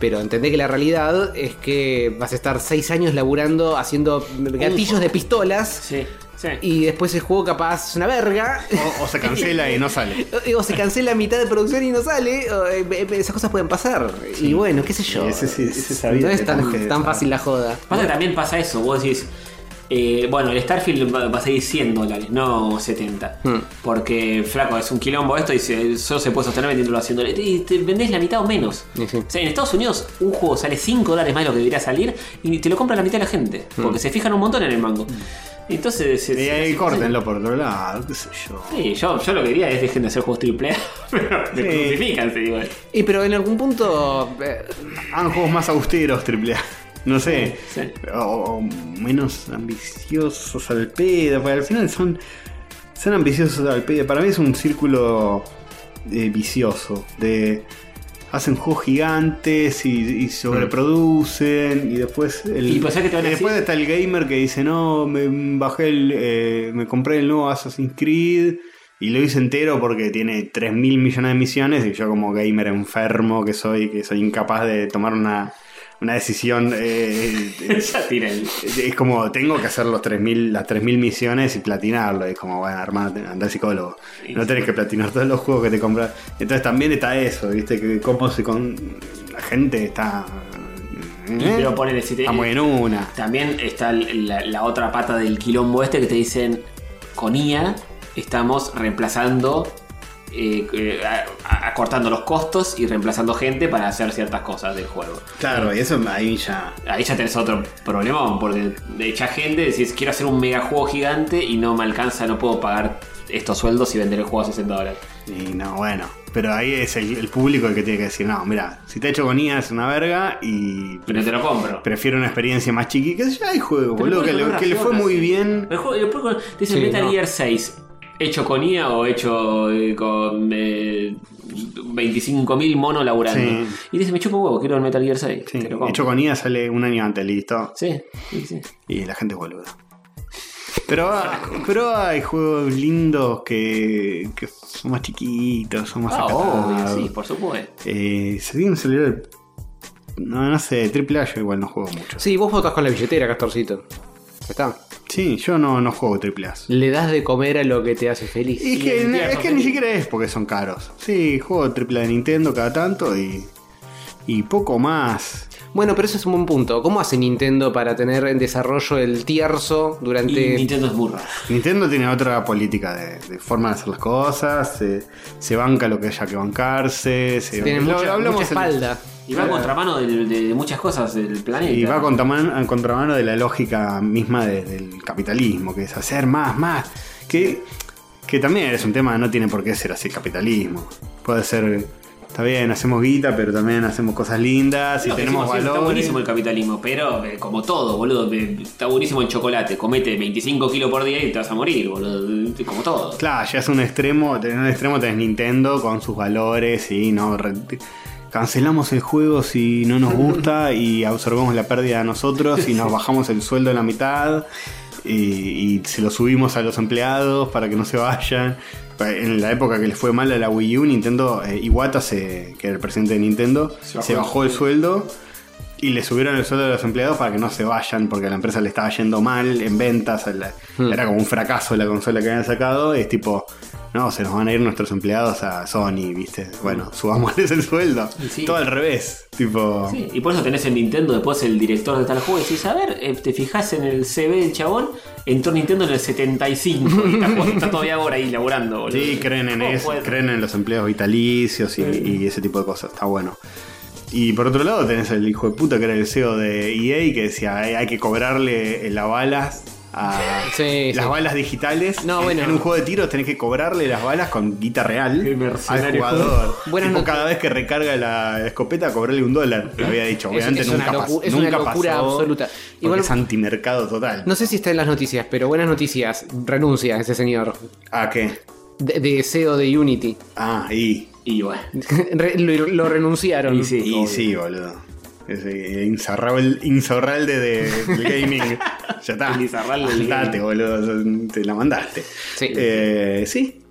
C: Pero entendé que la realidad es que vas a estar seis años laburando haciendo gatillos de pistolas
A: Sí, sí.
C: y después el juego capaz es una verga.
B: O, o se cancela y no sale.
C: O se cancela mitad de producción y no sale. o, eh, eh, esas cosas pueden pasar. y bueno, qué sé yo.
B: ese sí- ese sabía
C: no
B: que
C: es
B: también
C: tan,
B: que-
C: tan fácil la joda.
A: Pasa que también pasa eso, vos decís... eh, bueno, el Starfield va, va a seguir 100 dólares, no 70.
C: Hmm.
A: Porque, flaco, es un quilombo esto y se- solo se puede sostener vendiéndolo a 100 dólares. Y te vendés la mitad o menos.
C: Y sí.
A: O sea, en Estados Unidos un juego sale 5 dólares más de lo que debería salir y te lo compra la mitad de la gente. Porque se fijan un montón en el mango. Entonces, se-
B: Y ahí
A: se-
B: córtenlo por otro lado, qué sé yo.
A: Sí, yo, yo lo que diría es dejen de hacer juegos triple A, pero te
B: Sí.
A: crucifican, se digo.
C: Y pero en algún punto. eh,
B: Hagan juegos más austeros, AAA. No sé.
A: Sí.
B: O, o menos ambiciosos al pedo. Porque al final son, son ambiciosos al pedo. Para mí es un círculo eh, vicioso. De hacen juegos gigantes y, y sobreproducen. Y después el,
A: Mm. Y pensá que te van a
B: y después
A: decir-
B: está el gamer que dice: No, me bajé el. eh, me compré el nuevo Assassin's Creed. Y lo hice entero porque tiene 3 mil millones de misiones y yo como gamer enfermo que soy, que soy incapaz de tomar una, una decisión eh, es,
A: ya tira el.
B: es como, tengo que hacer los 3000, las 3.000 misiones y platinarlo. Es como, bueno, hermano, te- anda al psicólogo. No tenés que platinar todos los juegos que te compras. Entonces también está eso, ¿viste? Que cómo se con... La gente está... ¿eh?
A: Pero ponele, si te-
B: Está muy en una.
A: También está la, la otra pata del quilombo este que te dicen, con IA estamos reemplazando, eh, eh, a- a- acortando los costos y reemplazando gente para hacer ciertas cosas del juego.
B: Claro, y eso ahí ya...
A: Ahí ya tenés otro problemón, porque echa gente, decís, quiero hacer un megajuego gigante y no me alcanza, no puedo pagar estos sueldos y vender el juego a 60 dólares.
B: Y no, bueno. Pero ahí es el, el público el que tiene que decir, no, mira, si te hecho con IA es una verga y
A: Pero te lo compro.
B: prefiero una experiencia más chiquita. Que ya hay juego,
A: Pero
B: boludo,
A: bueno,
B: que, le,
A: no
B: que le fue
A: racionas.
B: muy bien.
A: El juego, el juego- te dicen
C: Sí,
A: Metal
C: no.
A: Gear 6, hecho con IA o hecho eh, con eh, 25.000 monos laburando.
B: Sí.
A: Y dices, me chupo huevo, quiero el Metal Gear 6.
B: Sí,
A: te lo compro.
B: hecho con IA sale un año antes, listo.
A: Sí, sí, sí.
B: Y la gente es boluda. Pero, ah, pero hay juegos lindos que, que son más chiquitos, son más
A: Ah, obvio,
B: acatados.
A: sí, por supuesto.
B: Eh, se tiene un celular. No, no sé, triple A yo igual no juego mucho.
C: Sí, vos votás con la billetera, Castorcito. está.
B: Sí, yo no, no juego triple A.
C: Le das de comer a lo que te hace feliz.
B: Es que, es que ni siquiera es porque son caros. Sí, juego triple A de Nintendo cada tanto y. Y poco más.
C: Bueno, pero eso es un buen punto. ¿Cómo hace Nintendo para tener en desarrollo el tierzo
A: Y
C: durante.
A: Nintendo es burra.
B: Nintendo tiene otra política de, de forma de hacer las cosas. Se, se banca lo que haya que bancarse. Se,
C: Tiene
B: lo- lo
C: mucha,
B: hablamos
C: mucha
B: en-
C: espalda.
A: Y va a contramano de, de muchas cosas del planeta.
B: Y va contra- en contramano de la lógica misma de- del capitalismo, que es hacer más, más. Que, que también es un tema, no tiene por qué ser así el capitalismo. Puede ser, está bien, hacemos guita, pero también hacemos cosas lindas y
A: No,
B: tenemos
A: decimos, sí, Está
B: valores.
A: buenísimo el capitalismo, pero eh, como todo, boludo. eh, Está buenísimo el chocolate. Comete 25 kilos por día y te vas a morir, boludo. eh, Como todo.
B: Claro, ya es un extremo, tenés un extremo tenés Nintendo con sus valores y no re- cancelamos el juego si no nos gusta y absorbemos la pérdida de nosotros y nos bajamos el sueldo en la mitad y, y se lo subimos a los empleados para que no se vayan. En la época que les fue mal a la Wii U, Nintendo, eh, Iwata, se, que era el presidente de Nintendo,
A: Se bajó
B: se
A: el
B: bajó el sueldo y le subieron el sueldo a los empleados para que no se vayan, porque a la empresa le estaba yendo mal en ventas. a la- Era como un fracaso la consola que habían sacado. Es tipo, no, se nos van a ir nuestros empleados a Sony, ¿viste? Bueno, subámosles el sueldo.
A: Sí.
B: Todo al revés. Tipo,
A: Sí, y por eso tenés en Nintendo después el director de tal juego y decís, a ver, eh, te fijás en el CV del chabón, entró Nintendo en el 75 y está, está todavía ahora ahí laburando, boludo.
B: Sí, creen en
A: ¿Cómo
B: eso,
A: puede ser?
B: creen en los empleos vitalicios y, y ese tipo de cosas, está bueno. Y por otro lado tenés el hijo de puta que era el CEO de EA que decía "Hay- hay que cobrarle eh, las balas a
C: Sí,
B: las
C: sí.
B: balas digitales.
C: No,
B: En-
C: bueno.
B: En un juego de tiros tenés que cobrarle las balas con guita real
A: Qué
B: al
A: mercenario.
B: jugador.
C: Buenas
B: Tipo,
C: notas.
B: cada vez que recarga la escopeta cobrarle un dólar, le había dicho.
C: Es-
B: Obviamente
C: es una
B: nunca, pas-
C: locu- es una
B: nunca
C: locura
B: pasó,
C: absoluta.
B: porque
C: Igual-
B: es antimercado total.
C: No sé si está en las noticias, pero buenas noticias. Renuncia ese señor.
B: ¿A Ah, qué?
C: De, de CEO de Unity.
B: Ah, y...
A: Y bueno,
C: Re- lo, lo renunciaron.
A: Y sí.
B: Y
A: obvio.
B: sí, boludo. Es eh, Inzarrabal- Inzarralde de, del gaming. ya está.
A: El Inzarralde del
B: Andate, boludo. Te la mandaste.
C: Sí.
B: Eh, sí.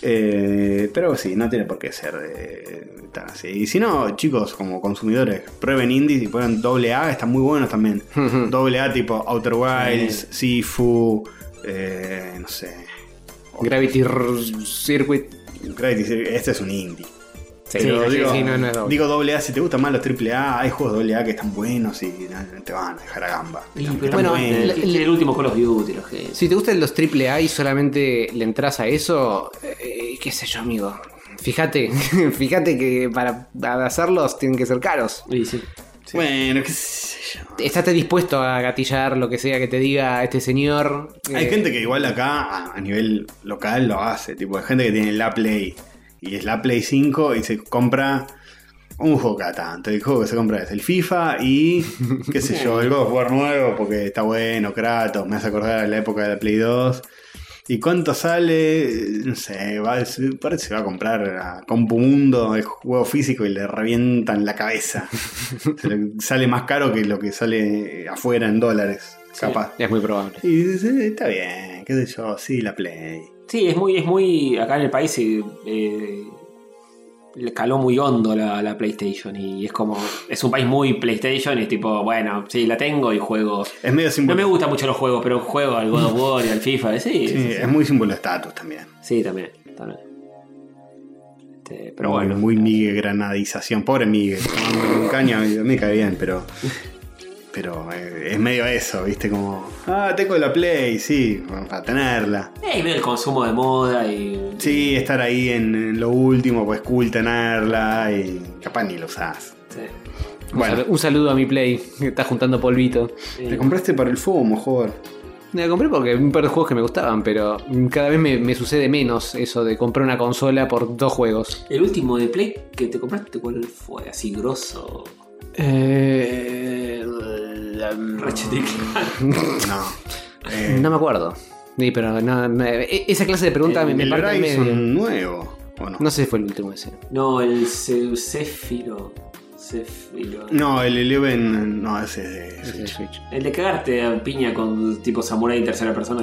B: Eh, pero sí, no tiene por qué ser eh, tan así. Y si no, chicos, como consumidores, prueben indies y ponen doble A, están muy buenos también. Doble A tipo Outer Wilds, Sifu, eh, no sé.
C: Gravity R- Circuit.
B: Gravity, Circle, este es un indie.
C: Sí,
B: Pero
C: sí,
B: digo,
C: sí, no, no es doble.
B: digo doble A, si te gustan más los triple A, hay juegos doble A que están buenos y no, te van a dejar a gamba.
A: y,
B: Están-
A: pero
B: están
C: bueno, eh,
B: buenos.
A: el, el- el último Call of Duty, los que...
C: Si te gustan los AAA y solamente le entras a eso, eh, qué sé yo, amigo. Fíjate, fíjate que para para hacerlos tienen que ser caros.
A: Y sí.
B: Bueno, qué sé yo.
C: Estate dispuesto a gatillar lo que sea que te diga este señor.
B: Hay
C: Eh,
B: gente que igual acá a- a nivel local lo hace. Tipo, hay gente que tiene la Play y es la Play 5 y se compra un juego cada tanto. El juego que se compra es el FIFA y qué sé yo, el God of War nuevo porque está bueno, Kratos, me hace acordar a la época de la Play 2. ¿Y cuánto sale? No sé, va, se- parece que se va a comprar a Compumundo el juego físico y le revientan la cabeza. Se le- sale más caro que lo que sale afuera en dólares, capaz.
C: Es muy probable.
B: Y dice, está bien, qué sé yo, sí, la Play.
A: Sí, es muy, es muy. Acá en el país eh, eh, le caló muy hondo la, la PlayStation. Y es como. Es un país muy PlayStation. Y es tipo, bueno, sí, la tengo y juego.
B: Es medio
A: No
B: símbolo.
A: me gustan mucho los juegos, pero juego al God of War y al FIFA. Sí, sí,
B: Sí,
A: sí.
B: es muy símbolo de estatus también.
A: Sí, también. también. Este, pero
B: Muy-
A: bueno.
B: Muy Migue granadización. Pobre Migue. Un caño, a mí me cae bien, pero. Pero eh, es medio eso, ¿viste? Como. Ah, tengo la Play, sí, para tenerla.
A: Eh, y veo el consumo de moda y.
B: Sí, estar ahí en, en lo último, pues cool tenerla y capaz ni lo usás.
A: sí.
C: Un
B: Bueno.
C: sal- Un saludo a mi Play, que está juntando polvito.
B: Te compraste para el FOMO, joder.
C: Me la compré porque un par de juegos que me gustaban, pero cada vez me, me sucede menos eso de comprar una consola por dos juegos.
A: El último de Play que te compraste, ¿cuál fue? Así grosso.
C: Eh,
B: um,
A: Ratchet y Clank.
B: No. Eh,
C: no me acuerdo. Sí, pero no- me- e- esa clase de preguntas me, me
B: el
C: parte al
B: Horizon
C: medio.
B: nuevo, ¿o no?
C: No sé si fue el último ese.
A: No, el Ce- Céfiro. Céfiro.
B: No, el Eleven no, ese es de
C: Ese de
B: Switch.
C: Switch.
A: El de cagarte a piña con tipo samurai en tercera persona.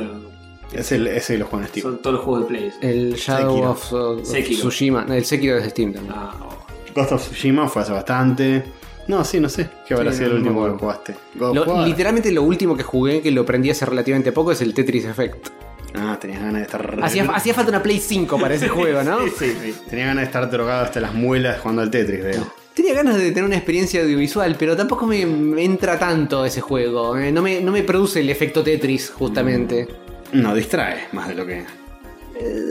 B: Es el, ese de los Juanes Tipo.
A: Son todos los juegos de Play.
B: Eh.
C: El Shadow
B: Sekiro.
C: of, of
A: Sekiro.
C: Tsushima. No, El Sekiro es de Steam también.
A: Ah, oh.
B: Ghost of Tsushima fue hace bastante. No, sí, no sé. ¿Qué habrá
C: Sí,
B: sido
C: no,
B: el
C: no me
B: último que
C: acuerdo.
B: jugaste? God of
C: Lo-
B: War.
C: literalmente lo último que jugué, que lo aprendí hace relativamente poco, es el Tetris Effect.
B: Ah, tenías ganas de estar.
C: Hacía, hacía falta una Play 5 para ese juego, ¿no?
B: Sí, sí. Tenía ganas de estar drogado hasta las muelas jugando al Tetris, veo.
C: Tenía ganas de tener una experiencia audiovisual, pero tampoco me, me entra tanto ese juego. eh, No me, no me produce el efecto Tetris, justamente.
B: No, distrae más de lo que.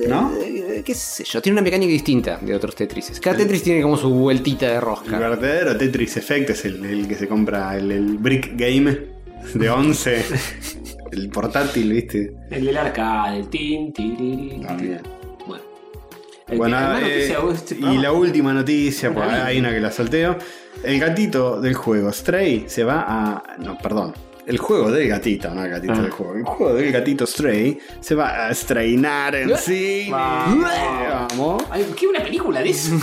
B: ¿No?
C: Eh, ¿Qué sé yo? Tiene una mecánica distinta de otros Tetrises. Cada Tetris tiene como su vueltita de
B: El
C: rosca.
B: verdadero Tetris Effect es el, el que se compra, el, el Brick Game de 11. el portátil, ¿viste?
A: El del arca, del tin, tin,
B: Ah, bien.
A: Bueno. El-
B: Bueno,
A: hermano,
B: eh,
A: ¿qué sea vos este
B: y
A: programa?
B: la última noticia, pues,
A: Maravilla.
B: hay una que la salteo. El gatito del juego, Stray, se va a. No, perdón. El juego del gatito, no el gatito
A: Ah.
B: del juego. El juego del gatito Stray se va a estrenar en
A: Eh,
B: cine. Vamos.
A: Ay, ¿Qué una película de eso?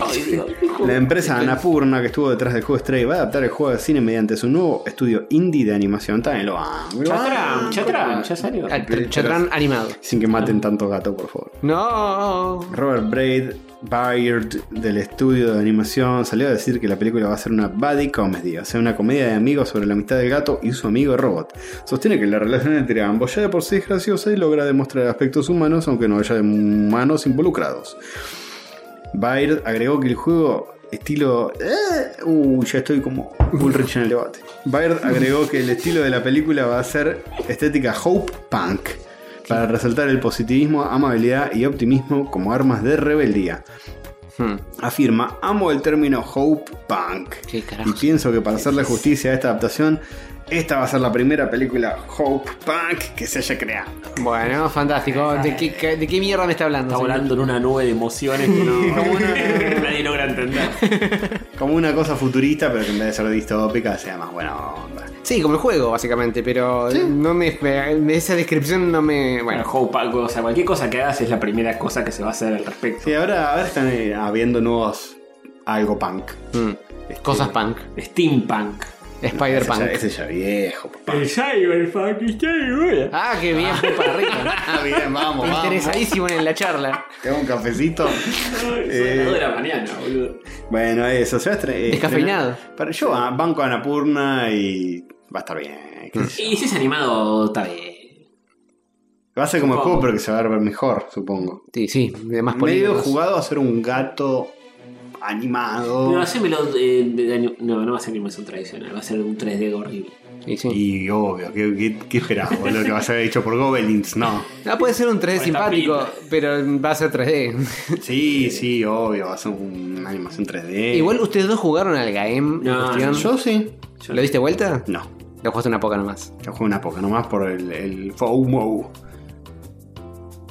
A: Ay, Dios, hijo.
B: La
A: Este.
B: empresa Anapurna que estuvo detrás del juego Stray va a adaptar el juego de cine mediante su nuevo estudio indie de animación. También lo amo. lo
A: Chatrán,
B: amo.
A: Chatrán, ya salió.
C: Ah, tr- Chatrán animado.
B: Sin que maten tanto gato, por favor.
C: No.
B: Robert Braid, Bayard del estudio de animación, salió a decir que la película va a ser una buddy comedy, o sea, una comedia de amigos sobre la amistad del gato y su amigo robot. Sostiene que la relación entre ambos ya de por sí es graciosa y logra demostrar aspectos humanos, aunque no haya humanos involucrados. Bayard agregó que el juego estilo... eh, uh, ya estoy como Bullrich en el debate. Bayard agregó que el estilo de la película va a ser estética Hope Punk. Para resaltar el positivismo, amabilidad y optimismo como armas de rebeldía.
C: Hmm.
B: Afirma, amo el término Hope Punk.
C: ¿Qué
B: Y
C: carajo?
B: pienso que para hacerle justicia a esta adaptación, esta va a ser la primera película Hope Punk que se haya creado.
C: Bueno, fantástico. ¿De qué, qué- de qué mierda me está hablando?
A: Está
C: señor?
A: volando en una nube de emociones que no, nadie logra entender.
B: Como una cosa futurista, pero que en vez de ser distópica, sea más buena onda.
C: Sí, como el juego, básicamente, pero no me, me- esa descripción no me.
A: Bueno,
C: Bueno,
A: Hope, algo, o sea, cualquier cosa que hagas es la primera cosa que se va a hacer al respecto.
B: Sí, ahora, ahora están eh, habiendo nuevos algo punk.
C: mm, cosas punk,
A: Steampunk.
C: Spider-Punk.
B: Ese ya, ese ya viejo, papá.
A: Cyberpunk está de
C: Ah, qué bien, fue para arriba.
B: Ah, bien, vamos, vamos.
C: Interesadísimo en la charla.
B: Tengo un cafecito. Eh,
A: de la mañana, boludo.
B: Bueno, eso, se va a estre- eh,
C: Descafeinado.
B: estrenar. Para, yo ah, banco a Anapurna y va a estar bien. qué sé yo.
A: Y si es animado, está bien.
B: Va a ser como el
A: Supongo.
B: juego, pero que se va a ver mejor, supongo.
C: Sí, sí, de más
B: Medio
C: polígonos.
B: jugado a ser un gato animado
A: No, hacémelo. eh, de- de ani- no, no va a ser animación tradicional, va a ser un 3D horrible.
C: Y sí.
B: y obvio, ¿qué, qué, qué esperaba, boludo? Que va a ser hecho por Gobelins, no.
C: Ah, puede ser un 3D
A: Con esta
C: simpático, pero va a ser 3D.
B: Sí, sí, obvio, va a ser una animación 3D.
C: Igual ustedes dos jugaron al Gaem.
A: No,
C: cuestión.
B: yo sí.
C: ¿Lo diste vuelta?
B: No,
C: Lo jugaste una poca nomás.
B: yo juego una poca nomás por el, el FOMO.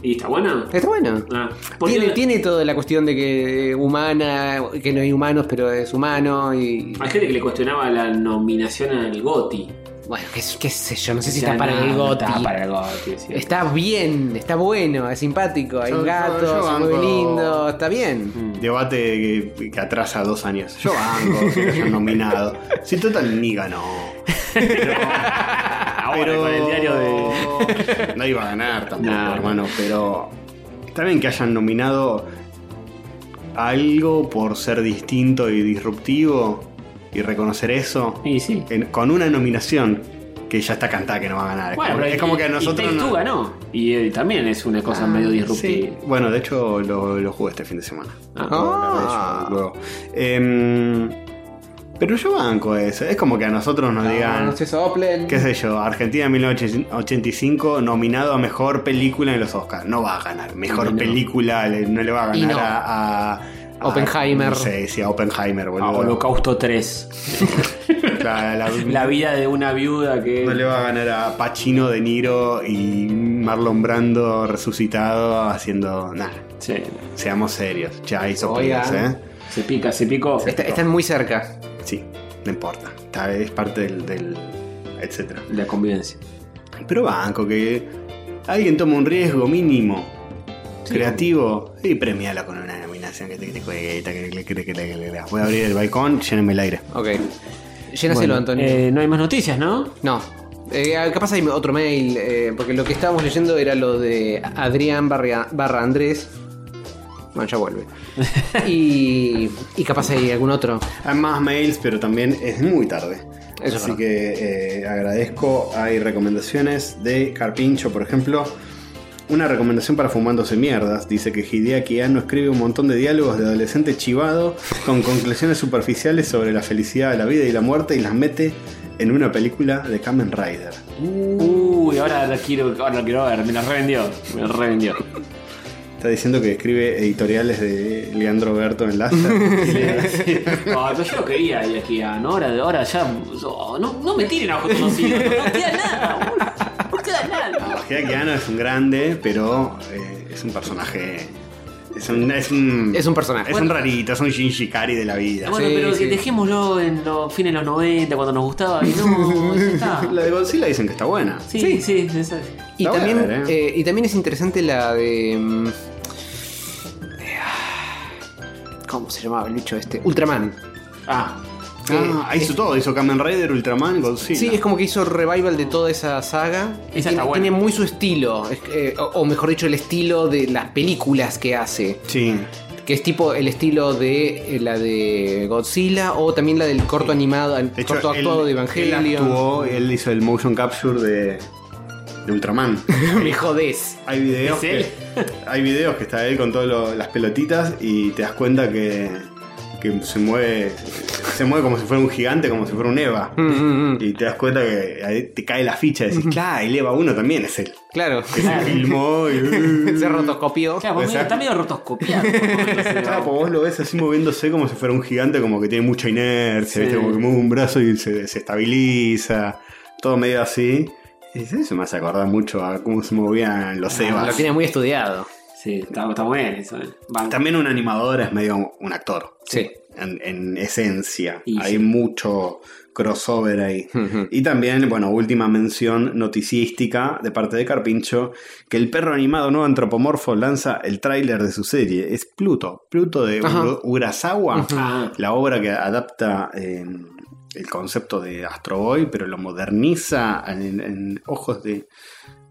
A: ¿Y está bueno?
C: Está bueno.
A: Ah, porque-
C: Tiene, tiene toda la cuestión de que eh, humana, que no hay humanos, pero es humano y.
A: Hay gente que le cuestionaba la nominación al Goti.
C: Bueno, qué, qué sé yo, no sé si
A: O sea,
C: está para
A: no,
C: el
A: no
C: goti.
A: Está para el Goti, sí.
C: Está bien, está bueno, es simpático, hay
B: Yo-
C: un gato,
B: yo- yo
C: es muy
B: banco-
C: lindo, está bien.
B: Mm.
A: Mm.
B: Debate que, que atrasa dos años. Yo banco que lo hayan nominado. Si total ni ganó. Pero,
A: Ahora con el diario
B: de. No iba a ganar tampoco,
A: No.
B: hermano. Pero. Está bien que hayan nominado algo por ser distinto y disruptivo. Y reconocer eso.
A: Y sí.
B: en- con una nominación que ya está cantada que no va a ganar. Es como- es como que a nosotros
A: Y
B: no. Ah,
A: tú ganó. Y eh, también es una cosa medio disruptiva.
B: Sí. Bueno, de hecho lo, lo jugué este fin de semana.
A: Ah.
B: Lo- lo hablé
C: Ah.
B: yo luego. Em, pero yo banco eso. Es como que a nosotros nos digan,
C: Ah, No se soplen.
B: qué sé yo, Argentina 1985 nominado a mejor película en los Oscars. No va a ganar. Mejor
A: No.
B: película le- no le va a
C: Y
B: ganar
C: no.
B: a, a- a-
C: Oppenheimer.
B: No sé, sí, a Oppenheimer,
A: Ah,
B: boludo.
A: Holocausto 3.
B: La- la-
A: La vida de una viuda que.
B: No le va a ganar a Pacino De Niro y Marlon Brando resucitado haciendo nada.
A: Sí.
B: Seamos serios. Ya hizo
C: Oigan.
B: pelis, ¿eh?
A: Se pica, se picó. Este,
C: Está- están muy cerca.
B: Sí, no importa. Tal vez parte del, del- etcétera.
A: La convivencia.
B: Pero banco que alguien toma un riesgo mínimo. Creativo y premiala con una nominación que te que te cuesta, que te- que te- que te- que te- Voy a abrir el balcón, llénenme el aire.
C: Ok. Llénaselo, Antonio.
A: Eh, no hay más noticias, ¿no?
C: No. Eh, capaz hay otro mail, eh, porque lo que estábamos leyendo era lo de Adrián barra, barra Andrés,
B: Bueno, ya vuelve.
C: Y, y capaz hay algún otro.
B: Hay más mails, pero también es muy tarde.
C: Eso es
B: Así
C: verdad.
B: que eh, agradezco. Hay recomendaciones de Carpincho, por ejemplo. Una recomendación para fumándose mierdas. Dice que Hideaki Anno escribe un montón de diálogos de adolescente chivado con conclusiones superficiales sobre la felicidad de la vida y la muerte y las mete en una película de Kamen Rider.
A: Uy, ahora lo quiero, ahora lo quiero ver. Me lo revendió. Me lo revendió.
B: Está diciendo que escribe editoriales de Leandro Berto en Láser.
A: No, pero Ah, yo lo quería ir aquí a ¿no? ahora, ahora ya. No, no me tiren a ojos conocidos. No queda nada, boludo. No queda nada.
B: Hideaki Anno es un grande, pero eh, es un personaje. Es un. Es un,
C: Es un personaje.
B: es un rarito, es un Shinji Kari de la vida.
A: Bueno,
C: Sí,
A: pero
C: sí.
A: dejémoslo en los fines de los 90, cuando nos gustaba. Y no, ya está.
B: La de Godzilla dicen que está buena.
A: Sí, sí, sí, esa-
C: Y
B: La voy a
C: también,
B: ver,
C: eh, y también es interesante la de. mm, eh, ¿Cómo se llamaba el bicho este? Ultraman.
A: Ah,
B: Ah, hizo todo, hizo Kamen Rider, Ultraman,
C: Sí,
B: Godzilla.
C: es como que hizo revival de toda esa saga. Y
A: Esa
C: tiene,
A: está buena.
C: tiene muy su estilo, es- eh, o, o mejor dicho, el estilo de las películas que hace.
B: Sí.
C: Que es tipo el estilo de eh, la de Godzilla o también la del corto animado, el
B: De hecho,
C: corto
B: él-
C: actuado de
B: Él
C: Evangelion.
B: actuó, él hizo el motion capture de, de Ultraman.
C: Me jodés.
B: Hay videos,
A: ¿Es él?
B: Que, hay videos que está él con todas las pelotitas y te das cuenta que, que se mueve se mueve como si fuera un gigante, como si fuera un Eva.
C: Mm, mm, mm.
B: Y te das cuenta que ahí te cae la ficha y decís, claro, el Eva 1 también es él.
C: Claro.
B: Que se filmó y... uh,
C: Se rotoscopió.
A: claro, pues medio- está
B: Exacto.
A: medio rotoscopiado. No sé,
B: Claro, pues vos lo ves así moviéndose como si fuera un gigante, como que tiene mucha inercia,
A: Sí.
B: ¿viste? como que mueve un brazo y se, se estabiliza, todo medio así. Y dices, Eso me hace acordar mucho a cómo se movían los
C: Ah, Lo
B: Evas.
C: tiene muy estudiado.
A: Sí, está, está muy bien eso. eh. Va.
B: También un animador es medio un actor,
C: Sí.
B: en, en esencia.
A: Y
B: Hay
A: sí.
B: mucho crossover ahí.
C: Ujú.
B: Y también, bueno, última mención noticística de parte de Carpincho, que el perro animado no antropomorfo lanza el tráiler de su serie. Es Pluto, Pluto de
C: Ajá.
B: Ur- Urasawa,
A: Ah,
B: la obra que adapta eh, el concepto de Astro Boy, pero lo moderniza en, en ojos de,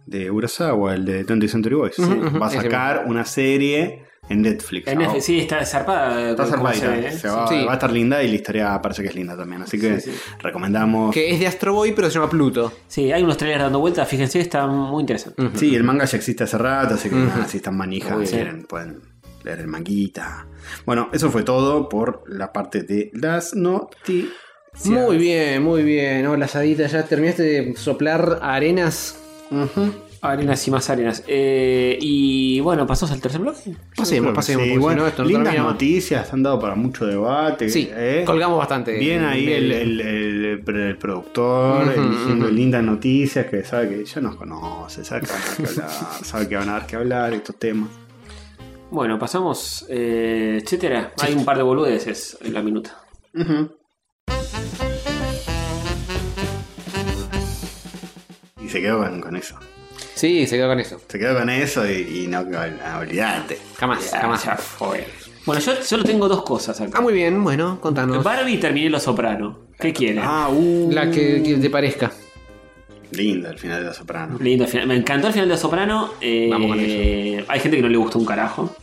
B: de Urasawa, el de 20th Century Boys.
C: Ujú, ujú,
B: Va a
C: ese
B: sacar una serie en Netflix.
A: en
B: Ah, oh,
A: F- sí, está zarpada.
B: Está
A: como- como
B: zarpadita,
A: se ve, ¿eh?
B: se va,
C: Sí.
B: va a estar linda y la historia parece que es linda también. Así que
A: Sí, sí.
B: recomendamos
C: Que es de Astro Boy, pero se llama Pluto.
A: Sí, hay unos trailers dando vueltas, fíjense, está muy interesante.
B: Sí, el manga ya existe hace rato, así que
C: Ujú.
B: nada, si están manijas,
A: Muy
B: si
A: bien.
B: quieren, pueden leer el manguita. Bueno, eso fue todo por la parte de las noticias.
C: Muy bien, muy bien. Hola, Sadita, ¿ya terminaste de soplar arenas?
B: Ujú.
A: Arenas y más arenas. Eh, y bueno, pasamos al tercer bloque.
C: Pasemos,
B: Creo que
C: pasemos.
B: sí,
C: porque si
B: bueno,
C: no, esto no
B: lindas
C: termina más.
B: noticias, han dado para mucho debate.
C: Sí,
B: ¿eh?
C: colgamos bastante.
B: Bien ahí
C: del-
B: el, el- el- el productor,
C: este, Ujú,
B: eligiendo
C: ujú.
B: lindas noticias, que sabe que ya nos conoce, sabe que van a dar que hablar, sabe que van a dar que hablar estos temas.
A: Bueno, pasamos, eh, etcétera. Hay un par de boludeces en la minuta.
B: Ujú. Y se quedó con, con eso.
C: Sí, se quedó con eso.
B: Se quedó con eso y, y no, no olvidate.
C: Jamás, jamás.
A: Ya fue. Bueno, yo solo tengo dos cosas
C: Ah,
A: acá.
C: muy bien, bueno, contanos.
A: Barbie y terminé Los Soprano. ¿Qué quieren?
B: Ah, uh,
C: La que, que te parezca.
B: Lindo el final de La Soprano.
A: Lindo final. Me encantó el final de Los Soprano. eh,
C: Vamos con
A: Hay gente que no le gustó un carajo.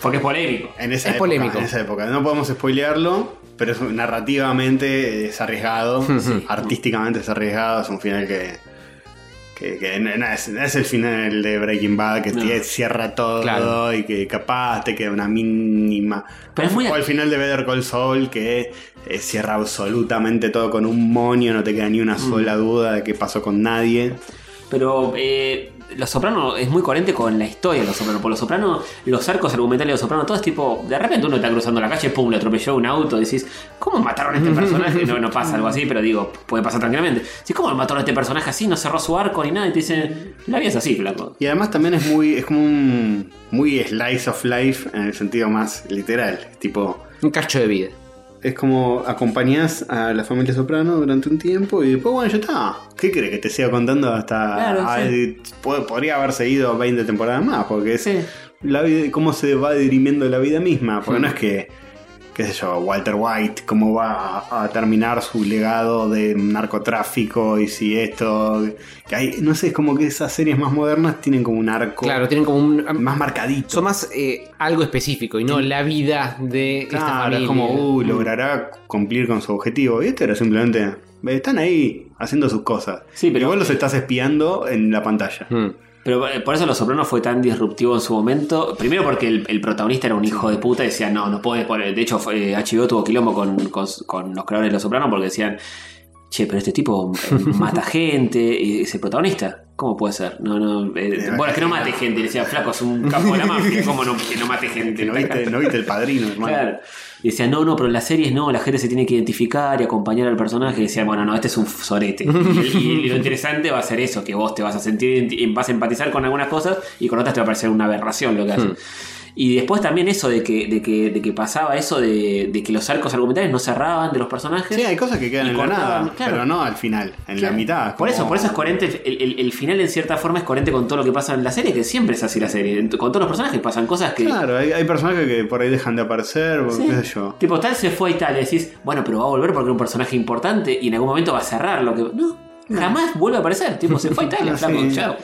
A: Porque es polémico.
B: En esa
C: Es
B: época,
C: polémico.
B: En esa época. No podemos spoilearlo, pero es un- narrativamente es arriesgado.
C: Sí.
B: Artísticamente es arriesgado. Es un final que. que, que no, no es, no es el final de Breaking Bad que
A: No.
B: te cierra todo
C: Claro.
B: y que capaz te queda una mínima.
A: Pero es muy-
B: O el final de Better Call Saul que eh, cierra absolutamente todo con un moño, no te queda ni una
A: Mm.
B: sola duda de qué pasó con nadie.
A: Pero eh, Los Soprano es muy coherente con la historia de Los Soprano. Por Los Soprano, los arcos argumentales de Los Soprano, todo es tipo. De repente uno está cruzando la calle, pum, le atropelló un auto. Decís, ¿cómo mataron a este personaje? No, no pasa algo así, pero digo, puede pasar tranquilamente. Si, ¿cómo mataron a este personaje así? No cerró su arco ni nada. Y te dicen, la vida es así, flaco.
B: Y además también es muy, es como un muy slice of life en el sentido más literal. Es Tipo,
C: Un cacho de vida.
B: es como acompañás a la familia Soprano durante un tiempo y después, bueno, ya está. ¿Qué crees que te siga contando hasta...
A: Claro,
B: ay, po- Podría haber seguido 20 temporadas más, porque es
A: Sí.
B: la vida, cómo se va dirimiendo la vida misma. Porque no es que qué sé yo, Walter White, cómo va a, a terminar su legado de narcotráfico y si esto. Que hay, no sé, es como que esas series más modernas tienen como un arco
C: Claro, tienen como un.
B: más marcadito.
C: Son más eh, algo específico y no la vida de esta
B: Claro,
C: familia.
B: es como, uh, logrará cumplir con su objetivo. Y esto era simplemente. eh, Están ahí haciendo sus cosas.
A: Sí, pero- eh,
B: Y vos los estás espiando en la pantalla.
C: Mm.
A: Pero eh, por eso Los Sopranos fue tan disruptivo en su momento. Primero porque el, el protagonista era un hijo de puta y decía, no, no puedes poner. De hecho, fue- eh, HBO tuvo quilombo con, con- con los creadores de Los Sopranos porque decían, che, pero este tipo eh, mata gente y es el protagonista. ¿Cómo puede ser? No, no. eh, bueno, es que no mate gente. Y decía, flaco, es un capo de la mafia. ¿Cómo no, que no mate gente?
B: No viste, no viste el padrino, hermano.
A: Claro. Y decía, no, no, pero en las series no, la gente se tiene que identificar y acompañar al personaje. Y decía, bueno, no, este es un sorete. y, y lo interesante va a ser eso, que vos te vas a sentir, identi- vas a empatizar con algunas cosas y con otras te va a parecer una aberración lo que hace.
B: Hmm.
A: Y después también eso de que, de que, de que pasaba eso de, de que los arcos argumentales no cerraban de los personajes.
B: Sí, hay cosas que quedan
A: Y
B: en la
A: cortaban,
B: nada,
A: claro.
B: pero no al final, en la mitad.
A: Por
B: como-
A: eso, por eso es coherente, el, el- el final en cierta forma es coherente con todo lo que pasa en la serie, que siempre es así la serie. En- Con todos los personajes pasan cosas que...
B: Claro, hay, hay personajes que por ahí dejan de aparecer, o
A: Sí.
B: qué sé yo.
A: Tipo, tal se fue a Italia. Decís, bueno, pero va a volver porque es un personaje importante y en algún momento va a cerrar lo que. No, jamás vuelve a aparecer. Tipo, se fue a Italia,
B: Ah,
A: flaco,
B: sí.
A: chao.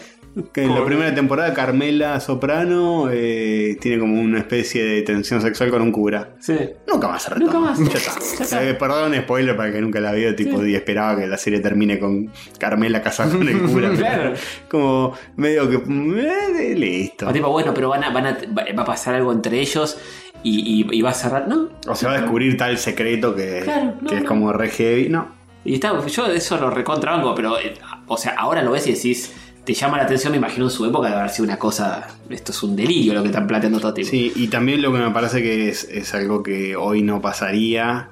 B: Que en la
A: Por-
B: primera temporada Carmela Soprano eh, tiene como una especie de tensión sexual con un cura.
A: Sí.
B: Nunca más se
A: Nunca
B: retoma.
A: más.
B: Ya está.
A: Ya está.
B: Eh, perdón, spoiler para el que nunca la vio, tipo, y esperaba que la serie termine con Carmela casada con el cura.
A: Claro.
B: Como medio que. eh, listo.
A: O tipo, bueno, pero van a, van a- va a pasar algo entre ellos y, y- y va a cerrar. No.
B: O se va a descubrir tal secreto que,
A: Claro, no,
B: que es
A: no.
B: como re heavy. No.
A: Y está, yo eso lo recontrabanco, pero. eh, o sea, ahora lo ves y decís. Te llama la atención, me imagino en su época de haber sido una cosa. Esto es un delirio lo que están planteando todo tipo.
B: Sí, y también lo que me parece que es, es algo que hoy no pasaría,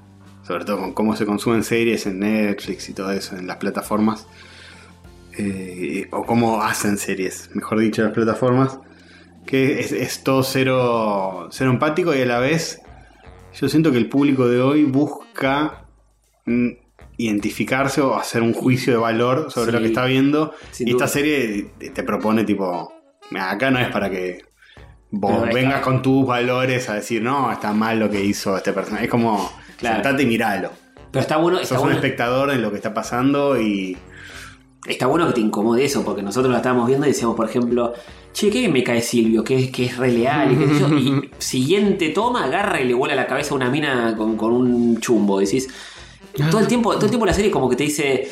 B: sobre todo con cómo se consumen series en Netflix y todo eso, en las plataformas, eh, o cómo hacen series, mejor dicho, las plataformas, que es, es todo cero, cero empático y a la vez yo siento que el público de hoy busca mm, identificarse o hacer un juicio de valor sobre
A: Sí.
B: lo que está viendo
A: Sin
B: y esta
A: duda.
B: serie te- te propone tipo, "Nah, acá no es para que vos
A: No, está-
B: vengas con tus valores a decir, no, está mal lo que hizo este personaje. Es como,
A: Claro.
B: sentate y miralo.
A: Pero está bueno. Está
B: Sos un
A: bueno.
B: espectador en lo que está pasando y.
A: Está bueno que te incomode eso, porque nosotros la estábamos viendo y decíamos, por ejemplo, che, ¿qué bien me cae Silvio? Que, es- que es re leal y qué sé yo. Y siguiente toma, agarra y le vuela la cabeza a una mina con, con un chumbo. Decís, todo el tiempo, todo el tiempo la serie como que te dice.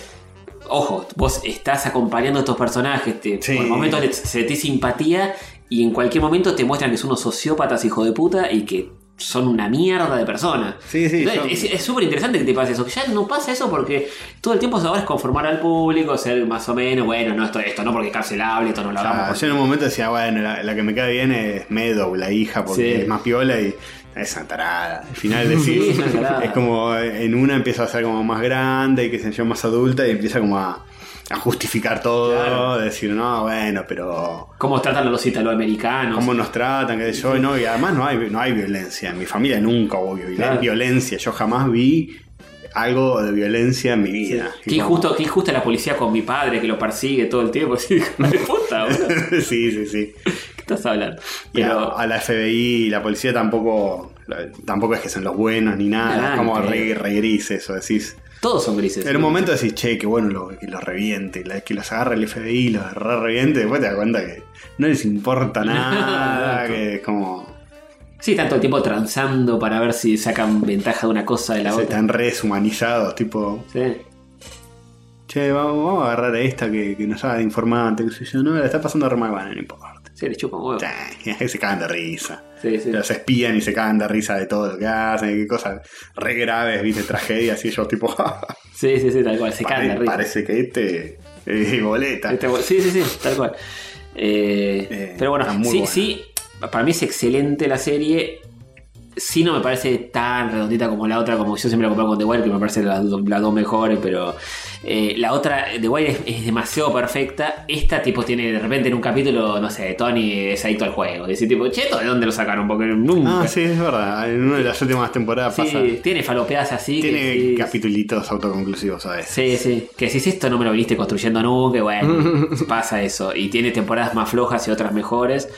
A: Ojo, vos estás acompañando a estos personajes, te,
B: Sí.
A: por momentos le- se te simpatía y en cualquier momento te muestran que son unos sociópatas hijo de puta y que son una mierda de personas.
B: Sí, sí,
A: Entonces,
B: yo-
A: es- es súper interesante que te pase eso. que Ya no pasa eso porque todo el tiempo ahora es conformar al público, ser más o menos, bueno, no, esto, esto no porque es cancelable, esto no lo hagamos.
B: Ah, yo en un momento decía, bueno, la, la que me cae bien es Meadow, la hija, porque
A: Sí.
B: es más piola y es santarada. Al final
A: Sí, es
B: decís,
A: una tarada.
B: es como eh, en una empieza a ser como más grande y que se yo más adulta y empieza como a, a justificar todo,
A: Claro.
B: decir, no, bueno, pero
A: Cómo tratan a los italoamericanos.
B: cómo nos tratan, que yo, no, y además no hay, no hay violencia. En mi familia nunca hubo violen-
A: Claro.
B: violencia. Yo jamás vi algo de violencia en mi vida.
A: Qué
B: Y como-
A: injusto, qué injusta la policía con mi padre que lo persigue todo el tiempo. Sí, hijo de puta, boludo, ¿qué
B: sí, sí, sí.
A: estás hablando?
B: Y a-
A: Pero,
B: a, la FBI y la policía tampoco tampoco es que son los buenos ni nada.
A: Nada,
B: es como
A: ni
B: re,
A: idea.
B: re gris eso. Decís.
A: todos son grises.
B: En un momento decís, che, que bueno lo- que los reviente, la- que los agarre el FBI, los re reviente. Después te das cuenta que no les importa nada. que es como.
A: Sí, están todo el tiempo transando para ver si sacan ventaja de una cosa de la
B: se
A: otra.
B: están re deshumanizados. Tipo,
A: Sí.
B: Che, vamos, vamos a agarrar a esta que, que nos haga de informante, que sé yo, no, la está pasando re mal, bueno, no importa.
A: Sí, le chupan huevo.
B: Che, se cagan de risa.
A: Sí, sí.
B: Los espían y se cagan de risa de todo lo que hacen, qué cosas re graves, viste, tragedias y ellos tipo, "Ja, ja,
A: Sí, sí, sí, tal cual. Se cagan de
B: pare-
A: risa.
B: parece que este eh, boleta.
A: Este bo- sí, sí, sí, tal cual. Eh,
B: Eh,
A: pero bueno,
B: está muy
A: sí,
B: buena.
A: sí, para mí es excelente la serie. Sí, no me parece tan redondita como la otra, como yo siempre la comparo con The Wire, que me parece las, do- las dos mejores, pero eh, la otra, The Wire es, es demasiado perfecta. Esta, tipo, tiene de repente en un capítulo, no sé, Tony es adicto al juego. Y dice, tipo, che, ¿esto ¿de dónde lo sacaron? Porque nunca.
B: Ah, sí, es verdad, en una de las últimas temporadas
A: Sí,
B: pasa.
A: tiene falopeadas así. que
B: Tiene
A: sí,
B: capitulitos autoconclusivos a veces.
A: Sí, sí. Que si esto no me lo viniste construyendo nunca, y bueno, pasa eso. Y tiene temporadas más flojas y otras mejores.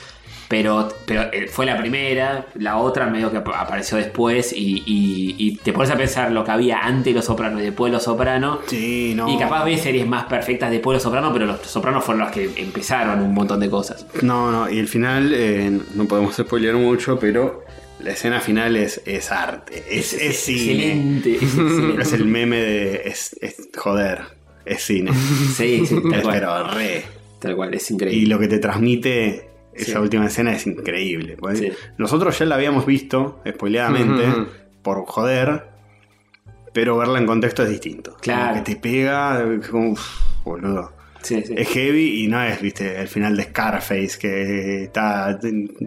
A: Pero, pero eh, fue la primera, la otra medio que ap- apareció después y, y- y te pones a pensar lo que había antes de Los Sopranos y después de Los Sopranos.
B: Sí, no.
A: Y capaz ves series más perfectas después de Los Sopranos, pero Los Sopranos fueron las que empezaron un montón de cosas.
B: No, no, y el final, eh, no podemos spoilear mucho, pero la escena final es, es arte, es, es cine.
A: Excelente. es excelente.
B: Es el meme de. Es, es- joder, es cine.
A: Sí, sí, tal cual.
B: pero re.
A: Tal cual, es
B: Y
A: increíble.
B: lo que te transmite esa
A: Sí.
B: última escena es increíble. pues.
A: Sí.
B: Nosotros ya la habíamos visto, spoileadamente,
C: Ujú.
B: por joder, pero verla en contexto es distinto. Como
A: Claro.
B: que te pega, es como, uf, boludo.
A: Sí, sí.
B: Es heavy y no es, viste, el final de Scarface, que está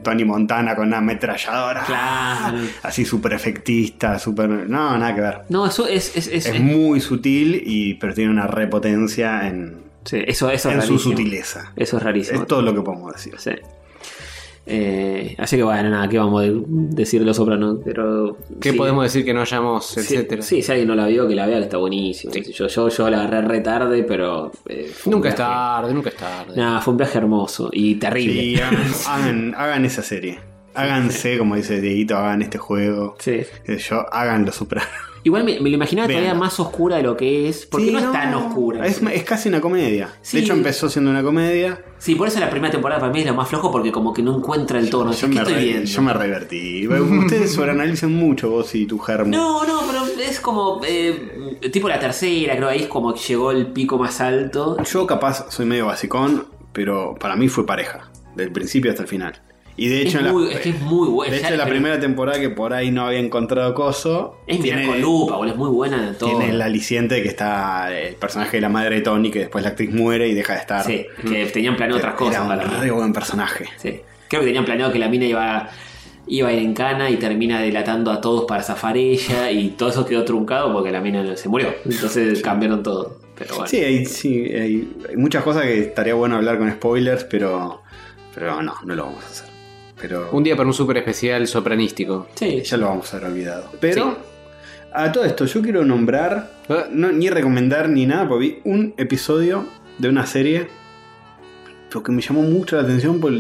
B: Tony Montana con una ametralladora.
A: Claro.
B: Así súper efectista, súper... No, nada que ver.
A: No, eso es. es, es-
B: Es, muy sutil, y pero tiene una repotencia en,
A: sí, eso, eso es
B: en su
A: rarísimo.
B: sutileza.
A: Eso es rarísimo.
B: Es todo lo que podemos decir.
A: Sí. Eh, así que bueno, nada, ¿qué vamos a decir de los sopranos? Pero.
C: ¿Qué
A: sí.
C: podemos decir que no hayamos,
A: Sí,
C: etcétera?
A: Sí, si alguien no la vio, que la vea, que está buenísimo. qué sé Yo, yo, yo la agarré re tarde, pero. eh, fue un
C: Nunca es
A: viaje-
C: tarde, nunca es tarde.
A: Nada, fue un viaje hermoso y terrible.
B: Sí, hagan, hagan- hagan esa serie. Háganse, como dice Dieguito, hagan este juego.
A: Sí.
B: Eh, Yo, hagan lo supra.
A: Igual me, me lo imaginaba
B: Vean.
A: todavía más oscura de lo que es. Porque
B: Sí,
A: no, es tan oscura.
B: Es, es casi una comedia.
A: Sí.
B: De hecho, empezó siendo una comedia.
A: Sí, por eso la primera temporada para mí es lo más flojo porque como que no encuentra el tono.
B: yo,
A: ¿Qué
B: me
A: estoy
B: re-
A: viendo?
B: yo me revertí. Ustedes sobreanalizan mucho, vos y tu germo.
A: No, no, pero es como. eh, tipo la tercera, creo ahí es como que llegó el pico más alto.
B: Yo capaz soy medio basicón, pero para mí fue pareja, del principio hasta el final. Y de hecho,
A: es,
B: en la,
A: muy, es que es muy buena.
B: de
A: Pues ya-
B: hecho, la
A: pero
B: primera temporada que por ahí no había encontrado coso,
A: Es mirar
B: tiene,
A: con lupa, boludo, es muy buena de todo.
B: tiene el aliciente de que está el personaje de la madre de Tony, que después la actriz muere y deja de estar.
A: Sí, que tenían planeado otras
B: Era
A: cosas
B: un
A: para mí.
B: re buen personaje.
A: Sí. Creo que tenían planeado que la mina iba, iba a ir en cana y termina delatando a todos para zafar ella y todo eso quedó truncado porque la mina se murió. Entonces cambiaron todo. Pero bueno.
B: Sí, hay, sí, hay, hay muchas cosas que estaría bueno hablar con spoilers, pero, pero no, no lo vamos a hacer. Pero
C: Un día para un super especial sopranístico.
A: Sí.
B: Ya lo vamos a haber olvidado. Pero a todo esto, yo quiero nombrar, no, ni recomendar ni nada, porque vi un episodio de una serie pero que me llamó mucho la atención. Por,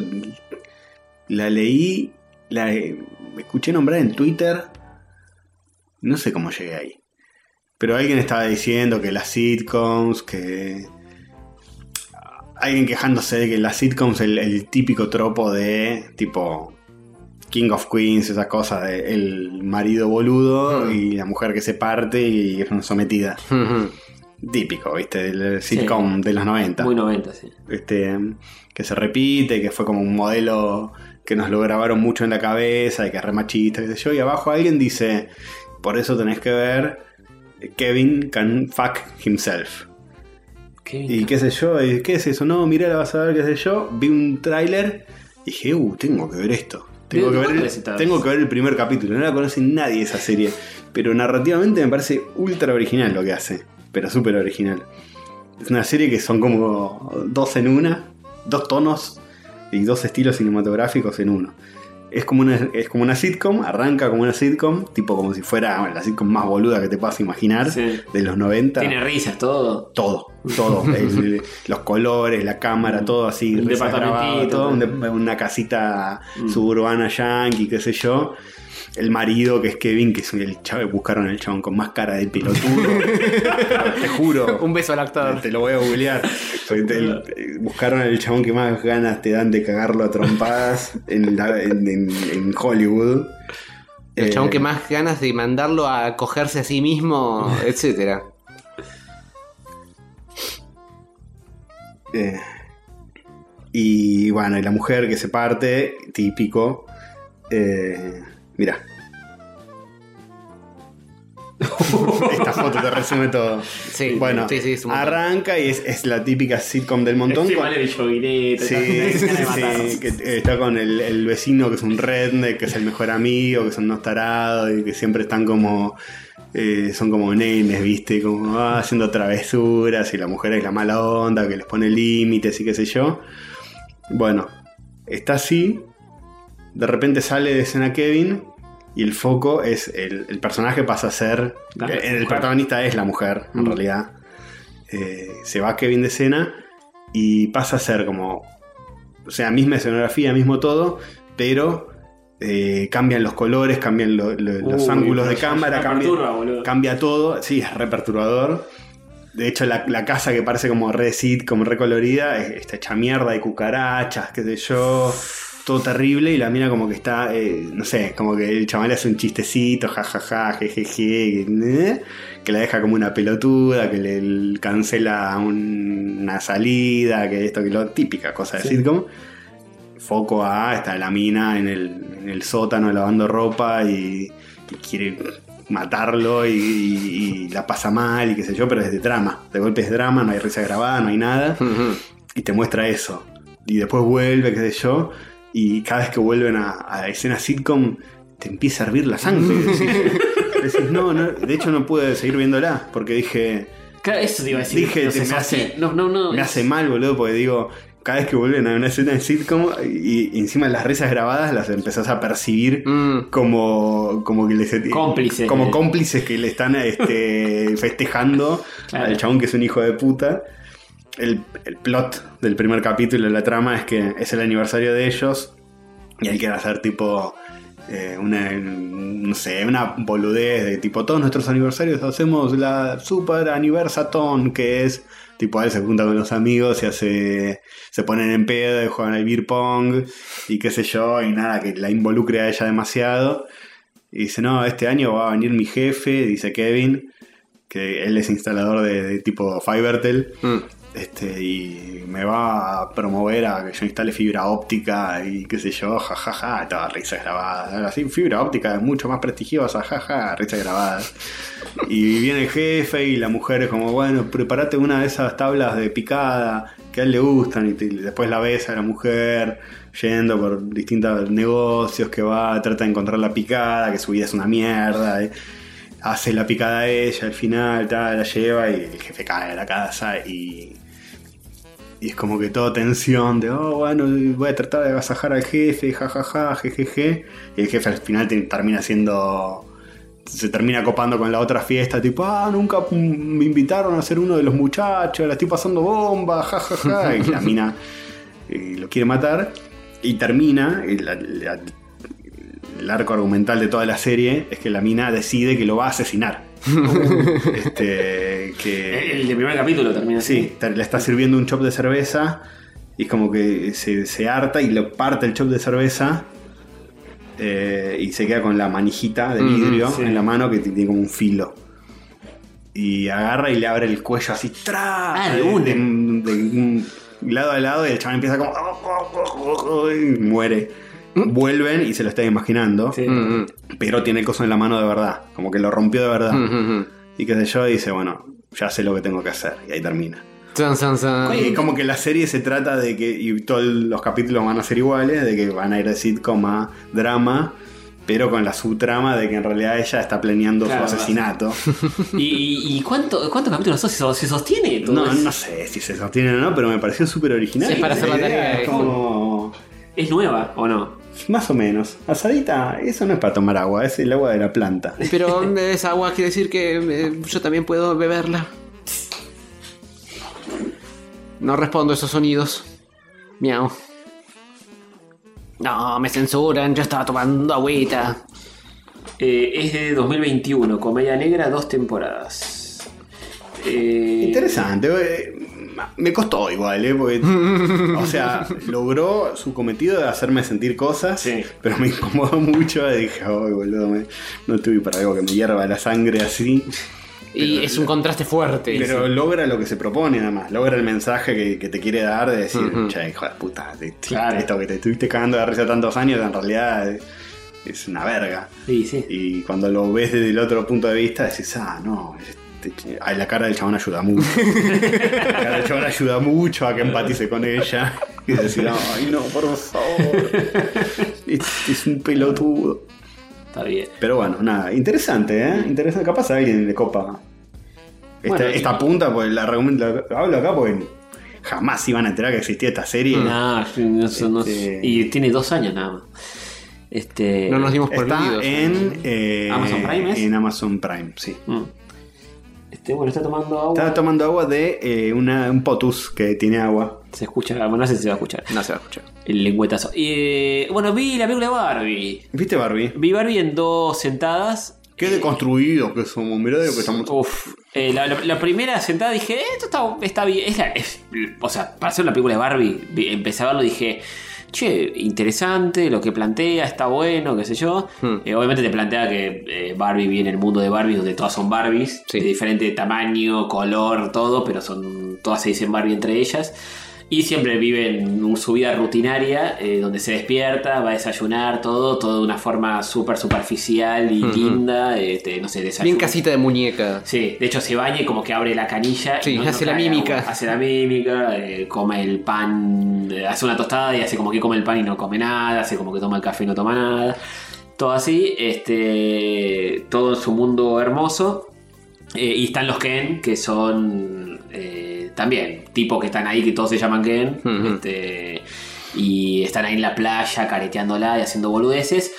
B: la leí, la eh, escuché nombrar en Twitter. No sé cómo llegué ahí. Pero alguien estaba diciendo que las sitcoms, que. Alguien quejándose de que las sitcoms, el, el típico tropo de tipo King of Queens, esa cosa de el marido boludo y la mujer que se parte y es una sometida. Típico, ¿viste? Del sitcom de los 90
A: Muy 90, sí.
B: este, que se repite, que fue como un modelo que nos lo grabaron mucho en la cabeza, y que es re machista, qué sé yo, y abajo alguien dice, por eso tenés que ver Kevin can fuck himself.
A: Qué bien.
B: Y qué sé yo, y qué es eso, no, mirá, la vas a ver, qué sé yo, vi un tráiler y dije, uh, tengo que ver esto. Tengo
A: ¿De
B: que
A: dónde
B: ver,
A: necesitas?
B: el, tengo que ver el primer capítulo, no la conoce nadie esa serie, pero narrativamente me parece ultra original lo que hace, pero súper original. Es una serie que son como dos en una, dos tonos y dos estilos cinematográficos en uno. Es como, una, es como una sitcom, arranca como una sitcom, tipo como si fuera bueno, la sitcom más boluda que te puedas imaginar,
A: Sí.
B: de los 90
A: Tiene risas, todo.
B: todo, todo, El- los colores, la cámara, todo así,
A: Mm. Un
B: reza
A: departamentito,
B: grabado, todo, un de-
A: mm.
B: una casita suburbana yankee, qué sé yo. El marido que es Kevin, que es el chavo, buscaron el chabón con más cara de pelotudo. te juro.
C: Un beso al actor.
B: Te lo voy a googlear. Porque te- buscaron al chabón que más ganas te dan de cagarlo a trompadas en, la- en- en- en Hollywood.
C: El
B: Eh,
C: chabón que más ganas de mandarlo a cogerse a sí mismo, etcétera.
B: Eh, y bueno, y la mujer que se parte, típico. Eh, mira. Esta foto te resume todo.
C: Sí,
B: bueno,
C: sí, sí, es un montón.
B: arranca y es, es la típica sitcom del montón.
A: Sí,
B: con-
A: vale, el yoguinete,
B: Sí,
A: tal, tal, tal, tal, tal, tal.
B: sí, que eh, está con el, el vecino que es un redneck, que es el mejor amigo, que son unos tarados y que siempre están como. eh, son como nenes, ¿viste? Como ah, haciendo travesuras y la mujer es la mala onda, que les pone límites y qué sé yo. Bueno, está así. De repente sale de escena Kevin y el foco es. El, el personaje pasa a ser.
A: La
B: eh, el
A: mujer.
B: protagonista es la mujer, en realidad. Eh, se va Kevin de escena y pasa a ser como o sea, misma escenografía, mismo todo, pero eh, cambian los colores, cambian lo- lo- los
A: Uy,
B: ángulos
A: pero
B: de
A: ya-
B: cámara,
A: ya
B: cambia,
A: perturba, boludo.
B: cambia todo. Sí, es re perturbador. De hecho, la, la casa que parece como re sit, como re colorida, es- está hecha mierda, hay cucarachas, qué sé yo, todo terrible. Y la mina como que está, eh, no sé, como que el chaval hace un chistecito, jajaja, jejeje, ¿eh? que la deja como una pelotuda, que le cancela un- una salida, que esto, que lo típica cosa de sitcom. Foco a, está la mina en el, en el sótano lavando ropa y, y quiere matarlo y, y- y la pasa mal y qué sé yo, pero es de drama. De golpe es drama, no hay risa grabada, no hay nada. Y te muestra eso. Y después vuelve, qué sé yo, y cada vez que vuelven a, a escenas sitcom te empieza a hervir la sangre. Y Decís, decís, no, no, de hecho no pude seguir viéndola porque dije,
A: Claro, eso te iba a decir.
B: Dije,
A: no
B: te-
A: sé,
B: me
A: se
B: hace-
A: No, no, no.
B: me
A: es-
B: hace mal, boludo, porque digo, cada vez que vuelven a una escena de sitcom y, y encima las risas grabadas las empezás a percibir
C: Mm,
B: como, como que les
A: Mm. Cómplices. eh.
B: como cómplices que le están este, festejando
A: Claro.
B: al chabón que es un hijo de puta. El, el plot del primer capítulo de la trama es que es el aniversario de ellos y hay que hacer tipo eh, una no sé, una boludez de tipo todos nuestros aniversarios hacemos la super aniversatón que es tipo él se junta con los amigos y hace se ponen en pedo y juegan al beer pong y qué sé yo y nada que la involucre a ella demasiado y dice, no, este año va a venir mi jefe, dice Kevin, que él es instalador de, de tipo Fivertel, este, y me va a promover a que yo instale fibra óptica y qué sé yo, jajaja, todas risas grabadas. Ahora sí, fibra óptica es mucho más prestigiosa, jaja, risas grabadas. Y viene el jefe y la mujer es como, bueno, prepárate una de esas tablas de picada que a él le gustan y, te- y después la ves a la mujer yendo por distintos negocios que va, trata de encontrar la picada, que su vida es una mierda. eh. Hace la picada a ella al final, tal, la lleva y el jefe cae a la casa y y es como que todo tensión de, oh, bueno, voy a tratar de agasajar al jefe, jajaja, jejeje. Y el jefe al final te- termina siendo. Se termina copando con la otra fiesta, tipo, ah, nunca mm, me invitaron a ser uno de los muchachos, la estoy pasando bomba, jajaja. Y la mina eh, lo quiere matar. Y termina, y la- la- el arco argumental de toda la serie es que la mina decide que lo va a asesinar. este, que,
A: Eh, El, el primer capítulo termina así.
B: Sí, te- le está sirviendo un chop de cerveza y es como que se, se harta y lo parte el chop de cerveza eh, y se queda con la manijita de vidrio
A: sí.
B: en la mano que tiene como un filo. Y agarra y le abre el cuello así, ¡tra!
A: Ah, de una.
B: de un lado a lado y el chaval empieza como... y muere. Vuelven y se lo está imaginando,
A: ¿Mm?
C: mm,
A: Sí.
B: pero tiene el coso en la mano de verdad, como que lo rompió de verdad.
C: mm,
B: Y qué sé yo, y dice, bueno, ya sé lo que tengo que hacer. Y ahí termina.
C: San, san, san.
B: Y como que la serie se trata de que, y todos los capítulos van a ser iguales, de que van a ir de sitcom a drama, pero con la subtrama de que en realidad ella está planeando
A: Claro,
B: su asesinato.
A: ¿Y, y, y cuánto, cuántos capítulos son? ¿Se so- se sostiene todo
B: No,
A: eso?
B: no sé si se sostiene o no, pero me pareció súper original.
C: Sí, es para hacer la
B: idea
C: tarea,
B: es
C: eh.
B: como...
A: ¿Es nueva o no?
B: Más o menos. Asadita, eso no es para tomar agua, es el agua de la planta.
C: Pero eh, esa agua quiere decir que eh, yo también puedo beberla. No respondo a esos sonidos. Miau. No, me censuran, yo estaba tomando agüita.
A: Eh, es de 2021, Comedia Negra, dos temporadas. Eh,
B: Interesante, eh, me costó igual, ¿eh? Porque, o sea, logró su cometido de hacerme sentir cosas,
A: Sí.
B: pero me incomodó mucho. Y dije, ay, boludo, me- no estoy para algo que me hierva la sangre así.
C: Y es un contraste fuerte.
B: Pero logra lo que se propone, nada más. Logra el mensaje que, que te quiere dar de decir, che, hijo de puta, te- te-
A: Claro.
B: esto que te estuviste cagando de risa tantos años, en realidad es- es una verga.
A: Sí, sí.
B: Y cuando lo ves desde el otro punto de vista, decís, ah, no. este- ay, la cara del chabón ayuda mucho. La cara del chabón ayuda mucho a que empatice con ella. Y decís, ay, no, por favor. Es, es un pelotudo.
A: Está bien.
B: Pero bueno, nada, interesante, ¿eh? Interesante. Capaz a alguien le copa esta,
A: Bueno, y-
B: esta punta, porque la, recomiendo- la hablo acá porque jamás se iban a enterar que existía esta serie.
A: No, yo no sé, no sé.
B: Este-
A: Y tiene dos años nada más. Este...
C: No nos dimos por
B: Está
C: perdidos.
B: en eh,
A: ¿Amazon Prime es?
B: En Amazon Prime, sí.
A: Mm. Este, bueno, está tomando agua.
B: Estaba tomando agua de eh, una- un potus que tiene agua.
A: Se escucha, ah, bueno, no sé si se va a escuchar.
B: No se va a escuchar.
A: El lengüetazo. Eh, bueno, vi la película de Barbie.
B: ¿Viste Barbie?
A: Vi Barbie en dos sentadas.
B: Qué deconstruido que somos. Mirá de lo que estamos.
A: Uf, eh, la, la- la primera sentada dije, "Eh, esto está, está bien. Es la- es- o sea, para hacer una película de Barbie, vi- empecé a verlo y dije, che, interesante, lo que plantea, está bueno, qué sé yo.
B: Hmm.
A: Eh, obviamente te plantea que eh, Barbie viene en el mundo de Barbie, donde todas son Barbies,
B: Sí.
A: de diferente tamaño, color, todo, pero son todas se dicen Barbie entre ellas. Y siempre viven un- su vida rutinaria, eh, donde se despierta, va a desayunar, todo, todo de una forma súper superficial y linda, este, no sé,
G: Bien
A: desayuno.
G: casita de muñeca.
A: Sí, de hecho se baña y como que abre la canilla. y
G: Sí, hace la
A: cae agua.
G: mímica.
A: Hace la mímica, eh, come el pan, eh, hace una tostada y hace como que come el pan y no come nada, hace como que toma el café y no toma nada. Todo así, este, todo en su mundo hermoso. Eh, y están los Ken, que son eh, también tipos que están ahí, que todos se llaman Ken.
G: Ujú.
A: este, y están ahí en la playa careteándola y haciendo boludeces.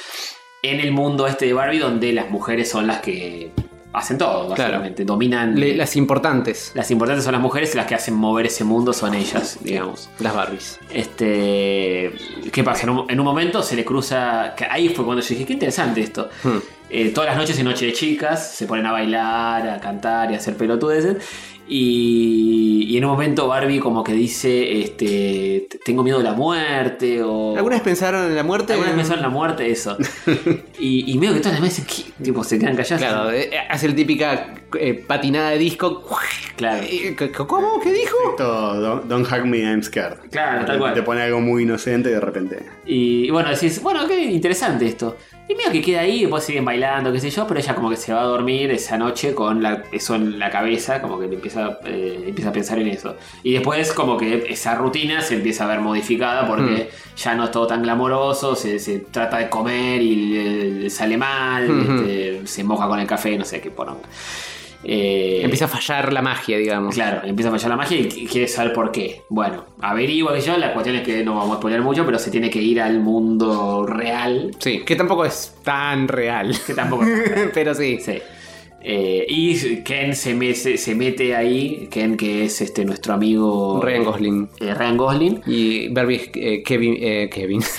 A: En el mundo este de Barbie, donde las mujeres son las que hacen todo, básicamente. Dominan.
G: Le- las importantes,
A: Las importantes son las mujeres y las que hacen mover ese mundo son ellas, digamos.
G: las Barbies.
A: Este, ¿Qué pasa? En un, en un momento se le cruza. que ahí fue cuando yo dije, qué interesante esto.
G: Hmm.
A: Eh, todas las noches en Noche de Chicas se ponen a bailar, a cantar y a hacer pelotudeces. Y, y en un momento Barbie como que dice, este, tengo miedo de la muerte o...
G: ¿Alguna vez pensaron en la muerte? Eh,
A: Algunas veces en la muerte, eso. y, y medio que todas las veces ¿qué? tipo, se quedan calladas.
G: Claro, eh, hace la típica eh, patinada de disco.
A: Claro.
G: Eh, ¿Cómo? ¿Qué dijo?
B: Esto, don't, don't hug me, I'm scared.
A: Claro,
B: Porque
A: tal cual.
B: Te pone algo muy inocente y de repente.
A: Y, y bueno, decís, bueno, qué interesante esto. Y medio que queda ahí, después siguen bailando, qué sé yo, pero ella como que se va a dormir esa noche con la, eso en la cabeza, como que le empieza, eh, empieza a pensar en eso. Y después como que esa rutina se empieza a ver modificada porque ya no es todo tan glamoroso, se, se trata de comer y le, le sale mal, este, se moja con el café, no sé qué poronga. Eh,
G: Empieza a fallar la magia, digamos.
A: Pues Claro, empieza a fallar la magia y qu- quiere saber por qué. Bueno, averigua que yo, la cuestión es que no vamos a poner mucho, pero se tiene que ir al mundo real,
G: Sí, que tampoco es tan real.
A: que tampoco...
G: Pero sí.
A: Sí. Eh, y Ken se, me- se- se mete ahí, Ken que es este nuestro amigo...
G: Ryan Gosling.
A: Eh, Ryan Gosling.
G: Y Barbie eh, Kevin. eh, Kevin.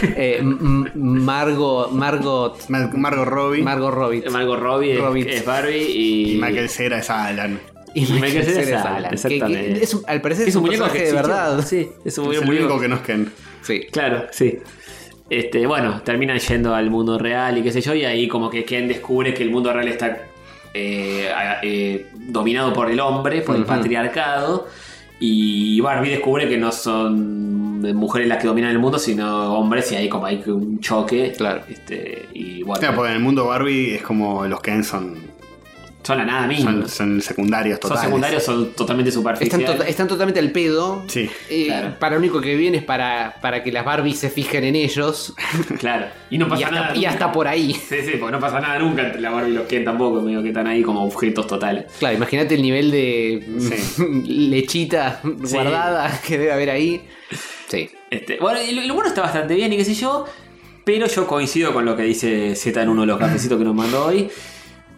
G: Eh, M- M- Margo. Margot.
B: Mar- Margot Robbie
G: Margot Robbie.
A: Eh, Margot Robbie es-
G: Robbie.
A: es, Barbie y...
B: y Michael Cera es Alan.
G: Y
A: Michael Cera es
G: Alan,
A: Alan,
G: que-
A: exactamente.
G: que es un- al parecer
A: Es un muñeco
G: personaje
A: que
G: de
A: existió.
G: verdad.
A: Sí, es un
B: es el
A: muñeco
B: único que no es Ken.
G: Sí.
A: Claro, sí. Este, bueno, terminan yendo al mundo real y qué sé yo, y ahí como que Ken descubre que el mundo real está eh, a- eh, dominado por el hombre, por el patriarcado, y Barbie descubre que no son mujeres las que dominan el mundo, sino hombres, y ahí como hay un choque.
G: Claro.
A: Este, y bueno,
B: Claro, porque en el mundo Barbie es como los Ken son,
A: son la nada misma.
B: son,
A: Son,
B: son secundarios totales.
A: secundarios, son totalmente
G: Están,
A: superficiales.
G: to- están totalmente al pedo.
B: Sí.
G: Eh,
A: Claro.
G: Para lo único que viene es para, para que las Barbies se fijen en ellos.
A: claro. Y no pasa
G: y, hasta,
A: nada.
G: y
A: nunca.
G: hasta por ahí.
A: Sí, sí, porque no pasa nada nunca entre la Barbie y los Ken tampoco, medio que están ahí como objetos totales.
G: Claro, imagínate el nivel de lechita guardada que debe haber ahí. Sí.
A: Este, bueno, y lo, y lo bueno está bastante bien y qué sé yo, pero yo coincido con lo que dice Z en uno de los cafecitos que nos mandó hoy.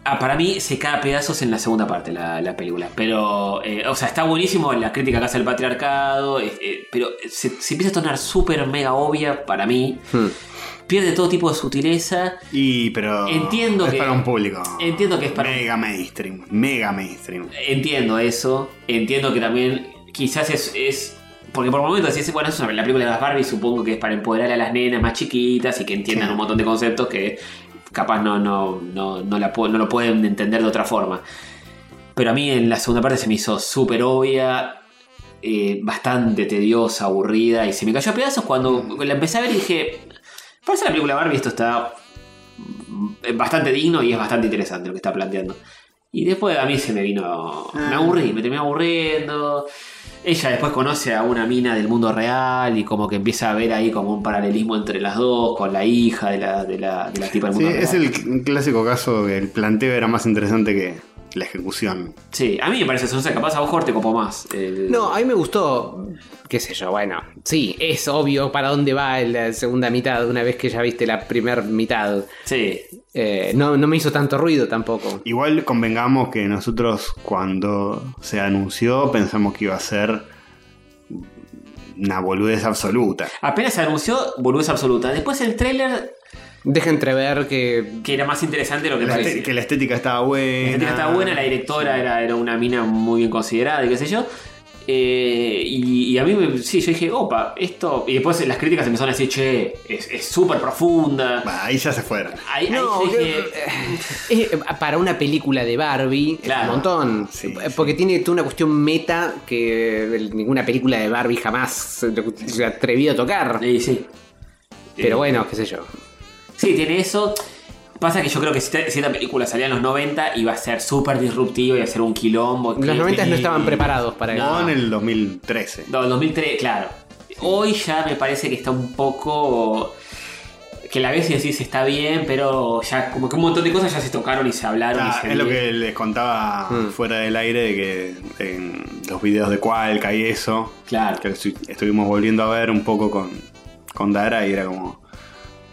A: Ah, para mí se cae a pedazos en la segunda parte la, la película. Pero, eh, o sea, está buenísimo la crítica que hace el patriarcado, eh, eh, pero se, se empieza a tornar súper mega obvia para mí. Pierde todo tipo de sutileza.
B: Y pero
A: Entiendo
B: es
A: que-
B: para un público.
A: entiendo que es para-
B: mega mainstream, mega mainstream.
A: Entiendo eso. Entiendo que también quizás es. es- porque por momentos decís, bueno, es una, la película de las Barbie, supongo que es para empoderar a las nenas más chiquitas y que entiendan un montón de conceptos que capaz no, no, no, no la, pu- no lo pueden entender de otra forma. Pero a mí en la segunda parte se me hizo súper obvia, eh, bastante tediosa, aburrida y se me cayó a pedazos cuando
B: Mm.
A: la empecé a ver y dije, parece la película Barbie, esto está mm, bastante digno y es bastante interesante lo que está planteando. Y después a mí se me vino.
B: Ah.
A: Me aburrí, me terminé aburriendo. Ella después conoce a una mina del mundo real y como que empieza a ver ahí como un paralelismo entre las dos, con la hija de la, de la, de la tipa del
B: Sí,
A: mundo real.
B: es el cl- clásico caso que el planteo era más interesante que la ejecución.
A: Sí, a mí me parece sonsa, capaz a vos Jorge, te copó más. el-
G: No, a mí me gustó. Qué sé yo, bueno. Sí, es obvio para dónde va la segunda mitad una vez que ya viste la primera mitad.
A: Sí,
G: Eh, no, no me hizo tanto ruido tampoco.
B: Igual convengamos que nosotros cuando se anunció pensamos que iba a ser una boludez absoluta.
A: Apenas se anunció, boludez absoluta. Después el tráiler,
G: Deja entrever que.
A: que era más interesante de lo que
B: La
A: parecía.
B: este- que la estética estaba buena.
A: La estética estaba buena, la directora era, era una mina muy bien considerada y qué sé yo. Eh, y, y a mí, me- sí, yo dije, opa, esto. Y después las críticas empezaron a decir, che, es es súper profunda.
B: Bah, ahí ya se fueron.
A: Ahí, ahí
G: No,
A: yo dije,
G: Eh, para una película de Barbie, es
A: Claro.
G: un montón.
B: Sí,
G: Eh, Porque tiene toda una cuestión meta que eh, ninguna película de Barbie jamás se se ha atrevido a tocar.
A: eh, y sí.
G: Pero bueno, qué sé yo.
A: Sí, tiene eso. Pasa que yo creo que si esta, si esta película salía en los 90 iba a ser súper disruptiva, iba a ser un quilombo.
G: Los 90 no estaban preparados para
A: No.
B: O en el 2013.
A: No, el 2003, claro. Hoy ya me parece que está un poco... Que la ves y decís está bien, pero ya como que un montón de cosas ya se tocaron y se hablaron.
B: Ah,
A: y se
B: es lo
A: vieron.
B: que les contaba
G: Mm.
B: fuera del aire de que en los videos de Cualca y eso,
A: Claro.
B: que estu- estuvimos volviendo a ver un poco con, con Dara y era como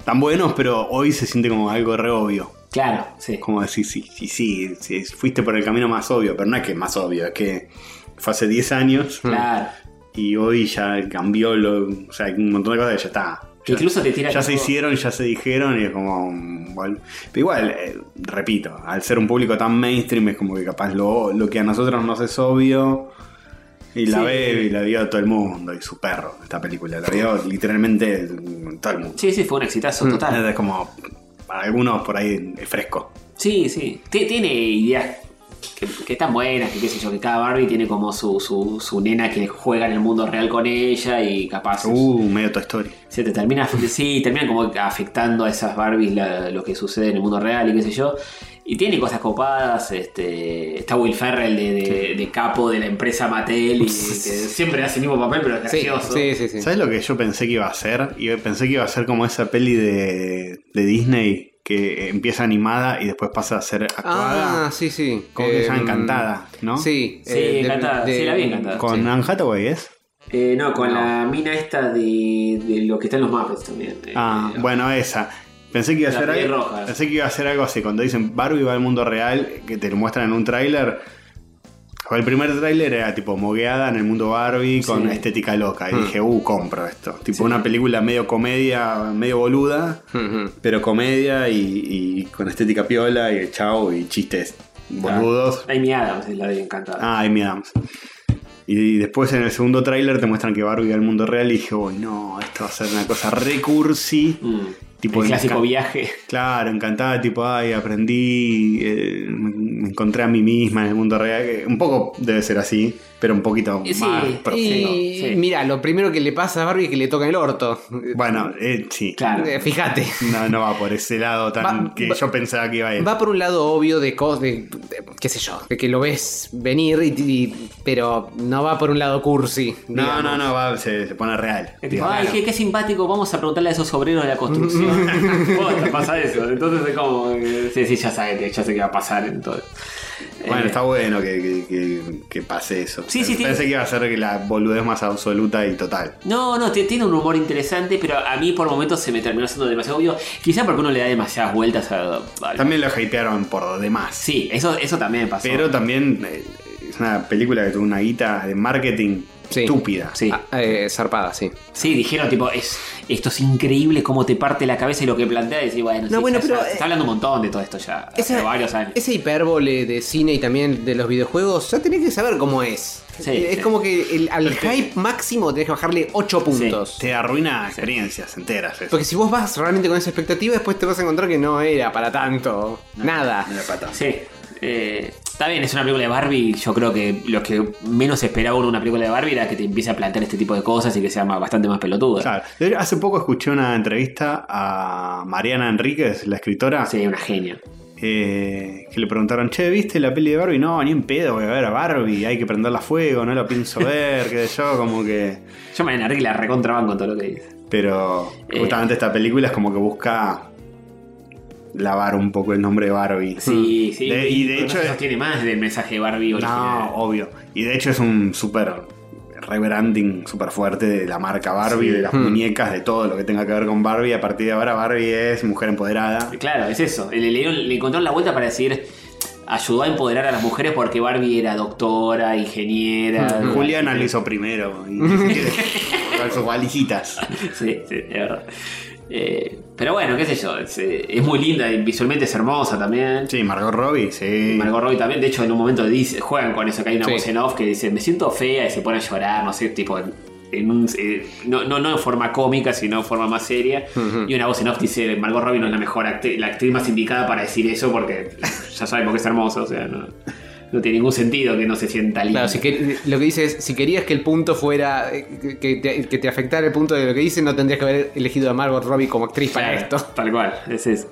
B: tan buenos, pero hoy se siente como algo re obvio.
A: Claro, sí.
B: Como decir, sí, sí, sí, sí, fuiste por el camino más obvio, pero no es que más obvio, es que fue hace 10 años
A: Claro.
B: y hoy ya cambió, lo, o sea, hay un montón de cosas que ya está.
A: Que incluso te tira
B: Ya se
A: tipo-
B: hicieron, ya se dijeron y es como... mm, bueno. Pero igual, eh, repito, al ser un público tan mainstream es como que capaz lo, lo que a nosotros nos es obvio y la
A: Sí.
B: ve y la vio todo el mundo y su perro, esta película, la vio literalmente mm, todo el mundo.
A: Sí, sí, fue un exitazo
B: Mm,
A: total.
B: Es como, para algunos por ahí es fresco.
A: Sí, sí. Ti- tiene ideas que, que están buenas, que qué sé yo, que cada Barbie tiene como su, su, su nena que juega en el mundo real con ella y capaz...
B: Uh, medio Toy Story.
A: Se te termina, sí, terminan como afectando a esas Barbies la- lo que sucede en el mundo real y qué sé yo. Y tiene cosas copadas, este, está Will Ferrell de, de- de capo de la empresa Mattel y que siempre hace el mismo papel, pero es
G: Sí,
A: gracioso.
G: sí, sí. sí.
B: ¿Sabes lo que yo pensé que iba a ser? Y pensé que iba a ser como esa peli de, de Disney que empieza animada y después pasa a ser actuada.
G: Ah, sí, sí.
B: Como que
G: Eh,
B: se llama Encantada, ¿no?
G: Sí, eh,
A: Sí, Encantada. Ah, Sí, la vi Encantada.
B: Con
G: sí.
B: Anne Hathaway, ¿es?
A: Eh, no, con la mina esta de, de lo que está en los Muppets también. Eh,
B: Ah,
A: eh,
B: bueno, esa. Pensé que iba a
A: La
B: ser
A: peli
B: algo.
A: roja.
B: Pensé que iba a ser algo así. Cuando dicen Barbie va al mundo real, que te lo muestran en un tráiler. o El primer tráiler era tipo mogueada en el mundo Barbie con
A: Sí. Hmm.
B: estética loca. Y dije, uh, compro esto. Tipo
A: Sí.
B: una película medio comedia, medio boluda,
G: Ujú.
B: pero comedia y, y con estética piola y chao y chistes
A: Ah.
B: boludos.
A: Amy Adams es la de Encantada.
B: Ah, Amy Adams. Y después en el segundo tráiler te muestran que Barbie va al mundo real y dije, uy, no, esto va a ser una cosa recursi.
A: Mm.
B: Tipo
A: el
B: de
A: clásico
B: enca-
A: viaje.
B: Claro, encantada, tipo, ay, aprendí, eh, me me encontré a mí misma en el mundo real. que un poco debe ser así, pero un poquito
A: Sí,
B: más
A: y-
B: profundo.
G: Y
A: Sí.
G: mira, lo primero que le pasa a Barbie es que le toca el orto.
B: Bueno, eh, sí.
A: Claro.
G: Eh, Fíjate.
B: No, no va por ese lado tan
G: Va-
B: que
G: va-
B: yo pensaba que iba a ir.
G: Va por un lado obvio de cosas, de, de- qué sé yo, de que lo ves venir, y- y- pero no va por un lado cursi.
B: no, no, no, va, se, se pone real.
A: Es tipo,
B: digamos.
A: Ay, qué, qué simpático, vamos a preguntarle a esos obreros de la construcción. Posta, pasa eso. Entonces es como. eh, Sí, sí, ya sabe, que- ya sé qué va a pasar. Entonces.
B: Bueno,
A: Eh,
B: está bueno que, que- que- que pase eso.
A: Sí, sí,
B: Pensé
A: tiene-
B: que iba a ser la boludez más absoluta y total.
A: No, no, ti- tiene un humor interesante, pero a mí por momentos se me terminó siendo demasiado obvio. Quizá porque uno le da demasiadas vueltas a. a-
B: También lo hypearon por demás.
A: Sí, eso, eso también me pasó.
B: Pero también eh, es una película que tuvo una guita de marketing
G: Sí.
B: estúpida.
A: Sí,
G: Ah, eh, zarpada, sí.
A: sí, dijeron tipo, es, esto es increíble cómo te parte la cabeza y lo que plantea. Y decís, bueno, sí,
G: bueno,
A: ya- ya
G: pero,
A: se
G: eh,
A: está hablando un montón de todo esto ya. Hace
G: Esa,
A: varios años.
G: esa hipérbole de cine y también de los videojuegos, ya tenés que saber cómo es. Eh,
A: Sí,
G: es
A: sí.
G: como que el- al hype máximo tenés que bajarle 8 puntos.
B: Te arruina experiencias enteras. eso.
G: Porque si vos vas realmente con esa expectativa, después te vas a encontrar que no era para tanto. nada.
B: Me la pata.
A: Sí. eh, está bien, es una película de Barbie. Yo creo que lo que menos esperaba uno de una película de Barbie era que te empiece a plantear este tipo de cosas y que sea más- bastante más pelotuda.
B: Claro. De- Hace poco escuché una entrevista a Mariana Enríquez, la escritora,
A: Sí, una genia.
B: eh, que le preguntaron, che, ¿viste la peli de Barbie? No, ni en pedo, voy a ver a Barbie, hay que prenderla a fuego, no la pienso ver, qué sé yo, como que...
A: Yo me enargué la recontraban con todo lo que dice.
B: Pero
A: Eh.
B: justamente esta película es como que busca lavar un poco el nombre de Barbie.
A: Sí, sí.
B: Mm. De- y de
A: no
B: hecho-
A: se sostiene más del mensaje de Barbie original.
B: No, obvio. Y de hecho es un súper rebranding súper fuerte de la marca Barbie,
A: Sí. Hmm.
B: de las muñecas, de todo lo que tenga que ver con Barbie. A partir de ahora Barbie es mujer empoderada.
A: Claro, es eso. Le, le dieron- le encontraron la vuelta para decir. Ayudó a empoderar a las mujeres porque
B: Mm,
A: Barbie era doctora, ingeniera.
B: Juliana lo hizo primero. Y- Con sus valisitas.
A: Sí, sí, es verdad. Eh, pero bueno, qué sé yo, es, eh, es muy linda y visualmente es hermosa también.
B: Sí, Margot Robbie, sí.
A: Margot Robbie también, de hecho en un momento dice, juegan con eso, que hay una
G: Sí.
A: voz en off que dice, me siento fea y se pone a llorar, no sé, tipo, en- en un- eh, no, no, no en forma cómica, sino en forma más seria. Y una voz en off dice, Margot Robbie no es la mejor actriz, la actriz más indicada para decir eso porque ya sabemos que es hermosa, o sea, no, no tiene ningún sentido que no se sienta linda.
G: Claro, si que- lo que dice es, si querías que el punto fuera, eh, que- que te, que te afectara el punto de lo que dice, no tendrías que haber elegido a Margot Robbie como actriz para
A: Claro,
G: esto.
A: Tal cual, es eso.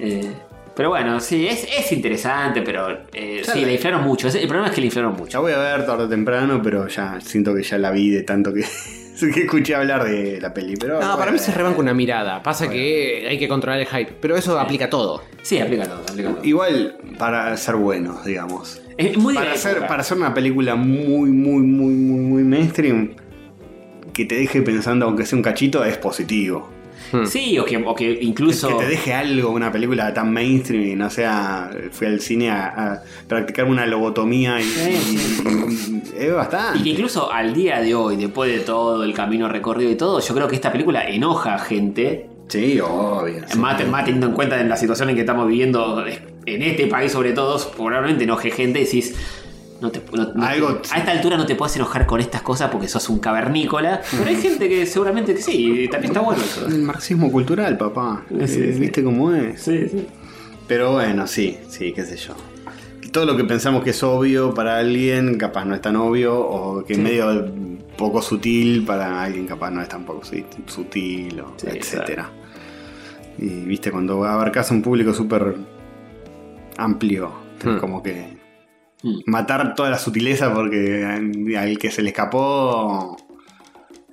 A: Eh, pero bueno, sí, es, es interesante, pero eh, sí, la inflaron mucho. Es- El problema es que la inflaron
B: Ya
A: mucho.
B: voy a ver tarde o temprano, pero ya siento que ya la vi de tanto que, que escuché hablar de la peli. Pero
G: No, para mí se
B: rebanca
G: rebanca una mirada. Pasa que hay que controlar el hype, pero eso aplica a todo.
A: Sí, aplica todo, aplica todo.
B: Igual para ser buenos, digamos.
A: Es muy de
B: Para
A: la
B: hacer,
A: época.
B: para hacer una película muy, muy, muy, muy, muy mainstream, que te deje pensando, aunque sea un cachito, es positivo.
A: Sí, o que, o que incluso.
B: Que te deje algo, una película tan mainstream y no sea. Fui al cine a, a practicar una lobotomía y. y- y- es
A: Y que
B: bastante.
A: incluso al día de hoy, después de todo el camino recorrido y todo, yo creo que esta película enoja a gente.
B: Sí, obvio. sí.
A: Más, más teniendo en cuenta en la situación en que estamos viviendo en este país, sobre todo, probablemente enoje gente y decís. No te, no- no-
B: Algo-
A: a esta altura no te puedes enojar con estas cosas porque sos un cavernícola. Pero
B: Mm.
A: hay gente que seguramente que sí, y también está bueno eso.
B: El marxismo cultural, papá.
A: Sí, sí.
B: Eh, ¿Viste cómo es?
A: Sí, sí.
B: Pero bueno, sí, sí, qué sé yo. Todo lo que pensamos que es obvio para alguien, capaz no es tan obvio, o que es medio poco sutil para alguien, capaz no es tan poco su- sutil, o
A: Sí,
B: etcétera. Y viste, cuando abarcas un público súper amplio, es como que
A: Hmm.
B: matar toda la sutileza porque al al que se le escapó.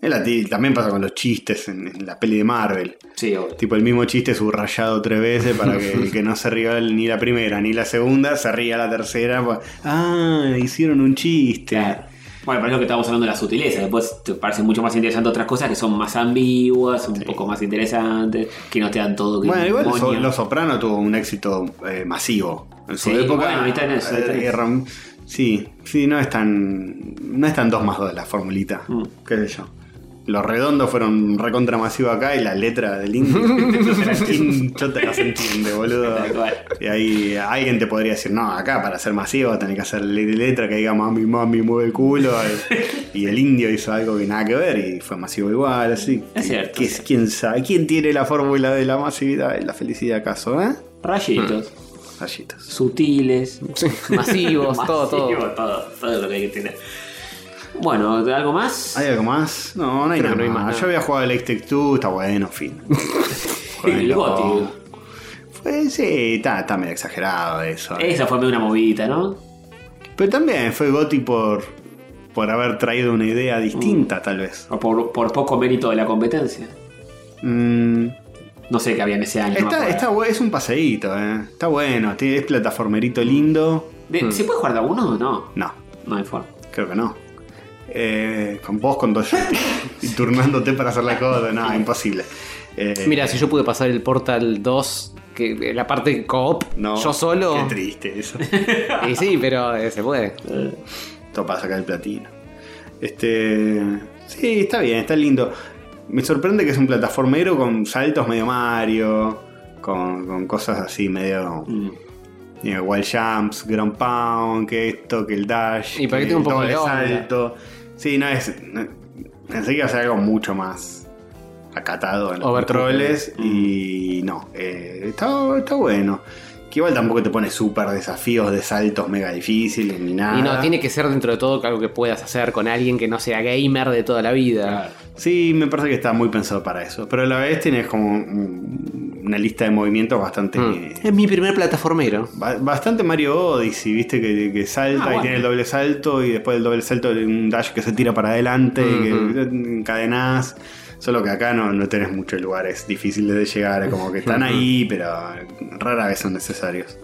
B: es la ti- También pasa con los chistes en- en la peli de Marvel.
A: Sí, obvio.
B: Tipo el mismo chiste subrayado tres veces para que el que no se ría ni la primera ni la segunda se ría la tercera. pues, Ah, hicieron un chiste.
A: Claro. Este, Bueno, pero es lo que estábamos hablando de la sutileza. Después te parecen mucho más interesantes otras cosas que son más ambiguas, un poco más interesantes, que no te dan todo. que
B: Bueno, igual
A: demonio.
B: So- Los Soprano tuvo un éxito eh, masivo en su
A: Sí,
B: época.
A: bueno, ahí tenés, ahí
B: eh,
A: tenés.
B: y rom- sí, sí, no es tan. No es tan 2 más 2 la formulita.
A: Mm.
B: Qué sé yo. Los redondos fueron recontra masivo acá y la letra del indie. ¿Quién chota no se entiende, boludo?
A: Tal cual.
B: Y ahí alguien te podría decir, no, acá para ser masivo tenés que hacer le- letra que diga mami, mami, mueve el culo. Y, y el indio hizo algo que nada que ver y fue masivo igual, así.
A: Es cierto,
B: ¿Qué-
A: es cierto.
B: ¿Quién sabe? ¿Quién tiene la fórmula de la masividad y la felicidad acaso, eh?
A: Rayitos,
B: Rayitos.
A: sutiles,
G: Masivos, todo, todo.
A: masivo, todo, todo lo que hay que tener. Bueno, ¿algo más?
B: ¿Hay algo más? No, no hay
G: Creo
B: nada
G: que no hay
B: más.
G: más,
B: Yo
G: no.
B: había jugado el X-Tech 2, está bueno, fin.
A: El
B: Bueno.
A: Goti.
B: Pues sí, está, está medio exagerado eso. eh.
A: Esa fue medio una movidita, ¿no?
B: Pero también fue Gotti por, por haber traído una idea distinta, tal vez.
A: O por, por poco mérito de la competencia.
B: Mm,
A: No sé qué había en ese año. no me
B: está,
A: acuerdo.
B: está bu- es un paseíto, eh. está bueno, tiene- es plataformerito lindo.
A: De- ¿Se puede jugar de a uno o no?
B: No,
A: No hay forma.
B: creo que no. Eh, con vos, con dos y turnándote para hacer la cosa, no, imposible. Eh,
G: Mira, si yo pude pasar el Portal 2, que eh, la parte co-op,
B: no,
G: yo solo.
B: Qué triste eso.
G: Y sí, pero eh, se puede.
B: Todo para sacar el platino. Este. Sí, está bien, está lindo. Me sorprende que es un plataformero con saltos medio Mario, con, con cosas así medio.
A: Mm.
B: eh, Wall jumps, ground pound, que esto, que el dash.
G: Y para que tenga un poco
B: de
G: de onda.
B: salto. Sí, no es. no- pensé que iba a ser algo mucho más acatado en los
G: Overcooked. Mm.
B: controles y no. eh, está, está bueno. Que igual tampoco te pone súper desafíos de saltos mega difíciles ni nada.
G: Y no, tiene que ser dentro de todo algo que puedas hacer con alguien que no sea gamer de toda la vida.
B: Sí, me parece que está muy pensado para eso. Pero a la vez tienes como un- una lista de movimientos bastante. eh,
G: Es mi primer plataformero.
B: ba- Bastante Mario Odyssey, viste, que, que salta y tiene el doble salto y después del doble salto un dash que se tira para adelante y que encadenás. Solo que acá no, no tenés muchos lugares difíciles de llegar, como que están ahí, pero rara vez son necesarios.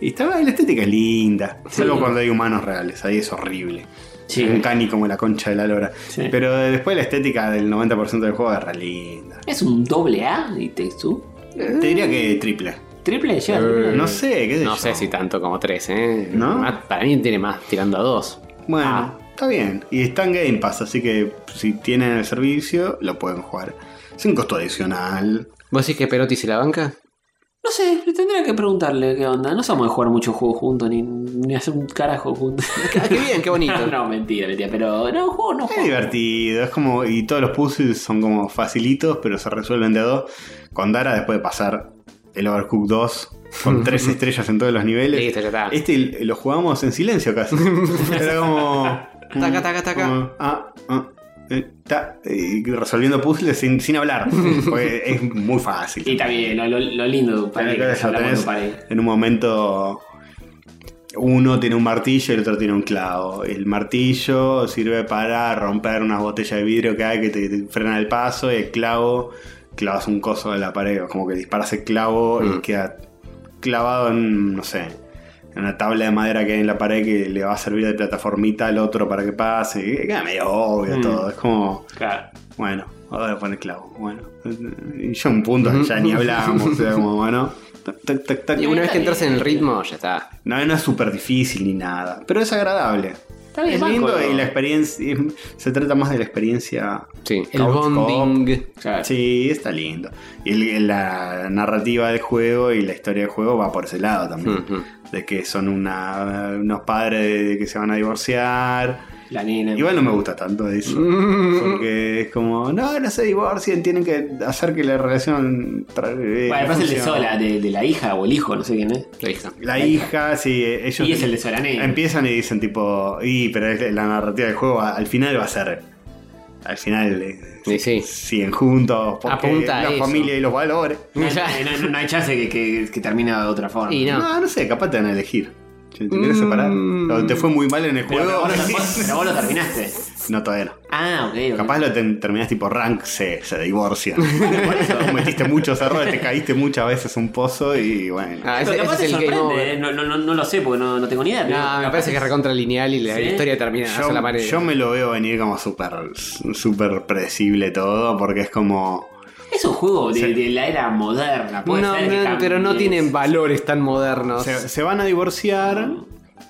B: Y está, la estética es linda, salvo cuando hay humanos reales, ahí es horrible.
A: Sí.
B: Un cani como la concha de la lora.
A: Sí.
B: Pero después la estética del 90% del juego es re linda.
A: ¿Es un doble A y Texu?
B: Te diría que triple.
A: ¿Triple? ¿Llega a triple?
B: Eh, No sé, qué sé
G: No
B: yo.
G: sé si tanto como tres, ¿eh?
B: ¿No?
G: Ah, Para mí tiene más tirando a dos.
B: Bueno,
G: Ah.
B: Está bien. Y está en Game Pass, así que si tienen el servicio, lo pueden jugar. Sin costo adicional.
G: ¿Vos decís que Perotti se la banca?
A: No sé, le tendría que preguntarle qué onda. No somos de jugar muchos juegos juntos, ni, ni hacer un carajo juntos.
G: Ah, qué bien, qué bonito.
A: no, mentira, mentira, pero no, juego no
B: Es
A: juego.
B: divertido, es como. Y todos los puzzles son como facilitos, pero se resuelven de a dos. Con Dara, después de pasar el Overcook 2, con tres estrellas en todos los niveles.
G: Listo, ya está.
B: Este l- lo jugamos en silencio casi. Era como.
G: Taca, taca, taca.
B: como, ah, ah, eh, ta, eh, resolviendo puzzles sin, sin hablar. Porque es muy fácil.
A: Y está bien, lo, lo- lo lindo de un
B: Tenés
A: pared,
B: que
A: hablamos de un
B: tenés-
A: pared.
B: en un momento uno tiene un martillo y el otro tiene un clavo. El martillo sirve para romper unas botellas de vidrio que hay que te, te frena el paso y el clavo clavas un coso en la pared, o como que disparas el clavo
A: Mm.
B: y queda clavado en, no sé, en una tabla de madera que hay en la pared que le va a servir de plataformita al otro para que pase. Y Queda medio obvio
A: Mm.
B: todo, es como...
A: Claro.
B: Bueno, ahora pone clavo. Bueno, y ya un punto que ya ni hablábamos. o sea, como, bueno, tac, tac, tac, tac.
G: Y una vez que entras en el ritmo, ya está.
B: No, no es súper difícil ni nada, pero es agradable.
A: Está bien,
B: es
A: banco,
B: lindo
A: ¿no?
B: y la experiencia. y Se trata más de la experiencia.
G: Sí, el
B: Couch co-op.
G: bonding.
A: Claro.
B: Sí, está lindo. Y el- la narrativa del juego y la historia del juego va por ese lado también.
G: Ujú.
B: De que son una, unos padres que se van a divorciar.
A: La nena.
B: Igual no me gusta tanto eso. Porque es como, no, no se divorcien, tienen que hacer que la relación. tra- eh,
A: Bueno, además el de
B: funcione".
A: Sola, de, de la hija o el hijo, no sé quién es.
G: La hija.
B: La hija, sí, eh, ellos.
A: Y es el de Sola nena.
B: Empiezan y dicen, tipo, y, pero es la narrativa del juego al final va a ser. Al final. eh,
G: Sí, sí.
B: Siguen juntos, porque
G: Apunta a
B: la
G: eso.
B: familia y los valores.
A: No, hay- no- no hay chance que, que, que termina de otra forma.
G: Y no.
B: No. no, sé, capaz te van a elegir. Si ¿Te quieres separar? O te fue muy mal en el
A: Mm. Pero, pero
B: juego.
A: vos, vos- pero vos lo terminaste.
B: No, todavía no.
A: Ah, ok. ok.
B: Capaz lo ten- terminás tipo rank, se, se divorcian. Cometiste muchos errores, te caíste muchas veces un pozo y bueno.
G: Ah, ese,
A: Pero capaz
G: ese es el
A: te
G: game
A: sorprende,
G: over.
A: eh, no, no, no, no lo sé porque no, no tengo ni idea. pero
G: No, me
A: capaz
G: parece que es recontra lineal y la
A: ¿Sí?
G: historia termina hacia la
B: Yo,
G: pared.
B: yo me lo veo venir como súper super predecible todo, porque es como.
A: Es un juego de, de la era moderna, puede
G: No,
A: ser que
G: no,
A: cambie.
G: pero no tienen valores tan modernos.
B: Se, se van a divorciar.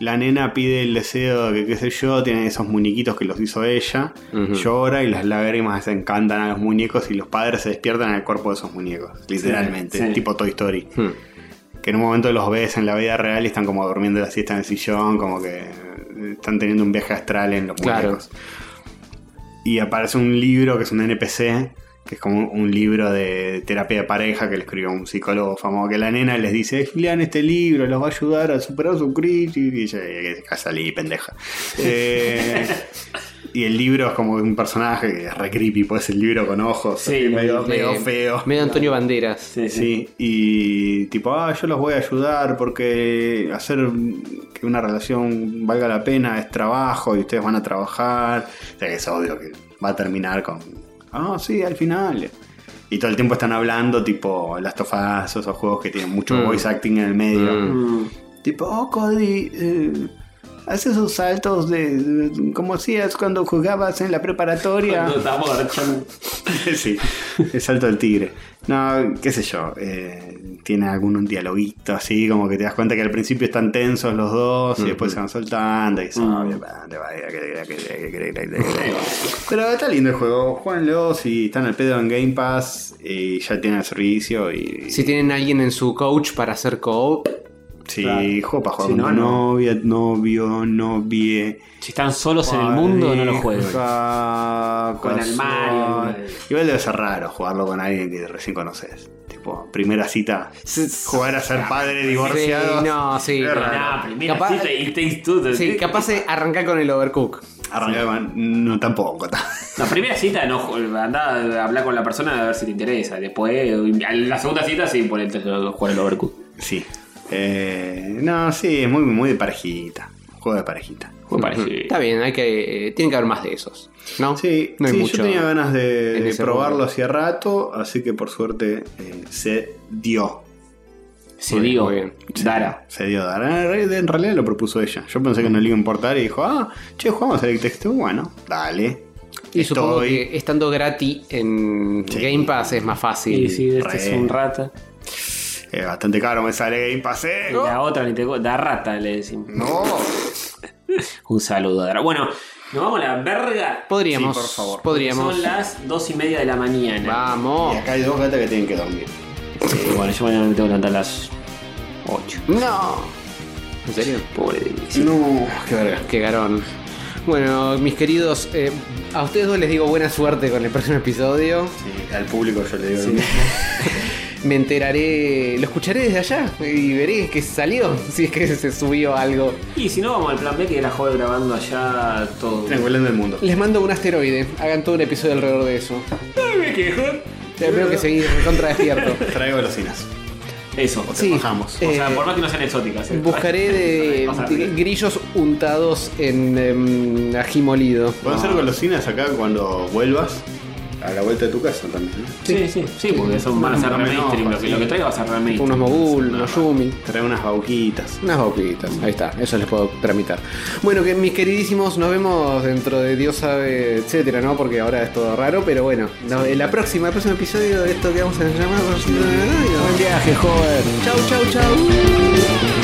B: La nena pide el deseo de que qué sé yo, tiene esos muñequitos que los hizo ella, llora y las lágrimas se encantan a los muñecos y los padres se despiertan en el cuerpo de esos muñecos, literalmente,
A: sí.
B: tipo Toy Story.
G: Hmm.
B: Que en un momento los ves en la vida real y están como durmiendo la siesta en el sillón, como que están teniendo un viaje astral en los
G: Claro.
B: muñecos. Y aparece un libro que es un NPC, que es como un- un libro de terapia de pareja que le escribió un psicólogo famoso. Que la nena les dice: Lean este libro, los va a ayudar a superar su crisis. Y ella, "Eh, acá salí, pendeja. Eh, y el libro es como un personaje que es re creepy, pues el libro con ojos,
A: Sí,
B: así,
A: lo
B: medio,
A: vi,
B: medio
G: Eh,
B: feo.
G: Medio Antonio Banderas.
A: Sí, sí.
B: Sí, y tipo, ah, yo los voy a ayudar porque hacer que una relación valga la pena es trabajo y ustedes van a trabajar. O sea que es obvio que va a terminar con, ah, sí, al final. Y todo el tiempo están hablando, tipo, las tofas, esos juegos que tienen mucho
G: Mm.
B: voice acting en el medio.
G: Mm.
A: Mm.
B: Tipo, oh, Cody, eh, hace esos saltos de, de- como hacías cuando jugabas en la preparatoria.
A: Cuando estábamos garchando.
B: sí, el salto del tigre. No, qué sé yo. eh, tiene algún dialoguito así, como que te das cuenta que al principio están tensos los dos y después se van soltando. Y son, Pero está lindo el juego. Jueguenlo si están al pedo en Game Pass y ya tienen el servicio. Y,
G: Si tienen alguien en su coach para hacer co-op,
B: sí,
A: Claro.
B: juego para jugar
A: Sí,
B: con
A: no,
B: tu
A: no.
B: novia, novio, novie.
A: Si están solos en el mundo, no lo jueguen.
B: Pareja,
A: Con el Mario,
B: casual. Igual debe ser raro jugarlo con alguien que recién conoces. Tipo, primera cita. Jugar a ser padre divorciado.
G: Sí, no, sí.
B: Es raro.
A: Nah, primera
G: Capaz-
A: cita y Takes Two, te-
G: Sí, capaz de arrancar con el overcook.
B: Arrancaba- No, tampoco.
A: La primera cita, no, andá a hablar con la persona a ver si te interesa. Después, a la segunda cita, sí, por el jugar el overcook.
B: Sí. Eh, no, sí, es muy, muy de parejita. Juego de parejita.
A: Fue parecido.
G: Está bien, hay que, eh, tiene que haber más de esos. ¿No?
B: Sí,
G: no hay
B: sí,
G: mucho.
B: yo tenía ganas de,
G: en
B: de
G: ese
B: probarlo
G: mundo.
B: hacía rato, así que por suerte eh, se dio.
A: Se
G: Muy bien,
A: dio
G: muy bien.
A: Dara.
B: Se dio Dara. En realidad lo propuso ella. Yo pensé que no le iba a importar y dijo, ah, che, jugamos el texto. Bueno, dale.
G: Y supongo
B: Estoy.
G: que estando gratis en
B: Sí.
G: Game Pass es más fácil.
A: Sí, sí, este
B: re.
A: es un rata.
B: Eh, bastante caro me sale Game Pass. eh.
A: Y La otra, ni te cu- da rata, le decimos.
B: No.
A: Un saludo, Dara. Bueno, ¿Nos vamos a la verga?
H: Podríamos.
C: Sí, por favor.
H: Podríamos.
A: Son las dos y media de la mañana.
C: Vamos.
B: Y acá hay dos gatas que tienen que dormir.
A: Sí, bueno, yo mañana me tengo que levantar a las 8.
C: No. ¿En serio?
A: Pobre de mí.
B: No, qué verga.
C: Qué garón. Bueno, mis queridos, eh, a ustedes dos les digo buena suerte con el próximo episodio.
B: Sí, al público yo le digo lo mismo.
C: Me enteraré, lo escucharé desde allá y veré que salió, si es que se subió algo.
A: Y si no, vamos al plan B que era joder grabando allá todo.
B: Triangulando el mundo.
C: Les mando un asteroide, hagan todo un episodio alrededor de eso. Te veo que seguir contra despierto.
B: Traigo golosinas.
A: Eso.
B: O te
C: Sí.
B: bajamos.
A: O sea,
C: Eh,
A: por más que no sean exóticas. eh.
C: Buscaré de,
A: Vas a
C: de
A: ver.
C: grillos untados en em, ají molido.
B: Pueden
G: Ah.
B: hacer golosinas acá cuando vuelvas. A la vuelta de tu casa también. ¿no?
A: Sí, sí, sí, porque son, van a ser
B: No,
A: re
B: no me
A: mainstream.
B: enojo,
A: Lo que,
B: sí.
A: lo que traiga va a ser re mainstream.
C: Unos mogul, unos yumi.
B: Trae unas bauquitas.
C: Unas boquitas, ahí está, eso les puedo tramitar. Bueno, que mis queridísimos, nos vemos dentro de Dios sabe, etcétera, ¿no? Porque ahora es todo raro, pero bueno, no, en la próxima, el próximo episodio de esto que vamos a llamar. Buen viaje, joven. Chau, chau, chau.